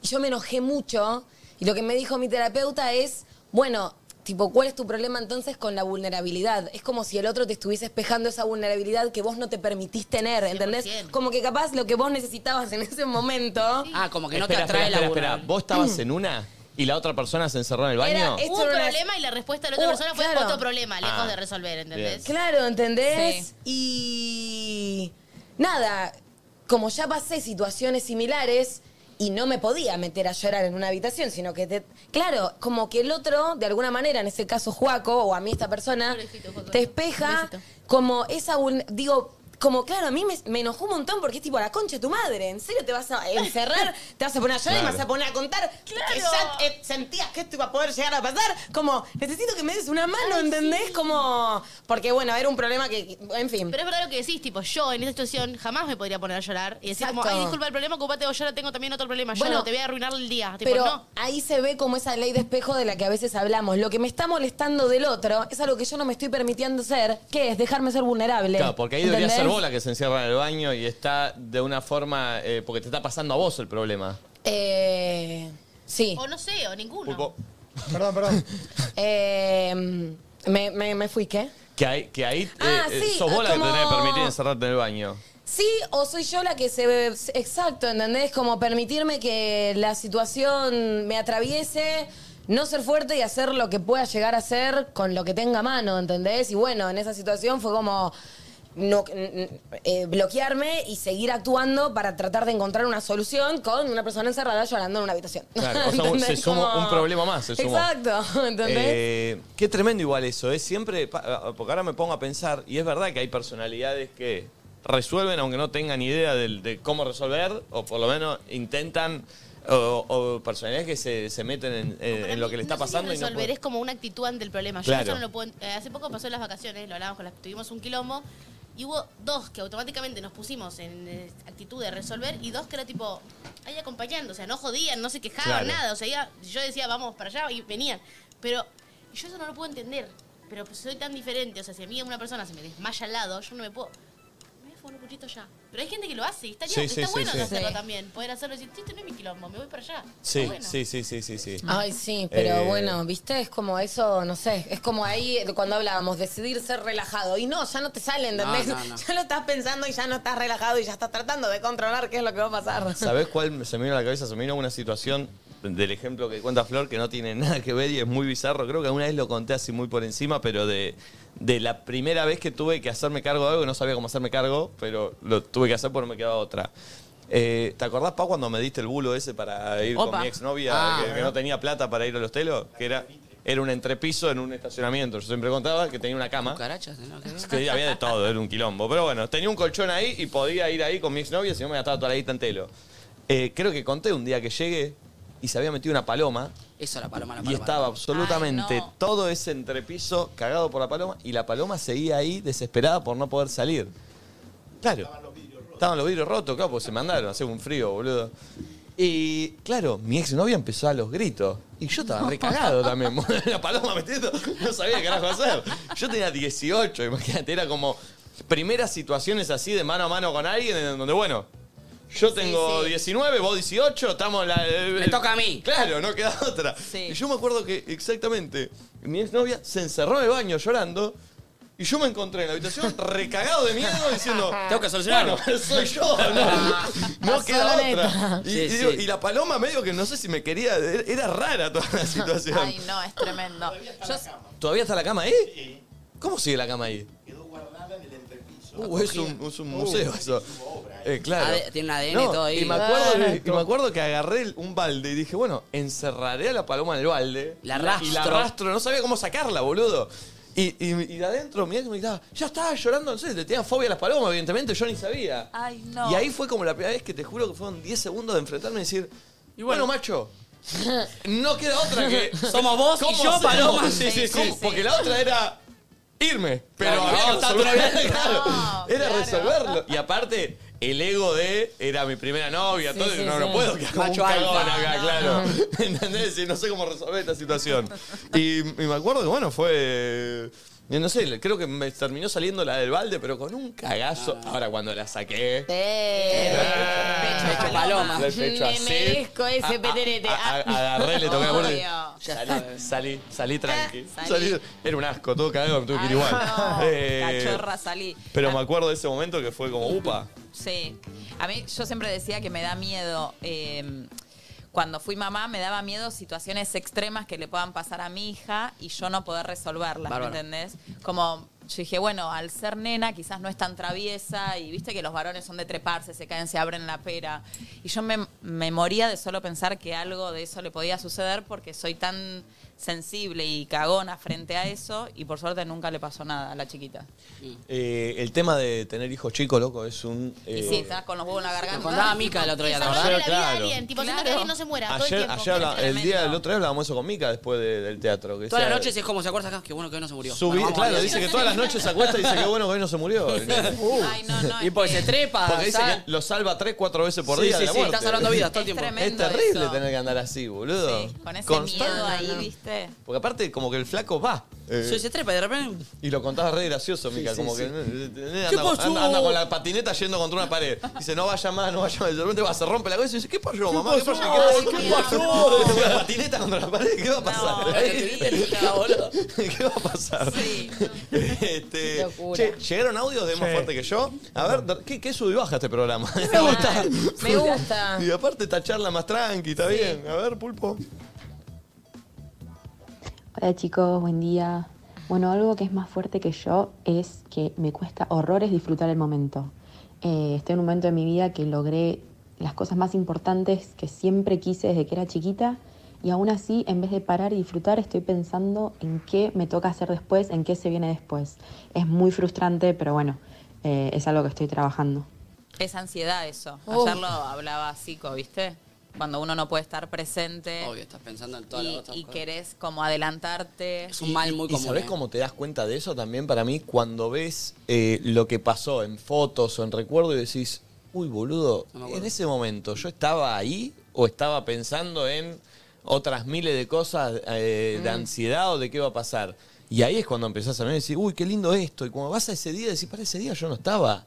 Speaker 3: Y yo me enojé mucho y lo que me dijo mi terapeuta es, bueno, tipo, ¿cuál es tu problema entonces con la vulnerabilidad? Es como si el otro te estuviese espejando esa vulnerabilidad que vos no te permitís tener, ¿entendés? Como que capaz lo que vos necesitabas en ese momento...
Speaker 2: Ah, como que no
Speaker 1: Espera,
Speaker 2: te atrae
Speaker 1: espera, espera,
Speaker 2: la
Speaker 1: espera.
Speaker 2: burla.
Speaker 1: ¿Vos estabas en una y la otra persona se encerró en el baño?
Speaker 10: Hubo un problema y la respuesta de la otra
Speaker 3: Uh,
Speaker 10: persona fue
Speaker 3: claro.
Speaker 10: otro problema, lejos
Speaker 1: Ah.
Speaker 10: de resolver, ¿entendés?
Speaker 3: Claro, ¿entendés? Y nada, como ya pasé situaciones similares y no me podía meter a llorar en una habitación, sino que te... Claro, como que el otro, de alguna manera, en ese caso Juaco, o a mí esta persona, te espeja como esa... vul- Digo, como claro, a mí me, me enojó un montón porque es tipo la concha de tu madre. ¿En serio te vas a encerrar? ¿Te vas a poner a llorar y
Speaker 23: Claro.
Speaker 3: vas a poner a contar? Que ya eh, sentías que esto iba a poder llegar a pasar. Como, necesito que me des una mano, ¿entendés? Como, porque bueno, era un problema que, en fin.
Speaker 10: Pero es verdad lo que decís, tipo, yo en esta situación jamás me podría poner a llorar y decir como,
Speaker 3: Exacto.
Speaker 10: ay, disculpa el problema, ocupate vos, yo ahora tengo también otro problema, yo
Speaker 3: Bueno,
Speaker 10: no te voy a arruinar el día. Tipo,
Speaker 3: Pero
Speaker 10: no.
Speaker 3: ahí se ve como esa ley de espejo de la que a veces hablamos. Lo que me está molestando del otro es algo que yo no me estoy permitiendo ser, que es dejarme ser vulnerable.
Speaker 1: Claro, porque ahí debería ser vos
Speaker 3: ¿Entendés?
Speaker 1: la que se encierra en el baño y está de una forma. eh, porque te está pasando a vos el problema.
Speaker 3: Eh, sí.
Speaker 10: O no sé, o ninguno.
Speaker 1: Pulpo.
Speaker 3: Perdón, perdón. Eh, me, me- me fui, ¿qué?
Speaker 1: Que ahí, que ahí eh,
Speaker 3: Ah,
Speaker 1: eh,
Speaker 3: sí,
Speaker 1: sos vos la que te
Speaker 3: como-
Speaker 1: tenés que permitir encerrarte en el baño.
Speaker 3: Sí, o soy yo la que se ve. Exacto, ¿entendés? Como permitirme que la situación me atraviese, no ser fuerte y hacer lo que pueda llegar a hacer con lo que tenga a mano, ¿entendés? Y bueno, en esa situación fue como. no- n- n- eh, bloquearme y seguir actuando para tratar de encontrar una solución con una persona encerrada llorando en una habitación.
Speaker 1: Claro, o sea, un- se
Speaker 3: ¿Entendés?
Speaker 1: sumó
Speaker 3: Como-
Speaker 1: un problema más, se sumó.
Speaker 3: Exacto, ¿entendés?
Speaker 1: Eh, qué tremendo igual eso, es siempre, pa- ah, porque ahora me pongo a pensar, y es verdad que hay personalidades que resuelven aunque no tengan idea del- de, cómo resolver, o por lo menos intentan, o, o personalidades que se, se meten en, en- en lo que le está
Speaker 10: No sé si
Speaker 1: pasando y no
Speaker 10: resolver
Speaker 1: pueden.
Speaker 10: es como una actitud ante el problema. Yo
Speaker 1: Claro.
Speaker 10: eso no lo puedo ent- eh, hace poco pasó en las vacaciones, lo hablábamos con las tuvimos un quilombo y hubo dos que automáticamente nos pusimos en eh, actitud de resolver y dos que era tipo ahí acompañando, o sea, no jodían, no se quejaban
Speaker 1: Claro.
Speaker 10: nada, o sea, iba- yo decía vamos para allá y venían, pero yo eso no lo puedo entender. Pero pues soy tan diferente, o sea, si a mí una persona se me desmaya al lado, yo no me puedo me voy a fumar un puchito ya. Pero hay gente que lo hace y está,
Speaker 1: Sí,
Speaker 10: está
Speaker 1: sí, sí,
Speaker 10: bueno
Speaker 1: sí.
Speaker 10: de hacerlo
Speaker 1: Sí.
Speaker 10: también. Poder hacerlo y decir, "Sí, este no es mi quilombo, me voy para allá.
Speaker 1: Sí, sí, sí, sí, sí, sí.
Speaker 3: Ay, sí, pero
Speaker 1: Eh,
Speaker 3: bueno, viste, es como eso, no sé, es como ahí de cuando hablábamos, decidir ser relajado. Y no, ya no te sale, ¿entendés?
Speaker 1: No, no, no.
Speaker 3: Ya lo estás pensando y ya no estás relajado y ya estás tratando de controlar qué es lo que va a pasar.
Speaker 1: ¿Sabés cuál se me vino a la cabeza? Se me vino una situación del ejemplo que cuenta Flor que no tiene nada que ver y es muy bizarro. Creo que una vez lo conté así muy por encima, pero de, de la primera vez que tuve que hacerme cargo de algo, no sabía cómo hacerme cargo, pero lo tuve que hacer porque no me quedaba otra. Eh, ¿Te acordás, Pa, cuando me diste el bulo ese para ir
Speaker 11: Opa.
Speaker 1: con mi exnovia,
Speaker 11: Ah.
Speaker 1: que, que no tenía plata para ir a los telos? Que era, era un entrepiso en un estacionamiento. Yo siempre contaba que tenía una cama. Que había de todo, era un quilombo. Pero bueno, tenía un colchón ahí y podía ir ahí con mi exnovia, si no me gastaba toda la guita en telo. Eh, creo que conté un día que llegué y se había metido una paloma.
Speaker 2: Eso, la paloma, la
Speaker 1: Y
Speaker 2: paloma.
Speaker 1: estaba absolutamente
Speaker 2: Ay, no.
Speaker 1: todo ese entrepiso cagado por la paloma y la paloma seguía ahí desesperada por no poder salir. Claro. Estaban los vidrios rotos, claro, porque se mandaron, hacía un frío, boludo. Y claro, mi exnovia empezó a los gritos. Y yo estaba recagado también. la paloma metiendo, no sabía qué carajo hacer. Yo tenía 18, imagínate, era como primeras situaciones así de mano a mano con alguien en donde, bueno, yo tengo 19, vos 18, estamos la. Me
Speaker 2: toca a mí.
Speaker 1: Claro, no queda otra. Y yo me acuerdo que exactamente mi exnovia se encerró en el baño llorando. Y yo me encontré en la habitación recagado de miedo diciendo...
Speaker 2: Tengo que solucionarlo.
Speaker 1: Bueno, soy yo, no, no
Speaker 2: Pasó
Speaker 1: queda
Speaker 2: la
Speaker 1: otra.
Speaker 2: neta.
Speaker 1: Y,
Speaker 2: Sí,
Speaker 1: y digo,
Speaker 2: sí.
Speaker 1: y la paloma medio que no sé si me quería... Era rara toda la situación.
Speaker 5: Ay, no, es tremendo. Yo-
Speaker 1: ¿Todavía está la cama ahí? ¿Cómo sigue la cama ahí? Quedó guardada en el entrepiso. Uh, es un, es un
Speaker 2: Uh.
Speaker 1: museo eso. Eh, claro.
Speaker 2: AD tiene un ADN todo ahí.
Speaker 1: Y me,
Speaker 3: Ah.
Speaker 1: acuerdo que,
Speaker 2: Claro.
Speaker 1: y me acuerdo que agarré el- un balde y dije, bueno, encerraré a la paloma en el balde.
Speaker 2: La
Speaker 1: Y la
Speaker 2: arrastro.
Speaker 1: arrastro. No sabía cómo sacarla, boludo. Y, y- y de adentro, mirá que me gritaba, ya estaba llorando, no sé, le tenía fobia a las palomas, evidentemente, yo ni sabía.
Speaker 5: Ay, no.
Speaker 1: Y ahí fue como la primera vez que te juro que fueron 10 segundos de enfrentarme y decir, y bueno, macho, no queda otra que.
Speaker 2: Somos vos y
Speaker 1: ¿Cómo
Speaker 2: yo,
Speaker 1: hacemos?
Speaker 2: Paloma.
Speaker 1: Sí, sí, sí,
Speaker 2: ¿Cómo?
Speaker 1: Porque la otra era irme. Pero
Speaker 2: Claro,
Speaker 1: había que
Speaker 2: no, está
Speaker 1: resolver-
Speaker 2: otra vez.
Speaker 1: claro, era resolverlo. Y aparte, el ego de era mi primera novia,
Speaker 2: Sí,
Speaker 1: todo,
Speaker 2: sí,
Speaker 1: no,
Speaker 2: sí.
Speaker 1: no puedo que haga un
Speaker 2: Macho
Speaker 1: cagón
Speaker 2: alfa.
Speaker 1: acá,
Speaker 2: No.
Speaker 1: claro. ¿Entendés? Y no sé cómo resolver esta situación. Y, y me acuerdo que, bueno, fue. yo No sé, creo que me terminó saliendo la del balde, pero con un cagazo.
Speaker 2: Ah.
Speaker 1: Ahora cuando la saqué.
Speaker 3: Pecho
Speaker 1: Le pecho
Speaker 3: Me
Speaker 1: así.
Speaker 3: merezco
Speaker 1: Ah, ah,
Speaker 3: ese peterete.
Speaker 1: a-
Speaker 3: Ah.
Speaker 1: agarré, le toqué la puerta. y-
Speaker 3: Obvio. Ya
Speaker 1: Salí, salí, salí
Speaker 2: Eh,
Speaker 1: tranqui.
Speaker 5: salí.
Speaker 1: Salí. Era un asco, todo cagado, me tuve que
Speaker 2: Ah,
Speaker 1: ir igual. Eh,
Speaker 5: Cachorra salí.
Speaker 1: pero me acuerdo de ese momento que fue como, upa.
Speaker 5: Sí. A mí, yo siempre decía que me da miedo. eh, cuando fui mamá, me daba miedo situaciones extremas que le puedan pasar a mi hija y yo no poder resolverlas, ¿me
Speaker 2: Bárbaro.
Speaker 5: entendés? Como yo dije, bueno, al ser nena quizás no es tan traviesa y viste que los varones son de treparse, se caen, se abren la pera. Y yo me, me moría de solo pensar que algo de eso le podía suceder porque soy tan sensible y cagona frente a eso y por suerte nunca le pasó nada a la chiquita.
Speaker 1: Eh, el tema de tener hijos chicos, loco, es un.
Speaker 5: Y
Speaker 1: eh,
Speaker 5: sí, estás con los huevos en la garganta.
Speaker 2: contaba Mica el otro día,
Speaker 1: la verdad. Claro.
Speaker 10: Tipo, siento que alguien no se muera todo el
Speaker 1: Ayer,
Speaker 10: tiempo.
Speaker 1: ayer habla- el día del otro día hablábamos eso con Mica después de- del teatro. Que
Speaker 2: Todas
Speaker 1: decía-
Speaker 2: las noches es como se acuerda acá, que bueno que hoy no se murió.
Speaker 1: Subí-
Speaker 2: Bueno, vamos a
Speaker 1: claro,
Speaker 2: ver.
Speaker 1: dice que todas las noches se acuesta y dice que Ah, bueno que hoy no se murió.
Speaker 5: Ay, no, no.
Speaker 2: Y porque se trepa,
Speaker 1: Porque dice
Speaker 2: ¿sabes?
Speaker 1: que lo salva tres, cuatro veces por
Speaker 2: Sí,
Speaker 1: día.
Speaker 2: sí,
Speaker 1: de la
Speaker 2: sí,
Speaker 1: muerte.
Speaker 2: está salvando vidas todo el Es tiempo.
Speaker 1: Es
Speaker 2: tremendo
Speaker 1: terrible
Speaker 2: eso.
Speaker 1: tener que andar así, boludo.
Speaker 5: Con ese
Speaker 1: Constan-
Speaker 5: miedo ahí, viste.
Speaker 1: Porque aparte, como que el flaco va. eh,
Speaker 2: Sí, se trepa y de repente.
Speaker 1: Y lo contaba re gracioso, Mica.
Speaker 2: sí,
Speaker 1: como
Speaker 2: sí.
Speaker 1: que eh,
Speaker 2: ¿Qué
Speaker 1: anda, con-
Speaker 2: pasó?
Speaker 1: anda- anda con la patineta yendo contra una pared. Dice, no vaya más, no vaya más. Y de repente va, se rompe la cosa y dice, ¿qué pasó, mamá? ¿Qué pasó?
Speaker 11: pasó?
Speaker 1: ¿Qué
Speaker 11: ¿Qué
Speaker 1: pasó? La patineta contra la pared, ¿qué va a pasar? ¿Qué va a pasar? Este, che, ¿Llegaron audios de más fuerte que yo? A ver, dar- ¿qué, qué sube y baja este programa? Me gusta.
Speaker 3: Me gusta.
Speaker 1: Y aparte esta charla más tranqui, está bien. A ver, pulpo.
Speaker 24: Hola chicos, buen día. Bueno, algo que es más fuerte que yo es que me cuesta horrores disfrutar el momento. Eh, estoy en un momento de mi vida que logré las cosas más importantes que siempre quise desde que era chiquita y aún así, en vez de parar y disfrutar, estoy pensando en qué me toca hacer después, en qué se viene después. Es muy frustrante, pero bueno, eh, es algo que estoy trabajando.
Speaker 5: Es ansiedad eso.
Speaker 24: Oh.
Speaker 5: Ayer lo hablaba Zico, ¿viste? Cuando uno no puede estar presente.
Speaker 2: Obvio, estás pensando en todas
Speaker 5: y,
Speaker 2: las otras
Speaker 5: y
Speaker 2: cosas.
Speaker 5: querés como adelantarte. Es
Speaker 1: ¿Y
Speaker 2: ¿eh?
Speaker 1: sabés cómo te das cuenta de eso también para mí? Cuando ves eh, lo que pasó en fotos o en recuerdo y decís, uy, boludo, en ese momento yo estaba ahí o estaba pensando en otras miles de cosas eh,
Speaker 2: Mm.
Speaker 1: de ansiedad o de qué va a pasar. Y ahí es cuando empezás a ver y decís, uy, qué lindo esto. Y cuando vas a ese día, decís, para ese día yo no estaba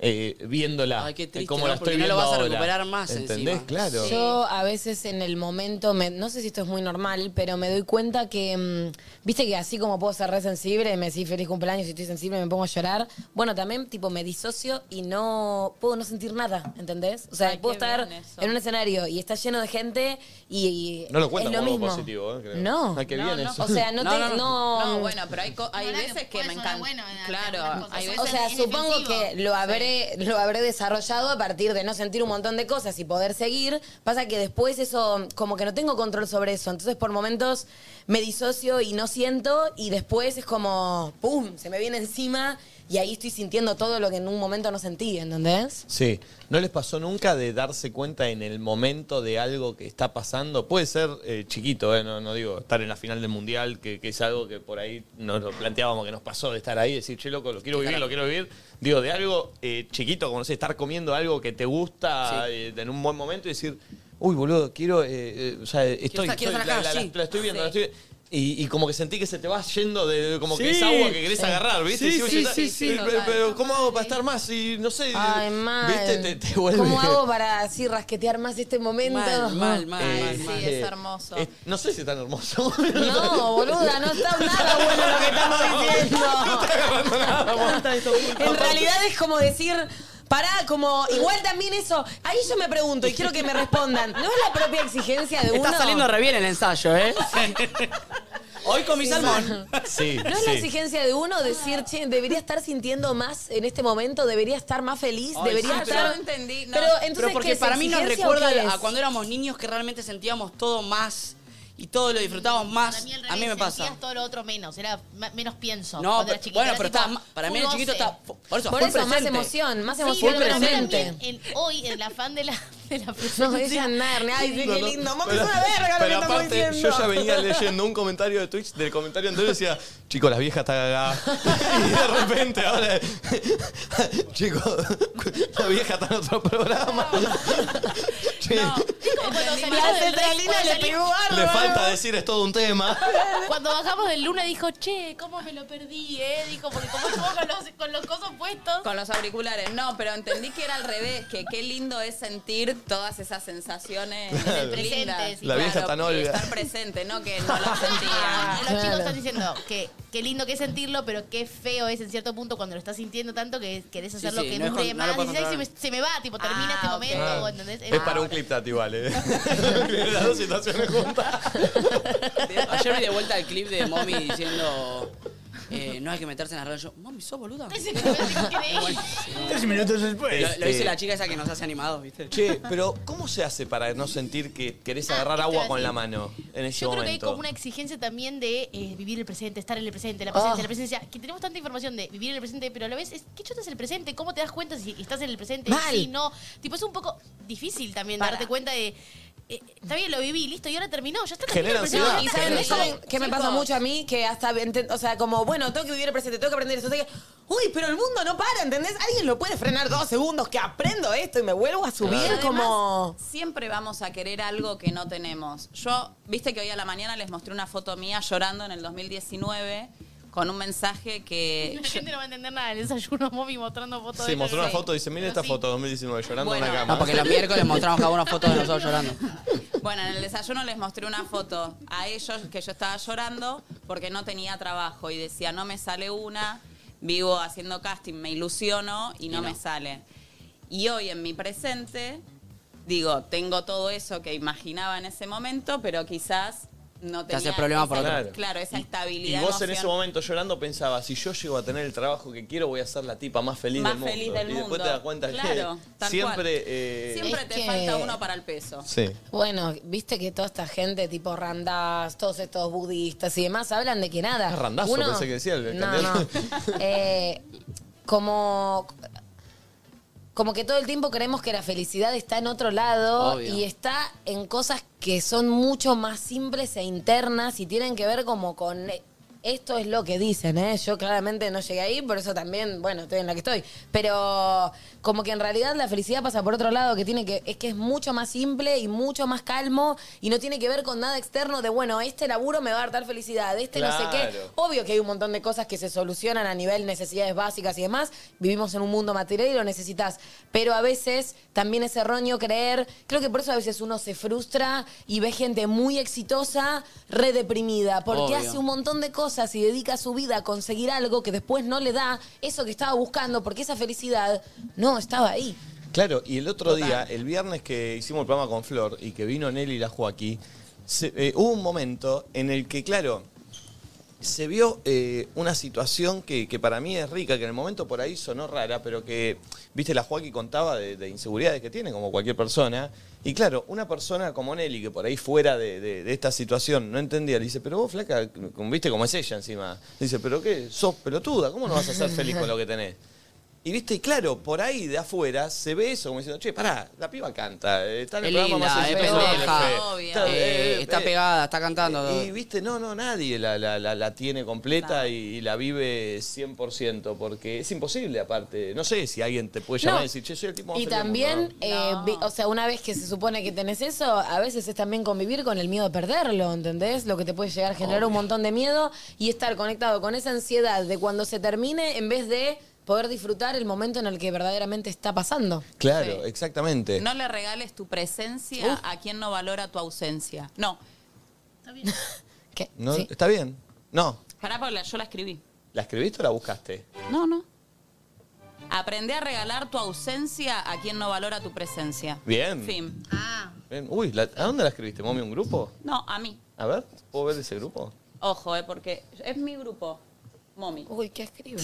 Speaker 1: eh, viéndola.
Speaker 2: Ay, qué
Speaker 1: eh,
Speaker 2: triste,
Speaker 1: como
Speaker 2: ¿no?
Speaker 1: la estoy
Speaker 2: Porque no lo
Speaker 1: viendo
Speaker 2: vas a
Speaker 1: ahora.
Speaker 2: recuperar más
Speaker 1: ¿Entendés?
Speaker 2: encima.
Speaker 1: Claro.
Speaker 3: Yo a veces en el momento, me- no sé si esto es muy normal, pero me doy cuenta que, mm, viste que así como puedo ser re sensible, y me decís feliz cumpleaños y estoy sensible, me pongo a llorar. Bueno, también tipo me disocio y no puedo no sentir nada, ¿entendés? O sea,
Speaker 5: Ay,
Speaker 3: puedo
Speaker 5: qué
Speaker 3: estar
Speaker 5: bien eso.
Speaker 3: en un escenario y está lleno de gente y, y
Speaker 1: No lo cuentan
Speaker 3: es lo
Speaker 1: como algo
Speaker 3: mismo.
Speaker 1: positivo, ¿eh? Creo.
Speaker 3: No.
Speaker 1: Ah, qué
Speaker 3: No,
Speaker 1: bien
Speaker 3: no.
Speaker 1: eso.
Speaker 3: O sea, no te- no.
Speaker 5: No, bueno, pero hay, co- hay veces que me encanta. claro, hay veces
Speaker 3: O sea, supongo que lo habré, lo habré desarrollado a partir de no sentir un montón de cosas y poder seguir. Pasa que después eso, como que no tengo control sobre eso. Entonces, por momentos me disocio y no siento, y después es como, ¡pum! Se me viene encima y ahí estoy sintiendo todo lo que en un momento no sentí, ¿entendés?
Speaker 1: Sí, ¿no les pasó nunca de darse cuenta en el momento de algo que está pasando? Puede ser eh, chiquito, eh, no, no digo estar en la final del mundial, que, que es algo que por ahí nos lo planteábamos, que nos pasó de estar ahí, y decir, che, loco, lo quiero vivir, lo quiero vivir. Digo, de algo eh, chiquito, como no sé, estar comiendo algo que te gusta eh, en un buen momento y decir, uy, boludo, quiero, eh, eh, o sea, estoy,
Speaker 11: estar- quiero
Speaker 1: estoy-
Speaker 11: estar
Speaker 1: la,
Speaker 11: acá,
Speaker 1: la- la-
Speaker 11: sí.
Speaker 1: la estoy viendo, la estoy Y, y como que sentí que se te va yendo, de, como que
Speaker 11: Sí.
Speaker 1: es agua que querés
Speaker 11: Sí.
Speaker 1: agarrar, ¿viste?
Speaker 11: Sí,
Speaker 1: Y vos
Speaker 11: sí,
Speaker 1: decís,
Speaker 11: sí, sí,
Speaker 1: "Eh,
Speaker 11: total.
Speaker 1: pero ¿cómo hago para estar más? Y no sé,
Speaker 3: Ay, mal.
Speaker 1: ¿Viste? Te, te vuelve.
Speaker 3: ¿Cómo hago para así rasquetear más este momento?
Speaker 1: Eh,
Speaker 5: Sí, es hermoso.
Speaker 1: eh, no sé si es tan hermoso.
Speaker 3: No, boluda, no está nada bueno lo que estamos diciendo. En realidad es como decir, pará, como igual también eso. Ahí yo me pregunto y quiero que me respondan. ¿No es la propia exigencia de uno?
Speaker 2: Está saliendo re bien el ensayo, ¿eh? Hoy con mi
Speaker 3: Sí.
Speaker 2: salmón.
Speaker 1: Sí,
Speaker 3: ¿No es la exigencia de uno decir, che, debería estar sintiendo más en este momento, debería estar más feliz,
Speaker 2: Ay,
Speaker 3: debería
Speaker 2: sí, pero-
Speaker 3: estar.
Speaker 2: Yo no
Speaker 5: entendí,
Speaker 3: Pero entonces
Speaker 2: Pero porque
Speaker 3: ¿qué es,
Speaker 2: para mí nos
Speaker 3: exigencia o
Speaker 2: recuerda
Speaker 3: qué
Speaker 2: a
Speaker 3: es?
Speaker 2: cuando éramos niños que realmente sentíamos todo más y todo lo disfrutábamos más.
Speaker 10: Y al
Speaker 2: A mí me
Speaker 10: revés,
Speaker 2: pasa.
Speaker 10: sentías todo lo otro menos, era ma- menos pienso.
Speaker 2: No,
Speaker 10: cuando
Speaker 2: pero-
Speaker 10: era chiquita,
Speaker 2: bueno,
Speaker 10: era
Speaker 2: pero
Speaker 10: tipo,
Speaker 2: está ma- para mí el
Speaker 10: full
Speaker 2: chiquito
Speaker 10: goce.
Speaker 2: está- fu- por eso,
Speaker 3: Por
Speaker 2: full
Speaker 3: eso, más
Speaker 2: presente.
Speaker 3: emoción, más
Speaker 2: Sí,
Speaker 3: emoción,
Speaker 2: full
Speaker 3: menos
Speaker 2: presente.
Speaker 3: mente.
Speaker 10: El- hoy, el afán de la, de la
Speaker 3: No, es andar, ay, sí, qué lindo, Momi es una verga lo que
Speaker 1: Pero
Speaker 3: estamos
Speaker 1: aparte,
Speaker 3: diciendo.
Speaker 1: yo ya venía leyendo un comentario de Twitch del comentario anterior decía, chicos, la vieja está cagada. y de repente ahora, chicos, la vieja está en otro programa. Che,
Speaker 10: La centralina le pegó
Speaker 1: le falta decir es todo un tema.
Speaker 10: Cuando bajamos del luna dijo, che, cómo me lo perdí, eh. Dijo, porque como estuvo con los, con los cosos puestos.
Speaker 5: Con los auriculares. No, pero entendí que era al revés, que qué lindo es sentir todas esas sensaciones
Speaker 1: Claro.
Speaker 5: lindas.
Speaker 1: La vieja
Speaker 5: Claro,
Speaker 1: tan
Speaker 5: y
Speaker 1: Olga.
Speaker 5: Estar presente, no que no lo sentía.
Speaker 10: Los chicos están diciendo que qué lindo que es sentirlo, pero qué feo es en cierto punto cuando lo estás sintiendo tanto que querés hacer lo
Speaker 1: sí,
Speaker 10: que
Speaker 1: no
Speaker 10: no,
Speaker 1: es
Speaker 10: te
Speaker 1: con- no lo
Speaker 10: más.
Speaker 1: puedes
Speaker 10: y dices, "Ay, se me,
Speaker 1: controlar".
Speaker 10: se me va, tipo, termina
Speaker 3: Ah,
Speaker 10: este momento. o ¿entendés?
Speaker 1: Es para un clip tat igual, eh. Las dos situaciones juntas.
Speaker 2: Ayer vi de vuelta el clip de Mommy diciendo. eh, no hay que meterse en las redes. Yo, mami, ¿sos boluda?
Speaker 15: Tres minutos después.
Speaker 2: Lo, lo
Speaker 1: Este-
Speaker 2: dice la chica esa que nos hace animados, ¿viste?
Speaker 1: Che, pero ¿cómo se hace para no sentir que querés
Speaker 5: Ah,
Speaker 1: agarrar
Speaker 10: esto
Speaker 1: agua
Speaker 10: es-
Speaker 1: con la mano en ese
Speaker 10: Yo creo que hay
Speaker 1: momento?
Speaker 10: como una exigencia también de eh, vivir el presente, estar en el presente, la presencia,
Speaker 1: Ah.
Speaker 10: la presencia. Que tenemos tanta información de vivir en el presente, pero a la vez, es, ¿qué chota es el presente? ¿Cómo te das cuenta si estás en el presente?
Speaker 3: Mal.
Speaker 10: Si no. Tipo, es un poco difícil también darte cuenta de. eh, está bien, lo viví, listo, y ahora terminó. Ya está
Speaker 1: Genera
Speaker 10: terminó
Speaker 3: No,
Speaker 10: el
Speaker 3: y
Speaker 10: presente.
Speaker 3: saben,
Speaker 10: Ya está,
Speaker 3: ¿saben
Speaker 10: es como-
Speaker 3: qué me pasa
Speaker 10: Chicos,
Speaker 3: mucho a mí? Que hasta, ente- o sea, como, bueno, tengo que vivir el presente, tengo que aprender eso. tengo que- Uy, pero el mundo no para, ¿entendés? Alguien lo puede frenar dos segundos, que aprendo esto y me vuelvo a subir
Speaker 5: Y además,
Speaker 3: como...
Speaker 5: Siempre vamos a querer algo que no tenemos. Yo, viste que hoy a la mañana les mostré una foto mía llorando en el 2019 con un mensaje que.
Speaker 10: La gente no va a entender nada del desayuno, mami, mostrando fotos
Speaker 1: Sí,
Speaker 10: de
Speaker 1: mostró una
Speaker 10: ella.
Speaker 1: foto, dice, mira esta foto 2019, llorando en una cama.
Speaker 2: No, Ah, porque los miércoles mostramos cada una foto de nosotros llorando.
Speaker 5: Bueno, en el desayuno les mostré una foto a ellos que yo estaba llorando porque no tenía trabajo y decía, no me sale una, vivo haciendo casting, me ilusiono y no,
Speaker 2: Y no.
Speaker 5: me sale. Y hoy en mi presente, digo, tengo todo eso que imaginaba en ese momento, pero quizás no
Speaker 1: Te
Speaker 5: tenía...
Speaker 1: hace problema por
Speaker 5: esa-
Speaker 1: otro.
Speaker 5: Claro, esa
Speaker 1: Y
Speaker 5: estabilidad
Speaker 1: vos en ese
Speaker 5: emocional.
Speaker 1: momento llorando pensabas, si yo llego a tener el trabajo que quiero, voy a ser la tipa más feliz
Speaker 5: Más
Speaker 1: del mundo.
Speaker 5: feliz del
Speaker 1: y después
Speaker 5: mundo.
Speaker 1: te das cuenta
Speaker 5: Claro,
Speaker 1: que
Speaker 5: tal cual.
Speaker 1: siempre... eh,
Speaker 5: Siempre te
Speaker 3: Es que-
Speaker 5: falta uno para el peso.
Speaker 1: Sí.
Speaker 3: Bueno, viste que toda esta gente, tipo randas, todos estos budistas y demás, hablan de que nada.
Speaker 1: Ah, randazo,
Speaker 3: Uno-
Speaker 1: pensé que decía el
Speaker 3: No,
Speaker 1: candidato.
Speaker 3: no. Eh, como. Como que todo el tiempo creemos que la felicidad está en otro lado
Speaker 25: Obvio.
Speaker 3: y está en cosas que son mucho más simples e internas y tienen que ver como con. eh, Esto es lo que dicen, ¿eh? Yo claramente no llegué ahí, por eso también, bueno, estoy en la que estoy. Pero como que en realidad la felicidad pasa por otro lado, que tiene que. Es que es mucho más simple y mucho más calmo y no tiene que ver con nada externo de, bueno, este laburo me va a dar tal felicidad, este no sé qué.
Speaker 25: Claro.
Speaker 3: Obvio que hay un montón de cosas que se solucionan a nivel necesidades básicas y demás. Vivimos en un mundo material y lo necesitas. Pero a veces también es erróneo creer. Creo que por eso a veces uno se frustra y ve gente muy exitosa, redeprimida. Porque
Speaker 25: Obvio.
Speaker 3: hace un montón de cosas y dedica su vida a conseguir algo que después no le da eso que estaba buscando, porque esa felicidad no estaba ahí.
Speaker 1: Claro, y el otro día, el viernes que hicimos el programa con Flor y que vino Nelly y la Joaquí, se- eh, hubo un momento en el que, claro, se vio eh, una situación que, que para mí es rica, que en el momento por ahí sonó rara, pero que, viste, la Joaquí contaba de, de inseguridades que tiene, como cualquier persona. Y claro, una persona como Nelly, que por ahí fuera de, de- de esta situación no entendía, le dice, pero vos, flaca, como- viste como es ella encima. Le dice, pero qué, sos pelotuda, ¿cómo no vas a ser feliz con lo que tenés? Y viste, y claro, por ahí de afuera se ve eso, como diciendo, che, pará, la piba canta, eh, está en el
Speaker 2: Es
Speaker 1: programa
Speaker 2: linda,
Speaker 1: más
Speaker 2: es
Speaker 1: exitoso de
Speaker 2: pendeja,
Speaker 1: Telefe.
Speaker 2: obvio.
Speaker 1: Está,
Speaker 2: Eh, está pegada, está cantando.
Speaker 1: Y, viste, no, no, nadie la, la- la- la tiene completa y, y la vive 100%, porque es imposible aparte. No sé si alguien te puede llamar
Speaker 3: No.
Speaker 1: y decir, che, soy el tipo más
Speaker 3: Y
Speaker 1: feliz del
Speaker 3: también,
Speaker 1: mundo".
Speaker 3: eh, vi- o sea, una vez que se supone que tenés eso, a veces es también convivir con el miedo de perderlo, ¿entendés? Lo que te puede llegar a generar un montón de miedo y estar conectado con esa ansiedad de cuando se termine en vez de poder disfrutar el momento en el que verdaderamente está pasando.
Speaker 1: Claro, exactamente.
Speaker 5: No le regales tu presencia a quien no valora tu ausencia. No,
Speaker 1: No, ¿Está bien? No.
Speaker 5: pará, Paula, yo la escribí.
Speaker 1: ¿La escribiste o la buscaste?
Speaker 5: No, no. Aprende a regalar tu ausencia a quien no valora tu presencia.
Speaker 1: Bien.
Speaker 5: Fin.
Speaker 1: Bien. Uy, la- ¿a dónde la escribiste, mami? ¿Un grupo?
Speaker 5: No, a mí.
Speaker 1: A ver, ¿puedo ver ese grupo?
Speaker 5: Ojo, eh, porque es mi grupo. Momi.
Speaker 3: Uy, ¿qué escribe?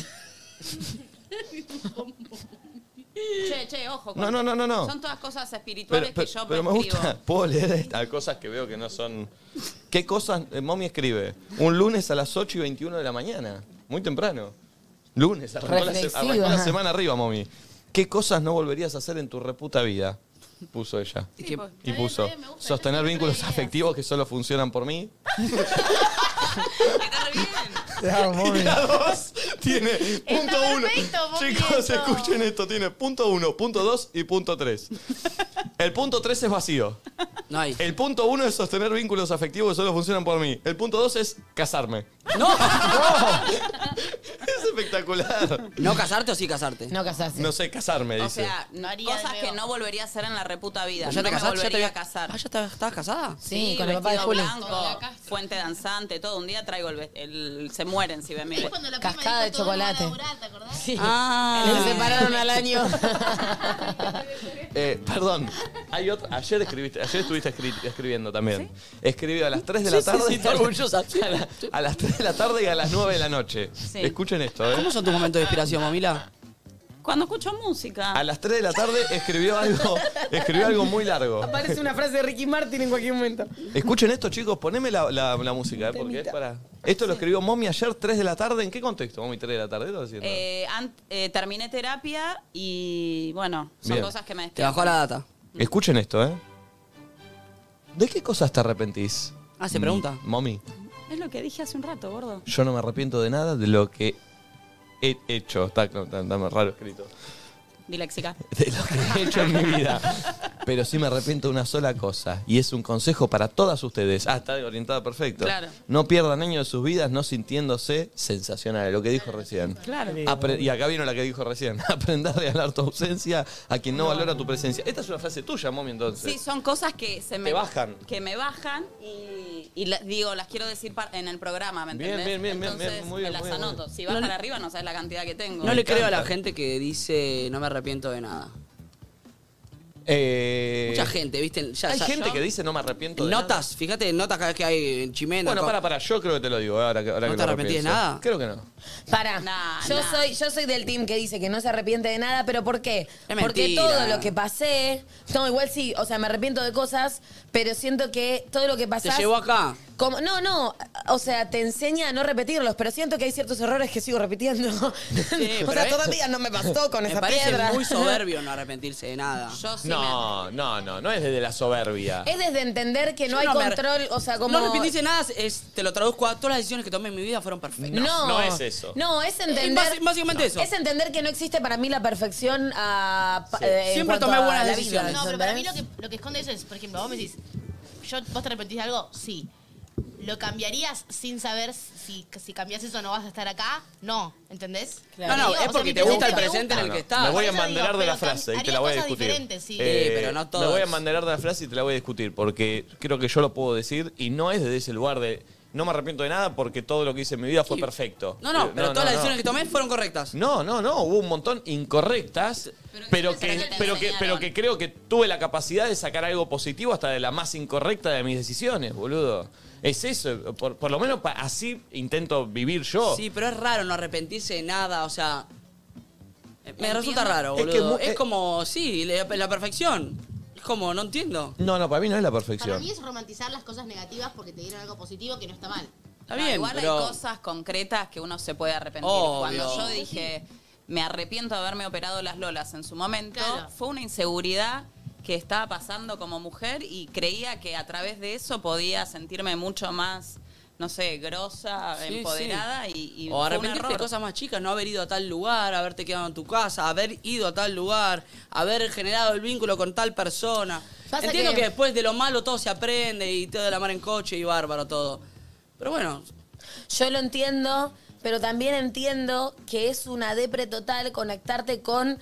Speaker 5: che, che, ojo. con-
Speaker 1: No, no, no, no, no.
Speaker 5: Son todas cosas
Speaker 1: Pero,
Speaker 5: espirituales
Speaker 1: pero-
Speaker 5: que yo
Speaker 1: pero me
Speaker 5: prescribo.
Speaker 1: gusta, puedo leer estas cosas que veo que no son... ¿Qué cosas eh, Mommy escribe? Un lunes a las 8 y 21 de la mañana, muy temprano. Lunes, arrancó la, se-
Speaker 11: Reflexiva.
Speaker 1: arrancó la semana arriba, Mommy. ¿Qué cosas no volverías a hacer en tu reputa vida? Puso ella.
Speaker 11: ¿Y qué-
Speaker 5: pues,
Speaker 11: Está
Speaker 1: Y puso, sostener vínculos afectivos que solo funcionan por mí. Y la dos tiene punto uno.
Speaker 11: perfecto, Mommy,
Speaker 1: Chicos,
Speaker 11: eso.
Speaker 1: escuchen esto. Tiene punto uno, punto dos y punto tres. El punto tres es vacío.
Speaker 2: No hay.
Speaker 1: El punto uno es sostener vínculos afectivos que solo funcionan por mí. El punto dos es casarme.
Speaker 2: ¡No!
Speaker 1: Ese espectacular.
Speaker 2: ¿No casarte o sí casarte?
Speaker 3: No casarse.
Speaker 1: No sé, casarme,
Speaker 5: O
Speaker 1: dice.
Speaker 5: sea, no haría cosas que no volvería a hacer en la reputa vida.
Speaker 2: ¿Ya te
Speaker 5: no me
Speaker 2: casaste? ¿Ya te
Speaker 5: volvería
Speaker 2: había-
Speaker 5: a casar.
Speaker 2: Ah, ¿ya te- estabas casada?
Speaker 5: Sí, con el papá de Julio. blanco, fuente danzante, todo. Un día traigo el... el- se mueren si ven mi...
Speaker 3: Cascada de chocolate. Sí.
Speaker 5: Ah.
Speaker 3: Se separaron al año.
Speaker 1: Eh, perdón, hay otra. Ayer escribiste, ayer estuviste escri- escribiendo también. Escribió a las 3 de la
Speaker 2: Sí, sí,
Speaker 1: tarde.
Speaker 2: sí, estoy orgullosa.
Speaker 1: A, la- a las 3 de la tarde y a las 9 de la noche. Escuchen esto, ¿eh?
Speaker 2: ¿Cómo son tus momentos de inspiración, Mamila?
Speaker 5: Cuando escucho música.
Speaker 1: A las 3 de la tarde escribió algo, escribió algo muy largo.
Speaker 25: Aparece una frase de Ricky Martin en cualquier momento.
Speaker 1: Escuchen esto, chicos, poneme la, la- la música, ¿eh? porque es
Speaker 5: Temita.
Speaker 1: para. Esto lo escribió Momi ayer 3 de la tarde. ¿En qué contexto? Momi 3 de la tarde, ¿Qué estás haciendo?
Speaker 5: Eh, ant- eh, terminé terapia y bueno, son
Speaker 1: Bien.
Speaker 5: cosas que me
Speaker 1: Te bajó la
Speaker 2: data.
Speaker 1: Escuchen esto, ¿eh? ¿De qué cosas te arrepentís?
Speaker 2: Ah, se pregunta.
Speaker 1: Mm, Momi,
Speaker 5: Es lo que dije hace un rato, gordo.
Speaker 1: yo no me arrepiento de nada de lo que he hecho. Está, está- está raro escrito.
Speaker 5: Diléxica.
Speaker 1: De lo que he hecho en mi vida. Pero sí me arrepiento de una sola cosa. Y es un consejo para todas ustedes. Ah, está orientada perfecto.
Speaker 5: Claro.
Speaker 1: No pierdan años de sus vidas no sintiéndose sensacionales. Lo que dijo recién.
Speaker 5: Claro.
Speaker 1: Apre- y acá vino la que dijo recién. Aprender a regalar tu ausencia a quien no, valora tu presencia. Esta es una frase tuya, Momi, entonces.
Speaker 5: Sí, son cosas que se me
Speaker 1: Te bajan.
Speaker 5: Que me bajan y, y la- digo, las quiero decir pa- en el programa, ¿me
Speaker 1: Bien,
Speaker 5: entendés?
Speaker 1: bien, bien, bien,
Speaker 5: Entonces,
Speaker 1: bien, muy bien,
Speaker 5: me las
Speaker 1: muy bien, muy
Speaker 5: anoto.
Speaker 1: bien.
Speaker 5: Si vas
Speaker 1: No le-
Speaker 5: para arriba no sabes la cantidad que tengo.
Speaker 2: No le creo a la gente que dice no me arrepiento de nada.
Speaker 1: Eh,
Speaker 2: Mucha gente, ¿viste? Ya-
Speaker 1: Hay
Speaker 2: ya-
Speaker 1: gente
Speaker 2: yo-
Speaker 1: que dice no me arrepiento de nada.
Speaker 2: Notas, fíjate, en notas cada vez que hay en Chimena.
Speaker 1: Bueno,
Speaker 2: co-
Speaker 1: para, para, yo creo que te lo digo. Ahora, que- ahora
Speaker 2: ¿No
Speaker 1: que
Speaker 2: te
Speaker 1: lo
Speaker 2: arrepentís de
Speaker 1: repienso.
Speaker 2: nada?
Speaker 1: Creo que no.
Speaker 3: Pará. yo, Soy, yo soy del team que dice que no se arrepiente de nada, pero ¿por qué? Porque
Speaker 2: mentira.
Speaker 3: todo lo que pasé. No, igual sí, o sea, me arrepiento de cosas, pero siento que todo lo que
Speaker 2: Te
Speaker 3: pasás.
Speaker 2: llevó acá.
Speaker 3: Como, no, no, o sea, te enseña a no repetirlos, pero siento que hay ciertos errores que sigo repitiendo. o sea,
Speaker 2: pero-
Speaker 3: todavía no me pasó con
Speaker 2: me
Speaker 3: esa
Speaker 2: parece
Speaker 3: piedra.
Speaker 2: muy soberbio no arrepentirse de nada.
Speaker 5: Yo
Speaker 1: No, no, no, no es desde la soberbia.
Speaker 3: Es desde entender que no
Speaker 2: Yo
Speaker 3: hay
Speaker 2: no me-
Speaker 3: control, o sea, como...
Speaker 2: No arrepentirse de nada, es- te lo traduzco a todas las decisiones que tomé en mi vida fueron perfectas.
Speaker 3: No. No, es entender.
Speaker 2: Es basi- básicamente eso.
Speaker 3: Es entender que no existe para mí la perfección a, pa- eh, en
Speaker 2: Siempre
Speaker 3: cuanto
Speaker 2: tomé
Speaker 3: a
Speaker 2: buenas
Speaker 3: la
Speaker 2: decisiones.
Speaker 3: vida,
Speaker 10: No, pero para mí lo
Speaker 3: ¿entendés?
Speaker 10: que, lo que esconde eso es, por ejemplo, vos me decís, yo, ¿vos te arrepentís de algo? Sí. ¿Lo cambiarías sin saber si, si cambias eso no vas a estar acá? No, ¿entendés?
Speaker 2: No, no,
Speaker 10: Digo, o
Speaker 2: es
Speaker 10: sea,
Speaker 2: porque
Speaker 10: mi
Speaker 2: te gusta el
Speaker 10: me
Speaker 2: presente
Speaker 1: Ah,
Speaker 2: en el
Speaker 1: No,
Speaker 2: que
Speaker 1: no.
Speaker 2: estás.
Speaker 1: Me voy a
Speaker 10: Por eso
Speaker 1: mandarar
Speaker 10: digo,
Speaker 1: de la
Speaker 10: pero cam-
Speaker 1: frase y te
Speaker 10: haría
Speaker 1: la voy a
Speaker 10: cosas
Speaker 1: discutir. Eh,
Speaker 10: diferentes, sí.
Speaker 2: Sí, pero no
Speaker 1: Me voy a
Speaker 2: todas.
Speaker 1: mandarar de la frase y te la voy a discutir porque creo que yo lo puedo decir y no es desde ese lugar de no me arrepiento de nada porque todo lo que hice en mi vida fue perfecto.
Speaker 2: No, no,
Speaker 1: Eh,
Speaker 2: pero todas las
Speaker 1: no.
Speaker 2: decisiones que tomé fueron correctas.
Speaker 1: No, no, no, hubo un montón incorrectas, pero que, pero, que, pero que creo que tuve la capacidad de sacar algo positivo hasta de la más incorrecta de mis decisiones, boludo. Es eso, por, por lo menos pa- así intento vivir yo.
Speaker 2: Sí, pero es raro no arrepentirse de nada, o sea. Me
Speaker 1: Entiendo.
Speaker 2: resulta raro,
Speaker 1: Es que
Speaker 2: boludo.
Speaker 1: mu-
Speaker 2: Es,
Speaker 1: eh.
Speaker 2: como, sí, la, la perfección. Es como, no entiendo.
Speaker 1: No, no, para mí no es la
Speaker 10: Para
Speaker 1: perfección.
Speaker 10: mí es romantizar las cosas negativas porque te dieron algo positivo que no está mal.
Speaker 5: Está bien, igual hay cosas concretas que uno se puede arrepentir.
Speaker 2: Obvio.
Speaker 5: Cuando yo dije, me arrepiento de haberme operado las lolas en su momento, fue una inseguridad que estaba pasando como mujer y creía que a través de eso podía sentirme mucho más, no sé, grosa,
Speaker 2: Sí,
Speaker 5: empoderada
Speaker 2: sí.
Speaker 5: y, y
Speaker 2: o
Speaker 5: fue un
Speaker 2: arrepentirte de
Speaker 5: error.
Speaker 2: cosas más chicas, no haber ido a tal lugar, haberte quedado en tu casa, haber ido a tal lugar, haber generado el vínculo con tal persona.
Speaker 25: Pasa
Speaker 2: Entiendo
Speaker 25: que-
Speaker 2: que... después de lo malo todo se aprende y todo de la mar en coche y bárbaro todo. Pero bueno,
Speaker 3: Yo lo entiendo, pero también entiendo que es una depre total conectarte con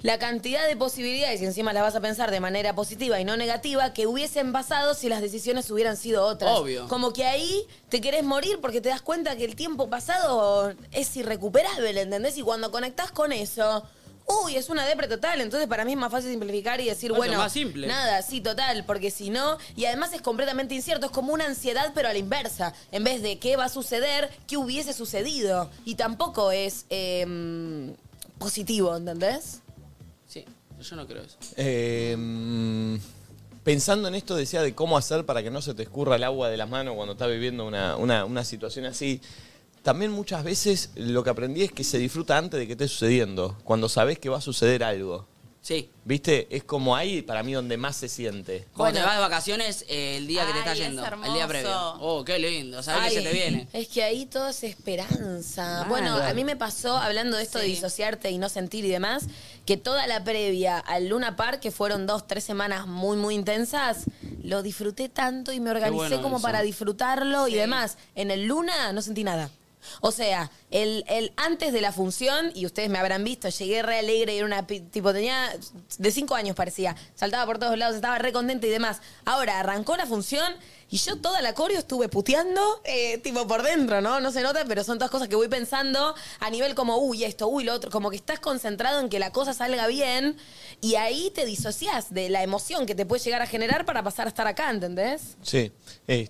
Speaker 3: la cantidad de posibilidades, y encima las vas a pensar de manera positiva y no negativa, que hubiesen pasado si las decisiones hubieran sido otras.
Speaker 2: Obvio.
Speaker 3: Como que ahí te querés morir porque te das cuenta que el tiempo pasado es irrecuperable, ¿entendés? Y cuando conectás con eso... Uy, es una depre total, entonces para mí es más fácil simplificar y decir,
Speaker 2: Claro,
Speaker 3: bueno,
Speaker 2: más simple.
Speaker 3: nada, sí, total, porque si no, y además es completamente incierto, es como una ansiedad pero a la inversa, en vez de qué va a suceder, qué hubiese sucedido, y tampoco es em, positivo, ¿entendés?
Speaker 2: sí, yo no creo eso.
Speaker 1: Eh, mm, pensando en esto, decía de cómo hacer para que no se te escurra el agua de las manos cuando estás viviendo una, una- una situación así. También muchas veces lo que aprendí es que se disfruta antes de que esté sucediendo, cuando sabes que va a suceder algo.
Speaker 2: Sí.
Speaker 1: ¿Viste? Es como ahí para mí donde más se siente.
Speaker 2: Cuando te vas de vacaciones, eh, el día que te está
Speaker 3: Ay, es
Speaker 2: yendo, el
Speaker 3: hermoso.
Speaker 2: día previo. Oh, qué lindo, sabes que
Speaker 3: Ay,
Speaker 2: se te viene.
Speaker 3: Es que ahí todo es esperanza.
Speaker 2: Mal.
Speaker 3: Bueno, a mí me pasó, hablando de esto de disociarte y no sentir y demás, que toda la previa al Luna Park, que fueron dos, tres semanas muy, muy intensas, lo disfruté tanto y me organicé
Speaker 2: bueno
Speaker 3: como
Speaker 2: eso.
Speaker 3: para disfrutarlo y demás. En el Luna no sentí nada. O sea, el, el antes de la función, y ustedes me habrán visto, llegué re alegre, era una pi- tipo, tenía de cinco años parecía, saltaba por todos lados, estaba re contenta y demás. Ahora, arrancó la función y yo toda la coreo estuve puteando, eh, tipo por dentro, ¿no? No se nota, pero son todas cosas que voy pensando a nivel como, uy, esto, uy, lo otro, como que estás concentrado en que la cosa salga bien y ahí te disocias de la emoción que te puede llegar a generar para pasar a estar acá, ¿entendés?
Speaker 1: Sí,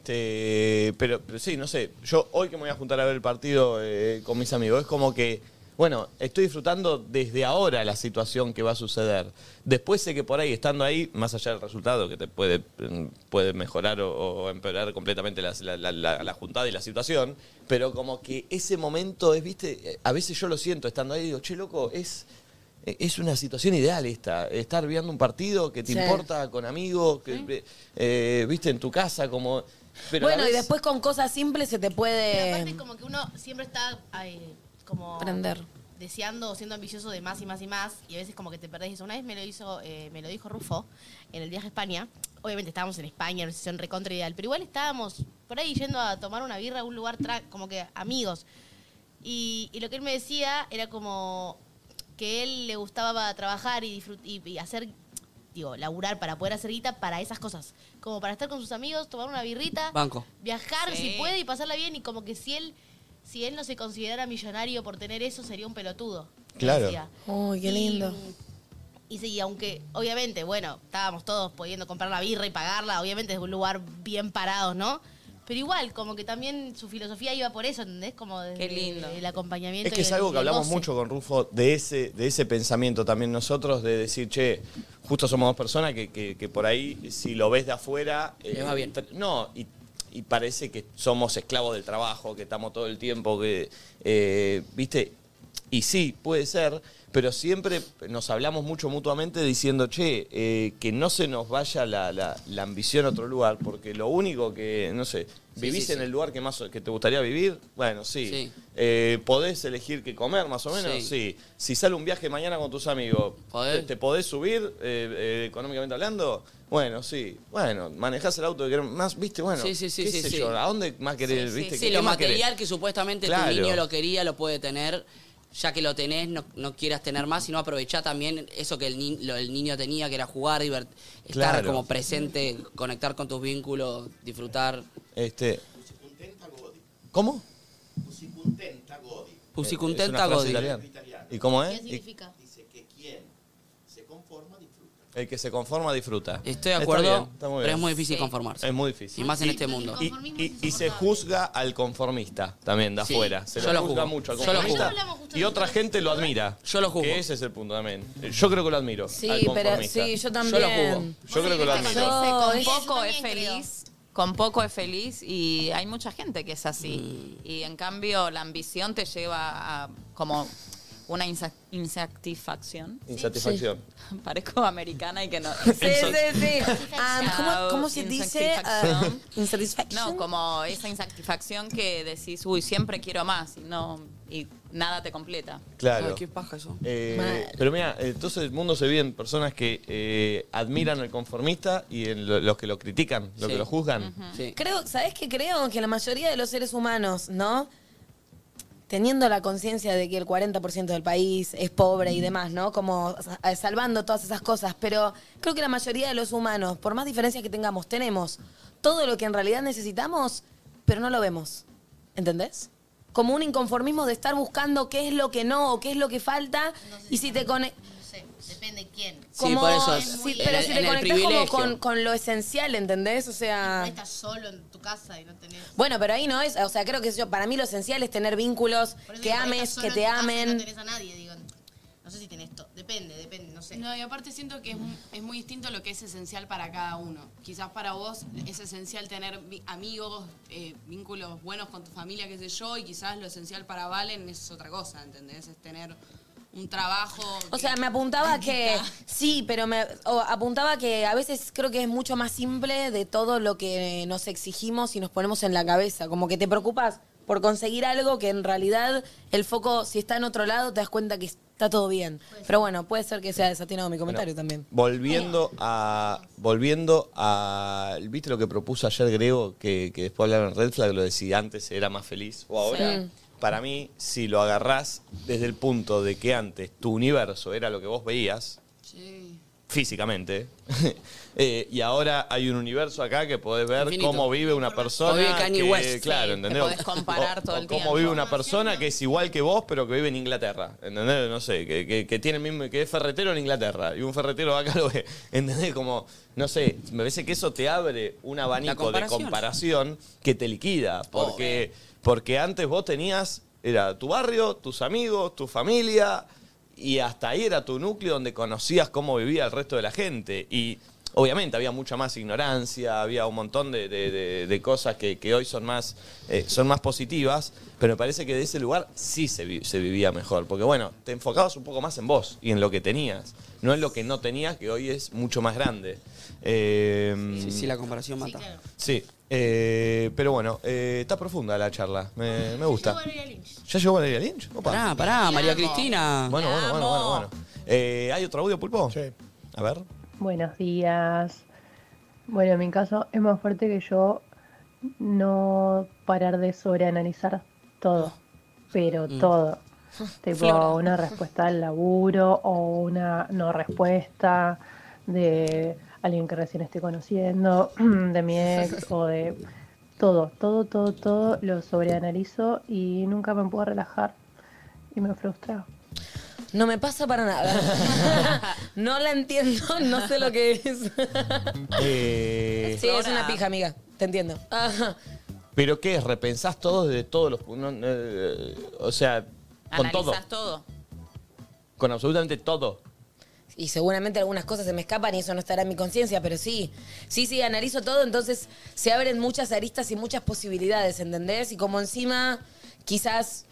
Speaker 1: este, pero, pero sí, no sé. Yo hoy que me voy a juntar a ver el partido eh, con mis amigos, es como que, bueno, estoy disfrutando desde ahora la situación que va a suceder. Después sé que por ahí, estando ahí, más allá del resultado, que te puede, mm, puede mejorar o, o empeorar completamente la, la- la- la- la juntada y la situación, pero como que ese momento es, viste, eh, a veces yo lo siento estando ahí, digo, che, loco, es... e, Es una situación ideal esta, estar viendo un partido que te
Speaker 3: Sí.
Speaker 1: importa con amigos, que, eh, viste, en tu casa, como... pero a
Speaker 3: bueno, y
Speaker 1: veces-
Speaker 3: después con cosas simples se te
Speaker 10: Pero aparte
Speaker 3: puede
Speaker 10: es como que uno siempre está eh, como
Speaker 3: aprender.
Speaker 10: deseando o siendo ambicioso de más y más y más y a veces como que te perdés eso. Una vez me lo hizo, eh, me lo dijo Rufo en el viaje a España. Obviamente estábamos en España, en una sesión recontra ideal, pero igual estábamos por ahí yendo a tomar una birra a un lugar tra- como que amigos. Y, y lo que él me decía era como que él le gustaba trabajar y, disfrut- y, y hacer, digo, laburar para poder hacer guita para esas cosas. Como para estar con sus amigos, tomar una birrita
Speaker 2: Banco.
Speaker 10: viajar
Speaker 2: Sí.
Speaker 10: si puede y pasarla bien y como que si él si él no se considerara millonario por tener eso sería un pelotudo
Speaker 1: Claro.
Speaker 10: decía.
Speaker 3: Uy, qué lindo.
Speaker 10: y sí, aunque obviamente bueno estábamos todos pudiendo comprar la birra y pagarla obviamente desde un lugar bien parados no pero igual como que también su filosofía iba por eso ¿entendés? como desde
Speaker 5: lindo.
Speaker 10: el acompañamiento
Speaker 1: Es que
Speaker 10: y
Speaker 1: es
Speaker 10: el-
Speaker 1: algo
Speaker 10: y
Speaker 1: que
Speaker 10: el
Speaker 1: hablamos
Speaker 10: goce.
Speaker 1: mucho con Rufo de ese, de ese pensamiento también nosotros, de decir, che, justo somos dos personas que, que- que por ahí, si lo ves de afuera. eh,
Speaker 2: Les va bien.
Speaker 1: tra- No, y, y parece que somos esclavos del trabajo, que estamos todo el tiempo, que. eh, ¿Viste? Y sí, puede ser, pero siempre nos hablamos mucho mutuamente diciendo, che, eh, que no se nos vaya la, la- la ambición a otro lugar, porque lo único que, no sé, vivís
Speaker 4: sí,
Speaker 1: en
Speaker 4: sí.
Speaker 1: el lugar que más que te gustaría vivir, bueno, sí.
Speaker 4: Sí.
Speaker 1: Eh, ¿Podés elegir qué comer, más o menos?
Speaker 4: Sí.
Speaker 1: Sí. Si sale un viaje mañana con tus amigos, ¿te, te podés subir eh, eh, económicamente hablando? Bueno, sí. Bueno, manejás el auto que querés más, ¿viste? Bueno,
Speaker 2: Sí, sí, sí,
Speaker 1: qué
Speaker 2: sí,
Speaker 1: sé
Speaker 2: sí.
Speaker 1: yo, ¿a dónde más querés?
Speaker 2: Sí,
Speaker 1: ¿viste?
Speaker 2: sí,
Speaker 1: ¿Qué
Speaker 2: lo
Speaker 1: más
Speaker 2: material
Speaker 1: querés?
Speaker 2: que supuestamente
Speaker 1: Claro.
Speaker 2: tu niño lo quería, lo puede tener. Ya que lo tenés, no, no quieras tener más, sino aprovechar también eso que el, ni- lo- el niño tenía, que era jugar, divert- estar
Speaker 1: Claro.
Speaker 2: como presente, conectar con tus vínculos, disfrutar.
Speaker 1: Este. ¿Cómo?
Speaker 2: Pusicuntenta
Speaker 1: Es una frase
Speaker 2: Godi.
Speaker 1: italiana. ¿Y cómo es? Y-
Speaker 13: Dice que quien se conforma disfruta.
Speaker 1: El que se conforma disfruta.
Speaker 2: Estoy de
Speaker 1: Está
Speaker 2: acuerdo,
Speaker 1: bien, está
Speaker 2: pero es muy difícil Sí. conformarse.
Speaker 1: Es muy difícil.
Speaker 2: Y más en este mundo.
Speaker 1: Y, y- y se juzga al conformista también de
Speaker 2: Sí.
Speaker 1: afuera. Se
Speaker 2: Yo lo
Speaker 1: lo juzga
Speaker 2: juzgo.
Speaker 1: mucho al
Speaker 2: Yo lo
Speaker 1: conformista.
Speaker 2: juzgo.
Speaker 1: Y otra gente lo admira. Yo lo juzgo. Que ese es el punto también. Yo creo que lo admiro.
Speaker 3: Sí,
Speaker 1: al
Speaker 3: pero
Speaker 1: conformista.
Speaker 3: sí, yo
Speaker 1: Yo lo
Speaker 3: también.
Speaker 1: juzgo. Yo creo que lo
Speaker 5: Cuando
Speaker 1: admiro.
Speaker 5: dice,
Speaker 3: No, es-
Speaker 5: con poco es feliz. Con poco es feliz y hay mucha gente que es así.
Speaker 1: Mm.
Speaker 5: Y en cambio la ambición te lleva a como una insa- insatisfacción.
Speaker 1: Insatisfacción.
Speaker 5: Parezco americana y que no. Ah,
Speaker 3: Sí, sí, sí. Um, ¿cómo, cómo se dice?
Speaker 5: Insatisfacción.
Speaker 3: Uh, insatisfaction.
Speaker 5: No, como esa insatisfacción que decís, uy, siempre quiero más y no y nada te completa.
Speaker 1: Claro.
Speaker 5: Ay, qué
Speaker 2: paja eso.
Speaker 1: Eh,
Speaker 5: Mal.
Speaker 1: pero mira, entonces el mundo se vive en personas que eh, admiran al conformista y en lo- los que lo critican, los
Speaker 2: Sí.
Speaker 1: que lo juzgan.
Speaker 3: Creo, ¿sabes qué creo? Que la mayoría de los seres humanos, ¿no? Teniendo la conciencia de que el 40% del país es pobre y demás, ¿no? Como sa- salvando todas esas cosas. Pero creo que la mayoría de los humanos, por más diferencias que tengamos, tenemos todo lo que en realidad necesitamos, pero no lo vemos. ¿Entendés? Como un inconformismo de estar buscando qué es lo que no o qué es lo que falta. y si te conectas.
Speaker 10: depende quién
Speaker 2: Sí, por eso,
Speaker 3: sí,
Speaker 2: en
Speaker 3: pero
Speaker 2: el-
Speaker 3: si
Speaker 2: en
Speaker 3: te
Speaker 2: el
Speaker 3: conectás como
Speaker 2: privilegio.
Speaker 3: con, con lo esencial, ¿entendés? O sea.
Speaker 10: estás solo en tu casa y no tenés
Speaker 3: Bueno, pero ahí no es, o sea, creo que yo, para mí lo esencial es tener vínculos,
Speaker 10: Por eso
Speaker 3: que
Speaker 10: digo, por ahí
Speaker 3: ames,
Speaker 10: estás
Speaker 3: que
Speaker 10: solo
Speaker 3: te
Speaker 10: en tu casa y
Speaker 3: amen.
Speaker 10: no tenés a nadie digo no sé si tenés todo depende depende no sé
Speaker 26: No, y aparte siento que es, mu- es muy distinto lo que es esencial para cada uno. Quizás para vos es esencial tener vi- amigos, eh, vínculos buenos con tu familia, qué sé yo, y quizás lo esencial para Valen es otra cosa, ¿entendés? Es tener un trabajo.
Speaker 3: O sea, me apuntaba que sí, pero me o apuntaba que a veces creo que es mucho más simple de todo lo que nos exigimos y nos ponemos en la cabeza, como que te preocupas por conseguir algo que en realidad el foco si está en otro lado te das cuenta que está todo bien. Pero bueno, puede ser que sea desatinado mi comentario también.
Speaker 1: Volviendo a. Volviendo a. ¿Viste lo que propuso ayer Grego? Que, que después hablaron en Red Flag, lo decía antes era más feliz o ahora.
Speaker 3: Sí.
Speaker 1: para mí, si lo agarrás desde el punto de que antes tu universo era lo que vos veías, físicamente, eh, y ahora hay un universo acá que podés ver
Speaker 5: Infinito.
Speaker 1: cómo vive una persona.
Speaker 5: O vive Kanye
Speaker 1: que-
Speaker 5: West.
Speaker 1: Claro,
Speaker 5: Sí,
Speaker 1: ¿entendés?
Speaker 5: te podés comparar todo el
Speaker 1: cómo
Speaker 5: tiempo.
Speaker 1: vive una persona que es igual que vos, pero que vive en Inglaterra. ¿Entendés? No sé, que, que- que tiene el mismo, que es ferretero en Inglaterra. Y un ferretero acá lo ve. ¿Entendés? Como, no sé, me parece que eso te abre un abanico de
Speaker 4: comparación.
Speaker 1: comparación que te liquida. Porque, porque antes vos tenías, era tu barrio, tus amigos, tu familia, y hasta ahí era tu núcleo donde conocías cómo vivía el resto de la gente. Y obviamente había mucha más ignorancia, había un montón de, de- de- de cosas que, que hoy son más, eh, son más positivas, pero me parece que de ese lugar sí se, vi- se vivía mejor. Porque bueno, te enfocabas un poco más en vos y en lo que tenías, no en lo que no tenías, que hoy es mucho más grande. Eh,
Speaker 2: Sí, sí, la comparación mata.
Speaker 1: Sí, eh, pero bueno, eh, está profunda la charla. Me, me gusta. ¿Ya llegó Valeria Lynch? Opa.
Speaker 2: Pará, pará, María Cristina.
Speaker 1: Bueno, bueno, bueno, bueno, bueno. Eh, ¿Hay otro audio, Pulpo? Sí. A ver.
Speaker 27: Buenos días. Bueno, en mi caso es más fuerte que yo no parar de sobreanalizar todo, pero
Speaker 28: Mm.
Speaker 27: todo. Tipo
Speaker 28: Flora.
Speaker 27: una respuesta al laburo o una no respuesta de alguien que recién estoy conociendo, de mi ex o de todo, todo, todo, todo lo sobreanalizo y nunca me puedo relajar y me frustra.
Speaker 3: No me pasa para nada. no la entiendo, no sé lo que es.
Speaker 1: Eh,
Speaker 3: Sí, es una pija, amiga. Te entiendo. Ajá.
Speaker 1: ¿Pero qué es? ¿Repensás todo desde todos los... no, no, eh, o sea, con todo.
Speaker 3: Analizás todo.
Speaker 1: Con absolutamente todo.
Speaker 3: Y seguramente algunas cosas se me escapan y eso no estará en mi conciencia, pero sí. Sí, sí, analizo todo, entonces se abren muchas aristas y muchas posibilidades, ¿entendés? Y como encima, quizás.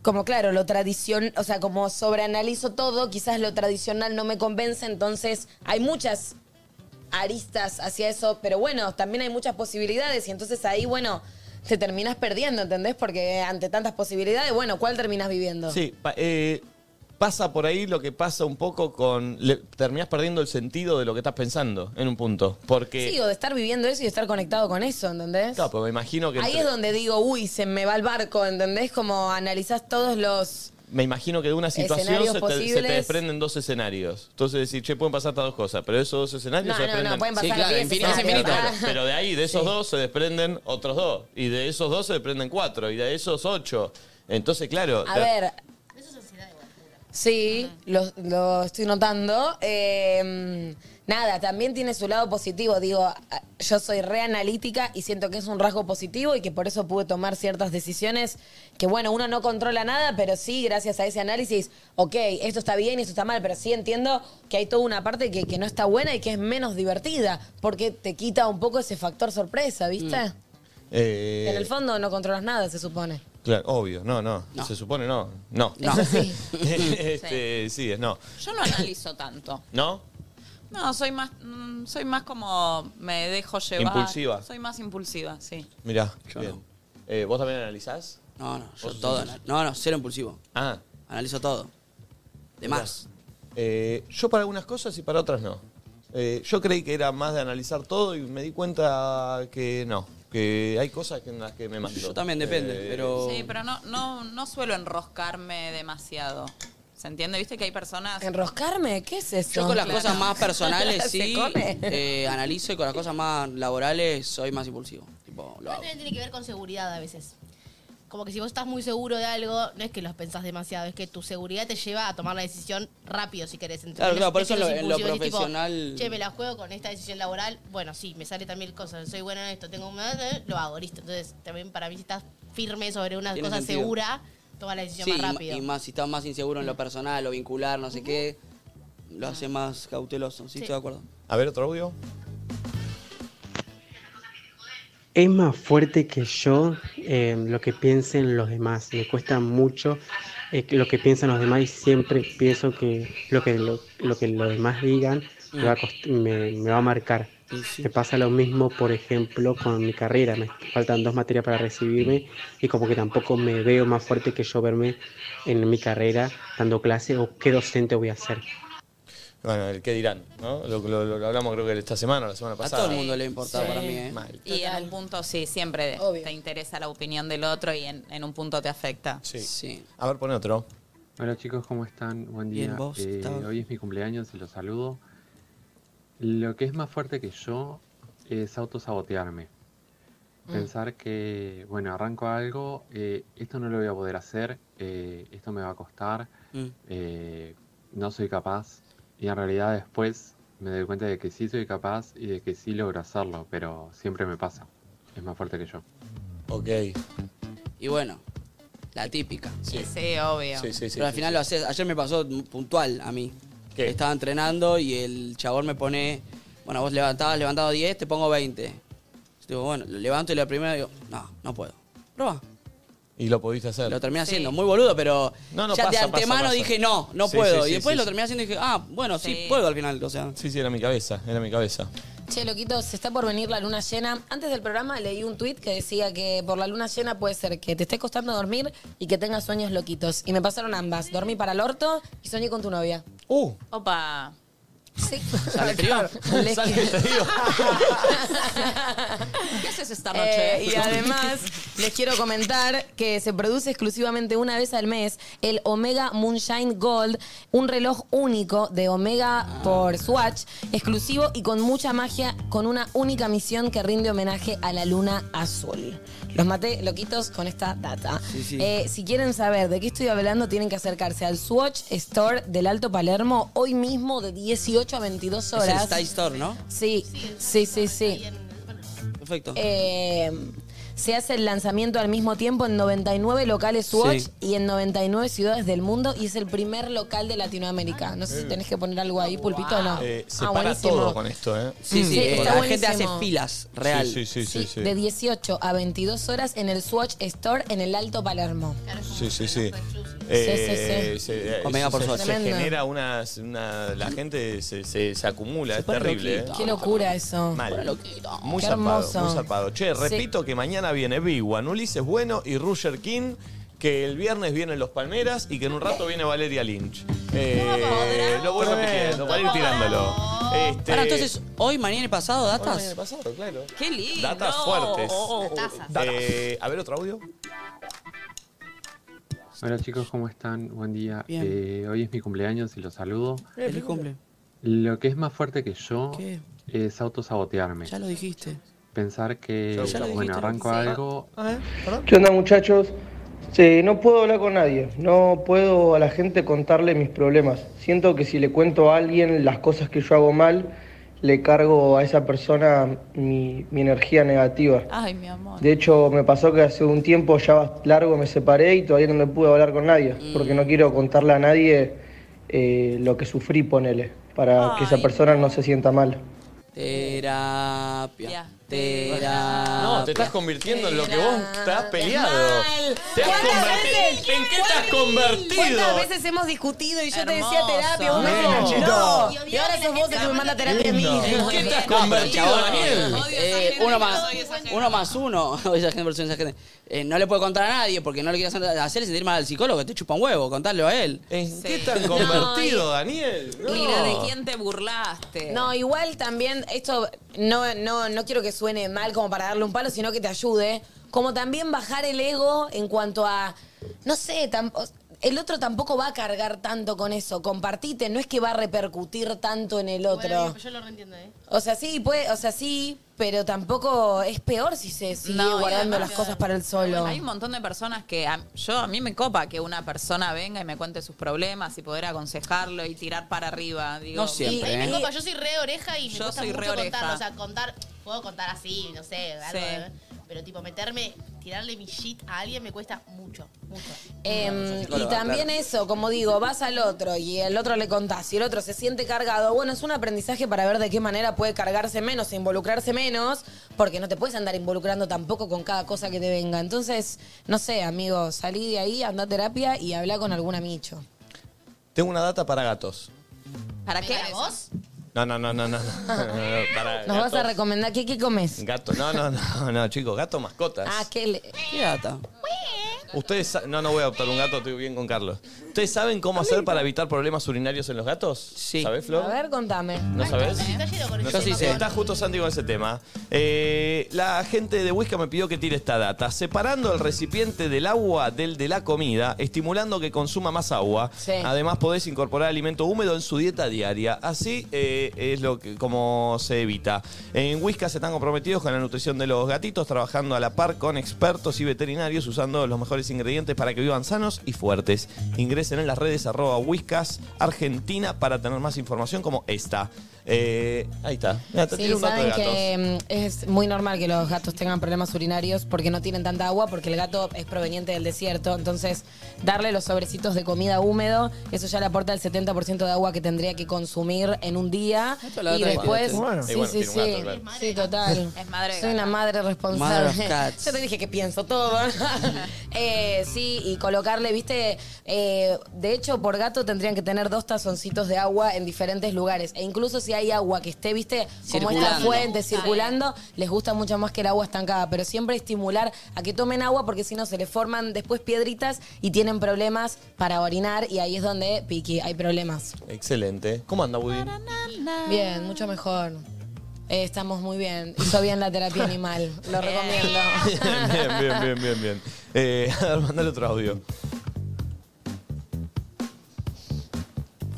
Speaker 3: Como claro, lo tradicional, o sea, como sobreanalizo todo, quizás lo tradicional no me convence, entonces hay muchas aristas hacia eso, pero bueno, también hay muchas posibilidades y entonces ahí, bueno, te terminas perdiendo, ¿entendés? Porque ante tantas posibilidades, bueno, ¿cuál terminas viviendo?
Speaker 1: Sí, pa- eh, pasa por ahí lo que pasa un poco con... terminas perdiendo el sentido de lo que estás pensando en un punto. Porque...
Speaker 3: Sí, o de estar viviendo eso y de estar conectado con eso, ¿entendés?
Speaker 1: Claro, pero me imagino que...
Speaker 3: Ahí
Speaker 1: entre-
Speaker 3: es donde digo, uy, se me va el barco, ¿entendés? Como analizás todos los...
Speaker 1: Me imagino que de una situación
Speaker 3: Escenarios
Speaker 1: se te, se te
Speaker 3: posibles.
Speaker 1: desprenden dos escenarios. Entonces decir, che, pueden pasar estas dos cosas, pero esos dos escenarios
Speaker 3: No,
Speaker 1: se
Speaker 3: no, no,
Speaker 1: desprenden.
Speaker 3: pueden pasar Sí, claro, diez infinito es escenarios. infinito.
Speaker 1: Claro, Pero de ahí, de esos dos, se desprenden otros dos. Y de esos dos se desprenden cuatro. Y de esos ocho. Entonces, claro.
Speaker 3: A
Speaker 1: te-
Speaker 3: ver... Sí, lo, lo estoy notando. Eh, nada, también tiene su lado positivo. Digo, yo soy reanalítica y siento que es un rasgo positivo y que por eso pude tomar ciertas decisiones que, bueno, uno no controla nada, pero sí, gracias a ese análisis, ok, esto está bien y esto está mal, pero sí entiendo que hay toda una parte que, que no está buena y que es menos divertida, porque te quita un poco ese factor sorpresa,
Speaker 1: Mm.
Speaker 3: ¿viste?
Speaker 1: eh,
Speaker 3: En el fondo no controlas nada, se supone.
Speaker 1: Claro, obvio. No, no, Se supone no. No.
Speaker 3: Eso sí.
Speaker 1: este, sí, es no.
Speaker 5: Yo no analizo tanto.
Speaker 1: ¿No?
Speaker 5: No, soy más, mm, soy más como me dejo llevar.
Speaker 1: Impulsiva.
Speaker 5: Soy más impulsiva, sí.
Speaker 1: Mirá. bien. Eh, ¿Vos también analizás?
Speaker 2: No, no, yo
Speaker 1: ¿Vos
Speaker 2: todo.
Speaker 1: sos-
Speaker 2: anal- No, no, cero impulsivo.
Speaker 1: Ah.
Speaker 2: Analizo todo. De más.
Speaker 1: Eh, yo para algunas cosas y para otras no. Eh, yo creí que era más de analizar todo y me di cuenta que no. Que hay cosas que- en las que me Eh, mando.
Speaker 2: Yo también, depende, pero-
Speaker 5: Sí, pero no, no, no suelo enroscarme demasiado. ¿Se entiende? ¿Viste que hay personas...
Speaker 3: ¿Enroscarme? ¿Qué es eso?
Speaker 2: Yo con las
Speaker 5: Claro.
Speaker 2: cosas más personales
Speaker 5: Se
Speaker 2: sí
Speaker 5: come.
Speaker 2: eh, analizo y con las cosas más laborales soy más impulsivo. Tipo, lo hago.
Speaker 10: también tiene que ver con seguridad a veces. Como que si vos estás muy seguro de algo, no es que los pensás demasiado, es que tu seguridad te lleva a tomar la decisión rápido si querés. ¿entendés?
Speaker 2: Claro, claro, por eso
Speaker 10: Es que sos
Speaker 2: lo- en lo
Speaker 10: impulsivo, es tipo,
Speaker 2: profesional-
Speaker 10: che, me la juego con esta decisión laboral. Bueno, sí, me sale también cosa, soy buena en esto, tengo un... Lo hago, listo. Entonces, también para mí si estás firme sobre una
Speaker 2: Tiene
Speaker 10: cosa
Speaker 2: sentido.
Speaker 10: segura, toma la decisión
Speaker 2: Sí, y
Speaker 10: más
Speaker 2: ma-
Speaker 10: rápido.
Speaker 2: y más si estás más inseguro en lo personal o vincular, no sé qué, lo hace más cauteloso. Sí,
Speaker 10: Sí.
Speaker 2: estoy de acuerdo.
Speaker 1: A ver, otro audio.
Speaker 29: Es más fuerte que yo eh, lo que piensen los demás. Me cuesta mucho eh, lo que piensan los demás y siempre pienso que lo que, lo, lo que los demás digan me va a, cost- me, me va a marcar. Me pasa lo mismo, por ejemplo, con mi carrera. Me faltan dos materias para recibirme y como que tampoco me veo más fuerte que yo verme en mi carrera dando clase o qué docente voy a ser.
Speaker 1: Bueno, el qué dirán, ¿no? Lo, lo- lo hablamos creo que esta semana o la semana pasada.
Speaker 2: todo el mundo le importa para mí, ¿eh?
Speaker 1: Mal.
Speaker 5: Y en un punto sí, siempre te interesa la opinión del otro y en, en un punto te afecta.
Speaker 1: Sí. A ver, pone otro.
Speaker 28: Hola chicos, ¿cómo están? Buen día.
Speaker 1: Bien, vos,
Speaker 28: Eh,
Speaker 1: Gustavo.
Speaker 28: hoy es mi cumpleaños y los saludo. Lo que es más fuerte que yo es autosabotearme.
Speaker 30: Mm.
Speaker 28: Pensar que, bueno, arranco algo, eh, esto no lo voy a poder hacer, eh, esto me va a costar,
Speaker 30: Mm.
Speaker 28: eh, no soy capaz. Y en realidad después me doy cuenta de que sí soy capaz y de que sí logro hacerlo, pero siempre me pasa. Es más fuerte que yo.
Speaker 1: Ok.
Speaker 2: Y bueno, la típica.
Speaker 5: Sí, sí, obvio.
Speaker 1: Sí, sí, sí,
Speaker 2: Pero al
Speaker 1: sí,
Speaker 2: final
Speaker 1: sí.
Speaker 2: lo haces. Ayer me pasó puntual a mí. Estaba entrenando y el chabón me pone, bueno, vos levantabas, levantado 10, te pongo 20. Yo digo, bueno, lo levanto y la primera digo, no, no puedo. Prueba.
Speaker 1: Y lo pudiste hacer.
Speaker 2: Lo terminé haciendo, muy boludo, pero
Speaker 1: No, no,
Speaker 2: ya de
Speaker 1: pasa, pasa,
Speaker 2: antemano
Speaker 1: pasa.
Speaker 2: dije, no, no
Speaker 1: Sí,
Speaker 2: puedo.
Speaker 1: sí, sí,
Speaker 2: y después
Speaker 1: sí,
Speaker 2: lo
Speaker 1: sí.
Speaker 2: terminé haciendo y dije, ah, bueno, sí,
Speaker 3: Sí.
Speaker 2: puedo al final, o sea.
Speaker 1: Sí, sí, era mi cabeza, era mi cabeza.
Speaker 3: Che, loquitos, se está por venir la luna llena. Antes del programa leí un tuit que decía que por la luna llena puede ser que te esté costando dormir y que tengas sueños loquitos. Y me pasaron ambas. Dormí para el orto y soñé con tu novia.
Speaker 1: ¡Uh!
Speaker 5: Opa.
Speaker 3: Sí.
Speaker 2: ¿Sale trío?
Speaker 3: Les-
Speaker 2: ¿Sale trío?
Speaker 5: ¿Qué haces esta noche?
Speaker 3: Eh, y además, les quiero comentar que se produce exclusivamente una vez al mes el Omega Moonshine Gold, un reloj único de Omega por Swatch, exclusivo y con mucha magia, con una única misión que rinde homenaje a la luna azul. Los maté loquitos con esta data.
Speaker 31: Sí, sí.
Speaker 3: Eh, si quieren saber de qué estoy hablando, tienen que acercarse al Swatch Store del Alto Palermo hoy mismo de 18 a 22
Speaker 2: Es el
Speaker 3: horas.
Speaker 2: Style Store, ¿no?
Speaker 3: Sí, sí, sí, sí.
Speaker 2: Perfecto.
Speaker 3: Eh, se hace el lanzamiento al mismo tiempo en 99 locales Swatch
Speaker 2: Sí.
Speaker 3: y en 99 ciudades del mundo y es el primer local de Latinoamérica. No sé si tenés que poner algo ahí, pulpito o no.
Speaker 1: Eh, se
Speaker 3: Ah,
Speaker 1: para
Speaker 3: buenísimo.
Speaker 1: todo con esto, ¿eh?
Speaker 2: Sí, sí, eh,
Speaker 3: está
Speaker 2: la gente
Speaker 3: buenísimo.
Speaker 2: hace filas, real.
Speaker 1: Sí, sí, sí, sí. sí.
Speaker 3: De 18 a 22 horas en el Swatch Store en el Alto Palermo.
Speaker 1: Sí, sí, sí. Eh,
Speaker 3: Sí, sí, sí.
Speaker 1: se-
Speaker 2: Omega
Speaker 1: se-
Speaker 2: por
Speaker 1: se,
Speaker 2: suerte.
Speaker 1: se
Speaker 3: Tremendo.
Speaker 1: genera una, una- La gente se, se- se acumula, es
Speaker 2: pone
Speaker 1: terrible.
Speaker 2: loquita.
Speaker 1: ¿eh?
Speaker 3: Qué locura eso.
Speaker 1: Mal. Muy
Speaker 3: Qué
Speaker 1: zarpado,
Speaker 3: hermoso.
Speaker 1: muy zarpado. Che,
Speaker 3: Sí.
Speaker 1: repito que mañana viene Big One, Ulises Bueno y Roger King. Que el viernes vienen los Palmeras y que en un rato viene Valeria Lynch. Eh, lo voy repitiendo, para ir tirándolo. Este,
Speaker 2: Ahora, entonces, hoy, mañana y pasado, datas.
Speaker 1: Hoy, mañana y pasado, claro.
Speaker 5: Qué lindo.
Speaker 1: Datas fuertes.
Speaker 2: Oh,
Speaker 5: Datas.
Speaker 1: Eh, a ver otro audio.
Speaker 28: Hola chicos, ¿cómo están? Buen día.
Speaker 2: Bien.
Speaker 28: Eh, hoy es mi cumpleaños y los saludo.
Speaker 2: Feliz cumple.
Speaker 28: Lo que es más fuerte que yo
Speaker 2: ¿Qué?
Speaker 28: es autosabotearme.
Speaker 2: Ya lo dijiste.
Speaker 28: Pensar que,
Speaker 2: Ya lo
Speaker 28: bueno,
Speaker 2: dijiste.
Speaker 28: arranco
Speaker 2: Sí.
Speaker 28: algo,
Speaker 20: ¿Qué onda muchachos? Sí, no puedo hablar con nadie, no puedo a la gente contarle mis problemas. Siento que si le cuento a alguien las cosas que yo hago mal, le cargo a esa persona mi, mi energía negativa.
Speaker 5: Ay, mi amor.
Speaker 20: De hecho, me pasó que hace un tiempo ya bast- largo me separé y todavía no me pude hablar con nadie, porque no quiero contarle a nadie eh, lo que sufrí, ponele, para que esa persona no se sienta mal.
Speaker 2: Terapia. Terapia.
Speaker 1: No, te estás convirtiendo en lo que vos estás peleado. Te has convertido. ¿En qué te has
Speaker 3: ¿Cuántas
Speaker 1: convertido?
Speaker 3: veces hemos discutido y yo
Speaker 5: Hermoso.
Speaker 3: te decía terapia? Vos me
Speaker 1: No,
Speaker 3: decías, no.
Speaker 5: no.
Speaker 3: Y ahora sos vos el que me manda terapia a mí.
Speaker 2: No.
Speaker 3: hijo de mierda.
Speaker 2: No, pero
Speaker 1: convertido,
Speaker 2: chabón,
Speaker 1: Daniel?
Speaker 2: eh, uno, más, uno más uno. Esa gente, versión, esa gente. Eh, no le puedo contar a nadie porque no le quiero hacer, hacer sentir mal al psicólogo. Te chupa un huevo, contarlo a él.
Speaker 1: ¿En
Speaker 2: qué
Speaker 1: tan convertido, Daniel? No.
Speaker 5: Mira de quién te burlaste.
Speaker 3: No, igual también, esto no, no, no quiero que suene mal como para darle un palo, sino que te ayude. Como también bajar el ego en cuanto a, no sé, tam- o- el otro tampoco va a cargar tanto con eso. Compartite, no es que va a repercutir tanto en el otro.
Speaker 10: Bueno, yo lo reentiendo, ¿eh?
Speaker 3: O sea, sí, puede, o sea, sí, pero tampoco es peor si se sigue
Speaker 5: No, y
Speaker 3: guardando las
Speaker 5: además-
Speaker 3: cosas para el solo.
Speaker 5: Hay un montón de personas que a, yo a mí me copa que una persona venga y me cuente sus problemas y poder aconsejarlo y tirar para arriba. Digo,
Speaker 2: No siempre,
Speaker 10: A mí me
Speaker 2: ¿eh?
Speaker 10: copa, yo soy re oreja y me
Speaker 5: Yo
Speaker 10: gusta
Speaker 5: soy re
Speaker 10: mucho
Speaker 5: oreja.
Speaker 10: contarlo. O sea, contar, puedo contar así, no sé, algo.
Speaker 5: Sí.
Speaker 10: ¿eh? Pero tipo, meterme, tirarle mi shit a alguien me cuesta mucho, mucho.
Speaker 3: Em,
Speaker 10: psicóloga,
Speaker 3: y también
Speaker 10: claro.
Speaker 3: eso, como digo, vas al otro y el otro le contás y el otro se siente cargado. Bueno, es un aprendizaje para ver de qué manera puede cargarse menos e involucrarse menos, porque no te puedes andar involucrando tampoco con cada cosa que te venga. Entonces, no sé, amigo, salí de ahí, anda a terapia y habla con algún amicho.
Speaker 1: Tengo una data para gatos.
Speaker 5: ¿Para qué?
Speaker 10: vos?
Speaker 1: No, no, no, no, no. no, no, no, para
Speaker 3: Nos vas a
Speaker 1: Ah, gatos.
Speaker 3: recomendar qué, qué comes.
Speaker 1: Gato, no, no, no, no, chicos, gato mascotas.
Speaker 3: Ah, qué le-
Speaker 1: Ustedes, sa- no, no voy a adoptar un gato, estoy bien con Carlos. ¿Ustedes saben cómo hacer para evitar problemas urinarios en los gatos? Sí. ¿Sabés, Flor?
Speaker 3: A ver, contame.
Speaker 1: ¿No sabés?
Speaker 3: No
Speaker 1: Yo sí sé. Está justo Santi con ese tema. Eh, la gente de Huesca me pidió que tire esta data. Separando el recipiente del agua del de la comida, estimulando que consuma más agua.
Speaker 3: Sí.
Speaker 1: Además, podés incorporar alimento húmedo en su dieta diaria. Así eh, es lo que, como se evita. En Huesca se están comprometidos con la nutrición de los gatitos, trabajando a la par con expertos y veterinarios, usando los mejores ingredientes para que vivan sanos y fuertes. Ingresen en las redes arroba Whiskas Argentina para tener más información como esta. Eh, ahí está. Mirá, te
Speaker 3: Sí,
Speaker 1: tiro un dato de
Speaker 3: saben
Speaker 1: gatos.
Speaker 3: que mm, es muy normal que los gatos tengan problemas urinarios porque no tienen tanta agua, porque el gato es proveniente del desierto. Entonces, darle los sobrecitos de comida húmedo, eso ya le aporta el 70% de agua que tendría que consumir en un día.
Speaker 2: la
Speaker 3: Y
Speaker 2: otra
Speaker 3: después.
Speaker 2: vez. Bueno.
Speaker 3: Sí,
Speaker 2: Y bueno,
Speaker 3: sí,
Speaker 2: tiene un
Speaker 3: sí.
Speaker 2: gato, claro.
Speaker 3: Sí, total.
Speaker 32: Es madre de
Speaker 3: Soy una madre
Speaker 2: Mother of
Speaker 3: responsable.
Speaker 2: cats.
Speaker 3: Yo te dije que pienso todo. Eh, sí, y colocarle, viste, eh, de hecho por gato tendrían que tener dos tazoncitos de agua en diferentes lugares. E incluso si hay agua que esté, viste, como esta
Speaker 2: Circulando.
Speaker 3: fuente
Speaker 2: Sí.
Speaker 3: circulando, les gusta mucho más que el agua estancada. Pero siempre estimular a que tomen agua porque si no se les forman después piedritas y tienen problemas para orinar y ahí es donde, Piki, hay problemas.
Speaker 1: Excelente. ¿Cómo anda, Woody?
Speaker 3: Bien, mucho mejor. Eh, estamos muy bien. Hizo bien la terapia animal. Lo recomiendo.
Speaker 1: bien, bien, bien, bien, bien. Eh, a ver, mandale otro audio.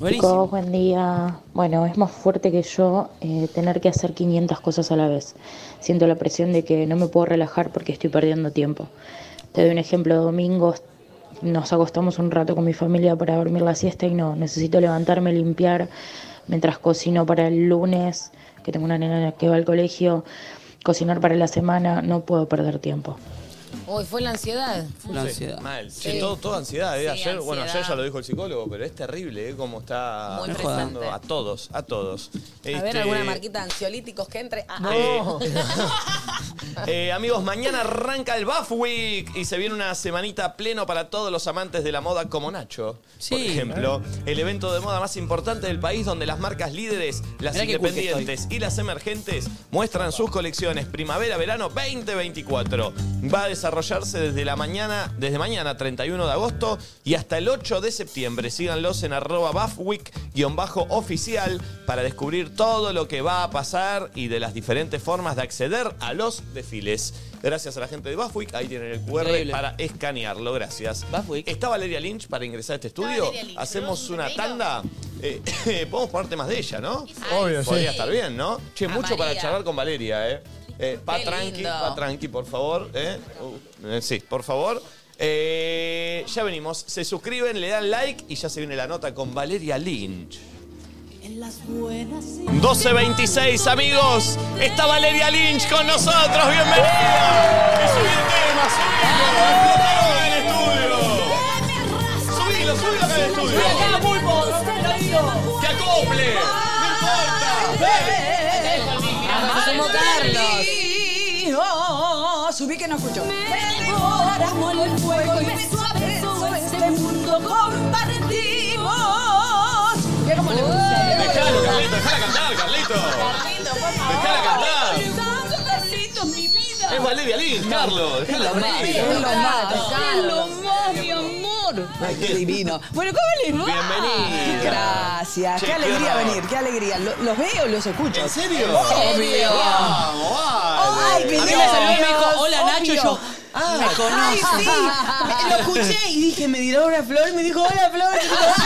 Speaker 2: Buenísimo.
Speaker 24: Chicos, buen día. Bueno, es más fuerte que yo eh, tener que hacer 500 cosas a la vez. Siento la presión de que no me puedo relajar porque estoy perdiendo tiempo. Te doy un ejemplo, domingo nos acostamos un rato con mi familia para dormir la siesta y no, necesito levantarme, limpiar, mientras cocino para el lunes, que tengo una nena que va al colegio, cocinar para la semana, no puedo perder tiempo.
Speaker 3: Uy, fue la ansiedad.
Speaker 2: La ansiedad.
Speaker 1: Mal.
Speaker 3: Sí.
Speaker 1: Sí, todo, todo ansiedad. eh.
Speaker 3: Sí,
Speaker 1: ayer, Bueno, ayer
Speaker 3: ansiedad.
Speaker 1: ya lo dijo el psicólogo, pero es terrible eh, cómo está
Speaker 3: Muy
Speaker 1: afectando
Speaker 3: estresante.
Speaker 1: a todos, a todos. Este,
Speaker 3: A ver, alguna marquita de ansiolíticos que entre. Ah,
Speaker 1: No.
Speaker 3: ah.
Speaker 1: Eh, amigos, mañana arranca el Buff Week y se viene una semanita pleno para todos los amantes de la moda como Nacho. Por ejemplo, el evento de moda más importante del país donde las marcas líderes, las
Speaker 2: Mirá qué cool que
Speaker 1: independientes y las emergentes muestran sus colecciones primavera-verano 2024. Va a desarrollarse desde la mañana, desde mañana 31 de agosto y hasta el 8 de septiembre. Síganlos en arroba buffweek-oficial para descubrir todo lo que va a pasar y de las diferentes formas de acceder a los desfiles. Gracias a la gente de Buffweek, ahí tienen el QR
Speaker 2: Increíble.
Speaker 1: para escanearlo. Gracias. Está Valeria Lynch para ingresar a este estudio.
Speaker 2: Valeria Lynch,
Speaker 1: Hacemos una tanda. Eh, podemos ponerte más de ella, ¿no?
Speaker 20: Obvio, sí.
Speaker 1: Podría estar bien, ¿no? Che,
Speaker 20: A
Speaker 1: mucho para
Speaker 20: María.
Speaker 1: charlar con Valeria, ¿eh? Eh, pa
Speaker 20: Qué
Speaker 1: tranqui,
Speaker 20: lindo.
Speaker 1: pa tranqui, por favor. ¿eh? Uh, eh, sí, por favor. Eh, ya venimos. Se suscriben, le dan like y ya se viene la nota con Valeria Lynch. 12.26, amigos. Está Valeria Lynch con nosotros. ¡Bienvenida! ¡Subí el tema! ¡Subí el tema! ¡Subilo, subilo acá en el estudio!
Speaker 8: Subilo acá,
Speaker 1: pulpo! ¡Que acople! ¡No
Speaker 8: importa!
Speaker 3: Somos Carlos.
Speaker 8: Oh, Subí que no escucho. Devoramos el fuego y beso a beso este mundo compartimos. Mira cómo le gusta.
Speaker 1: Dejalo, Carlito, dejala cantar, Carlito. Dejala cantar.
Speaker 8: Carlitos, mi vida.
Speaker 1: Es Valeria Lynch, Carlos. Dejala
Speaker 8: Es lo más, es
Speaker 1: cantar.
Speaker 8: lo más, mi amor.
Speaker 1: Ay,
Speaker 8: qué divino. Bueno, ¿cómo les va?
Speaker 1: Bienvenida.
Speaker 8: Gracias.
Speaker 1: Che,
Speaker 8: qué alegría
Speaker 1: qué
Speaker 8: venir, qué alegría. Lo- los veo, los escucho. Ah.
Speaker 1: ¿En serio?
Speaker 8: Obvio.
Speaker 1: Vamos, vale.
Speaker 8: Ay,
Speaker 1: A
Speaker 8: mi
Speaker 1: mí me salió y me dijo,
Speaker 8: Dios,
Speaker 1: "Hola, Nacho",
Speaker 8: obvio.
Speaker 1: yo,
Speaker 8: Ah,
Speaker 1: "Me conoce".
Speaker 8: Ay, sí. Me- Lo escuché y dije, me tiró una flor y me dijo, hola, flor. Y yo, "Sí".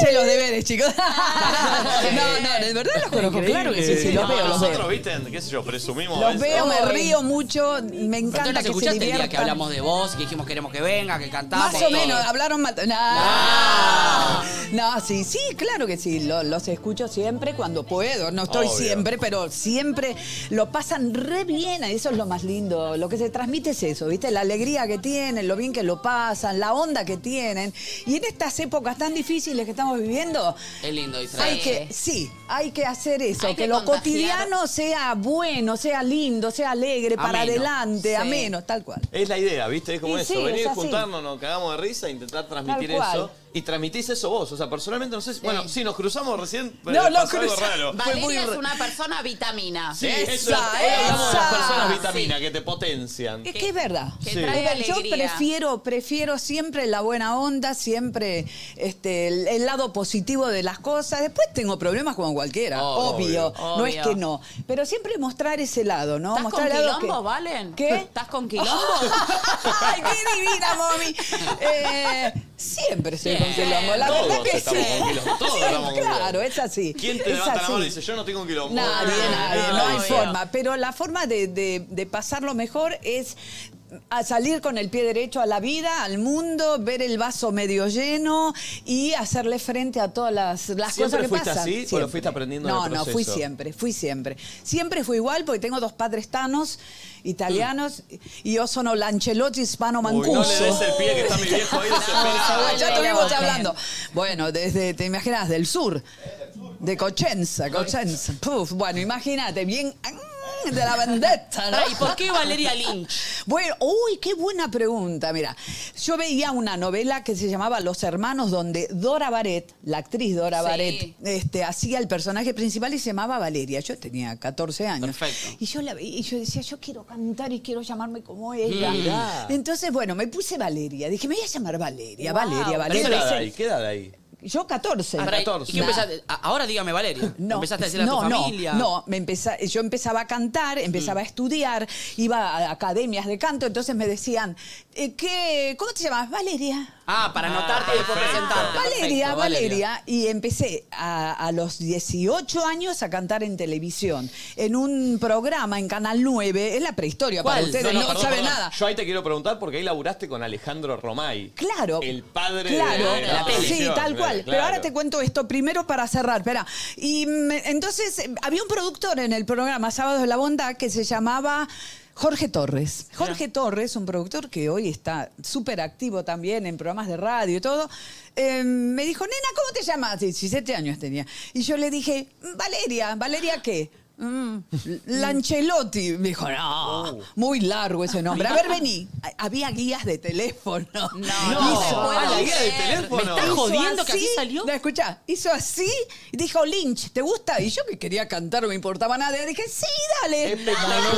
Speaker 8: Hice los deberes, chicos. No, no, de verdad los conozco, claro que sí, sí, los
Speaker 1: No,
Speaker 8: veo, los veo.
Speaker 1: Nosotros, viste, qué sé yo, presumimos.
Speaker 8: Los
Speaker 1: ¿ves?
Speaker 8: veo, me río mucho, me
Speaker 2: ¿Tú
Speaker 8: encanta
Speaker 2: nos
Speaker 8: que se
Speaker 2: escuchaste el día
Speaker 8: diviertan.
Speaker 2: que hablamos de vos y que dijimos queremos que venga, que cantamos?
Speaker 8: Más o
Speaker 2: todo?
Speaker 8: menos, hablaron mal. No. No, sí, sí, claro que sí. lo- los escucho siempre cuando puedo. No estoy
Speaker 2: Obvio.
Speaker 8: siempre, pero siempre lo pasan re bien. Eso es lo más lindo. Lo que se transmite es eso, ¿viste? La alegría que tienen, lo bien que lo pasan, la onda que tienen. Y en estas épocas tan difíciles que estamos viviendo,
Speaker 2: Es lindo, distraer.
Speaker 8: hay que, sí, hay que hacer eso,
Speaker 5: Hay
Speaker 8: que,
Speaker 5: que
Speaker 8: lo
Speaker 5: contagiar.
Speaker 8: cotidiano sea bueno, sea lindo, sea alegre, para
Speaker 1: Ameno,
Speaker 8: adelante,
Speaker 1: sí.
Speaker 8: ameno, tal cual.
Speaker 1: Es la idea, ¿viste? Es como
Speaker 8: Y
Speaker 1: eso.
Speaker 8: sí,
Speaker 1: Venir,
Speaker 8: es así.
Speaker 1: juntarnos, nos cagamos de risa, intentar transmitir
Speaker 8: Tal cual.
Speaker 1: eso. Y transmitís eso vos. O sea, personalmente no sé si. Bueno, sí, nos cruzamos recién. pero
Speaker 5: No, no
Speaker 1: pasó algo
Speaker 5: cruzamos.
Speaker 1: raro.
Speaker 5: Valeria
Speaker 1: raro.
Speaker 5: es una persona vitamina.
Speaker 1: Sí, eso es. Hoy hablamos de las personas vitamina que te potencian.
Speaker 8: Es que es verdad.
Speaker 1: que
Speaker 8: Es
Speaker 1: Sí.
Speaker 8: verdad,
Speaker 5: trae
Speaker 8: Yo
Speaker 5: alegría.
Speaker 8: prefiero, prefiero siempre la buena onda, siempre este, el, el lado positivo de las cosas. Después tengo problemas como cualquiera, obvio,
Speaker 5: Obvio,
Speaker 8: No es
Speaker 5: obvio.
Speaker 8: que no. Pero siempre mostrar ese lado, ¿no?
Speaker 5: ¿Estás
Speaker 8: mostrar
Speaker 5: con
Speaker 8: el lado que-
Speaker 5: quilombo, Valen?
Speaker 8: ¿Qué?
Speaker 5: ¿Estás con quilombo?
Speaker 8: ¡Ay, qué divina, mami! Eh, siempre estoy con
Speaker 1: Bien.
Speaker 8: quilombo, la
Speaker 1: Todos
Speaker 8: verdad que sí.
Speaker 1: estamos con quilombo, todos estamos con
Speaker 8: claro,
Speaker 1: quilombo.
Speaker 8: es así.
Speaker 1: ¿Quién te
Speaker 8: es
Speaker 1: levanta la
Speaker 8: así.
Speaker 1: mano y dice, yo no tengo un quilombo?
Speaker 8: Nadie, nadie, no hay
Speaker 1: Obvio.
Speaker 8: forma. Pero la forma de, de- de pasarlo mejor es a salir con el pie derecho a la vida, al mundo, ver el vaso medio lleno y hacerle frente a todas las, las
Speaker 1: ¿Siempre
Speaker 8: cosas que
Speaker 1: fuiste
Speaker 8: pasan.
Speaker 1: así o lo
Speaker 8: Siempre.
Speaker 1: fuiste aprendiendo en
Speaker 8: No,
Speaker 1: el
Speaker 8: no, fui
Speaker 1: proceso?
Speaker 8: siempre, fui siempre. Siempre fui igual porque tengo dos padres tanos, italianos, y yo sono Lancelotti hispano
Speaker 1: Uy,
Speaker 8: mancuso.
Speaker 1: no le des el pie que está mi viejo ahí desesperado.
Speaker 8: Ya estuvimos hablando. Bueno, desde, te imaginas, del sur. De Cochenza, Cochenza. Puf, bueno, imagínate, bien mm, de la vendetta, ¿no?
Speaker 5: Ay, ¿por qué Valeria Lynch?
Speaker 8: Bueno, uy, qué buena pregunta, mira. Yo veía una novela que se llamaba Los Hermanos, donde Dora Baret, la actriz Dora
Speaker 5: Sí.
Speaker 8: Baret, este, hacía el personaje principal y se llamaba Valeria. Yo tenía 14 años.
Speaker 23: Perfecto.
Speaker 8: Y yo la veía y yo decía, yo quiero cantar y quiero llamarme como ella.
Speaker 1: Mirá.
Speaker 8: Entonces, bueno, me puse Valeria. Dije, me voy a llamar Valeria,
Speaker 1: Wow.
Speaker 8: Valeria,
Speaker 1: ¿Qué
Speaker 8: Valeria.
Speaker 1: edad ahí? ¿Qué edad ahí?
Speaker 8: Yo 14.
Speaker 2: Pará, ¿y qué empezaste? A- Ahora dígame, Valeria.
Speaker 8: No,
Speaker 2: Empezaste a decir a tu
Speaker 8: no, no,
Speaker 2: familia. Mm.
Speaker 8: No, me empeza- yo empezaba a cantar, empezaba a estudiar, iba a academias de canto, entonces me decían, eh, ¿qué, ¿cómo te llamas? Valeria.
Speaker 2: Ah, para anotarte y después presentarte.
Speaker 8: Valeria,
Speaker 2: Perfecto,
Speaker 8: Valeria, y empecé a, a los 18 años a cantar en televisión, en un programa en Canal 9, es la prehistoria para ustedes, no,
Speaker 1: perdón,
Speaker 8: saben
Speaker 1: perdón.
Speaker 8: nada.
Speaker 1: Yo ahí te quiero preguntar porque ahí laburaste con Alejandro Romay.
Speaker 8: Claro.
Speaker 1: El padre
Speaker 8: Claro,
Speaker 1: de la
Speaker 8: sí,
Speaker 1: televisión,
Speaker 8: tal cual.
Speaker 1: claro.
Speaker 8: Pero ahora te cuento esto primero para cerrar, espera. Y me- entonces eh, había un productor en el programa Sábados de la Bondad que se llamaba Jorge Torres. Jorge Torres, un productor que hoy está súper activo también en programas de radio y todo, eh, me dijo, nena, ¿cómo te llamas? 17 años tenía. Y yo le dije, Valeria, ¿Valeria qué? Mm, Lancelotti. Me dijo, no, muy largo ese nombre. A ver, vení. Había guías de teléfono.
Speaker 23: No,
Speaker 8: Hizo-
Speaker 23: ah, la guía de teléfono. Me estás
Speaker 8: Hizo
Speaker 23: jodiendo que así salió.
Speaker 8: No, escuchá, hizo así y dijo, Lynch, ¿te gusta? Y yo que quería cantar, no me importaba nada. Y dije, sí, dale.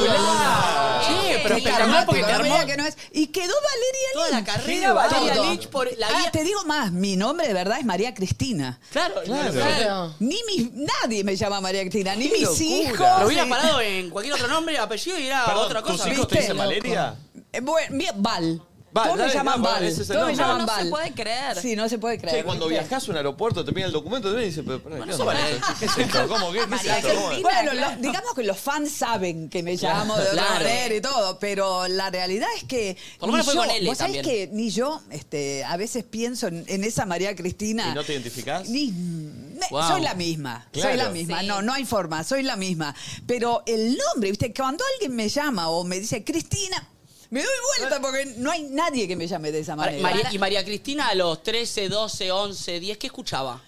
Speaker 2: Espectacular. Che, pero
Speaker 8: Y
Speaker 2: espectacular
Speaker 8: carmático,
Speaker 2: porque te
Speaker 8: no me
Speaker 2: armó-
Speaker 8: diga que no es. Y quedó Valeria
Speaker 2: Toda
Speaker 8: Lynch.
Speaker 2: la carrera Valeria Lynch por la
Speaker 8: Ah,
Speaker 2: guía-
Speaker 8: te digo más, mi nombre de verdad es María Cristina.
Speaker 2: Claro,
Speaker 8: Claro.
Speaker 2: claro.
Speaker 8: Ni mis- nadie me llama María Cristina, ni mis hijos.
Speaker 2: Lo hubiera
Speaker 8: ni-
Speaker 2: parado en cualquier otro nombre, apellido y era
Speaker 1: Perdón,
Speaker 2: otra
Speaker 1: ¿tus
Speaker 2: cosa.
Speaker 1: hijos te
Speaker 8: ¿Viste?
Speaker 1: dicen Valeria?
Speaker 8: Eh, Bueno, bien, Val.
Speaker 1: Val,
Speaker 8: Todos me
Speaker 1: dale,
Speaker 8: llaman
Speaker 1: no,
Speaker 8: Val.
Speaker 1: ese es el
Speaker 8: Todos me
Speaker 1: nombre.
Speaker 8: llaman
Speaker 1: No, no
Speaker 8: Val.
Speaker 1: se
Speaker 2: puede creer.
Speaker 8: Sí, no se puede creer.
Speaker 1: Che, cuando
Speaker 8: ¿viste?
Speaker 1: viajas a un aeropuerto te piden el documento también y dices, pero, pero, ¿qué,
Speaker 2: sos
Speaker 1: onda? ¿Qué es esto? ¿Cómo? ¿Qué, qué es esto? ¿Cómo es?
Speaker 8: Bueno, lo- digamos que los fans saben que me
Speaker 1: Claro,
Speaker 8: llamo de otra
Speaker 1: claro.
Speaker 8: manera y todo, pero la realidad es que.
Speaker 2: Por lo menos
Speaker 8: ni
Speaker 2: fue
Speaker 8: yo-
Speaker 2: con L
Speaker 8: Vos sabés
Speaker 2: también.
Speaker 8: que ni yo este, a veces pienso en, en esa María Cristina.
Speaker 1: ¿Y no te identificás?
Speaker 8: Ni- me-
Speaker 1: Wow.
Speaker 8: Soy la misma,
Speaker 1: Claro.
Speaker 8: soy la misma, no, no hay forma, soy la misma. Pero el nombre, viste, cuando alguien me llama o me dice Cristina, me doy vuelta porque no hay nadie que me llame de esa manera.
Speaker 2: María- y María Cristina a los 13, 12, 11, 10, ¿qué escuchaba?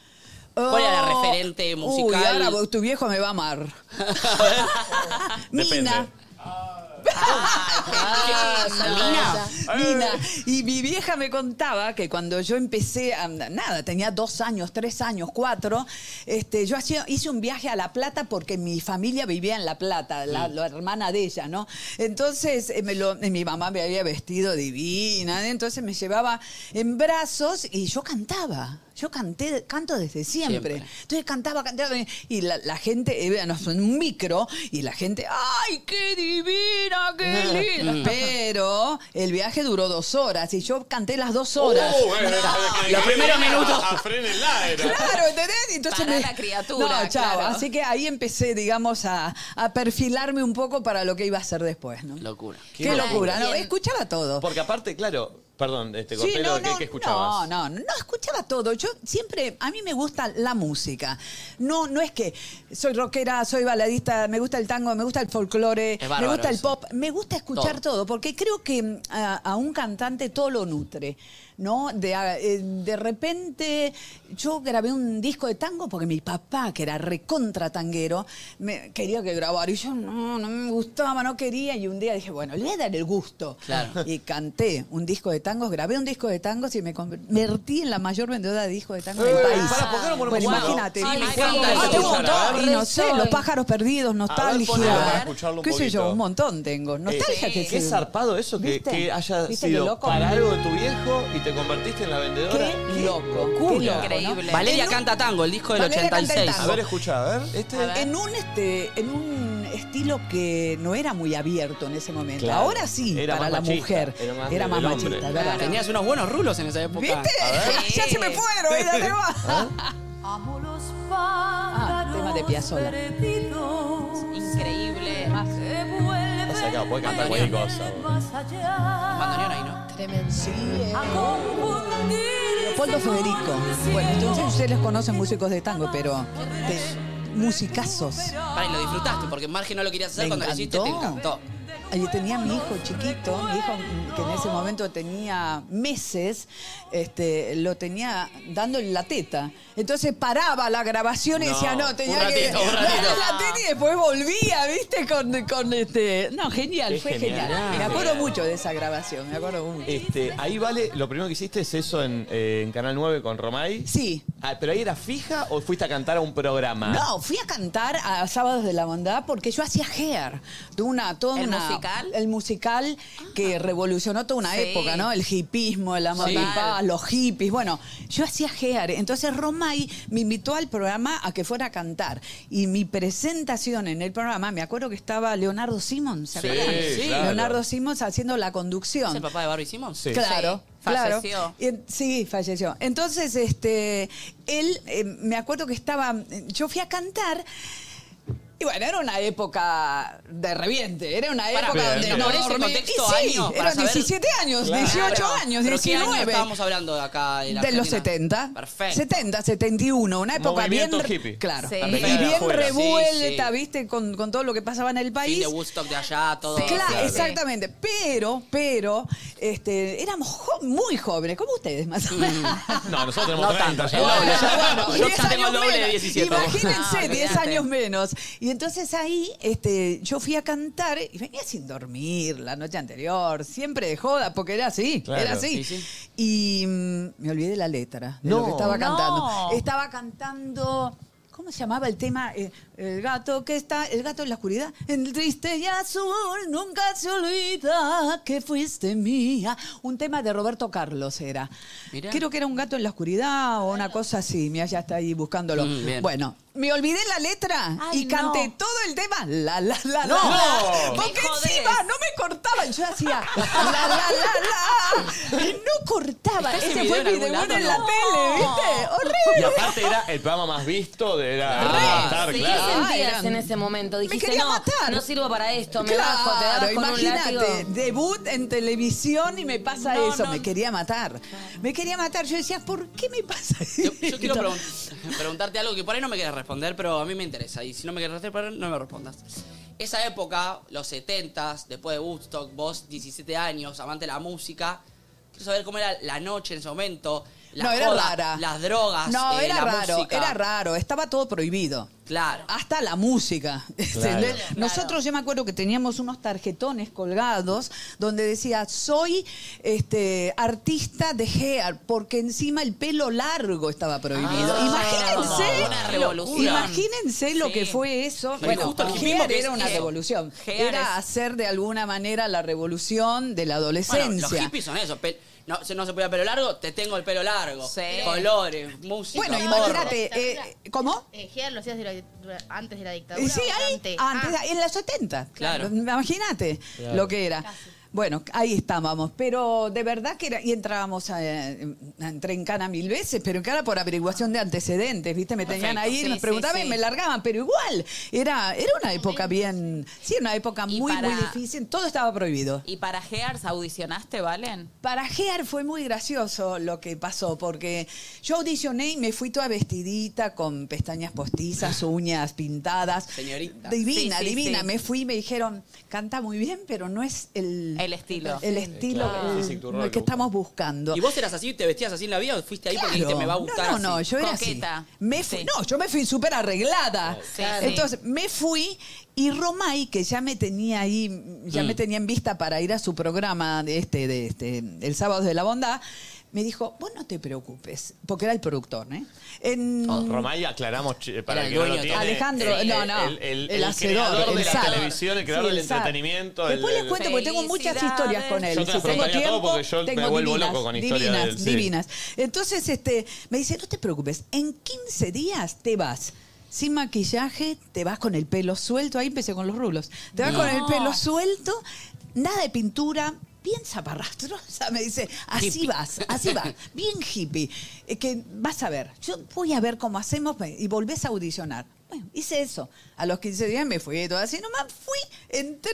Speaker 2: ¿Cuál era la
Speaker 8: Oh,
Speaker 2: referente
Speaker 8: Uy,
Speaker 2: musical?
Speaker 8: ahora vos- tu viejo me va a amar. Nina. Ah, Nina. Nina. Y mi vieja me contaba que cuando yo empecé, a, nada, tenía dos años, tres años, cuatro, este, yo hacía- hice un viaje a La Plata porque mi familia vivía en La Plata, la, la hermana de ella, ¿no? Entonces eh, me lo- eh, mi mamá me había vestido divina, ¿eh? entonces me llevaba en brazos y yo cantaba. Yo canté, canto desde siempre.
Speaker 2: Siempre.
Speaker 8: Entonces cantaba, cantaba. Y la, la gente, éramos un micro, y la gente, ¡ay, qué divina, qué
Speaker 23: Mm.
Speaker 8: linda! Pero el viaje duró dos horas y yo canté las dos horas.
Speaker 1: Uh, eh, eh,
Speaker 2: Los
Speaker 1: eh,
Speaker 2: primeros
Speaker 1: eh,
Speaker 2: minutos.
Speaker 1: a- a frenenla, era.
Speaker 8: Claro, ¿entendés? Y Entonces
Speaker 5: Pará
Speaker 8: me-
Speaker 5: la criatura,
Speaker 8: No, chao.
Speaker 5: claro.
Speaker 8: Así que ahí empecé, digamos, a, a perfilarme un poco para lo que iba a hacer después, ¿no?
Speaker 2: Locura.
Speaker 8: Qué, locura, ¿no? Escuchaba todo.
Speaker 1: Porque aparte, claro, perdón, este
Speaker 8: Sí,
Speaker 1: cortelo, ¿qué, qué escuchabas?
Speaker 8: No, no, no, no escuchaba todo. Yo siempre, a mí me gusta la música. No, no es que soy rockera, soy baladista, me gusta el tango, me gusta el folclore,
Speaker 2: Es
Speaker 8: me
Speaker 2: bárbaro
Speaker 8: gusta el
Speaker 2: eso.
Speaker 8: pop, me gusta escuchar todo, porque creo que mm, a, a un cantante todo lo nutre. ¿no? De, ah, eh, de repente yo grabé un disco de tango porque mi papá, que era recontra tanguero, me quería que grabara y yo no, no me gustaba, no quería y un día dije, bueno, le voy a dar el gusto.
Speaker 2: Claro.
Speaker 8: Y canté un disco de tangos, grabé un disco de tangos y me convertí en la mayor vendedora de discos de tangos del
Speaker 1: Eh,
Speaker 8: país.
Speaker 1: pará, ¿por qué no ponemos
Speaker 8: bueno,
Speaker 1: un lado?
Speaker 8: imagínate.
Speaker 1: Sí, me
Speaker 8: Ah,
Speaker 1: encanta eso,
Speaker 8: ¿te
Speaker 1: para
Speaker 8: gusta?
Speaker 1: ver.
Speaker 8: Y no sé, los
Speaker 1: Estoy.
Speaker 8: pájaros perdidos, nostalgia.
Speaker 1: ponelo para escucharlo un
Speaker 8: ¿Qué sé yo?
Speaker 1: poquito.
Speaker 8: Un montón tengo. Nostalgia
Speaker 1: Eh,
Speaker 8: que
Speaker 1: Qué
Speaker 8: sí.
Speaker 1: zarpado eso que,
Speaker 8: ¿Viste?
Speaker 1: que haya
Speaker 8: ¿Viste qué
Speaker 1: sido
Speaker 8: loco?
Speaker 1: para algo de tu viejo y te convertiste en la vendedora.
Speaker 8: Qué
Speaker 1: Y-
Speaker 8: loco,
Speaker 1: locura.
Speaker 8: qué loco,
Speaker 1: Increíble.
Speaker 8: ¿no?
Speaker 2: Valeria
Speaker 8: En un-
Speaker 2: canta tango, el disco del
Speaker 8: Valeria canta el
Speaker 2: 86.
Speaker 8: tango.
Speaker 1: A ver, escucha, a ver. Este,
Speaker 8: En un este, en un estilo que no era muy abierto en ese momento.
Speaker 2: Claro.
Speaker 8: Ahora sí,
Speaker 2: Era
Speaker 8: para
Speaker 2: más
Speaker 8: la
Speaker 2: machista,
Speaker 8: mujer.
Speaker 2: era más
Speaker 8: Era
Speaker 2: del
Speaker 8: más
Speaker 2: hombre.
Speaker 8: machista, ¿verdad?
Speaker 2: Claro. Tenías unos buenos rulos en esa época.
Speaker 8: ¿Viste? ya se me fueron, ¿eh? ¿Dónde va?
Speaker 7: Amo los
Speaker 8: Ah, tema de Piazzolla.
Speaker 7: perdidos. Increíble. Que vuelven
Speaker 1: Pasa que acá, puede cantar cualquier cosa. boludo.
Speaker 7: más allá.
Speaker 2: Bandoneón ahí, ¿no?
Speaker 3: Tremendo. Sí,
Speaker 1: eh.
Speaker 7: A confundir.
Speaker 8: Leopoldo Federico. Bueno, entonces ustedes los conocen músicos de tango, pero de musicazos.
Speaker 2: Para, y lo disfrutaste, porque Marge no lo querías hacer
Speaker 8: Me
Speaker 2: cuando lo hiciste, te encantó.
Speaker 8: Ahí tenía a mi hijo chiquito, mi hijo que en ese momento tenía meses, este, lo tenía dándole la teta. Entonces paraba la grabación y
Speaker 23: No,
Speaker 8: decía, no, tenía
Speaker 23: un
Speaker 8: que
Speaker 23: ratito, un
Speaker 8: darle
Speaker 23: ratito.
Speaker 8: la teta y después volvía, ¿viste? Con, con este. No, genial,
Speaker 1: Qué
Speaker 8: fue genial.
Speaker 1: genial.
Speaker 8: Me acuerdo mucho de esa grabación, me acuerdo mucho.
Speaker 1: Este, ahí vale, lo primero que hiciste es eso en, eh, en Canal 9 con Romay.
Speaker 8: Sí.
Speaker 1: ¿Pero ahí era fija o fuiste a cantar a un programa?
Speaker 8: No, fui a cantar a Sábados de la Bondad porque yo hacía hair de una toda
Speaker 5: ¿El
Speaker 8: una-
Speaker 5: musical? Ah.
Speaker 8: el musical que revolucionó toda una
Speaker 5: Sí.
Speaker 8: época, ¿no? El hipismo, el amor
Speaker 5: Sí.
Speaker 8: de paz, los hippies, bueno, yo hacía hair, entonces Romay me invitó al programa a que fuera a cantar y mi presentación en el programa, me acuerdo que estaba Leonardo Simmons, ¿se
Speaker 2: Sí,
Speaker 8: acuerdan?
Speaker 2: Sí. claro.
Speaker 8: Leonardo Simmons haciendo la conducción.
Speaker 2: ¿Es el papá de Barbie Simmons?
Speaker 8: Claro,
Speaker 2: Falleció.
Speaker 8: claro. Y en- sí, falleció. Entonces, este, él, eh, me acuerdo que estaba, yo fui a cantar. Y bueno, era una época de reviente, era una
Speaker 2: Pará,
Speaker 8: época
Speaker 2: pero
Speaker 8: donde
Speaker 2: en
Speaker 8: no
Speaker 2: ese
Speaker 8: dormí.
Speaker 2: contexto,
Speaker 8: Y sí,
Speaker 2: año, para
Speaker 8: eran
Speaker 2: saber-
Speaker 8: 17 años,
Speaker 2: Claro.
Speaker 8: 18 años,
Speaker 2: ¿Pero qué año
Speaker 8: 19.
Speaker 2: estábamos hablando de acá? De, la
Speaker 8: de los
Speaker 2: Argentina?
Speaker 8: 70.
Speaker 2: Perfecto.
Speaker 8: 70, 71, una época
Speaker 2: Movimiento
Speaker 8: bien re-
Speaker 2: hippie.
Speaker 8: claro,
Speaker 2: Sí.
Speaker 8: y
Speaker 2: Afuera,
Speaker 8: bien
Speaker 2: afuera.
Speaker 8: revuelta,
Speaker 2: Sí, sí.
Speaker 8: ¿viste? Con, con todo lo que pasaba en el país.
Speaker 2: Sí, de Woodstock de allá, todo.
Speaker 8: Claro, exactamente. Pero, pero, este, éramos jo- muy jóvenes, como ustedes más o menos.
Speaker 1: No, nosotros tenemos
Speaker 2: No
Speaker 1: 30.
Speaker 2: tanto,
Speaker 1: ya.
Speaker 2: igual,
Speaker 1: Bueno,
Speaker 2: ya-
Speaker 1: bueno,
Speaker 2: yo
Speaker 1: diez
Speaker 2: ya tengo el
Speaker 1: años
Speaker 2: doble de
Speaker 1: menos.
Speaker 2: 17.
Speaker 8: Imagínense,
Speaker 2: Ah,
Speaker 8: 10
Speaker 2: olvídate.
Speaker 8: años menos. Y entonces ahí este, yo fui a cantar y venía sin dormir la noche anterior, siempre de joda, porque era así,
Speaker 23: Claro,
Speaker 8: era así.
Speaker 23: sí, sí.
Speaker 8: Y mm, me olvidé la letra de lo
Speaker 23: No.
Speaker 8: que estaba
Speaker 23: No.
Speaker 8: cantando. Estaba cantando... ¿Cómo se llamaba el tema? Eh, el gato que está, el gato en la oscuridad, el triste y azul, nunca se olvida que fuiste mía. Un tema de Roberto Carlos era.
Speaker 23: Mirá.
Speaker 8: Creo que era un gato en la oscuridad o una cosa así. Mira, ya está ahí buscándolo.
Speaker 23: Mm, bien.
Speaker 8: bueno, me olvidé la letra
Speaker 23: Ay,
Speaker 8: y canté
Speaker 23: no.
Speaker 8: todo el tema. La, la, la,
Speaker 23: No.
Speaker 8: la, la.
Speaker 23: Me
Speaker 8: Porque
Speaker 23: jodés.
Speaker 8: encima no me cortaban. Yo hacía la, la, la, la. Y no cortaba.
Speaker 23: ¿Está ese
Speaker 8: Ese
Speaker 23: video
Speaker 8: fue
Speaker 23: en algún
Speaker 8: mi debut
Speaker 23: lado?
Speaker 8: en la
Speaker 23: No.
Speaker 8: tele, ¿viste? Horrible.
Speaker 1: Y aparte era el programa más visto de era
Speaker 8: Re,
Speaker 1: Avatar,
Speaker 3: ¿Qué
Speaker 1: claro.
Speaker 3: sentías
Speaker 8: eran-
Speaker 3: en ese momento? Dijiste,
Speaker 8: quería
Speaker 3: no,
Speaker 8: matar".
Speaker 3: no sirvo para esto, me
Speaker 8: Claro,
Speaker 3: bajo, te dabas con un látigo.
Speaker 8: imagínate, debut en televisión y me pasa
Speaker 3: No,
Speaker 8: eso,
Speaker 3: no.
Speaker 8: me quería matar. Me quería matar, yo decía, ¿por qué me pasa esto?
Speaker 2: Yo quiero pregun- preguntarte algo que por ahí no me quieres responder, pero a mí me interesa. Y si no me quieres responder, no me respondas. Esa época, los 70s, después de Woodstock, vos 17 años, amante de la música. Quiero saber cómo era la noche en ese momento. las
Speaker 8: no, era
Speaker 2: jodas,
Speaker 8: rara.
Speaker 2: Las drogas,
Speaker 8: No,
Speaker 2: eh,
Speaker 8: era
Speaker 2: la
Speaker 8: raro,
Speaker 2: música.
Speaker 8: era raro, estaba todo prohibido.
Speaker 2: Claro.
Speaker 8: Hasta la música. ¿entendés? Nosotros, yo me acuerdo que teníamos unos tarjetones colgados donde decía, soy este, artista de hair, porque encima el pelo largo estaba prohibido. imagínense.
Speaker 2: Ah, una revolución.
Speaker 8: Imagínense lo que fue eso.
Speaker 2: Sí,
Speaker 8: bueno,
Speaker 2: justo el
Speaker 8: hair
Speaker 2: mismo que es
Speaker 8: era una
Speaker 2: eso.
Speaker 8: revolución.
Speaker 2: Hair
Speaker 8: Era
Speaker 2: es-
Speaker 8: hacer de alguna manera la revolución de la adolescencia.
Speaker 2: Bueno, los hippies son eso. pe- No, se- no se podía pelo largo, te tengo el pelo largo. Colores, música.
Speaker 8: Bueno,
Speaker 2: porro.
Speaker 8: imagínate, eh, ¿cómo?
Speaker 10: Eh, Heer lo hacías de la- dura- antes de la dictadura.
Speaker 8: Eh, Sí,
Speaker 10: o
Speaker 8: ahí,
Speaker 10: durante?
Speaker 8: antes,
Speaker 10: Ah.
Speaker 8: en los 70.
Speaker 10: Claro.
Speaker 8: Imagínate
Speaker 10: Claro.
Speaker 8: lo que era. Bueno, ahí estábamos, pero de verdad que era, y entrábamos a, entré en cana mil veces, pero en cana por averiguación de antecedentes, ¿viste? Me tenían
Speaker 23: Perfecto,
Speaker 8: ahí,
Speaker 23: sí,
Speaker 8: me
Speaker 23: sí,
Speaker 8: preguntaban
Speaker 23: sí.
Speaker 8: y me largaban, pero igual, era, era una época bien, sí, una época muy,
Speaker 5: para-
Speaker 8: muy difícil, todo estaba prohibido.
Speaker 5: ¿Y para Gears audicionaste, Valen?
Speaker 8: Para Gear fue muy gracioso lo que pasó, porque yo audicioné y me fui toda vestidita, con pestañas postizas, uñas pintadas.
Speaker 2: Señorita.
Speaker 8: Divina,
Speaker 2: Ah, Sí, sí,
Speaker 8: divina.
Speaker 2: sí.
Speaker 8: Me fui y me dijeron, canta muy bien, pero no es el,
Speaker 5: El estilo.
Speaker 8: El estilo
Speaker 2: claro.
Speaker 8: el-
Speaker 2: Sí, sí, tu rol,
Speaker 8: el que
Speaker 2: Lu.
Speaker 8: estamos buscando.
Speaker 2: ¿Y vos eras así, te vestías así en la vida o fuiste ahí porque
Speaker 8: Claro.
Speaker 2: dijiste me va a gustar
Speaker 8: No, no, no,
Speaker 2: así?
Speaker 8: yo era así. Me fui, No, yo me fui súper arreglada.
Speaker 1: Oh,
Speaker 2: Sí,
Speaker 8: Entonces, me fui y Romay, que ya me tenía ahí, ya
Speaker 2: Mm.
Speaker 8: me tenía en vista para ir a su programa de este, de este, el sábado de la bondad, me dijo, vos no te preocupes, porque era el productor, ¿eh? En-
Speaker 1: Oh, Romay, aclaramos ch- para
Speaker 8: Era
Speaker 1: el
Speaker 8: el
Speaker 1: que no lo
Speaker 8: dueño,
Speaker 1: tiene.
Speaker 8: Alejandro,
Speaker 1: el,
Speaker 8: no, no.
Speaker 1: El, el,
Speaker 8: El
Speaker 1: el
Speaker 8: hacedor,
Speaker 1: creador de
Speaker 8: el
Speaker 1: la
Speaker 8: zar.
Speaker 1: televisión, el creador
Speaker 8: Sí, el
Speaker 1: del
Speaker 8: zar.
Speaker 1: entretenimiento.
Speaker 8: Después
Speaker 1: el-
Speaker 8: les cuento, porque tengo muchas historias con
Speaker 1: Yo
Speaker 8: él.
Speaker 1: te las
Speaker 8: si tengo
Speaker 1: preguntaría todo
Speaker 8: tiempo,
Speaker 1: porque yo me
Speaker 8: tengo
Speaker 1: vuelvo
Speaker 8: divinas,
Speaker 1: loco con historias
Speaker 8: divinas,
Speaker 1: del- sí.
Speaker 8: divinas. Entonces, este, me dice, no te preocupes, en 15 días te vas. Sin maquillaje, te vas con el pelo suelto. Ahí empecé con los rulos. Te vas
Speaker 23: No.
Speaker 8: con el pelo suelto, nada de pintura, bien zaparrastrosa. Me dice, así vas, así vas, bien hippie. Eh, que vas a ver, yo voy a ver cómo hacemos me- y volvés a audicionar. Bueno, hice eso. A los 15 días me fui y todo así. Nomás fui, entré,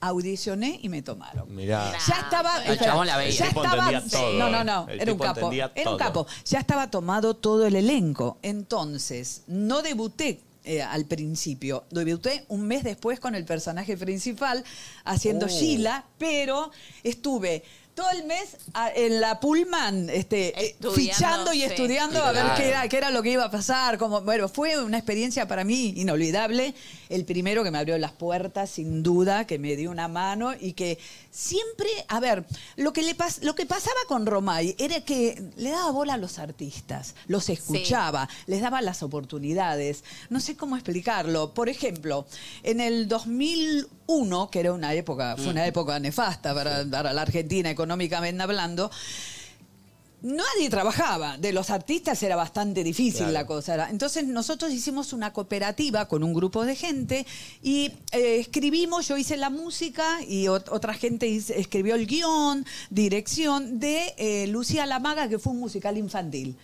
Speaker 8: audicioné y me tomaron.
Speaker 1: Mirá.
Speaker 8: Ya estaba.
Speaker 1: El chabón la veía.
Speaker 8: Ya
Speaker 1: El tipo
Speaker 8: estaba.
Speaker 1: entendía todo.
Speaker 8: No, no, no.
Speaker 1: El
Speaker 8: Era un
Speaker 1: tipo
Speaker 8: capo.
Speaker 1: entendía
Speaker 8: Era un
Speaker 1: todo.
Speaker 8: capo. Ya estaba tomado todo el elenco. Entonces, no debuté. eh, al principio. Debuté un mes después con el personaje principal haciendo
Speaker 23: Oh.
Speaker 8: Sheila, pero estuve todo el mes a- en la Pullman este, eh,
Speaker 23: Estudiando,
Speaker 8: fichando y
Speaker 23: sí.
Speaker 8: estudiando a ver
Speaker 23: Claro.
Speaker 8: qué era, qué era lo que iba a pasar. Como, bueno, fue una experiencia para mí inolvidable. El primero que me abrió las puertas, sin duda, que me dio una mano y que siempre, a ver, lo que, le pas- lo que pasaba con Romay era que le daba bola a los artistas, los escuchaba, les daba las oportunidades. No sé cómo explicarlo. Por ejemplo, en el 2001, que era una época, fue una época nefasta para, para la Argentina económicamente hablando, Nadie trabajaba, de los artistas era bastante difícil
Speaker 23: Claro.
Speaker 8: la cosa. Era- Entonces nosotros hicimos una cooperativa con un grupo de gente y eh, escribimos, yo hice la música y ot- otra gente hice- escribió el guión, dirección de eh, Lucía Lamaga, que fue un musical infantil.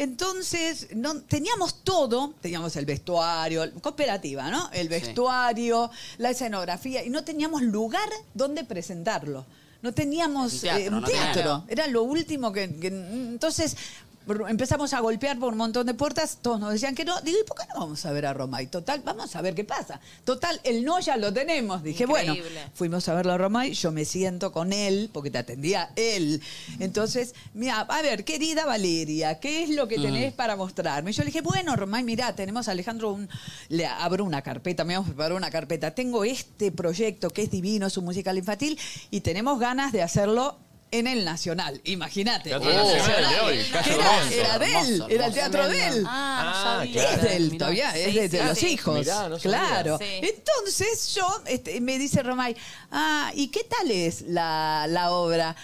Speaker 8: Entonces, no, teníamos todo, teníamos el vestuario, cooperativa, ¿no? El vestuario, la escenografía, y no teníamos lugar donde presentarlo. No teníamos
Speaker 23: teatro,
Speaker 8: eh, un
Speaker 23: no tenían.
Speaker 8: teatro. Era lo último que... que- entonces... r- Empezamos a golpear por un montón de puertas, todos nos decían que no. Digo, ¿y por qué no vamos a ver a Roma? Y total, vamos a ver qué pasa. Total, el no ya lo tenemos. Dije,
Speaker 23: Increíble.
Speaker 8: bueno, Fuimos a verlo a Romay, yo me siento con él, porque te atendía él. Entonces, mira, a ver, querida Valeria, ¿qué es lo que tenés
Speaker 23: Mm.
Speaker 8: para mostrarme? Yo le dije, bueno, Romay, mira, tenemos a Alejandro, un- le abro una carpeta, me vamos a preparar una carpeta. Tengo este proyecto que es divino, es un musical infantil, y tenemos ganas de hacerlo en el Nacional, imagínate.
Speaker 1: Teatro
Speaker 8: En el
Speaker 1: Nacional de hoy, Cayo
Speaker 8: Oh. Era,
Speaker 1: Hermoso,
Speaker 8: era de él,
Speaker 1: hermoso,
Speaker 8: era el
Speaker 1: hermoso.
Speaker 8: teatro de él.
Speaker 1: Ah, no sabía.
Speaker 8: es de él
Speaker 1: Mirá.
Speaker 8: todavía, es
Speaker 1: Sí,
Speaker 8: de, de
Speaker 1: sí,
Speaker 8: los
Speaker 1: sí.
Speaker 8: hijos.
Speaker 1: Mirá, no sabía.
Speaker 8: claro.
Speaker 1: Sí.
Speaker 8: Entonces yo, este, me dice Romay, ah, ¿y qué tal es la, la obra?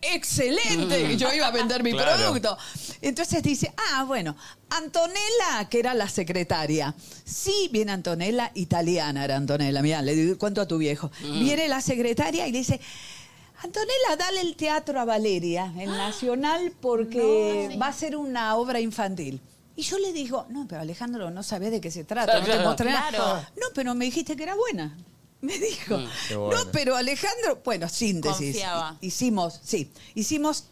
Speaker 8: Excelente,
Speaker 23: Mm.
Speaker 8: yo iba a vender mi
Speaker 23: Claro.
Speaker 8: producto. Entonces dice, ah, bueno, Antonella, que era la secretaria. Sí, viene Antonella, italiana era Antonella, mira, le digo, cuento a tu viejo.
Speaker 1: Mm.
Speaker 8: Viene la secretaria y le dice, Antonella, dale el teatro a Valeria, el
Speaker 2: Ah,
Speaker 8: Nacional, porque va a ser una obra infantil. Y yo le digo, no, pero Alejandro, no sabés de qué se
Speaker 23: Claro,
Speaker 8: trata, no te
Speaker 23: claro.
Speaker 8: mostré nada".
Speaker 23: Claro.
Speaker 8: No, pero me dijiste que era buena. Me dijo.
Speaker 5: Mm.
Speaker 23: qué bueno.
Speaker 8: No, pero Alejandro, bueno, síntesis.
Speaker 23: Confiaba.
Speaker 8: Hicimos, sí, hicimos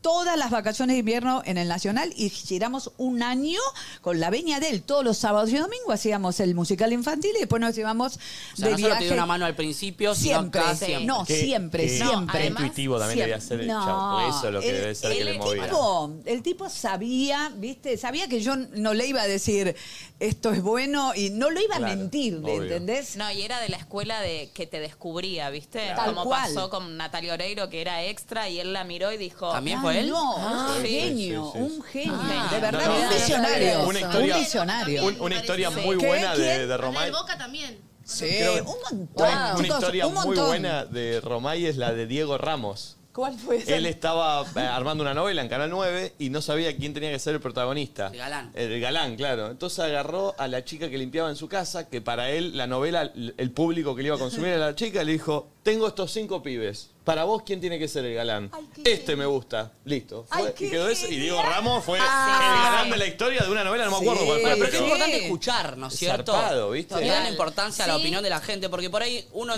Speaker 8: todas las vacaciones de invierno en el Nacional y giramos un año con la veña de él. Todos los sábados y domingos hacíamos el musical infantil y después nos llevamos
Speaker 2: O sea,
Speaker 8: de
Speaker 2: no solo te
Speaker 8: viaje.
Speaker 2: dio una mano al principio,
Speaker 8: Siempre,
Speaker 2: sino acá
Speaker 8: sí.
Speaker 2: siempre.
Speaker 8: No, siempre,
Speaker 1: qué-
Speaker 8: siempre.
Speaker 1: Qué intuitivo también
Speaker 8: Siempre.
Speaker 1: debía ser el
Speaker 8: No,
Speaker 1: chavo. porque Eso es lo que
Speaker 8: el-
Speaker 1: debe ser que
Speaker 8: el
Speaker 1: le movía.
Speaker 8: tipo- el tipo sabía, ¿viste? Sabía que yo no le iba a decir esto es bueno y no lo iba a
Speaker 5: Claro,
Speaker 8: mentir,
Speaker 5: obvio.
Speaker 8: ¿entendés?
Speaker 5: No, y era de la escuela de que te descubría, ¿viste?
Speaker 8: Tal
Speaker 5: Como
Speaker 8: cual.
Speaker 5: pasó con Natalia Oreiro, que era extra, y él la miró y dijo...
Speaker 8: ¿También fue
Speaker 5: "Ah,
Speaker 8: él?
Speaker 5: No,
Speaker 8: Ah,
Speaker 5: sí".
Speaker 8: genio, un genio. de
Speaker 1: No,
Speaker 8: verdad,
Speaker 1: no,
Speaker 8: un
Speaker 1: no,
Speaker 8: visionario.
Speaker 1: Una historia,
Speaker 8: un visionario.
Speaker 1: un- una historia muy
Speaker 8: ¿Qué?
Speaker 1: buena
Speaker 8: ¿Quién?
Speaker 1: de, de Romay.
Speaker 10: Boca también.
Speaker 8: Sí,
Speaker 1: Creo-
Speaker 8: un montón.
Speaker 1: Una,
Speaker 4: Ah,
Speaker 1: una
Speaker 8: chicos,
Speaker 1: historia
Speaker 8: un
Speaker 1: muy
Speaker 8: montón.
Speaker 1: buena de Romay es la de Diego Ramos.
Speaker 8: ¿Cuál fue esa?
Speaker 1: Él estaba eh, armando una novela en Canal 9 y no sabía quién tenía que ser el protagonista. El
Speaker 2: galán.
Speaker 1: El galán, claro. Entonces agarró a la chica que limpiaba en su casa, que para él la novela, l- el público que le iba a consumir era la chica, le dijo, tengo estos cinco pibes. Para vos, ¿quién tiene que ser el galán? este me gusta. Listo. Fue- y, quedó ese- y Diego Ramos fue
Speaker 2: Ah.
Speaker 1: el galán de la historia de una novela, no me acuerdo
Speaker 2: Sí.
Speaker 1: cuál fue.
Speaker 2: Bueno, pero qué
Speaker 1: pero-
Speaker 2: importante escuchar, ¿no es cierto?
Speaker 1: Zarpado, ¿viste?
Speaker 2: Le dan
Speaker 1: Total.
Speaker 2: importancia a la
Speaker 1: Sí.
Speaker 2: opinión de la gente, porque por ahí uno,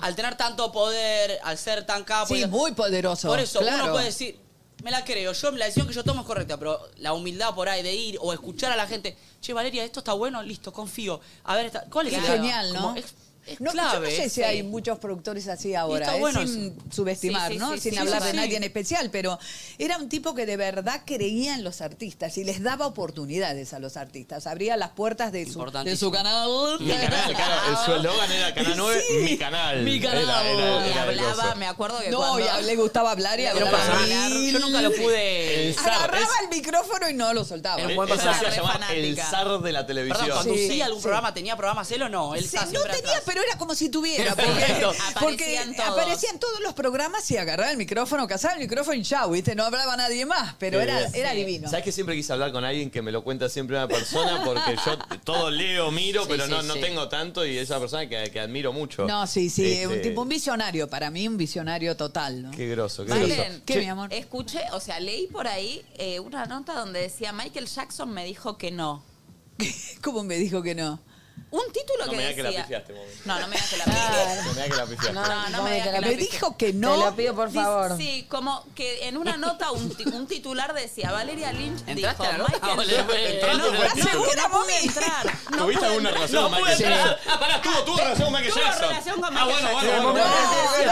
Speaker 2: al tener tanto poder, al ser tan capo...
Speaker 8: Sí,
Speaker 2: y-
Speaker 8: muy poderoso,
Speaker 2: Por eso
Speaker 8: claro.
Speaker 2: uno puede decir, me la creo, yo la decisión que yo tomo es correcta, pero la humildad por ahí de ir o escuchar a la gente, che, Valeria, esto está bueno, listo, confío. A ver, está- ¿cuál es
Speaker 8: Qué
Speaker 2: el-
Speaker 8: genial, ¿no?
Speaker 2: como es-
Speaker 8: No, yo no
Speaker 2: clave,
Speaker 8: sé si
Speaker 2: sí.
Speaker 8: hay muchos productores así
Speaker 2: Y
Speaker 8: ahora,
Speaker 2: está
Speaker 8: eh,
Speaker 2: bueno
Speaker 8: sin
Speaker 2: eso.
Speaker 8: subestimar,
Speaker 2: Sí, sí,
Speaker 8: ¿no?
Speaker 2: sí,
Speaker 8: sin
Speaker 2: sí,
Speaker 8: hablar
Speaker 2: sí,
Speaker 8: de
Speaker 2: sí.
Speaker 8: nadie en especial, pero era un tipo que de verdad creía en los artistas y les daba oportunidades a los artistas. Abría las puertas de su, de su canal.
Speaker 1: Mi canal, claro. El sueldo era Canal 9, mi canal.
Speaker 8: Ah. Mi canal.
Speaker 1: Era- era- era el coso.
Speaker 5: me acuerdo
Speaker 8: no, y hablé, gustaba hablar y hablaba.
Speaker 2: Yo nunca lo pude.
Speaker 1: El zar.
Speaker 8: Agarraba el micrófono y no lo soltaba.
Speaker 1: Es- es- se hacía llamar el zar de la televisión.
Speaker 2: Perdón, ¿conducía
Speaker 8: Sí,
Speaker 2: algún
Speaker 8: sí.
Speaker 2: programa? ¿Tenía programas él o no? Él
Speaker 8: Sí,
Speaker 2: estaba
Speaker 8: no
Speaker 2: siempre
Speaker 8: tenía, pero era como si tuviera. Porque,
Speaker 2: Perfecto.
Speaker 8: porque
Speaker 2: Aparecían
Speaker 8: aparecían,
Speaker 2: todos.
Speaker 8: todos. los programas y agarraba el micrófono, cazaba el micrófono y chau, ¿viste? No hablaba nadie más, pero
Speaker 1: Qué
Speaker 8: era,
Speaker 1: bien.
Speaker 8: era divino.
Speaker 1: Eh, ¿Sabes que siempre quise hablar con alguien que me lo cuenta siempre una persona? Porque yo todo leo, miro,
Speaker 8: Sí,
Speaker 1: pero
Speaker 8: sí,
Speaker 1: no, no
Speaker 8: sí.
Speaker 1: tengo tanto y es una persona que, que admiro mucho.
Speaker 8: No, sí, sí, un
Speaker 1: Este,
Speaker 8: tipo, un visionario, para mí un visionario total, ¿no?
Speaker 1: Qué groso, qué groso.
Speaker 5: Valen,
Speaker 8: ¿Qué, mi amor?
Speaker 5: escuché, o sea, leí por ahí eh, una nota donde decía Michael Jackson me dijo que no.
Speaker 8: ¿Cómo me dijo que no?
Speaker 5: Un título
Speaker 1: No
Speaker 5: que
Speaker 1: me da que
Speaker 5: decía.
Speaker 1: la pifiaste, mami.
Speaker 5: no, no me da que la pifiaste.
Speaker 1: No me da que la pifiaste.
Speaker 5: No, Ah, no, me digas que la
Speaker 8: Me
Speaker 5: pifiaste.
Speaker 8: dijo que no.
Speaker 5: Dice- Sí, como que en una nota un, ti- un titular decía Valeria Lynch dijo
Speaker 2: a la nota,
Speaker 5: Michael
Speaker 2: boludo?
Speaker 5: Jackson.
Speaker 2: Entraste en
Speaker 5: No,
Speaker 2: el título.
Speaker 5: no, no pude entrar. No
Speaker 1: ¿Tuviste
Speaker 5: pude
Speaker 1: alguna
Speaker 5: entrar.
Speaker 1: relación con
Speaker 5: No
Speaker 1: Michael
Speaker 5: pude
Speaker 1: Jackson?
Speaker 5: entrar.
Speaker 1: Ah, pará, tuvo, tuvo
Speaker 5: Ah,
Speaker 1: relación con Michael
Speaker 5: tuvo
Speaker 1: Jackson.
Speaker 5: relación con
Speaker 1: Ah,
Speaker 5: Michael
Speaker 1: bueno,
Speaker 5: Jackson.
Speaker 1: bueno, bueno.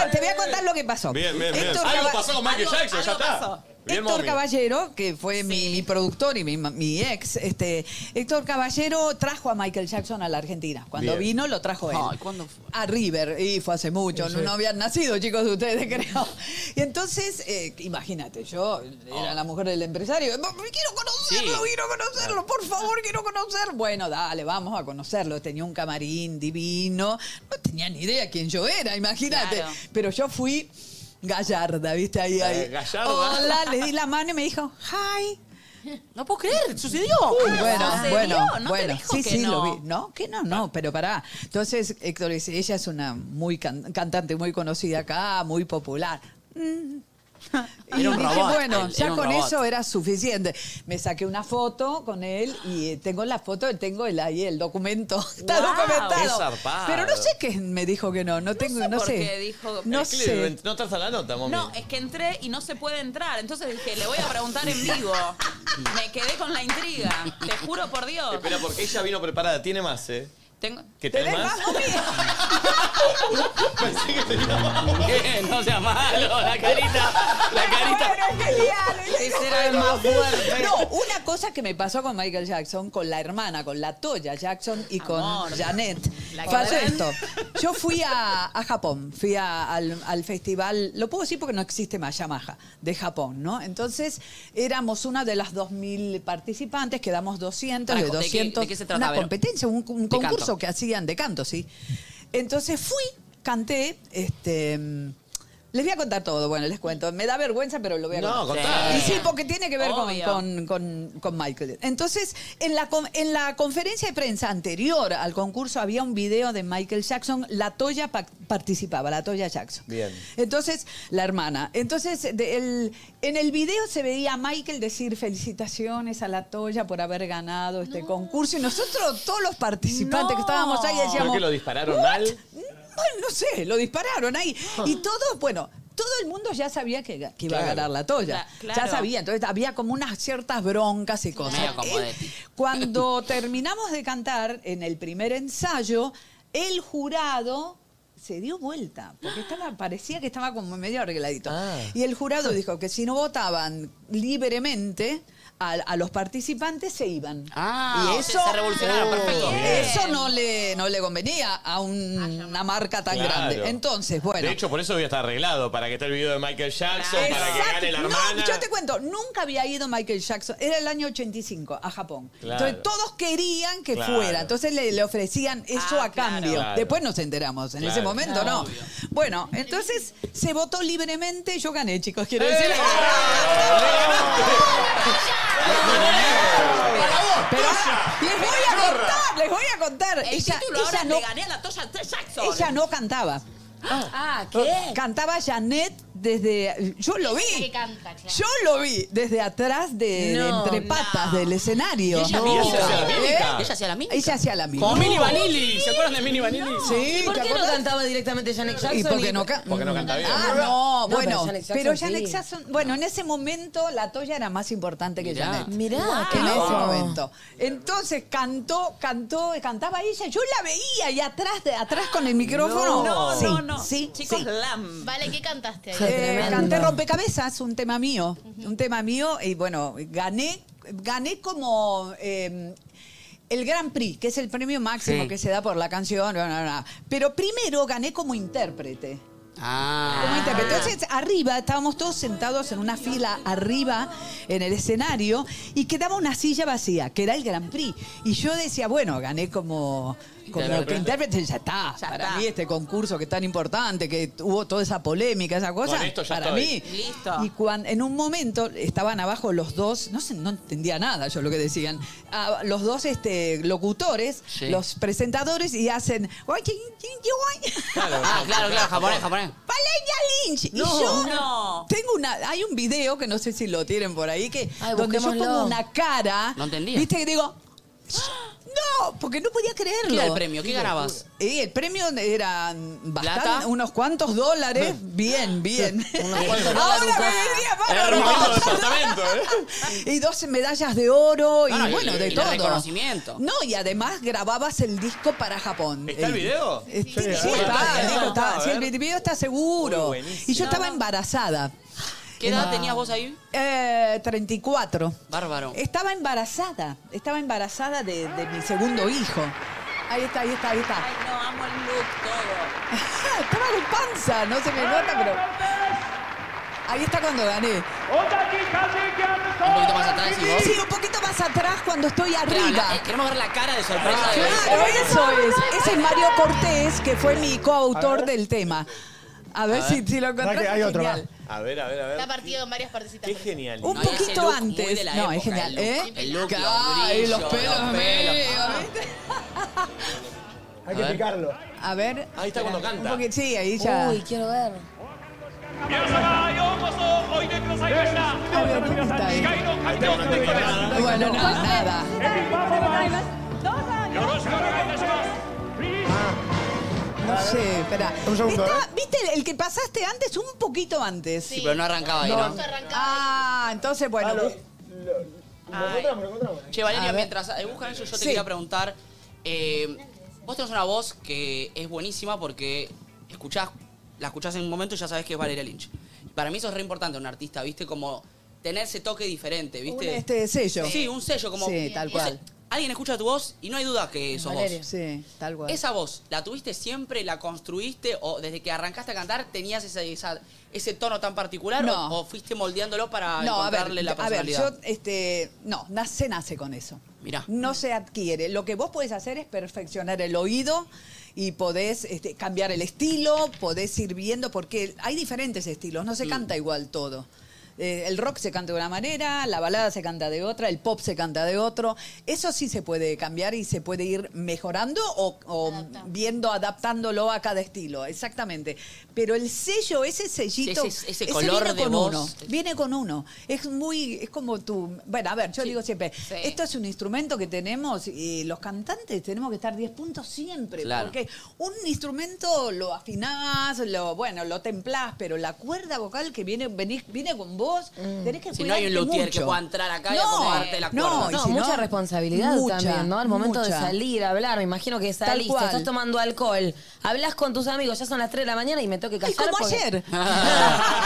Speaker 8: No, te voy a contar lo que pasó.
Speaker 1: Bien, bien, bien.
Speaker 8: Héctor
Speaker 1: Algo
Speaker 8: Cava-
Speaker 1: pasó con Michael Jackson, ya está. Bien,
Speaker 8: Héctor
Speaker 1: mami.
Speaker 8: Caballero, que fue mi, mi productor y mi, ma- mi ex, este, Héctor Caballero trajo a Michael Jackson a la Argentina. Cuando
Speaker 2: Bien.
Speaker 8: vino, lo trajo él.
Speaker 2: Ay, ¿cuándo fue?
Speaker 8: A River, y fue hace mucho, no, no habían nacido chicos de ustedes, creo. Y entonces, eh, imagínate, yo
Speaker 1: Ah.
Speaker 8: era la mujer del empresario, "Bo- quiero conocerlo,
Speaker 23: Sí.
Speaker 8: quiero conocerlo, por favor, quiero conocer. Bueno, dale, vamos a conocerlo. Tenía un camarín divino, no tenía ni idea quién yo era, imagínate.
Speaker 23: Claro.
Speaker 8: Pero yo fui gallarda, viste, ahí, ahí.
Speaker 23: Eh, gallarda.
Speaker 8: Hola, le di la mano y me dijo, hi.
Speaker 2: No puedo creer, sucedió.
Speaker 8: Uy, bueno,
Speaker 2: Sucedió,
Speaker 8: bueno,
Speaker 2: no te
Speaker 8: bueno.
Speaker 2: dijo
Speaker 8: sí,
Speaker 2: que
Speaker 8: sí,
Speaker 2: no.
Speaker 8: lo vi. No, que no, no, pero pará. Entonces, Héctor dice, ella es una muy can- cantante muy conocida acá, muy popular.
Speaker 2: Era un
Speaker 8: y dije,
Speaker 2: robot,
Speaker 8: bueno,
Speaker 2: él,
Speaker 8: ya
Speaker 2: era un
Speaker 8: con
Speaker 2: robot.
Speaker 8: eso era suficiente. Me saqué una foto con él y eh, tengo la foto, tengo el, ahí el documento. Está
Speaker 1: Guau.
Speaker 8: documentado.
Speaker 1: Qué zarpado.
Speaker 8: Pero no sé qué me dijo que no, no tengo, no sé.
Speaker 5: por qué dijo-
Speaker 8: no
Speaker 1: Es que
Speaker 8: sé.
Speaker 1: le- No traza la nota, mami.
Speaker 5: No, es que entré y no se puede entrar. Entonces dije, le voy a preguntar en vivo. Me quedé con la intriga. Te juro por Dios.
Speaker 1: Espera, porque ella vino preparada. Tiene más, ¿eh?
Speaker 5: Tengo...
Speaker 1: ¿Que tenés más? Pensé que tenía más.
Speaker 2: ¿Qué? No seas malo, la carita. La carita. Ese era el más fuerte.
Speaker 8: No, una cosa que me pasó con Michael Jackson, con la hermana, con la Toya Jackson y con
Speaker 2: Amor.
Speaker 8: Janet.
Speaker 2: La
Speaker 8: Pasó
Speaker 2: gran-
Speaker 8: esto. Yo fui a, a Japón, fui a- al, al festival, lo puedo decir porque no existe más Yamaha, de Japón, ¿no? Entonces éramos una de las 2.000 participantes, quedamos 200, de
Speaker 2: Para, ¿de qué-
Speaker 8: 200,
Speaker 2: de qué se
Speaker 8: una
Speaker 2: trataba?
Speaker 8: competencia, un, un
Speaker 2: De
Speaker 8: concurso
Speaker 2: canto.
Speaker 8: que hacían de canto, ¿sí? Entonces fui, canté, este... mm, Les voy a contar todo, bueno, les cuento. Me da vergüenza, pero lo voy a
Speaker 1: No,
Speaker 8: contar.
Speaker 1: contá.
Speaker 8: Y sí, porque tiene que ver con,
Speaker 1: Obvio.
Speaker 8: con- con- con Michael. Entonces, en la, con- en la conferencia de prensa anterior al concurso había un video de Michael Jackson. La Toya pa- participaba, la Toya Jackson.
Speaker 1: Bien.
Speaker 8: Entonces, la hermana. Entonces, de- el- en el video se veía a Michael decir felicitaciones a la Toya por haber ganado este concurso. Y nosotros, todos los participantes que estábamos ahí,
Speaker 1: ¿Pero
Speaker 8: decíamos.
Speaker 1: que lo dispararon
Speaker 8: "What?".
Speaker 1: mal?
Speaker 8: Bueno, no sé, lo dispararon ahí. Y todos, bueno, todo el mundo ya sabía que, que iba a
Speaker 2: Claro.
Speaker 8: ganar la Toya.
Speaker 2: Cla- claro.
Speaker 8: Ya sabía, entonces había como unas ciertas broncas y cosas. Eh,
Speaker 2: Medio como
Speaker 8: Él-
Speaker 2: de-
Speaker 8: cuando terminamos de cantar en el primer ensayo, el jurado se dio vuelta, porque estaba, parecía que estaba como medio arregladito.
Speaker 2: Ah.
Speaker 8: Y el jurado dijo que si no votaban libremente a, a los participantes, se iban.
Speaker 2: Ah,
Speaker 8: y
Speaker 2: o sea, se revolucionaron, perfecto.
Speaker 8: Eso no le, no le convenía a un- una marca tan
Speaker 1: Claro.
Speaker 8: grande. Entonces, bueno.
Speaker 1: De hecho, por eso voy a estar arreglado, para que esté el video de Michael Jackson, para que
Speaker 8: Exacto.
Speaker 1: gane la
Speaker 8: No,
Speaker 1: hermana.
Speaker 8: yo te cuento, nunca había ido Michael Jackson. Era el año 85 a Japón.
Speaker 1: Claro.
Speaker 8: Entonces todos querían que
Speaker 1: Claro.
Speaker 8: fuera. Entonces le, le ofrecían eso
Speaker 2: Ah,
Speaker 8: a
Speaker 2: claro.
Speaker 8: cambio.
Speaker 2: Claro.
Speaker 8: Después nos enteramos. En
Speaker 2: Claro.
Speaker 8: ese momento no.
Speaker 2: Obvio.
Speaker 8: Bueno, entonces se votó libremente. Yo gané, chicos, quiero
Speaker 2: ¡Eh!
Speaker 8: decir. Pero ah, les voy a contar, les voy a contar.
Speaker 5: El
Speaker 8: Ella,
Speaker 5: título ahora
Speaker 8: ella no,
Speaker 5: le gané a la Toya Jackson.
Speaker 8: ella no cantaba.
Speaker 3: Ah, ¿qué?
Speaker 8: Cantaba Janet desde. Yo lo
Speaker 10: Esa que
Speaker 8: vi.
Speaker 10: canta, claro.
Speaker 8: Yo lo vi desde atrás de,
Speaker 10: No,
Speaker 8: entre patas del escenario.
Speaker 10: Ella
Speaker 8: No.
Speaker 10: mímica.
Speaker 8: ¿Eh?
Speaker 10: Ella hacía la mímica. Ella hacía la mímica.
Speaker 8: Ella hacía la mímica.
Speaker 25: Como Mini
Speaker 8: No.
Speaker 25: Vanilli. ¿Se acuerdan de Mini Vanilli?
Speaker 8: Sí,
Speaker 3: ¿Y por
Speaker 8: ¿te
Speaker 3: qué no
Speaker 8: acordás?
Speaker 3: cantaba directamente Janet Jackson?
Speaker 8: ¿Y por qué no ca-
Speaker 1: Porque no canta bien.
Speaker 8: Ah, no,
Speaker 3: No,
Speaker 8: bueno,
Speaker 3: pero
Speaker 8: pero
Speaker 3: Janet
Speaker 8: Janet
Speaker 3: Jackson
Speaker 8: Jackson,
Speaker 3: sí.
Speaker 8: bueno, en ese momento la Toya era más importante que Janet.
Speaker 3: Mirá,
Speaker 8: que en
Speaker 3: qué
Speaker 8: ese
Speaker 3: loco.
Speaker 8: momento. Entonces cantó, cantó, cantaba ella, yo la veía y atrás de atrás con el micrófono.
Speaker 5: No,
Speaker 8: Sí,
Speaker 5: no, no.
Speaker 8: Sí,
Speaker 5: Chicos,
Speaker 8: sí.
Speaker 5: glam.
Speaker 10: Ah, Vale, ¿qué cantaste? ahí?
Speaker 8: Eh, canté rompecabezas, un tema mío, un tema mío y bueno, gané, gané como eh, el Grand Prix, que es el premio máximo
Speaker 2: Sí.
Speaker 8: que se da por la canción, bla, bla, bla. pero primero gané como intérprete. Como
Speaker 2: Ah.
Speaker 8: intérprete. Entonces, arriba, estábamos todos sentados en una fila arriba en el escenario y quedaba una silla vacía, que era el Grand Prix. Y yo decía, bueno, gané como, como
Speaker 2: Intérprete.
Speaker 8: que intérprete, ya está. para mí, este concurso que es tan importante, que hubo toda esa polémica, esa cosa,
Speaker 2: Con esto ya
Speaker 8: para
Speaker 2: estoy.
Speaker 8: mí.
Speaker 2: Listo.
Speaker 8: Y cuando, en un momento estaban abajo los dos, no, sé, no entendía nada yo lo que decían, ah, los dos este, locutores,
Speaker 2: Sí.
Speaker 8: los presentadores y hacen. "Oye, chin, chin, chin, oye".
Speaker 2: Ah, claro, claro, japonés, japonés.
Speaker 8: Valeria Lynch.
Speaker 2: No,
Speaker 8: y yo
Speaker 2: no.
Speaker 8: tengo una. Hay un video que no sé si lo tienen por ahí, que
Speaker 2: Ay,
Speaker 8: donde yo
Speaker 2: busquémoslo.
Speaker 8: pongo una cara.
Speaker 2: No entendía.
Speaker 8: Viste que digo. No, porque no podía creerlo.
Speaker 2: ¿Qué era el premio? ¿Qué ganabas?
Speaker 8: Eh, el premio eran bastan-
Speaker 2: ¿Plata?
Speaker 8: unos cuantos dólares. Bien, bien.
Speaker 2: cuantos
Speaker 8: Ahora
Speaker 2: dólares,
Speaker 8: me
Speaker 2: Lucas.
Speaker 8: venía
Speaker 2: Era
Speaker 8: bárbaro.
Speaker 2: hermanito ¿eh?
Speaker 8: Y 12 medallas de oro y
Speaker 2: Claro, Ah, y-
Speaker 8: bueno,
Speaker 2: y
Speaker 8: de
Speaker 2: el
Speaker 8: todo.
Speaker 2: reconocimiento.
Speaker 8: No, y además grababas el disco para Japón.
Speaker 1: ¿Está el video?
Speaker 8: Sí, sí,
Speaker 1: Sí,
Speaker 8: está,
Speaker 1: está,
Speaker 8: el
Speaker 1: está,
Speaker 8: disco está.
Speaker 1: a
Speaker 8: Sí, el
Speaker 1: ver.
Speaker 8: video está seguro.
Speaker 1: Uy,
Speaker 8: y yo estaba embarazada.
Speaker 2: ¿Qué
Speaker 1: Ah.
Speaker 2: edad tenías vos ahí?
Speaker 8: Eh, 34.
Speaker 2: Bárbaro.
Speaker 8: Estaba embarazada. Estaba embarazada de, de mi segundo hijo. Ahí está, ahí está, ahí está.
Speaker 5: Ay, no, amo el look, todo.
Speaker 8: estaba con panza, no se me nota, pero. Ahí está cuando gané.
Speaker 2: Un poquito más atrás y vos.
Speaker 8: Sí, un poquito más atrás cuando estoy arriba.
Speaker 2: Claro, la- eh, queremos ver la cara de sorpresa de
Speaker 8: Ah, Claro, eso es. Ese es Mario Cortés, que fue mi coautor del tema. A ver,
Speaker 1: A ver.
Speaker 8: Si, si lo encontrás. genial.
Speaker 1: A ver, a ver, a ver.
Speaker 10: Está partido en varias partecitas.
Speaker 1: Qué genial.
Speaker 8: Un poquito antes. No, es genial. ¿Eh?
Speaker 2: El look, los
Speaker 8: Ay,
Speaker 2: brillos,
Speaker 8: los pelos,
Speaker 2: los
Speaker 8: míos,
Speaker 2: pelos.
Speaker 8: ¿viste?
Speaker 15: Hay que
Speaker 2: A ver.
Speaker 15: picarlo.
Speaker 8: A ver.
Speaker 1: Ahí está cuando
Speaker 8: Un
Speaker 1: canta.
Speaker 8: poquito, sí, ahí ya.
Speaker 3: Uy, quiero ver.
Speaker 8: A ver, ¿dónde está ahí? Bueno, no, nada. No sé, espera.
Speaker 15: eh.
Speaker 8: Está- ¿Viste el, el que pasaste antes? Un poquito antes.
Speaker 2: Sí, pero no arrancaba ahí,
Speaker 8: No.
Speaker 2: ¿no?
Speaker 8: Ah, entonces, bueno.
Speaker 2: Che,
Speaker 8: A
Speaker 2: Valeria,
Speaker 8: ver.
Speaker 2: mientras eh, buscan eso, yo te
Speaker 8: Sí.
Speaker 2: quería preguntar. eh, vos tenés una voz que es buenísima porque escuchás, la escuchás en un momento y ya sabés que es Valeria Lynch. Para mí eso es re importante, un artista, ¿viste? Como tener ese toque diferente, ¿viste?
Speaker 8: Un, este, sello.
Speaker 2: Sí, un sello, como.
Speaker 8: Sí, tal
Speaker 2: no sé,
Speaker 8: cual.
Speaker 2: alguien escucha tu voz y no hay duda que sos vos.
Speaker 8: Sí, tal cual.
Speaker 2: ¿Esa voz la tuviste siempre, la construiste o desde que arrancaste a cantar tenías esa- esa- ese tono tan particular
Speaker 8: No.
Speaker 2: o, o fuiste moldeándolo para
Speaker 8: no, a ver,
Speaker 2: encontrarle la
Speaker 8: a ver,
Speaker 2: personalidad?
Speaker 8: yo, este, no, na- se nace con eso.
Speaker 2: Mirá.
Speaker 8: No se adquiere. Lo que vos podés hacer es perfeccionar el oído y podés este, cambiar el estilo, podés ir viendo, porque hay diferentes estilos,
Speaker 2: Mm.
Speaker 8: no se canta igual todo. Eh, el rock se canta de una manera, la balada se canta de otra, el pop se canta de otro. Eso sí se puede cambiar y se puede ir mejorando o, o viendo, adaptándolo a cada estilo, exactamente. Pero el sello, ese sellito,
Speaker 2: Ese- ese color
Speaker 8: viene
Speaker 2: de
Speaker 8: con
Speaker 2: voz.
Speaker 8: uno. Viene con uno. Es muy, es como tu. Bueno, a ver, yo digo siempre, esto es un instrumento que tenemos y los cantantes tenemos que estar 10 puntos siempre.
Speaker 2: Claro.
Speaker 8: Porque un instrumento lo afinás, lo, bueno, lo templás, pero la cuerda vocal que viene, venís- viene con vos,
Speaker 3: Mm.
Speaker 8: tenés que
Speaker 2: Si no hay un
Speaker 8: cuidarte
Speaker 2: luthier
Speaker 8: mucho.
Speaker 2: que pueda entrar acá y
Speaker 8: No,
Speaker 2: acomodarte la
Speaker 8: no,
Speaker 2: cuerda.
Speaker 8: y
Speaker 3: No,
Speaker 8: si
Speaker 3: mucha responsabilidad
Speaker 8: mucha,
Speaker 3: también, ¿no? Al momento
Speaker 8: mucha.
Speaker 3: de salir a hablar, me imagino que
Speaker 8: Tal
Speaker 3: saliste,
Speaker 8: cual.
Speaker 3: estás tomando alcohol, hablas con tus amigos, ya son las 3 de la mañana y me toque callar.
Speaker 8: como
Speaker 3: porque-
Speaker 8: ayer.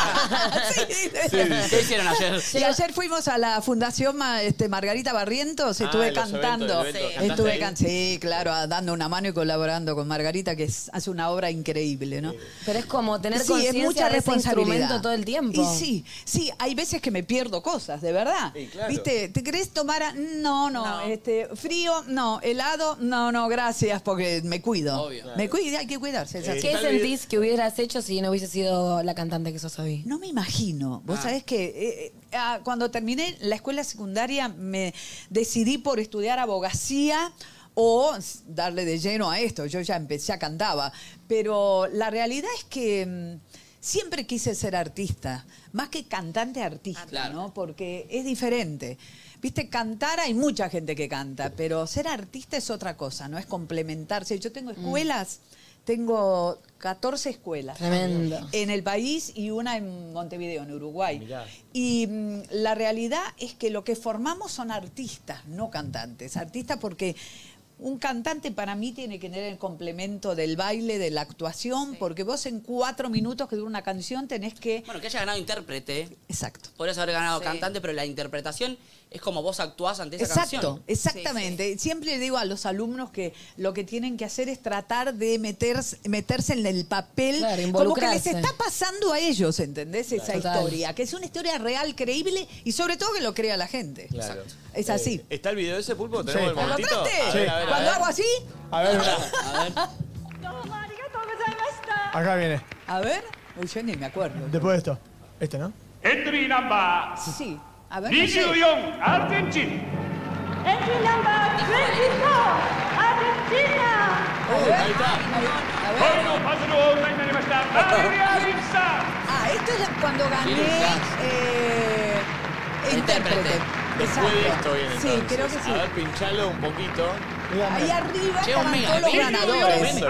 Speaker 8: Sí.
Speaker 2: ¿Qué hicieron ayer?
Speaker 8: Y ayer fuimos a la Fundación Ma- este, Margarita Barrientos, estuve
Speaker 2: Ah, los
Speaker 8: cantando.
Speaker 2: eventos, los eventos.
Speaker 8: Sí. Estuve
Speaker 2: ¿Cantaste
Speaker 8: can- sí, claro, a- dando una mano y colaborando con Margarita, que es- hace una obra increíble, ¿no?
Speaker 3: Pero es como tener
Speaker 8: Sí, es
Speaker 3: conciencia
Speaker 8: mucha
Speaker 3: de ese
Speaker 8: responsabilidad.
Speaker 3: instrumento todo el tiempo.
Speaker 8: Y sí, sí, hay veces que me pierdo cosas, de verdad.
Speaker 3: Sí, claro.
Speaker 8: ¿Viste? ¿Te querés tomar? a- No, no, Este, frío, no, helado, no, no, gracias, porque me cuido. Me cuido, hay que cuidarse.
Speaker 2: Eh,
Speaker 8: es así.
Speaker 3: ¿Qué sentís que hubieras hecho si no hubiese sido la cantante que sos hoy?
Speaker 8: No me imagino.
Speaker 2: Ah.
Speaker 8: Vos sabés que eh, eh, ah, cuando terminé la escuela secundaria me decidí por estudiar abogacía o s- darle de lleno a esto. Yo ya empecé a cantaba, pero la realidad es que mm, siempre quise ser artista, más que cantante artista, ¿no? Porque es diferente. Viste, cantar hay mucha gente que canta, pero ser artista es otra cosa, ¿no? Es complementarse. Yo tengo escuelas, tengo 14 escuelas
Speaker 3: Tremendo.
Speaker 8: en el país y una en Montevideo, en Uruguay. Y mm, la realidad es que lo que formamos son artistas, no cantantes. Artistas porque un cantante para mí tiene que tener el complemento del baile, de la actuación, porque vos en cuatro minutos que dura una canción tenés que...
Speaker 2: Bueno, que haya ganado intérprete.
Speaker 8: Exacto.
Speaker 2: Podrías haber ganado cantante, pero la interpretación es como vos actuás ante esa
Speaker 8: Exacto,
Speaker 2: canción.
Speaker 8: exactamente. Siempre le digo a los alumnos que lo que tienen que hacer es tratar de meterse, meterse en el papel,
Speaker 3: Claro,
Speaker 8: como que les
Speaker 3: involucrarse.
Speaker 8: está pasando a ellos, ¿entendés? Esa
Speaker 3: Claro. Total.
Speaker 8: historia, que es una historia real, creíble y sobre todo que lo crea la gente.
Speaker 1: Claro.
Speaker 8: Es así.
Speaker 1: Eh, ¿Está el video de ese pulpo? ¿Tenemos
Speaker 8: Sí.
Speaker 1: el momentito?
Speaker 8: ¿Lo
Speaker 1: A
Speaker 8: encontraste?
Speaker 1: ver, a ver, a
Speaker 8: Cuando
Speaker 1: ver.
Speaker 8: hago así.
Speaker 15: A ver, mirá.
Speaker 1: A ver.
Speaker 15: Acá viene.
Speaker 8: A ver. Uy, yo ni me acuerdo.
Speaker 15: Después de esto. Este, ¿no?
Speaker 8: Entry number. Sí. A ver. no sé.
Speaker 7: 24, Argentina. Entry number 24, Argentina.
Speaker 8: ahí está. A ver. Ah, esto es cuando gané eh, intérprete.
Speaker 1: Después de esto viene
Speaker 8: Sí,
Speaker 1: entonces.
Speaker 8: creo que sí.
Speaker 1: A ver, pinchalo un poquito.
Speaker 8: Ahí arriba
Speaker 1: Che,
Speaker 8: estaban
Speaker 1: un mega
Speaker 8: todos los
Speaker 1: evento,
Speaker 8: ganadores.
Speaker 1: tremendo evento.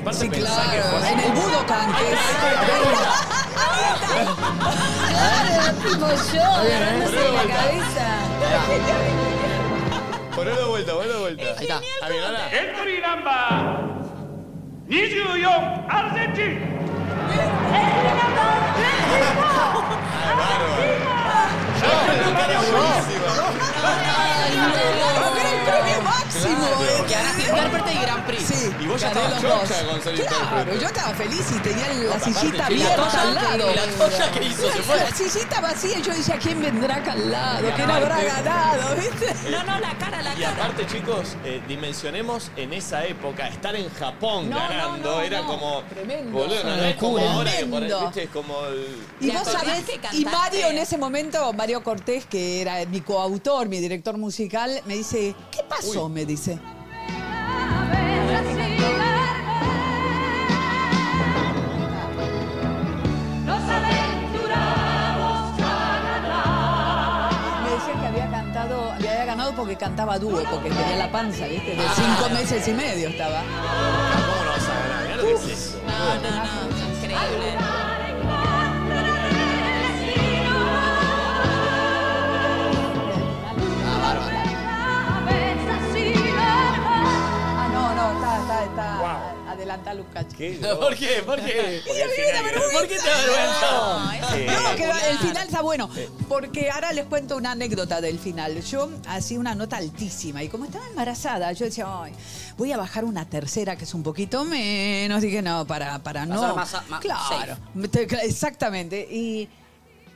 Speaker 1: Aparte
Speaker 8: Sí,
Speaker 1: pensá
Speaker 8: claro,
Speaker 1: que fue-
Speaker 8: en el Budokan. que
Speaker 3: Claro, tipo yo,
Speaker 15: ¿eh?
Speaker 3: agarrándose en la cabeza.
Speaker 1: Ponelo de vuelta, ponelo de vuelta. Ahí está. A ver, ahora.
Speaker 7: Entry number 24, Argentina. Entry number 24,
Speaker 8: máximo, eh.
Speaker 2: Ganaste intérprete y Gran Prix.
Speaker 8: Sí.
Speaker 1: Y vos ya
Speaker 8: gané
Speaker 1: estabas
Speaker 8: los dos.
Speaker 1: chocha con ser
Speaker 8: Claro,
Speaker 1: intérprete.
Speaker 8: yo estaba feliz y tenía la
Speaker 1: Aparte,
Speaker 8: sillita
Speaker 1: ¿y la
Speaker 8: abierta
Speaker 1: toalla?
Speaker 8: al lado.
Speaker 1: ¿Y la toalla qué hizo? ¿Se fue?
Speaker 8: La sillita vacía y yo dije, ¿a quién vendrá acá al lado?
Speaker 1: Y
Speaker 8: ¿Quién habrá
Speaker 1: aparte-
Speaker 8: ganado? ¿Viste?
Speaker 1: No, no,
Speaker 2: la cara, la
Speaker 1: Y aparte, chicos, eh, dimensionemos en esa época, estar en Japón
Speaker 8: No, no,
Speaker 1: ganando
Speaker 8: no,
Speaker 1: era
Speaker 8: no.
Speaker 1: como.
Speaker 8: Tremendo.
Speaker 1: Boludo, no,
Speaker 8: Una
Speaker 1: no es como
Speaker 8: locura.
Speaker 1: ahora que por ahí,
Speaker 8: Tremendo.
Speaker 1: viste, es como el.
Speaker 8: Y
Speaker 1: La
Speaker 8: vos
Speaker 1: toalla.
Speaker 8: sabés, y Mario en ese momento, Mario Cortés, que era mi coautor, mi director musical, me dice, ¿qué pasó? Me dice.
Speaker 7: Nos aventuramos
Speaker 8: Me decían que había cantado, le había ganado porque cantaba dúo, porque tenía la panza, ¿viste?
Speaker 1: Ah.
Speaker 8: De cinco meses y medio estaba.
Speaker 1: ¿Cómo no vas a ganar? Mirá lo que es eso.
Speaker 5: No, no, no. Increíble.
Speaker 8: Ah, no, no, está, está, está. Adelanta Lucas.
Speaker 1: ¿Por qué? ¿Por qué?
Speaker 8: Y a mí me da vergüenza.
Speaker 1: ¿Por qué te Eh, da vergüenza? Sí.
Speaker 8: No, que va- el final está bueno. Porque ahora les cuento una anécdota del final. Yo hacía una nota altísima y como estaba embarazada, yo decía, "Ay, voy a bajar una tercera que es un poquito menos. Dije, no, para, para
Speaker 2: Vas a
Speaker 8: no.
Speaker 2: ver más- más-
Speaker 8: claro. Te- cla- Exactamente. Y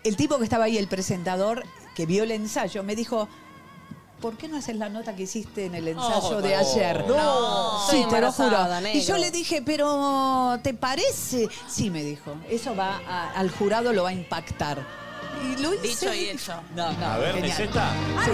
Speaker 8: el tipo que estaba ahí, el presentador, que vio el ensayo, me dijo. ¿Por qué no haces la nota que hiciste en el ensayo
Speaker 3: Oh,
Speaker 8: de
Speaker 3: no.
Speaker 8: ayer?
Speaker 3: No.
Speaker 8: Sí,
Speaker 3: Estoy
Speaker 8: te lo juro.
Speaker 3: embarazada, negro.
Speaker 8: Y yo le dije, pero ¿te parece? Sí, me dijo. Eso va a- al jurado lo va a impactar. Y lo hice.
Speaker 5: Dicho y hecho.
Speaker 8: No, no.
Speaker 1: A ver, ¿es
Speaker 8: genial.
Speaker 1: esta?
Speaker 8: Sí.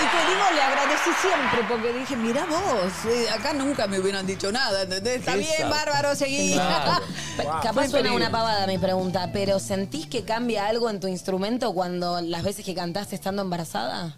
Speaker 8: Y te digo, le agradecí siempre porque dije, mira vos, eh, acá nunca me hubieran dicho nada, ¿entendés? Está bien,
Speaker 3: Exacto.
Speaker 8: bárbaro, seguí.
Speaker 3: Claro.
Speaker 8: Fue
Speaker 3: Capaz suena
Speaker 8: increíble.
Speaker 3: una pavada mi pregunta, pero ¿sentís que cambia algo en tu instrumento cuando las veces que cantaste estando embarazada?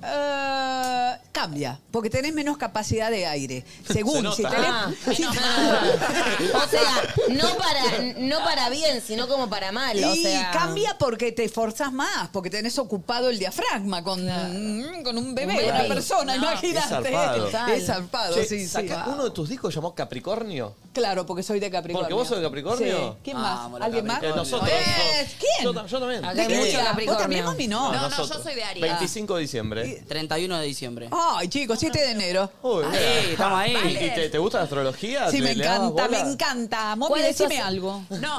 Speaker 8: Eh, cambia, porque tenés menos capacidad de aire.
Speaker 3: Se
Speaker 8: Según,
Speaker 3: nota.
Speaker 8: si tenés.
Speaker 3: Ah,
Speaker 8: si-
Speaker 3: O sea, no para, no para bien, sino como para mal. o
Speaker 8: y
Speaker 3: sea,
Speaker 8: cambia porque te esforzás más, porque tenés ocupado el diafragma con, mm, con un bebé,
Speaker 3: Un bebé.
Speaker 8: una persona,
Speaker 3: No.
Speaker 8: imagínate.
Speaker 1: Es zarpado.
Speaker 8: Es zarpado,
Speaker 1: Che,
Speaker 8: sí, sí.
Speaker 1: sacá- Uno de tus discos llamó Capricornio.
Speaker 8: Claro, porque soy de Capricornio.
Speaker 1: ¿Porque vos sos de Capricornio?
Speaker 8: Sí. ¿Quién
Speaker 1: Ah,
Speaker 8: más?
Speaker 1: bueno,
Speaker 8: ¿Alguien más?
Speaker 1: Capricornio. Eh, nosotros,
Speaker 8: ¿Eh? ¿Quién?
Speaker 1: Yo, tam- yo también.
Speaker 8: Acá hay ¿De qué mucho día? Capricornio. ¿Vos también, Mami? No.
Speaker 5: No, no,
Speaker 1: Nosotros.
Speaker 5: yo soy de Aries.
Speaker 1: 25 de diciembre.
Speaker 2: 31 de diciembre.
Speaker 8: Ay, chicos, 7 de enero.
Speaker 1: Ahí,
Speaker 2: estamos ahí.
Speaker 1: ¿Y, y te, te gusta la astrología?
Speaker 8: Sí,
Speaker 1: ¿Te-
Speaker 8: me
Speaker 2: Ah,
Speaker 1: le dabas
Speaker 8: encanta, me
Speaker 1: bola?
Speaker 8: encanta. Mami,
Speaker 3: ¿Cuál es tu
Speaker 8: decime
Speaker 3: as-
Speaker 8: algo.
Speaker 5: No.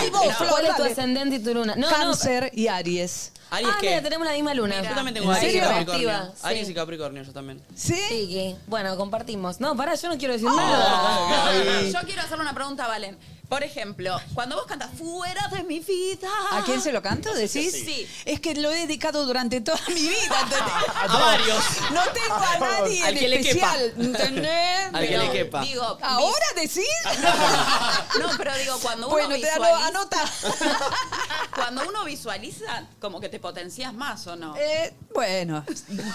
Speaker 8: Ay, vos, Flor,
Speaker 3: ¿Cuál es tu
Speaker 8: dale.
Speaker 3: ascendente y tu luna? No,
Speaker 8: Cáncer y Aries.
Speaker 2: ¿Aries
Speaker 3: ah,
Speaker 2: qué?
Speaker 3: mira, tenemos la misma luna.
Speaker 2: Yo también tengo
Speaker 3: ¿En
Speaker 2: Aries y
Speaker 3: serio?
Speaker 2: Capricornio.
Speaker 3: Activa, sí.
Speaker 2: Aries y Capricornio, yo también.
Speaker 8: ¿Sí? Oh.
Speaker 3: que- Bueno, compartimos. No, pará, yo no quiero decir
Speaker 5: No,
Speaker 2: Ah,
Speaker 3: nada.
Speaker 5: no, no, Yo quiero hacerle una pregunta a Valen. Por ejemplo, cuando vos cantas fuera de mi vida.
Speaker 8: ¿A quién se lo canto? ¿Decís?
Speaker 5: Sí.
Speaker 8: Es que lo he dedicado durante toda mi vida. ¿entendés?
Speaker 2: A varios.
Speaker 8: No tengo a nadie
Speaker 2: Al
Speaker 8: en
Speaker 2: que le quepa.
Speaker 8: especial. ¿Entendés?
Speaker 2: Al que
Speaker 8: Pero-
Speaker 2: le quepa.
Speaker 5: Digo,
Speaker 8: ¿Ahora decís?
Speaker 5: No, pero digo, cuando uno
Speaker 8: Bueno, te da-
Speaker 5: visualiza.
Speaker 8: anota.
Speaker 5: Cuando uno visualiza, como que te potencias más o no.
Speaker 8: Eh, bueno,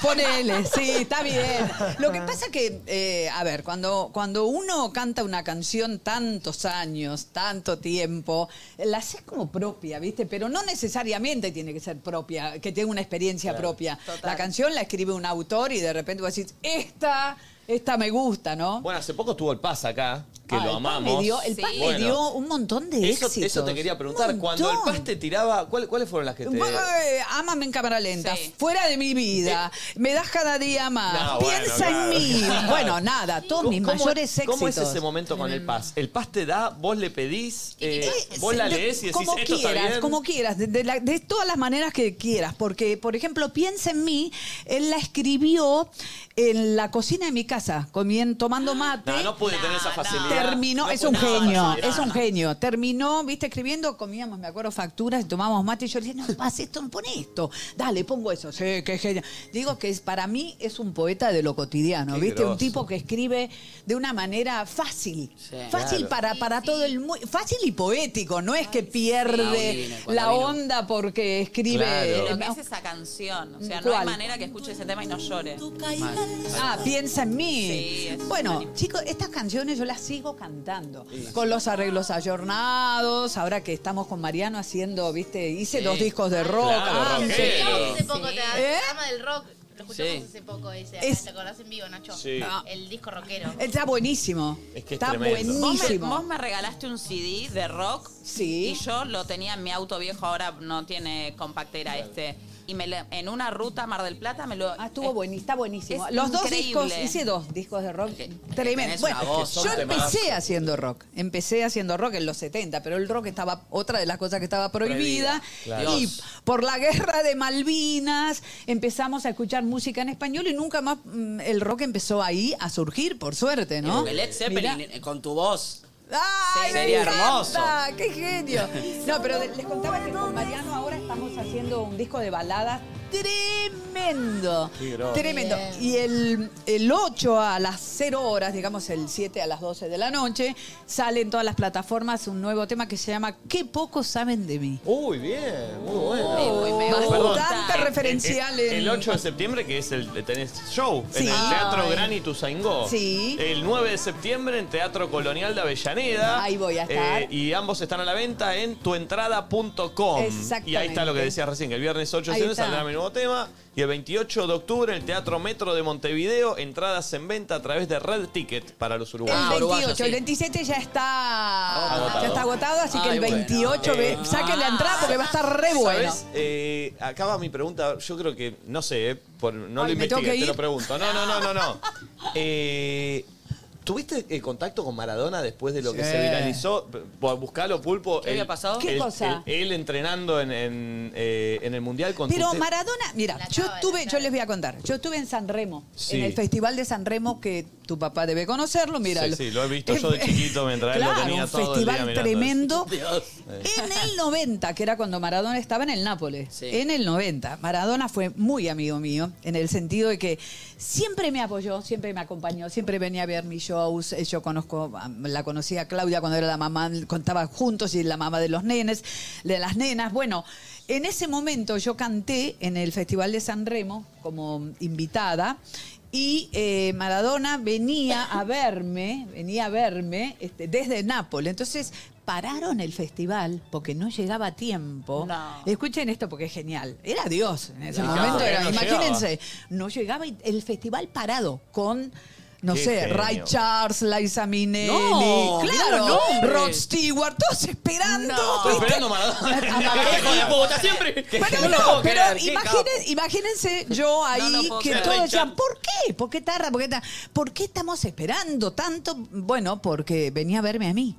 Speaker 8: ponele, sí, está bien. Lo que pasa que, eh, a ver, cuando, cuando uno canta una canción tantos años, tanto tiempo, la haces como propia, ¿viste? Pero no necesariamente tiene que ser propia, que tenga una experiencia
Speaker 2: Claro.
Speaker 8: propia.
Speaker 2: Total.
Speaker 8: La canción la escribe un autor y de repente vos decís, esta, esta me gusta, ¿no?
Speaker 1: Bueno, hace poco estuvo el PAS acá, que lo amamos.
Speaker 8: Me dio- Ah, el PAS me
Speaker 1: Bueno,
Speaker 8: dio un montón de
Speaker 1: eso,
Speaker 8: éxitos.
Speaker 1: eso te quería preguntar.
Speaker 8: Un
Speaker 1: Cuando el
Speaker 8: montón.
Speaker 1: PAS te tiraba, ¿cuál- ¿cuáles fueron las que te.?
Speaker 8: Bueno, eh, ámame en cámara lenta,
Speaker 1: Sí.
Speaker 8: fuera de mi vida, me das cada día más,
Speaker 1: Eh, No, bueno,
Speaker 8: Ah, piensa en
Speaker 1: claro.
Speaker 8: mí. Bueno, nada, todos
Speaker 1: ¿Cómo-
Speaker 8: mis
Speaker 1: cómo-
Speaker 8: mayores éxitos.
Speaker 1: ¿Cómo es ese momento con el PAS? El PAS te da, vos le pedís, eh,
Speaker 8: Eh,
Speaker 1: vos la
Speaker 8: de-
Speaker 1: lees y decís,
Speaker 8: como
Speaker 1: esto
Speaker 8: quieras,
Speaker 1: está bien.
Speaker 8: como quieras, de, de la- de todas las maneras que quieras, porque por ejemplo, piensa en mí, él la escribió en la cocina de mi casa, comien- tomando mate.
Speaker 1: no, Ah, no pude tener esa facilidad.
Speaker 8: Terminó,
Speaker 1: No
Speaker 8: es
Speaker 1: pude
Speaker 8: un
Speaker 1: tener esa
Speaker 8: genio,
Speaker 1: facilidad.
Speaker 8: es un genio. Terminó, viste, escribiendo, comíamos, me acuerdo, facturas y tomábamos mate. Y yo le dije, no, pasa esto, pon esto. Dale, pongo eso. Sí, qué genio. Digo que es, para mí es un poeta de lo cotidiano,
Speaker 2: Qué
Speaker 8: viste, un
Speaker 2: groso.
Speaker 8: tipo que escribe de una manera fácil. Fácil
Speaker 2: Claro.
Speaker 8: para, para todo el mundo. Fácil y poético, no es que pierde
Speaker 5: divino, cuando
Speaker 8: la
Speaker 5: vino.
Speaker 8: onda porque escribe.
Speaker 5: De lo que
Speaker 8: eh,
Speaker 5: es esa canción. O sea, no
Speaker 8: ¿Cuál?
Speaker 5: hay manera que escuche ese tema y no llore.
Speaker 8: Ah, piensa en mí.
Speaker 5: Sí, es
Speaker 8: bueno, chicos, estas canciones yo las sigo cantando. Con los arreglos ayornados, ahora que estamos con Mariano haciendo, viste, hice
Speaker 2: Sí.
Speaker 8: dos discos
Speaker 5: Ah,
Speaker 8: de rock Ah,
Speaker 2: Claro,
Speaker 8: antes.
Speaker 10: Escuchamos hace poco, te
Speaker 8: ¿Eh?
Speaker 10: programa del rock. Lo escuchamos
Speaker 8: Sí.
Speaker 10: hace poco ese.
Speaker 8: Es-
Speaker 10: ¿Te acordás en vivo, Nacho?
Speaker 8: Sí. Ah.
Speaker 10: El disco rockero.
Speaker 8: Está buenísimo.
Speaker 1: que es
Speaker 8: Está
Speaker 1: tremendo.
Speaker 8: buenísimo.
Speaker 5: Vos me, vos me regalaste un CD de rock.
Speaker 8: Sí.
Speaker 5: Y yo lo tenía en mi auto viejo, ahora no tiene compactera este. Y me lo- en una ruta a Mar del Plata me lo. Ah,
Speaker 8: estuvo buenísimo, está buenísimo. Los dos discos, hice dos discos de rock. Tremendo.
Speaker 5: tenés
Speaker 8: Bueno,
Speaker 5: una voz,
Speaker 8: yo
Speaker 5: son
Speaker 8: empecé
Speaker 5: temazos.
Speaker 8: haciendo rock. Empecé haciendo rock en los 70, pero el rock estaba otra de las cosas que estaba prohibida.
Speaker 2: Prohibida, claro.
Speaker 8: Y por la guerra de Malvinas empezamos a escuchar música en español y nunca más mm, el rock empezó ahí a surgir, por suerte,
Speaker 2: ¿No?
Speaker 8: ¿no?
Speaker 2: Porque Led Zeppelin eh, con tu voz.
Speaker 8: ¡Ay, me
Speaker 2: Sería
Speaker 8: encanta!
Speaker 2: hermoso.
Speaker 8: ¡Qué genio! No, pero de- les contaba que con Mariano ahora estamos haciendo un disco de baladas tremendo.
Speaker 7: Qué groso.
Speaker 8: Tremendo. Y el, el 8 a las 0 horas, digamos el 7 a las 12 de la noche, sale en todas las plataformas un nuevo tema que se llama ¿Qué poco saben de mí?
Speaker 1: Uy, bien, Oh, muy bueno. Perdón.
Speaker 8: Bastante
Speaker 1: Eh, eh,
Speaker 8: referencial
Speaker 1: eh,
Speaker 8: en-
Speaker 1: El 8 de septiembre, que es el tenés show
Speaker 8: Sí.
Speaker 1: en el Teatro
Speaker 8: Ay.
Speaker 1: Gran Ituzaingó.
Speaker 8: Sí.
Speaker 1: El 9 de septiembre en Teatro Colonial de Avellaneda.
Speaker 8: Ahí voy a estar.
Speaker 1: Eh, y ambos están a la venta en tuentrada.com.
Speaker 8: Exactamente.
Speaker 1: Y ahí está lo que decías recién, que el viernes 8 de
Speaker 8: Ahí
Speaker 1: septiembre
Speaker 8: está.
Speaker 1: saldrá mi nuevo tema. Y el 28 de octubre en el Teatro Metro de Montevideo, entradas en venta a través de Red Ticket para los uruguayos.
Speaker 8: el 28, el 27 ya está
Speaker 1: Ah, Agotado.
Speaker 8: ya está agotado, así que
Speaker 1: Ay,
Speaker 8: el
Speaker 1: bueno.
Speaker 8: 28 ve-
Speaker 1: Eh,
Speaker 8: saquen la entrada porque va a estar re bueno.
Speaker 1: ¿Sabes? Eh, acá va mi pregunta. Yo creo que, no sé, eh, por- no
Speaker 8: Ay,
Speaker 1: lo
Speaker 8: ¿me tengo
Speaker 1: investigué,
Speaker 8: que
Speaker 1: te lo
Speaker 8: ir?
Speaker 1: pregunto. No, no, no, no, no. Eh, ¿Tuviste eh, contacto con Maradona después de lo que
Speaker 2: Sí.
Speaker 1: se viralizó? Por buscarlo, Pulpo.
Speaker 2: ¿Qué había pasado?
Speaker 8: ¿Qué
Speaker 1: el-
Speaker 8: cosa?
Speaker 1: el- él entrenando en, en, eh, en el Mundial con
Speaker 8: Pero
Speaker 1: tu te-
Speaker 8: Maradona, mira, yo estuve, yo les voy a contar, yo estuve en San Remo,
Speaker 1: Sí.
Speaker 8: en el Festival de San Remo que tu papá debe conocerlo, mira.
Speaker 1: Sí, sí, lo he visto yo de chiquito mientras él
Speaker 8: claro,
Speaker 1: lo tenía
Speaker 8: un
Speaker 1: todo el
Speaker 8: festival
Speaker 1: día mirando.
Speaker 8: tremendo.
Speaker 1: Eh.
Speaker 8: En el 90, que era cuando Maradona estaba en el Nápoles, en el 90, Maradona fue muy amigo mío, en el sentido de que siempre me apoyó, siempre me acompañó, siempre venía a ver mis shows. Eh, Yo conozco, a- la conocía a Claudia cuando era la mamá, contaban juntos y la mamá de los nenes, de las nenas. Bueno, en ese momento yo canté en el Festival de San Remo como invitada y eh, Maradona venía a verme, venía a verme este, desde Nápoles. Entonces pararon el festival porque no llegaba a tiempo. Escuchen esto porque es genial. Era Dios en ese
Speaker 2: No.
Speaker 8: momento.
Speaker 2: Porque
Speaker 8: era-
Speaker 2: no
Speaker 8: imagínense, no llegaba y el festival parado con No
Speaker 1: Qué
Speaker 8: sé,
Speaker 1: genio.
Speaker 8: Ray Charles, Liza Minnelli,
Speaker 1: No,
Speaker 8: claro,
Speaker 1: mirá los nombres.
Speaker 8: Rod Stewart, todos esperando.
Speaker 1: Estoy
Speaker 8: ¿viste?
Speaker 1: esperando a Maradona.
Speaker 8: siempre.
Speaker 1: Qué
Speaker 8: Pero,
Speaker 1: genio.
Speaker 8: no,
Speaker 1: No lo puedo
Speaker 8: pero
Speaker 1: creer, qué
Speaker 8: imaginen- imagínense yo ahí
Speaker 1: No lo puedo
Speaker 8: que
Speaker 1: creer,
Speaker 8: todos
Speaker 1: Ray
Speaker 8: decían, ¿por qué? ¿Por qué tarda? ¿Por qué, tarda? ¿Por qué estamos esperando tanto? Bueno, porque venía a verme a mí.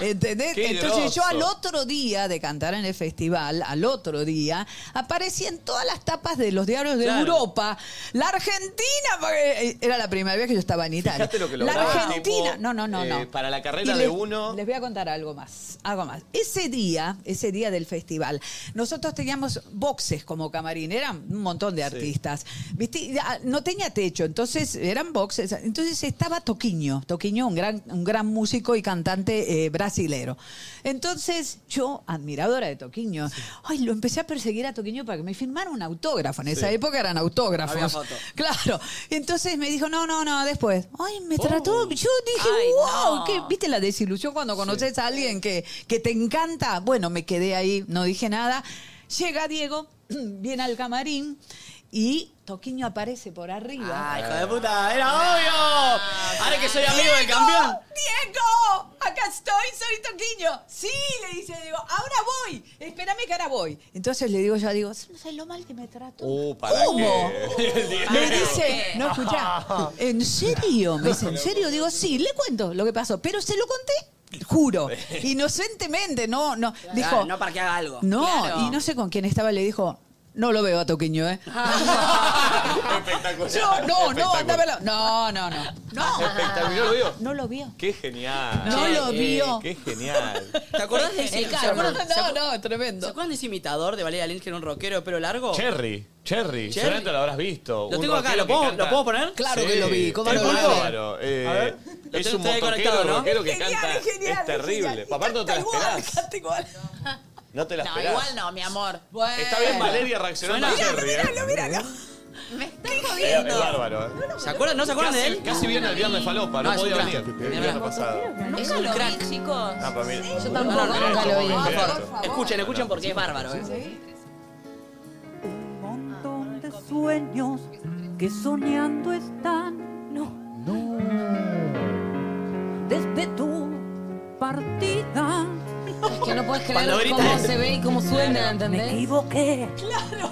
Speaker 8: ¿Entendés?
Speaker 23: Qué
Speaker 8: Entonces yo
Speaker 23: groso.
Speaker 8: al otro día de cantar en el festival, al otro día, aparecían todas las tapas de los diarios de
Speaker 23: Claro.
Speaker 8: Europa. La Argentina, porque eh, era la primera vez que yo estaba en Italia.
Speaker 1: Fíjate lo que
Speaker 8: la
Speaker 1: lograba,
Speaker 8: Argentina,
Speaker 1: tipo,
Speaker 8: no, no, no,
Speaker 1: eh,
Speaker 8: no.
Speaker 1: para la carrera
Speaker 8: Y
Speaker 1: de
Speaker 8: les-
Speaker 1: uno.
Speaker 8: Les voy a contar algo más, algo más. Ese día, ese día del festival, nosotros teníamos boxes como camarín, eran un montón de artistas. ¿Viste? Y, ah, No tenía techo, entonces eran boxes. Entonces estaba Toquiño, Toquiño, un gran, un gran músico y cantante eh, brasilero. Entonces yo, admiradora de Toquiño, ay, lo empecé a perseguir a Toquiño para que me firmara un autógrafo. En esa
Speaker 23: Sí.
Speaker 8: época eran autógrafos.
Speaker 23: Había foto.
Speaker 8: Claro. Entonces me dijo, no, no, no, después. Ay, me trató. Yo dije, wow, ¿qué? ¿viste la desilusión cuando conoces a alguien que, que te encanta? Bueno, me quedé ahí, no dije nada. Llega Diego, viene al camarín y Toquiño aparece por
Speaker 4: Ah,
Speaker 8: arriba.
Speaker 23: Ah,
Speaker 8: Ah.
Speaker 23: Hijo de puta, era obvio. Ahora que soy amigo del
Speaker 8: Diego,
Speaker 23: campeón.
Speaker 8: ¡Diego! ¡Acá estoy! ¡Soy Toquiño! ¡Sí! Le dice Diego, ahora voy. Espérame que ahora voy. Entonces le digo yo a Diego, no sé lo mal que me trato.
Speaker 1: Uh, ¿para
Speaker 8: ¿Cómo?
Speaker 1: qué?
Speaker 8: Me dice, no escuchá, ¿en serio? Me dice, ¿en serio? Digo, sí, le cuento lo que pasó, pero se lo conté, juro, inocentemente, no, no. Dijo,
Speaker 2: Claro, no para que haga algo.
Speaker 8: no,
Speaker 2: Claro.
Speaker 8: y no sé con quién estaba, le dijo, no lo veo a Toquiño, ¿eh? Yo, no, no, dámelo. No, no, no. No.
Speaker 1: Espectacular, ¿lo vio?
Speaker 8: No lo vio.
Speaker 1: Qué genial.
Speaker 8: No lo
Speaker 1: Eh,
Speaker 8: vio.
Speaker 1: Qué genial.
Speaker 2: ¿Te acordás de ese
Speaker 23: El
Speaker 2: ¿se acuerdan-
Speaker 23: Carmen.
Speaker 2: se acu-
Speaker 8: no, tremendo.
Speaker 2: ¿Se acuerdan de ese imitador de Valeria Lynch que era un rockero de pelo largo?
Speaker 1: Cherry, Cherry,
Speaker 2: Cherry.
Speaker 1: seguramente lo habrás visto.
Speaker 2: Lo
Speaker 1: Un
Speaker 2: tengo acá,
Speaker 1: rockero
Speaker 2: ¿lo
Speaker 1: que
Speaker 2: puedo,
Speaker 1: canta-
Speaker 2: ¿lo puedo poner?
Speaker 1: Sí, es
Speaker 2: ¿El pulpo?
Speaker 1: bárbaro, eh,
Speaker 2: A ver. Lo
Speaker 1: es un
Speaker 2: tengo usted ahí
Speaker 1: motoquero,
Speaker 2: conectado, ¿no?
Speaker 1: rockero que
Speaker 2: Genial,
Speaker 1: canta.
Speaker 2: genial,
Speaker 1: es terrible.
Speaker 2: genial.
Speaker 1: Papá, no te la esperás. No te la
Speaker 5: No,
Speaker 1: esperás.
Speaker 5: igual no, mi amor.
Speaker 1: Está bien, Valeria reaccionó a Cherry. ¿eh?
Speaker 5: Me está
Speaker 1: Es es
Speaker 5: jodiendo.
Speaker 1: bárbaro, ¿eh?
Speaker 2: ¿Se acuerdan? ¿No se acuerdan de
Speaker 1: Casi-
Speaker 2: él?
Speaker 1: Casi viene el viernes falopa, no,
Speaker 2: No, es un
Speaker 1: podía
Speaker 2: crack.
Speaker 1: venir. El viernes pasado.
Speaker 5: Es un crack, chicos.
Speaker 1: Ah, para mí.
Speaker 5: Yo
Speaker 2: No, no, no,
Speaker 1: Mirá
Speaker 2: no,
Speaker 1: esto,
Speaker 2: no,
Speaker 1: mirá
Speaker 2: por favor.
Speaker 1: esto.
Speaker 2: Escuchen, escuchen porque es bárbaro, ¿eh?
Speaker 33: de sueños que soñando están. No, no. Desde tu partida.
Speaker 3: Es que no puedes creer cómo se ve y cómo suena, ¿entendés?
Speaker 33: Me equivoqué. Claro.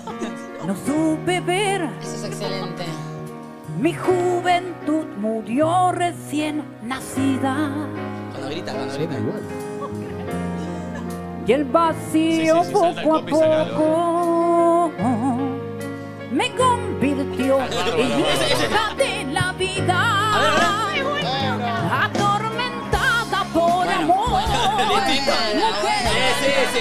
Speaker 33: No supe ver.
Speaker 3: Eso es excelente.
Speaker 33: Mi juventud murió recién nacida.
Speaker 2: Cuando grita, cuando grita.
Speaker 33: y el vacío
Speaker 2: sí, salta el
Speaker 33: poco a
Speaker 2: copy y sacalo.
Speaker 33: poco me convirtió en
Speaker 7: bárbaro, bárbaro,
Speaker 33: hija
Speaker 7: bárbaro.
Speaker 33: de la vida atormentada por amor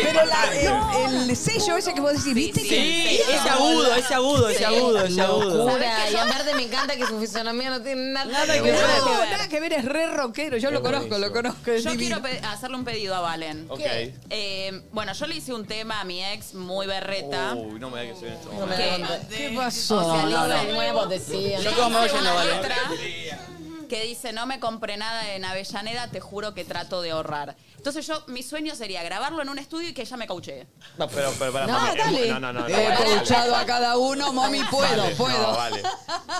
Speaker 8: Pero la- el, el sello ese que vos decís, ¿viste? que-
Speaker 2: Sí, ese agudo, ese agudo, ese agudo, ese agudo.
Speaker 3: Locura. Y aparte me encanta que su fisonomía no tiene nada,
Speaker 8: Nada que ver. No, nada que ver, es re rockero. Yo lo conozco, lo conozco. es
Speaker 5: Yo
Speaker 8: divino.
Speaker 5: quiero pe- hacerle un pedido a Valen.
Speaker 1: Ok.
Speaker 5: Eh, bueno, yo le hice un tema a mi ex muy berreta.
Speaker 1: Uy, no me da que soy en esto.
Speaker 8: ¿Qué pasó?
Speaker 5: O sea, No, no, no.
Speaker 3: nuevo, decía.
Speaker 5: Yo como me voy yendo, vale. que dice, no me compré nada en Avellaneda, te juro que trato de ahorrar. Entonces yo, mi sueño sería grabarlo en un estudio y que ella me cauche.
Speaker 1: No, pero, pero, para,
Speaker 8: No,
Speaker 1: para,
Speaker 8: dale.
Speaker 1: No, no, no.
Speaker 8: He
Speaker 1: no, vale.
Speaker 8: coachado a cada uno, mami, puedo,
Speaker 1: Vale,
Speaker 8: puedo.
Speaker 1: No, vale.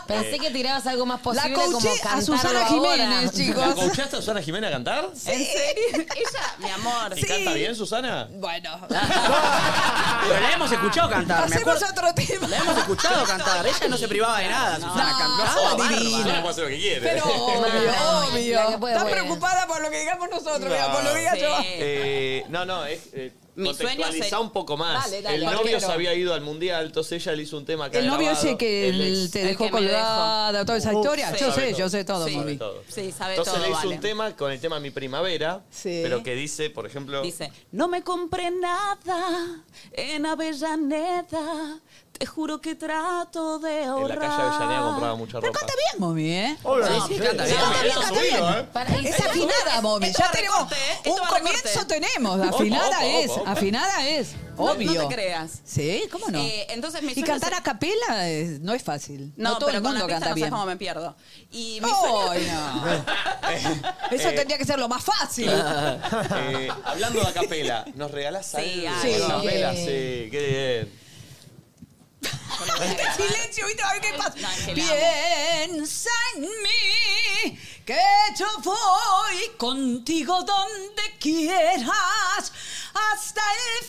Speaker 3: Pensé que tirabas algo más posible
Speaker 8: La
Speaker 3: como
Speaker 8: coaché a
Speaker 3: cantarlo
Speaker 8: Susana
Speaker 3: ahora.
Speaker 8: Jiménez,
Speaker 1: ¿La
Speaker 8: chicos.
Speaker 1: coachaste a Susana Jiménez a cantar?
Speaker 8: ¿En
Speaker 5: serio? Ella, mi amor.
Speaker 1: ¿Y canta bien, Susana?
Speaker 8: Bueno.
Speaker 2: Pero la hemos escuchado cantar, me
Speaker 8: Hacemos
Speaker 2: acuerdo.
Speaker 8: otro tema.
Speaker 2: La hemos escuchado cantar, ella no se privaba de nada, Susana cantaba.
Speaker 1: Susana
Speaker 2: bárbaro.
Speaker 1: puede hacer lo que quiere.
Speaker 8: Pero obvio, obvio. Está preocupada por lo que digamos nosotros, mira, por lo que diga yo.
Speaker 1: Eh, no, no, es. eh,
Speaker 8: Mi sueño
Speaker 1: contextualizá
Speaker 8: es el-
Speaker 1: un poco más.
Speaker 8: Dale, dale,
Speaker 1: el
Speaker 8: lo
Speaker 1: novio
Speaker 8: quiero.
Speaker 1: se había ido al mundial, entonces ella le hizo un tema acá
Speaker 8: El novio
Speaker 1: grabado,
Speaker 8: ese que
Speaker 1: el ex.
Speaker 8: te dejó colgada, toda esa historia. Yo
Speaker 1: Sabe
Speaker 8: sé, yo sé todo,
Speaker 1: Sí. Sabe
Speaker 8: mami.
Speaker 1: todo.
Speaker 5: Sí, sabe
Speaker 1: Entonces
Speaker 5: todo,
Speaker 1: le hizo
Speaker 5: Valen.
Speaker 1: un tema con el tema Mi Primavera,
Speaker 5: Sí.
Speaker 1: pero que dice, por ejemplo.
Speaker 5: Dice, no me compré nada en Avellaneda, te juro que trato de
Speaker 1: En
Speaker 5: ahorrar.
Speaker 1: la calle Avellaneda compraba mucha ropa.
Speaker 8: bien, Momi, ¿eh?
Speaker 1: Hola,
Speaker 8: Sí, sí,
Speaker 1: sí,
Speaker 8: canta
Speaker 1: sí,
Speaker 8: bien. Canta
Speaker 1: sí,
Speaker 8: bien,
Speaker 1: está
Speaker 8: canta
Speaker 1: subido,
Speaker 8: bien.
Speaker 1: ¿eh?
Speaker 3: Para-
Speaker 8: Es afinada, Momi. Ya tenemos un comienzo tenemos. Afinada
Speaker 5: Opa, opa,
Speaker 8: es,
Speaker 5: opa.
Speaker 8: afinada es.
Speaker 5: No-
Speaker 8: Obvio.
Speaker 5: No, te creas.
Speaker 8: Sí, ¿cómo no?
Speaker 5: Eh, entonces mi
Speaker 8: y
Speaker 5: sueño
Speaker 8: cantar
Speaker 5: es-
Speaker 8: a capela es- no es fácil. No,
Speaker 5: No,
Speaker 8: todo
Speaker 5: pero
Speaker 8: el
Speaker 5: con la
Speaker 8: mundo
Speaker 5: pista
Speaker 8: canta
Speaker 5: no sé
Speaker 8: bien.
Speaker 5: cómo me pierdo. Y mi
Speaker 8: Ay,
Speaker 5: sueño-
Speaker 8: no. Eso tendría que ser lo más fácil.
Speaker 1: Eh, hablando de acapela, ¿nos regalás
Speaker 5: Sí,
Speaker 1: algo?
Speaker 8: Sí.
Speaker 1: de acapela?
Speaker 8: Sí.
Speaker 1: Sí, qué bien.
Speaker 8: Silencio, ¿viste? A ver qué pasa.
Speaker 23: que la
Speaker 8: Piensa en mí. que yo voy contigo donde quieras hasta el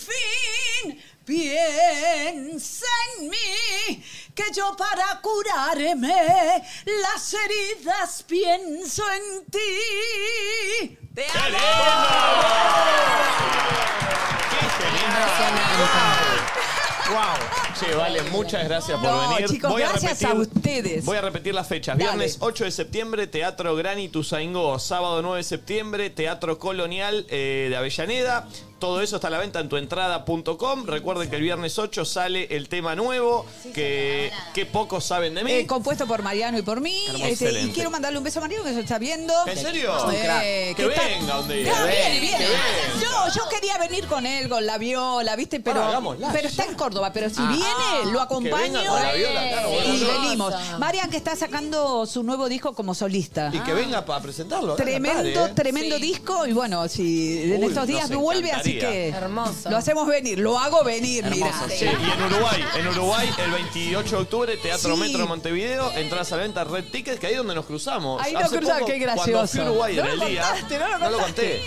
Speaker 8: fin. Piensa en mí, que yo para curarme las heridas pienso en ti. ¡Te
Speaker 1: ¡Wow! Che, vale, muchas gracias por
Speaker 8: No,
Speaker 1: venir.
Speaker 8: chicos, gracias a ustedes.
Speaker 1: Voy a repetir las fechas.
Speaker 8: Dale.
Speaker 1: Viernes 8 de septiembre, Teatro Gran Ituzaingó. Sábado 9 de septiembre, Teatro Colonial eh, de Avellaneda. Todo eso está a la venta en tuentrada.com. Recuerden que el viernes 8 sale el tema nuevo, que, que pocos saben de mí.
Speaker 8: Eh, compuesto por Mariano y por mí.
Speaker 1: Hermoso,
Speaker 8: Este, y
Speaker 1: excelente.
Speaker 8: quiero mandarle un beso a Mariano que se está viendo.
Speaker 1: ¿En serio?
Speaker 8: Eh,
Speaker 1: que
Speaker 8: que está-
Speaker 1: venga un día.
Speaker 8: No, viene,
Speaker 1: Que
Speaker 8: viene.
Speaker 1: venga.
Speaker 8: No, yo quería venir con él, con la viola, ¿viste? Pero,
Speaker 1: Ah, hagámosla,
Speaker 8: pero está en Córdoba. Pero si
Speaker 1: Ah.
Speaker 8: viene, lo acompaño.
Speaker 1: venga con la viola, claro, bueno,
Speaker 8: y
Speaker 1: no.
Speaker 8: venimos. Marian, que está sacando su nuevo disco como solista.
Speaker 1: Y que venga para presentarlo. acá,
Speaker 8: Tremendo,
Speaker 1: cantar, ¿eh?
Speaker 8: tremendo disco. Y bueno, si en
Speaker 1: Uy,
Speaker 8: estos días
Speaker 1: nos
Speaker 8: vuelve, así que.
Speaker 1: encantaría.
Speaker 8: Hermoso. Lo hacemos venir, lo hago venir, mira.
Speaker 1: Sí, y en Uruguay, en Uruguay, el 28 de octubre, Teatro
Speaker 8: Sí.
Speaker 1: Metro Montevideo, entras a la venta Red Tickets, que ahí es donde nos cruzamos.
Speaker 8: Ahí nos
Speaker 1: Hace
Speaker 8: cruzamos,
Speaker 1: poco,
Speaker 8: qué
Speaker 1: Cuando
Speaker 8: gracioso.
Speaker 1: fui a Uruguay
Speaker 8: No
Speaker 1: en
Speaker 8: lo
Speaker 1: el día,
Speaker 8: contaste, no lo
Speaker 1: conté.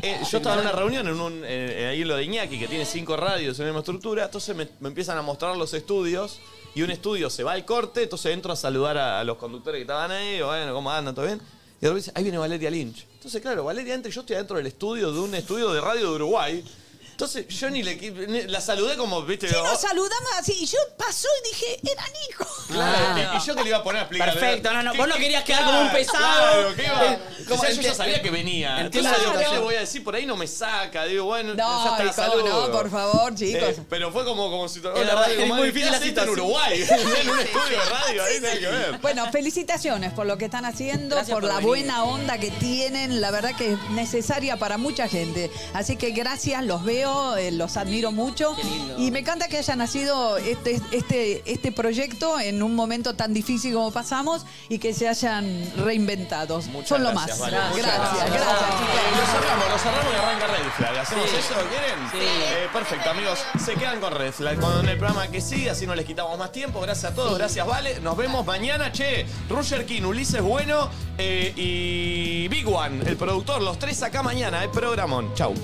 Speaker 1: Eh, yo estaba en una reunión en un, eh, ahí en lo de Iñaki, que tiene cinco radios en la misma estructura, entonces me, me empiezan a mostrar los estudios, y un estudio se va al corte, entonces entro a saludar a, a los conductores que estaban ahí, bueno, ¿cómo andan? ¿Todo bien? Y de repente dice, ahí viene Valeria Lynch. Entonces, claro, Valeria entra y yo estoy adentro del estudio de un estudio de radio de Uruguay. Entonces, yo ni le ni- la saludé como, viste,
Speaker 8: Sí,
Speaker 1: oh,
Speaker 8: nos saludamos así. Y yo pasó y dije, era Nico.
Speaker 1: Claro, y yo que le iba a poner a explicar.
Speaker 2: Ah. Perfecto, no, no,
Speaker 1: ¿Qué-
Speaker 2: vos no
Speaker 1: qué-
Speaker 2: querías quedar como un pesado.
Speaker 1: Claro, ¿qué va?
Speaker 2: Eh,
Speaker 1: O
Speaker 2: como
Speaker 1: sea, yo ya
Speaker 2: ente-
Speaker 1: sabía que venía.
Speaker 2: Entiendo
Speaker 1: Entonces,
Speaker 2: la
Speaker 1: digo, ¿qué le
Speaker 2: situación.
Speaker 1: voy a decir? Por ahí no me saca. Digo, bueno,
Speaker 8: No,
Speaker 1: ya
Speaker 8: Nico,
Speaker 1: está, saludo.
Speaker 8: no, por favor, chicos.
Speaker 1: Eh, pero fue como, como si...
Speaker 8: Es
Speaker 1: Hola, radio,
Speaker 8: muy
Speaker 1: madre,
Speaker 8: difícil
Speaker 1: ¿qué
Speaker 8: la
Speaker 1: haces en
Speaker 8: situación.
Speaker 1: Uruguay? en un estudio de radio, ahí nada que ver.
Speaker 8: Bueno, felicitaciones por lo que están haciendo,
Speaker 1: Gracias
Speaker 8: por,
Speaker 1: por
Speaker 8: la
Speaker 1: venir.
Speaker 8: buena onda que tienen, la verdad que es necesaria para mucha gente. Así que gracias, los veo, eh, los admiro mucho. Y me encanta que haya nacido este, este, este proyecto en un momento tan difícil como pasamos y que se hayan reinventado. Son lo más.
Speaker 1: Gracias, vale, muchas
Speaker 8: gracias, gracias.
Speaker 1: Eh, Lo cerramos, lo cerramos y arranca Red Flag. ¿Hacemos
Speaker 7: Sí.
Speaker 1: eso? ¿Quieren?
Speaker 7: Sí.
Speaker 1: Eh, perfecto, amigos. Se quedan con Red Flag, con el programa que sigue, así no les quitamos más tiempo. Gracias a todos, gracias, Vale. Nos vemos mañana, che. Roger King, Ulises Bueno eh, y Big One, el productor. Los tres acá mañana, eh, programón. Chau.